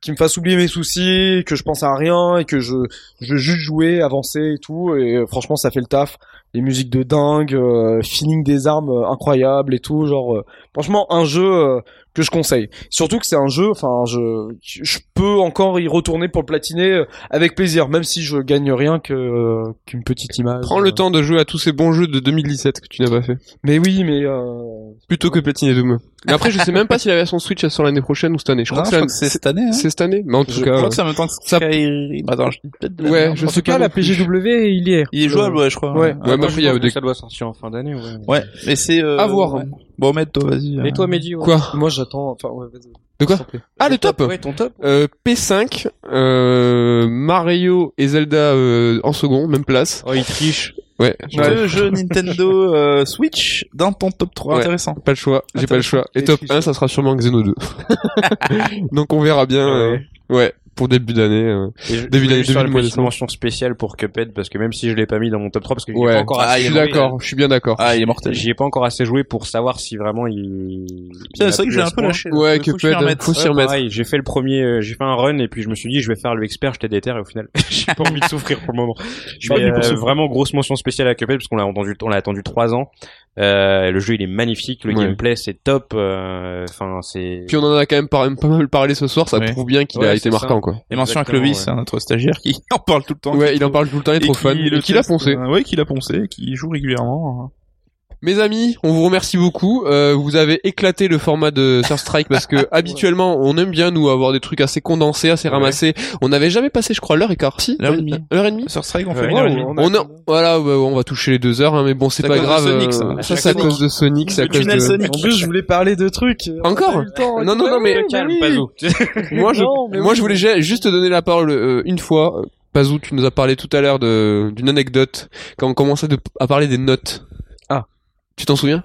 Speaker 3: qui me fasse oublier mes soucis, que je pense à rien et que je je veux juste jouer, avancer et tout. Et euh, franchement, ça fait le taf. Les musiques de dingue, euh, feeling des armes euh, incroyable et tout. Genre, euh, franchement, un jeu euh, que je conseille. Surtout que c'est un jeu, enfin, je, je peux encore y retourner pour le platiner euh, avec plaisir, même si je gagne rien que euh, qu'une petite image.
Speaker 1: Prends le temps de jouer à tous ces bons jeux de 2017 que tu n'as pas fait.
Speaker 3: Mais oui, mais euh,
Speaker 1: Plutôt que platiner Doom. Et après, je sais même pas si la version Switch elle sort l'année prochaine ou cette année. Je crois
Speaker 2: Non,
Speaker 1: que
Speaker 2: je
Speaker 1: c'est la-
Speaker 2: crois que c'est cette année. hein.
Speaker 1: c'est cette année. Mais en tout
Speaker 2: Je
Speaker 1: cas, euh,
Speaker 2: crois que c'est en même temps que
Speaker 1: ça-
Speaker 2: Skyrim. Bah, Attends, je dis peut-être de la
Speaker 1: Ouais,
Speaker 2: merde.
Speaker 1: je
Speaker 3: en
Speaker 1: sais
Speaker 3: tout cas,
Speaker 1: pas
Speaker 3: la
Speaker 1: non plus.
Speaker 3: PGW, il y est.
Speaker 2: Il est jouable, ouais, je crois.
Speaker 3: Ouais.
Speaker 1: Ouais, mais après, il y a des-
Speaker 4: Ça doit sortir en fin d'année, ouais.
Speaker 2: Ouais, mais c'est. euh,
Speaker 1: à voir.
Speaker 2: ouais. Bon, Med, toi, vas-y. euh.
Speaker 4: Et toi, Mehdi, ouais.
Speaker 1: Quoi
Speaker 3: Moi, j'attends. Enfin, ouais, vas-y.
Speaker 1: De quoi
Speaker 3: S'il te plaît.
Speaker 1: Ah, le top
Speaker 4: Ouais, ton top
Speaker 1: Euh, P5, euh, Mario et Zelda euh, en second, même place.
Speaker 4: Oh, il triche.
Speaker 1: Ouais,
Speaker 2: Deux jeux Nintendo euh, Switch dans ton top 3.
Speaker 1: Ouais.
Speaker 2: Intéressant.
Speaker 1: pas le choix, j'ai pas le choix. Et top 1, ça sera sûrement Xeno 2. Donc on verra bien. euh, Ouais, pour début d'année. euh.
Speaker 4: Et je,
Speaker 1: Début
Speaker 4: je voulais
Speaker 1: d'année
Speaker 4: juste faire
Speaker 1: 2000, moi,
Speaker 4: une petite
Speaker 1: décembre.
Speaker 4: mention spéciale pour Cuphead parce que même si je l'ai pas mis dans mon top 3 parce que j'y ai
Speaker 1: Ouais.
Speaker 4: pas encore
Speaker 2: Ah,
Speaker 1: je
Speaker 4: assez hein.
Speaker 1: suis
Speaker 4: joué,
Speaker 1: d'accord, je suis bien d'accord.
Speaker 2: Ah, il est mortel.
Speaker 4: j'y ai pas encore assez joué pour savoir si vraiment il. il
Speaker 2: Putain,
Speaker 4: m'a
Speaker 2: C'est vrai
Speaker 4: plu
Speaker 2: que j'ai
Speaker 4: à
Speaker 2: un
Speaker 4: ce
Speaker 2: peu
Speaker 4: point.
Speaker 2: lâché.
Speaker 1: Ouais,
Speaker 2: Faut que je m'y
Speaker 1: Cuphead,
Speaker 2: remette.
Speaker 1: faut s'y
Speaker 4: Ouais,
Speaker 1: remettre.
Speaker 4: pareil, j'ai fait le premier, euh, j'ai fait un run et puis je me suis dit je vais faire le expert, j'étais déter et au final j'ai pas envie de souffrir pour le moment. Je euh,
Speaker 3: pas venu pour souffrir.
Speaker 4: vraiment grosse mention spéciale à Cuphead parce qu'on l'a entendu, on l'a attendu trois ans. Euh, le jeu il est magnifique, le
Speaker 1: Ouais.
Speaker 4: gameplay c'est top. euh, Enfin c'est.
Speaker 1: Puis on en a quand même par- pas mal parlé ce soir, ça
Speaker 2: Ouais.
Speaker 1: prouve bien qu'il a
Speaker 4: Ouais,
Speaker 1: été
Speaker 4: c'est
Speaker 1: marquant quoi.
Speaker 2: Et mention à
Speaker 4: Exactement,
Speaker 2: Clovis,
Speaker 4: ouais.
Speaker 2: hein, notre stagiaire, qui en parle tout le temps.
Speaker 1: Ouais, il en parle tout le temps, il est trop fan. Et qui l'a poncé.
Speaker 2: Ouais, qui l'a poncé, qui joue régulièrement. hein.
Speaker 1: Mes amis, on vous remercie beaucoup. Euh, vous avez éclaté le format de Surstrike parce que habituellement, on aime bien nous avoir des trucs assez condensés, assez
Speaker 4: Ouais.
Speaker 1: ramassés. On n'avait jamais passé, je crois, l'heure et quart. Si,
Speaker 2: L'heure et demie.
Speaker 1: L'heure et demie.
Speaker 2: Sur Strike, on fait
Speaker 4: Ouais.
Speaker 2: une heure et
Speaker 3: Ouais,
Speaker 2: demie.
Speaker 3: on a-
Speaker 1: On a, voilà, ouais, on va toucher les deux heures, hein, mais bon, c'est
Speaker 2: C'est à
Speaker 1: pas
Speaker 2: cause de
Speaker 1: grave.
Speaker 2: Sonic, ça.
Speaker 1: euh, ça,
Speaker 2: À chaque
Speaker 1: c'est à
Speaker 2: Sonic.
Speaker 1: cause de Sonic, c'est à
Speaker 2: Le
Speaker 1: cause
Speaker 2: tunnel
Speaker 1: de.
Speaker 2: Sonic.
Speaker 3: En plus, je voulais parler de trucs.
Speaker 1: Encore
Speaker 3: On a eu le temps.
Speaker 1: Non, non, non, mais-
Speaker 4: Calme, Pazou.
Speaker 1: Moi, je,
Speaker 3: Non, mais
Speaker 1: moi,
Speaker 3: oui.
Speaker 1: je voulais ju- juste te donner la parole euh, une fois. Euh, Pazou, tu nous as parlé tout à l'heure de d'une anecdote quand on commençait de- à parler des notes.
Speaker 3: Ah.
Speaker 1: Tu t'en souviens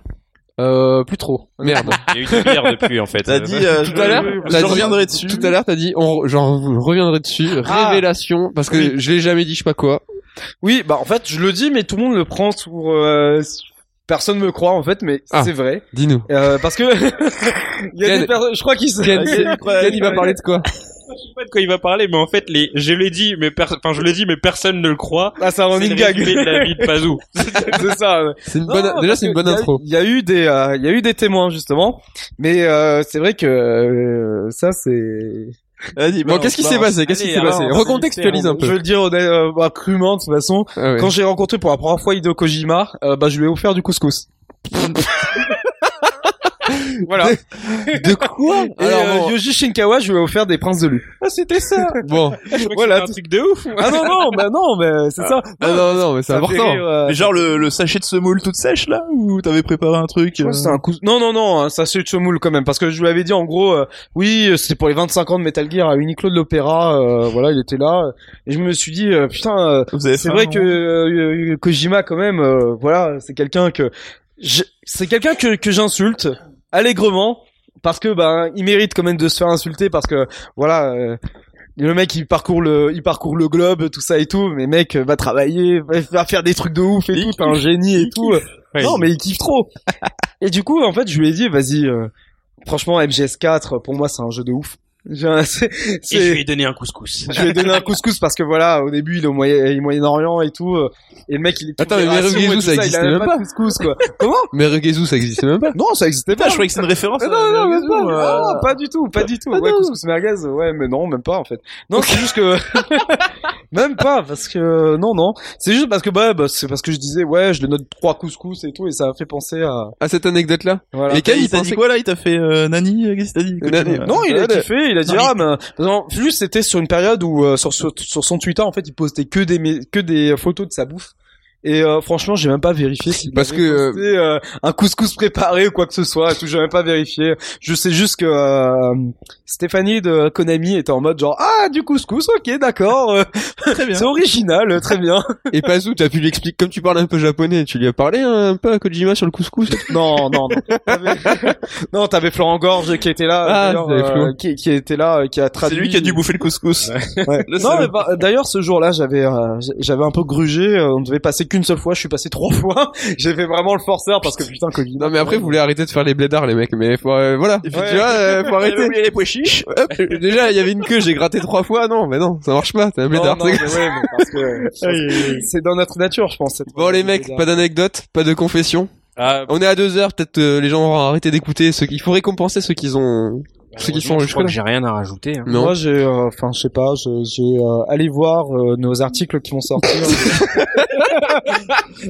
Speaker 3: Euh, plus trop.
Speaker 1: Merde.
Speaker 4: Il y a eu une bière depuis en fait.
Speaker 2: T'as
Speaker 4: Euh,
Speaker 2: dit, euh,
Speaker 1: Tout à l'heure,
Speaker 2: je-
Speaker 1: t'as
Speaker 2: je
Speaker 1: dit-
Speaker 2: reviendrai dessus.
Speaker 1: Tout à l'heure, t'as dit, on, re- j'en reviendrai dessus.
Speaker 3: Ah.
Speaker 1: Révélation, parce que je l'ai jamais dit, je sais pas quoi.
Speaker 3: Oui, bah en fait, je le dis, mais tout le monde le prend pour. euh, Personne me croit en fait, mais
Speaker 1: Ah.
Speaker 3: c'est vrai.
Speaker 1: Dis-nous.
Speaker 3: Euh, parce que il y a
Speaker 1: Ken.
Speaker 3: des personnes, je crois qu'ils se-
Speaker 1: Ken,
Speaker 3: il y a des-
Speaker 1: Ken, il va parler de quoi
Speaker 4: Je sais pas de quoi il va parler, mais en fait, les, je l'ai dit, mais pers- enfin, je le dis, mais personne ne le croit.
Speaker 3: Ah, c'est un
Speaker 4: C'est
Speaker 3: running
Speaker 4: le
Speaker 3: gag.
Speaker 4: résumé de la vie de Pazou.
Speaker 3: c'est ça.
Speaker 1: C'est une
Speaker 3: Non,
Speaker 1: bonne, déjà,
Speaker 3: parce
Speaker 1: c'est une
Speaker 3: que
Speaker 1: bonne
Speaker 3: il y a-
Speaker 1: intro.
Speaker 3: Il y a eu des, euh, il y a eu des témoins justement, mais euh, c'est vrai que euh, ça c'est.
Speaker 2: Vas-y,
Speaker 1: Bon, qu'est-ce qui s'est passé? Qu'est-ce qui
Speaker 4: Allez,
Speaker 1: s'est
Speaker 4: alors,
Speaker 1: passé?
Speaker 4: c'est
Speaker 1: Recontextualise un peu.
Speaker 3: Je vais le dire honnête- euh, bah, crûment de toute façon.
Speaker 1: Ah ouais.
Speaker 3: Quand j'ai rencontré pour la première fois Hideo Kojima, euh, bah je lui ai offert du couscous. voilà.
Speaker 1: De quoi?
Speaker 3: Et euh, Yoji Shinkawa, je lui ai offert des princes de lu.
Speaker 4: Ah, c'était ça!
Speaker 1: bon.
Speaker 3: Voilà.
Speaker 4: Voilà. un truc de ouf.
Speaker 3: Ah non non, bah non, mais c'est ça.
Speaker 1: Ah non, non, mais c'est
Speaker 3: Ça fait
Speaker 1: important.
Speaker 3: rire, euh,
Speaker 2: Mais genre le, le sachet de semoule toute sèche là ou t'avais préparé un truc euh,
Speaker 3: Je crois que c'est un cous- Non, non, non, hein, ça c'est de semoule quand même, parce que je lui avais dit en gros, euh, oui, euh, c'était pour les 25 ans de Metal Gear à Uniqlo de l'Opéra, euh, voilà, il était là, euh, et je me suis dit, euh, putain, euh, c'est vrai que euh, euh, Kojima quand même, euh, voilà, c'est quelqu'un que, je- c'est quelqu'un que, que j'insulte allègrement, parce que ben il mérite quand même de se faire insulter parce que voilà euh, le mec il parcourt le il parcourt le globe tout ça et tout mais mec euh, va travailler va- va faire des trucs de ouf et tout t'es un génie et tout
Speaker 4: Ouais,
Speaker 3: non mais il kiffe trop et du coup en fait je lui ai dit vas-y euh, franchement MGS4 pour moi c'est un jeu de ouf Je- c'est-
Speaker 4: Et je
Speaker 3: c'est-
Speaker 4: lui ai donné un couscous.
Speaker 3: je lui ai donné un couscous parce que voilà, au début il est au Moyen- il est Moyen-Orient et tout, euh, et le mec il est.
Speaker 1: Attends,
Speaker 3: tout
Speaker 1: mais
Speaker 3: fédération
Speaker 1: Merguezou,
Speaker 3: et tout
Speaker 1: ça existait
Speaker 3: il a
Speaker 1: même
Speaker 3: pas. de couscous quoi.
Speaker 1: Mais Regezu, ça existait même pas.
Speaker 3: Non, ça existait
Speaker 2: Ah,
Speaker 3: pas.
Speaker 5: Putain, je croyais que c'est une référence.
Speaker 3: Mais
Speaker 5: à
Speaker 3: Ah, non, non,
Speaker 5: la
Speaker 3: même pas.
Speaker 5: maison, euh.
Speaker 3: Non, pas du tout, pas du tout.
Speaker 1: Ah
Speaker 3: ouais,
Speaker 1: non.
Speaker 3: couscous merguez, ouais, mais non, même pas en fait. Non, c'est juste que même pas parce que non, non, c'est juste parce que bah, bah, c'est parce que je disais ouais, je le note trois couscous et tout et ça a fait penser à
Speaker 1: À cette anecdote-là.
Speaker 3: voilà.
Speaker 1: Et Ken,
Speaker 2: il
Speaker 1: il
Speaker 2: t'a dit
Speaker 1: pensait
Speaker 2: quoi là Il t'a fait euh, Nani euh, Qu'est-ce que t'as dit
Speaker 1: Euh, Nani.
Speaker 2: Non,
Speaker 3: Non, il a
Speaker 1: Ouais,
Speaker 3: kiffé, il a dit
Speaker 2: Non,
Speaker 3: ah mais non, juste c'était sur une période où euh, sur, sur sur son Twitter en fait, il postait que des mé- que des photos de sa bouffe. Et euh, franchement, j'ai même pas vérifié si
Speaker 1: Parce que, euh,
Speaker 3: un couscous préparé ou quoi que ce soit, tout j'ai même pas vérifié. Je sais juste que euh, Stéphanie de Konami était en mode genre ah du couscous, OK, d'accord. euh,
Speaker 2: très bien.
Speaker 3: c'est original, euh, très bien.
Speaker 1: Et Pazou, t'as pu lui expliquer, comme tu parles un peu japonais, tu lui as parlé hein, un peu à Kojima sur le couscous.
Speaker 3: non, non, non. T'avais- non, t'avais Florent Gorge qui était là
Speaker 1: Ah,
Speaker 3: d'ailleurs,
Speaker 1: t'avais Flo.
Speaker 3: qui, qui était là euh, qui a
Speaker 2: C'est
Speaker 3: traduit
Speaker 2: lui qui a dû bouffer le couscous.
Speaker 3: Ouais.
Speaker 2: Le
Speaker 3: Non,
Speaker 2: salaud.
Speaker 3: mais par- d'ailleurs, ce jour-là, j'avais, euh, j'avais un peu grugé. euh, On devait passer qu'une seule fois. Je suis passé trois fois. J'ai fait vraiment le forceur parce que putain, Covid.
Speaker 1: Non mais après vous voulez arrêter de faire les blédards les mecs mais faut euh, voilà tu
Speaker 3: Ouais.
Speaker 1: vois euh, faut
Speaker 2: J'avais
Speaker 1: arrêter
Speaker 2: oublié les pois chiches.
Speaker 1: Hop, déjà il y avait une queue j'ai gratté trois fois non mais non ça marche pas t'es un
Speaker 3: Non,
Speaker 1: blédard
Speaker 3: non,
Speaker 4: Oh,
Speaker 1: c'est-
Speaker 3: mais ouais, mais parce que, euh, je pense que c'est dans notre nature, je pense. cette-
Speaker 1: bon les mecs pas d'anecdote pas de confession
Speaker 4: Ah,
Speaker 1: on est à deux heures peut-être euh, les gens vont arrêter d'écouter ceux qui il faut récompenser ceux qui ont ceux qui sont
Speaker 4: bah, je crois
Speaker 1: jusque
Speaker 4: que
Speaker 1: là
Speaker 4: j'ai rien à rajouter. hein.
Speaker 1: non
Speaker 3: Moi, j'ai, euh, enfin, je sais pas, je- j'ai, euh, allez voir euh, nos articles qui vont sortir.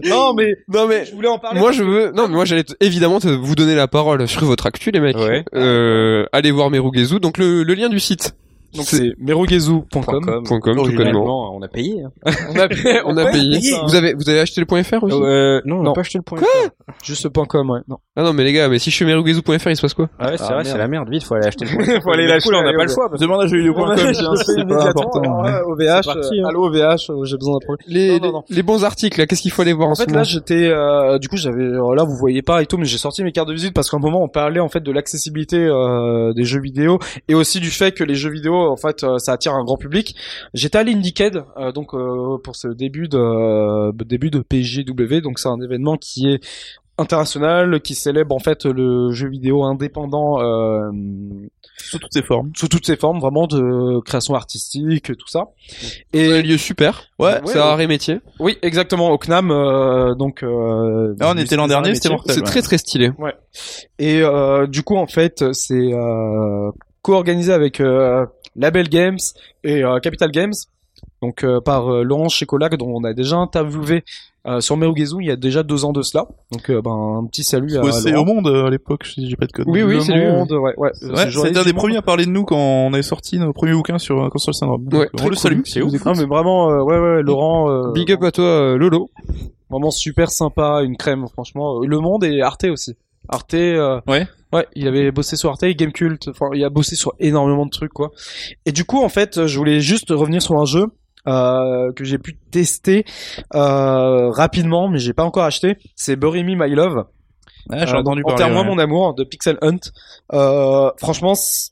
Speaker 3: non, mais
Speaker 1: non mais
Speaker 3: je voulais en parler.
Speaker 1: moi je veux non mais moi j'allais t- évidemment te- vous donner la parole sur votre actu les mecs
Speaker 4: Ouais.
Speaker 1: euh, allez voir Merugezu donc le, le lien du site
Speaker 3: Donc c'est merogezu.com.
Speaker 1: Point .com tout connement
Speaker 4: Finalement, Ah, on a payé. hein.
Speaker 1: on a, on a payé vous avez vous avez acheté le point .fr aussi
Speaker 4: Euh, non, on
Speaker 3: Non.
Speaker 4: n'a pas acheté le point.
Speaker 3: Juste le point .com, ouais. Non.
Speaker 1: ah non mais les gars mais si je suis merugezu.fr il se passe quoi
Speaker 4: Ah ouais, c'est vrai, c'est la merde. Vite, faut aller acheter le point.
Speaker 3: Faut aller
Speaker 4: Du
Speaker 3: l'acheter,
Speaker 4: coup, là, on n'a
Speaker 3: allez,
Speaker 4: pas le
Speaker 3: ouais.
Speaker 4: choix. parce que-
Speaker 2: Demande à jolileau.com.
Speaker 3: C'est
Speaker 2: pas
Speaker 1: hein.
Speaker 2: important.
Speaker 3: OVH,
Speaker 4: C'est parti,
Speaker 3: euh,
Speaker 4: hein.
Speaker 3: allô OVH, euh, j'ai besoin d'un problème.
Speaker 1: les,
Speaker 3: Non, non, non.
Speaker 1: les bons articles, là, qu'est-ce qu'il faut aller voir en,
Speaker 3: En
Speaker 1: ce
Speaker 3: fait,
Speaker 1: moment
Speaker 3: là, j'étais, euh, du coup, j'avais, euh, là, vous voyez pas et tout, mais j'ai sorti mes cartes de visite parce qu'à un moment, on parlait en fait de l'accessibilité euh, des jeux vidéo et aussi du fait que les jeux vidéo, en fait, euh, ça attire un grand public. J'étais à l'Indiecad, euh, donc euh, pour ce début de euh, début de PJW, donc c'est un événement qui est international, qui célèbre en fait le jeu vidéo indépendant. euh,
Speaker 2: Sous toutes ses formes.
Speaker 3: sous toutes ses formes, vraiment de création artistique, tout ça. Et
Speaker 1: Un Euh, lieu super.
Speaker 2: Ouais,
Speaker 1: c'est un arrêt métier.
Speaker 3: oui, exactement, au CNAM, euh, donc. euh,
Speaker 2: Là, Ah, on était l'an dernier, c'était mortel.
Speaker 1: C'est
Speaker 2: ouais.
Speaker 1: très très stylé.
Speaker 3: Et euh, du coup, en fait, c'est euh, co-organisé avec euh, Label Games et euh, Capital Games, donc euh, par euh, Laurent Chicolac, dont on a déjà interviewé euh, sur Merugezu il y a déjà deux ans de cela. Donc, euh, ben, un petit salut à
Speaker 2: bossait
Speaker 3: Laurent.
Speaker 2: au monde euh, à l'époque, si j'ai pas de conneries.
Speaker 1: Oui, oui,
Speaker 3: Le
Speaker 1: c'est lui,
Speaker 3: Monde, ouais, ouais.
Speaker 2: Ouais,
Speaker 3: journaliste
Speaker 2: c'était un
Speaker 3: du
Speaker 2: des
Speaker 3: Monde.
Speaker 2: premiers à parler de nous quand on avait sorti nos premiers bouquins sur euh, Console Syndrome. Donc,
Speaker 1: Ouais,
Speaker 2: euh, on
Speaker 1: très
Speaker 2: le
Speaker 1: cool.
Speaker 2: salue.
Speaker 1: C'est ouf.
Speaker 3: Non, mais vraiment, euh, ouais, ouais, Laurent. euh,
Speaker 1: Big up à toi, euh, Lolo.
Speaker 3: Vraiment super sympa, une crème, franchement. Euh, Le Monde et Arte aussi. Arte, euh,
Speaker 2: Ouais.
Speaker 3: ouais, il avait bossé sur Arte, Gamecult, enfin, il a bossé sur énormément de trucs, quoi. Et du coup, en fait, euh, je voulais juste revenir sur un jeu euh, que j'ai pu tester euh, rapidement, mais j'ai pas encore acheté. C'est Bury Me My Love.
Speaker 2: Ah, j'ai
Speaker 3: Euh,
Speaker 2: entendu
Speaker 3: donc,
Speaker 2: parler.
Speaker 3: Enterre-moi
Speaker 2: ouais.
Speaker 3: mon amour hein, de Pixel Hunt. Euh, franchement, c'est-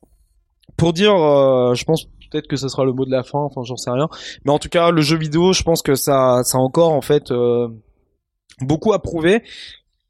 Speaker 3: pour dire, euh, je pense peut-être que ce sera le mot de la fin. Enfin, j'en sais rien. Mais en tout cas, le jeu vidéo, je pense que ça, ça a encore en fait euh, beaucoup à prouver.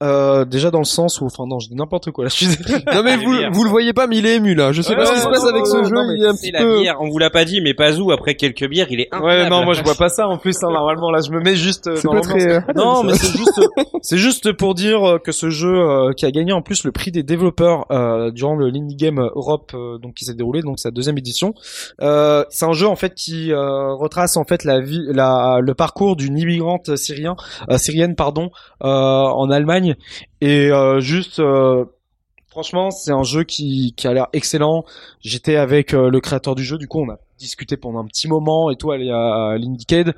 Speaker 3: Euh, déjà dans le sens où, enfin non, je dis n'importe quoi là. Je suis désolé.
Speaker 1: non mais
Speaker 4: Ah,
Speaker 1: vous,
Speaker 4: lumière.
Speaker 1: vous le voyez pas, mais il est ému là. Je sais
Speaker 3: Ouais,
Speaker 1: pas ce qui se
Speaker 3: non,
Speaker 1: passe
Speaker 3: non,
Speaker 1: avec
Speaker 3: non,
Speaker 1: ce
Speaker 3: non,
Speaker 1: jeu.
Speaker 3: mais
Speaker 1: il est un
Speaker 4: C'est
Speaker 1: petit
Speaker 4: la
Speaker 1: peu.
Speaker 4: bière, on vous l'a pas dit, mais Pazou, après quelques bières, il est
Speaker 3: Ouais,
Speaker 4: incroyable.
Speaker 3: non, moi je bois pas ça en plus. hein, normalement, là, je me mets juste. euh,
Speaker 1: C'est
Speaker 3: dans
Speaker 1: pas
Speaker 3: l'ambiance.
Speaker 1: très. euh,
Speaker 3: Non, mais c'est juste, c'est juste pour dire euh, que ce jeu euh, qui a gagné en plus le prix des développeurs euh, durant le l'Indie Game Europe, euh, donc qui s'est déroulé, donc sa deuxième édition. Euh, c'est un jeu en fait qui euh, retrace en fait la vie, la, le parcours d'une immigrante syrien, euh, syrienne pardon, euh, en Allemagne et euh, juste. euh, Franchement, c'est un jeu qui, qui a l'air excellent. J'étais avec euh, le créateur du jeu, du coup, on a discuté pendant un petit moment et tout à, à, à l'Indiecade.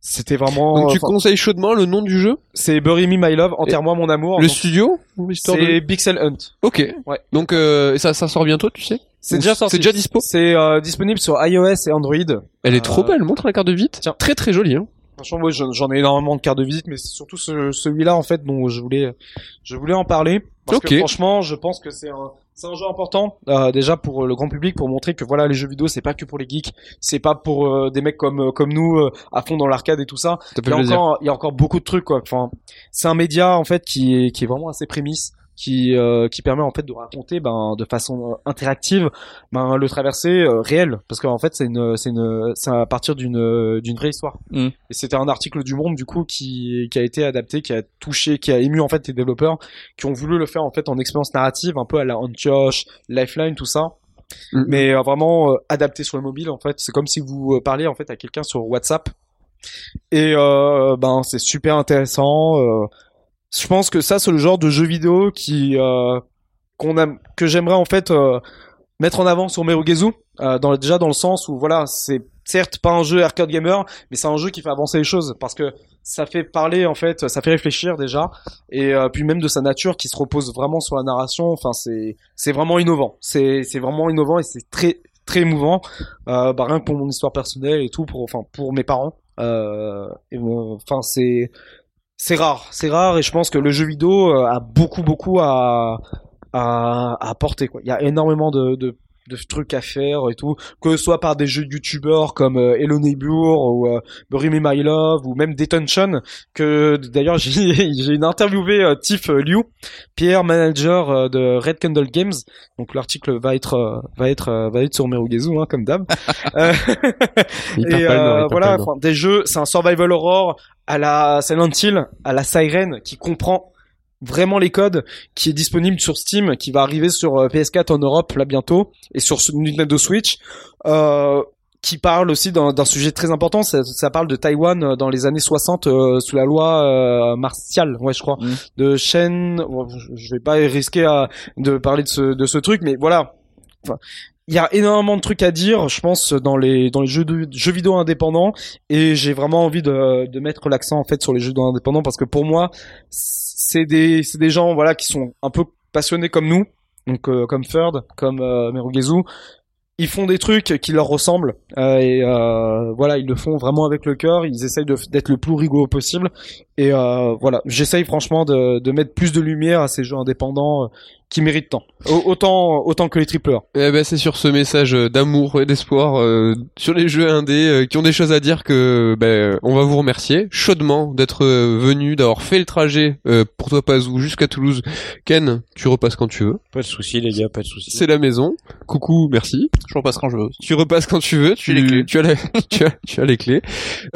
Speaker 3: C'était vraiment.
Speaker 1: Donc tu
Speaker 3: enfin,
Speaker 1: conseilles chaudement le nom du jeu,
Speaker 3: c'est Bury Me My Love, Enterre-moi mon amour.
Speaker 1: le
Speaker 3: Donc,
Speaker 1: studio, histoire de.
Speaker 3: c'est Pixel Hunt.
Speaker 1: Ok.
Speaker 3: Ouais.
Speaker 1: Donc euh, et ça ça sort bientôt, tu sais.
Speaker 3: C'est
Speaker 1: Ou
Speaker 3: déjà sorti.
Speaker 1: C'est déjà dispo.
Speaker 3: C'est euh, disponible sur iOS et Android.
Speaker 1: Elle
Speaker 3: Euh,
Speaker 1: est trop belle. Montre la carte de visite.
Speaker 3: tiens.
Speaker 1: Très très jolie. Hein.
Speaker 3: Franchement, moi, j'en j'en ai énormément de cartes de visite, mais c'est surtout ce- celui-là en fait dont je voulais, je voulais en parler. Parce
Speaker 1: Ok.
Speaker 3: que franchement, je pense que c'est un, C'est un jeu important euh, déjà pour euh, le grand public pour montrer que voilà les jeux vidéo c'est pas que pour les geeks, c'est pas pour euh, des mecs comme euh, comme nous euh, à fond dans l'arcade et tout ça.
Speaker 1: Ça
Speaker 3: Il
Speaker 1: fait
Speaker 3: y a
Speaker 1: plaisir.
Speaker 3: encore il y a encore beaucoup de trucs quoi. Enfin, c'est un média en fait qui est qui est vraiment assez prémisse qui euh, qui permet en fait de raconter ben de façon euh, interactive ben le traversé euh, réel parce qu'en fait c'est une c'est une c'est à partir d'une euh, d'une vraie histoire.
Speaker 2: Mm.
Speaker 3: Et c'était un article du Monde du coup qui qui a été adapté, qui a touché, qui a ému en fait les développeurs qui ont voulu le faire en fait en expérience narrative un peu à la Antioche, Lifeline tout ça.
Speaker 1: Mm.
Speaker 3: Mais euh, vraiment euh, adapté sur le mobile en fait, c'est comme si vous euh, parliez en fait à quelqu'un sur WhatsApp. Et euh, ben c'est super intéressant euh, je pense que ça c'est le genre de jeu vidéo qui euh, qu'on aime que j'aimerais en fait euh, mettre en avant sur Merugezu euh, dans déjà dans le sens où voilà c'est certes pas un jeu arcade gamer mais c'est un jeu qui fait avancer les choses parce que ça fait parler en fait ça fait réfléchir déjà et euh, puis même de sa nature qui se repose vraiment sur la narration enfin c'est c'est vraiment innovant c'est c'est vraiment innovant et c'est très très émouvant euh, bah, rien que pour mon histoire personnelle et tout pour enfin pour mes parents euh, et mon- enfin c'est c'est rare c'est rare et je pense que le jeu vidéo euh, a beaucoup beaucoup à à, à apporter quoi il y a énormément de, de de trucs à faire et tout que ce soit par des jeux youtubeurs comme euh, Hello Neighbor ou euh, Bury Me My Love ou même Detention que d'ailleurs j'ai j'ai une interviewé euh, Tiff Liu Pierre manager euh, de Red Candle Games donc l'article va être euh, va être euh, va être sur Merugezu hein, comme d'hab Euh,
Speaker 5: Il perd pas le nord, il perd
Speaker 3: et euh,
Speaker 5: pas
Speaker 3: voilà,
Speaker 5: le nord.
Speaker 3: enfin, des jeux, c'est un survival horror à la Silent Hill, à la Siren, qui comprend vraiment les codes, qui est disponible sur Steam, qui va arriver sur euh, PS4 en Europe là bientôt, et sur s- Nintendo Switch, euh, qui parle aussi d'un d'un sujet très important, ça, ça parle de Taïwan euh, dans les années 60 euh, sous la loi euh, martiale, ouais je crois,
Speaker 2: Mm.
Speaker 3: de Shen, bon, je- je vais pas risquer à- de parler de ce, de ce truc, mais voilà, il y a énormément de trucs à dire, je pense, dans les dans les jeux de jeux vidéo indépendants, et j'ai vraiment envie de de mettre l'accent en fait sur les jeux vidéo indépendants parce que pour moi, c'est des c'est des gens voilà qui sont un peu passionnés comme nous, donc euh, comme Ferd, comme euh, Merugezu. Ils font des trucs qui leur ressemblent euh, et euh, voilà ils le font vraiment avec le cœur. Ils essayent de- d'être le plus rigoureux possible et euh, voilà j'essaye franchement de, de mettre plus de lumière à ces jeux indépendants euh, qui méritent tant Au- autant autant que les tripleurs.
Speaker 1: Eh ben c'est sur ce message euh, d'amour et d'espoir euh, sur les jeux indés euh, qui ont des choses à dire que ben on va vous remercier chaudement d'être euh, venu d'avoir fait le trajet euh, pour toi Pazou jusqu'à Toulouse. Ken, tu repasses quand tu veux.
Speaker 4: Pas de souci les gars, pas de souci.
Speaker 1: C'est la maison. Coucou, merci.
Speaker 2: Je repasse quand je veux.
Speaker 1: Tu repasses quand tu veux. Tu,
Speaker 2: J'ai les clés.
Speaker 1: tu as, la- tu, as, tu as les clés.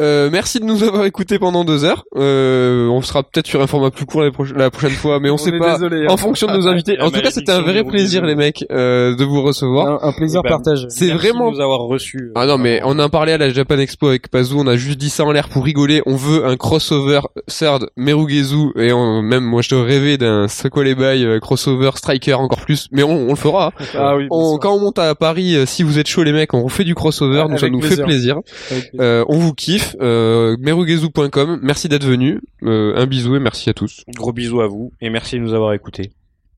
Speaker 1: Euh, merci de nous avoir écoutés pendant deux heures. Euh, on sera peut-être sur un format plus court la, proche- la prochaine fois, mais on, sait
Speaker 3: est
Speaker 1: pas.
Speaker 3: Désolé, hein.
Speaker 1: En fonction de nos invités.
Speaker 4: La
Speaker 1: en tout cas, c'était un
Speaker 4: malédiction
Speaker 1: vrai
Speaker 4: des
Speaker 1: plaisir,
Speaker 4: routes.
Speaker 1: les mecs, euh, de vous recevoir.
Speaker 3: un, un plaisir
Speaker 4: Eh ben,
Speaker 3: partagé.
Speaker 1: bah, c'est
Speaker 4: Merci
Speaker 1: vraiment-
Speaker 4: de nous avoir reçus. euh,
Speaker 1: Ah non mais on en parlait à la Japan Expo avec Pazou, on a juste dit ça en l'air pour rigoler, on veut un crossover Third Merugezu et on- même moi je te rêvais d'un Sokolé Bay euh, crossover Striker encore plus mais on, on le fera. hein.
Speaker 3: Ah oui.
Speaker 1: On- quand on monte à Paris euh, si vous êtes chaud les mecs, on fait du crossover donc ça
Speaker 3: Avec
Speaker 1: nous fait
Speaker 3: plaisir.
Speaker 1: plaisir. Euh, on vous kiffe euh, merugezu.com, merci d'être venu, Euh, un bisou et merci à tous.
Speaker 4: Gros bisous à vous et merci de nous avoir écoutés.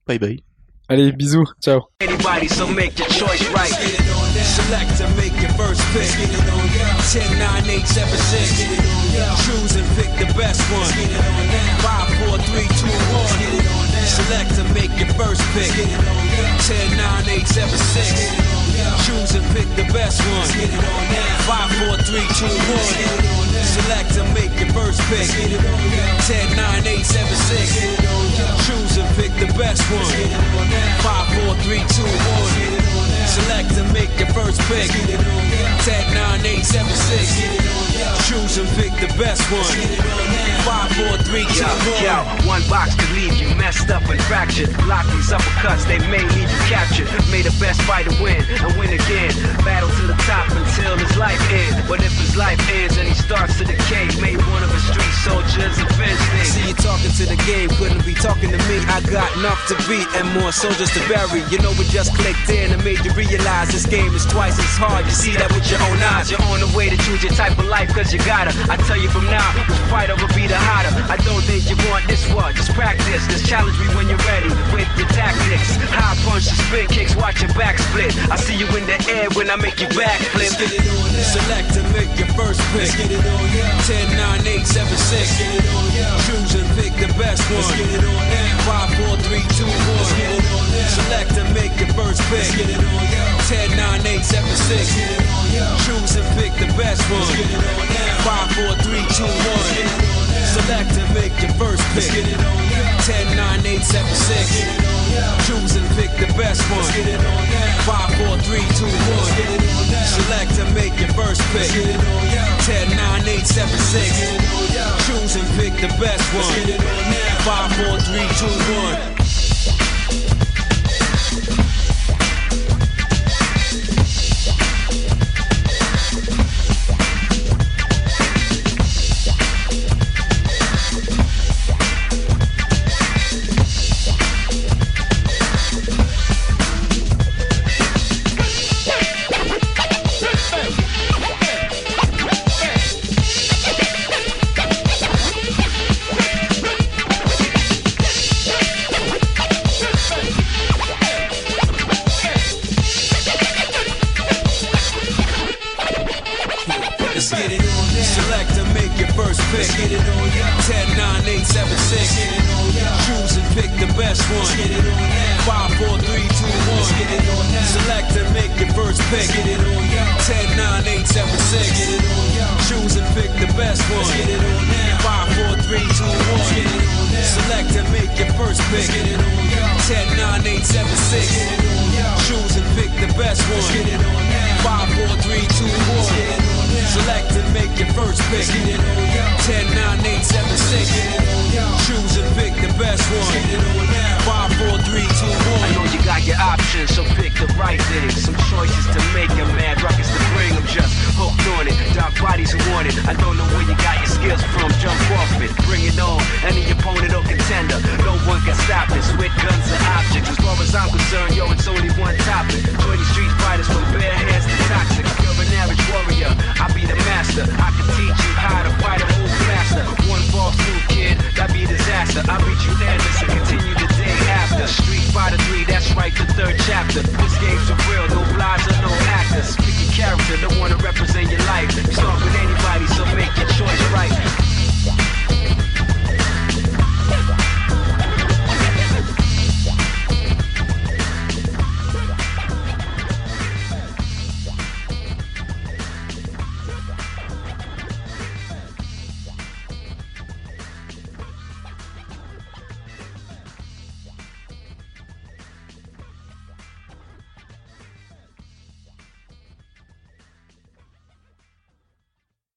Speaker 2: Bye bye.
Speaker 3: Allez, bisous. Ciao.
Speaker 6: anybody, so make your choice right. Select and make your first pick. 10, 9, 8, 7, 6. Choose and pick the best one. 5, 4, 3, 2, 1. Select and make your first pick. 10, 9, 8, 7, 6. Choose and pick the best one. 5, 4, 3, 2, 1. Select and make your first pick. 10, 9, 8, 7, 6. Choose and pick the best one. 5, 4, 3, 2, 1. Select and make your first pick. Tag 9876. Choose and pick the best one. 5, 4, 3, 2,
Speaker 7: Yo,
Speaker 6: 1.
Speaker 7: yo, one box could leave you messed up and fractured. Lock these uppercuts, they may leave you captured. May the best fighter win and win again. Battle to the top until his life ends. But if his life ends and he starts to decay, made one of his street soldiers and fence
Speaker 6: See you talking to the game, couldn't be talking to me. I got enough to beat and more soldiers to bury. You know we just clicked in and made you realize this game is twice as hard. You see that with your own eyes.
Speaker 7: You're on the way to choose your type of life, cause you gotta. I tell you from now, the fighter will be the hotter. I don't think you want this one, just practice. Just challenge me when you're ready with your tactics. High punches, spin kicks, watch your back split. I see you in the air when I make you backflip.
Speaker 6: Select and make your first pick. Get it on, yeah. 10, 9, 8, 7, 6. Get it on, yeah. Choose and pick the best one. Let's get it on now. 5, 4, 3, 2, 1. Let's get it on now. Select and make your first pick. Let's get it on, yeah. 10, 9, 8, 7, 6. Let's get it on, yeah. Choose and pick the best one. Let's get it on now. 5, 4, 3, 2, 1. Let's get it on now. Select and make your first pick. Let's get it on, yeah. 10, 9, 8, 7, 6. Let's get it on, yeah. Choose and pick the best one. Let's get it on now. 5, 4, 3, 2, 1. Let's get it on now. Select and make your first pick. Let's get it on, yeah. 10, 9, 8, 7, 6. Choose and pick the best one. Let's get it on now. 5, 4, 3, 2, 1. Let's get it on now. Select and make your first pick. Let's get it on now. 10, 9, 8, 7, 6. Let's get it on now. Choose and pick the best one. Let's get it on now. 5, 4, 3, 2, 1. Let's get it on now. Select and make your first pick. Let's get it on now. 10, 9, 8, 7, 6. Let's get it on now. Choose and pick the best one. Let's get it on now. 5, 4, 3, 2, 1. Let's get it on now. Select and make your first pick. Let's get it on now. 10, 9, 8, 7, 6. Let's get it on now. Choose and pick the best one. Let's get it on now. 5, 4, 3, 2, 1. Let's get it on now. Select and make your first pick. 10, 9, 8, 7, 6. Choose and pick the best one. 5, 4, 3, 2, 1.
Speaker 7: I know you got your options, so pick the right thing. Some choices to make and mad ruckus to bring. I'm just hooked on it. Dark bodies want it. I don't know where you got your skills from. Jump off it. Bring it on. Any opponent or contender. No one can stop this. With guns and objects. As far as I'm concerned, yo, it's only one topic. Join the street fighters from bare hands to toxic. You're an average warrior. I be the master. I can teach you how to fight a whole faster. One false move, kid. That be disaster. I beat you endless and continue the day after. Street Fighter 3, that's right, the third chapter. This game's for real, no lies or no actors. Pick your character, don't wanna represent your life. Start with any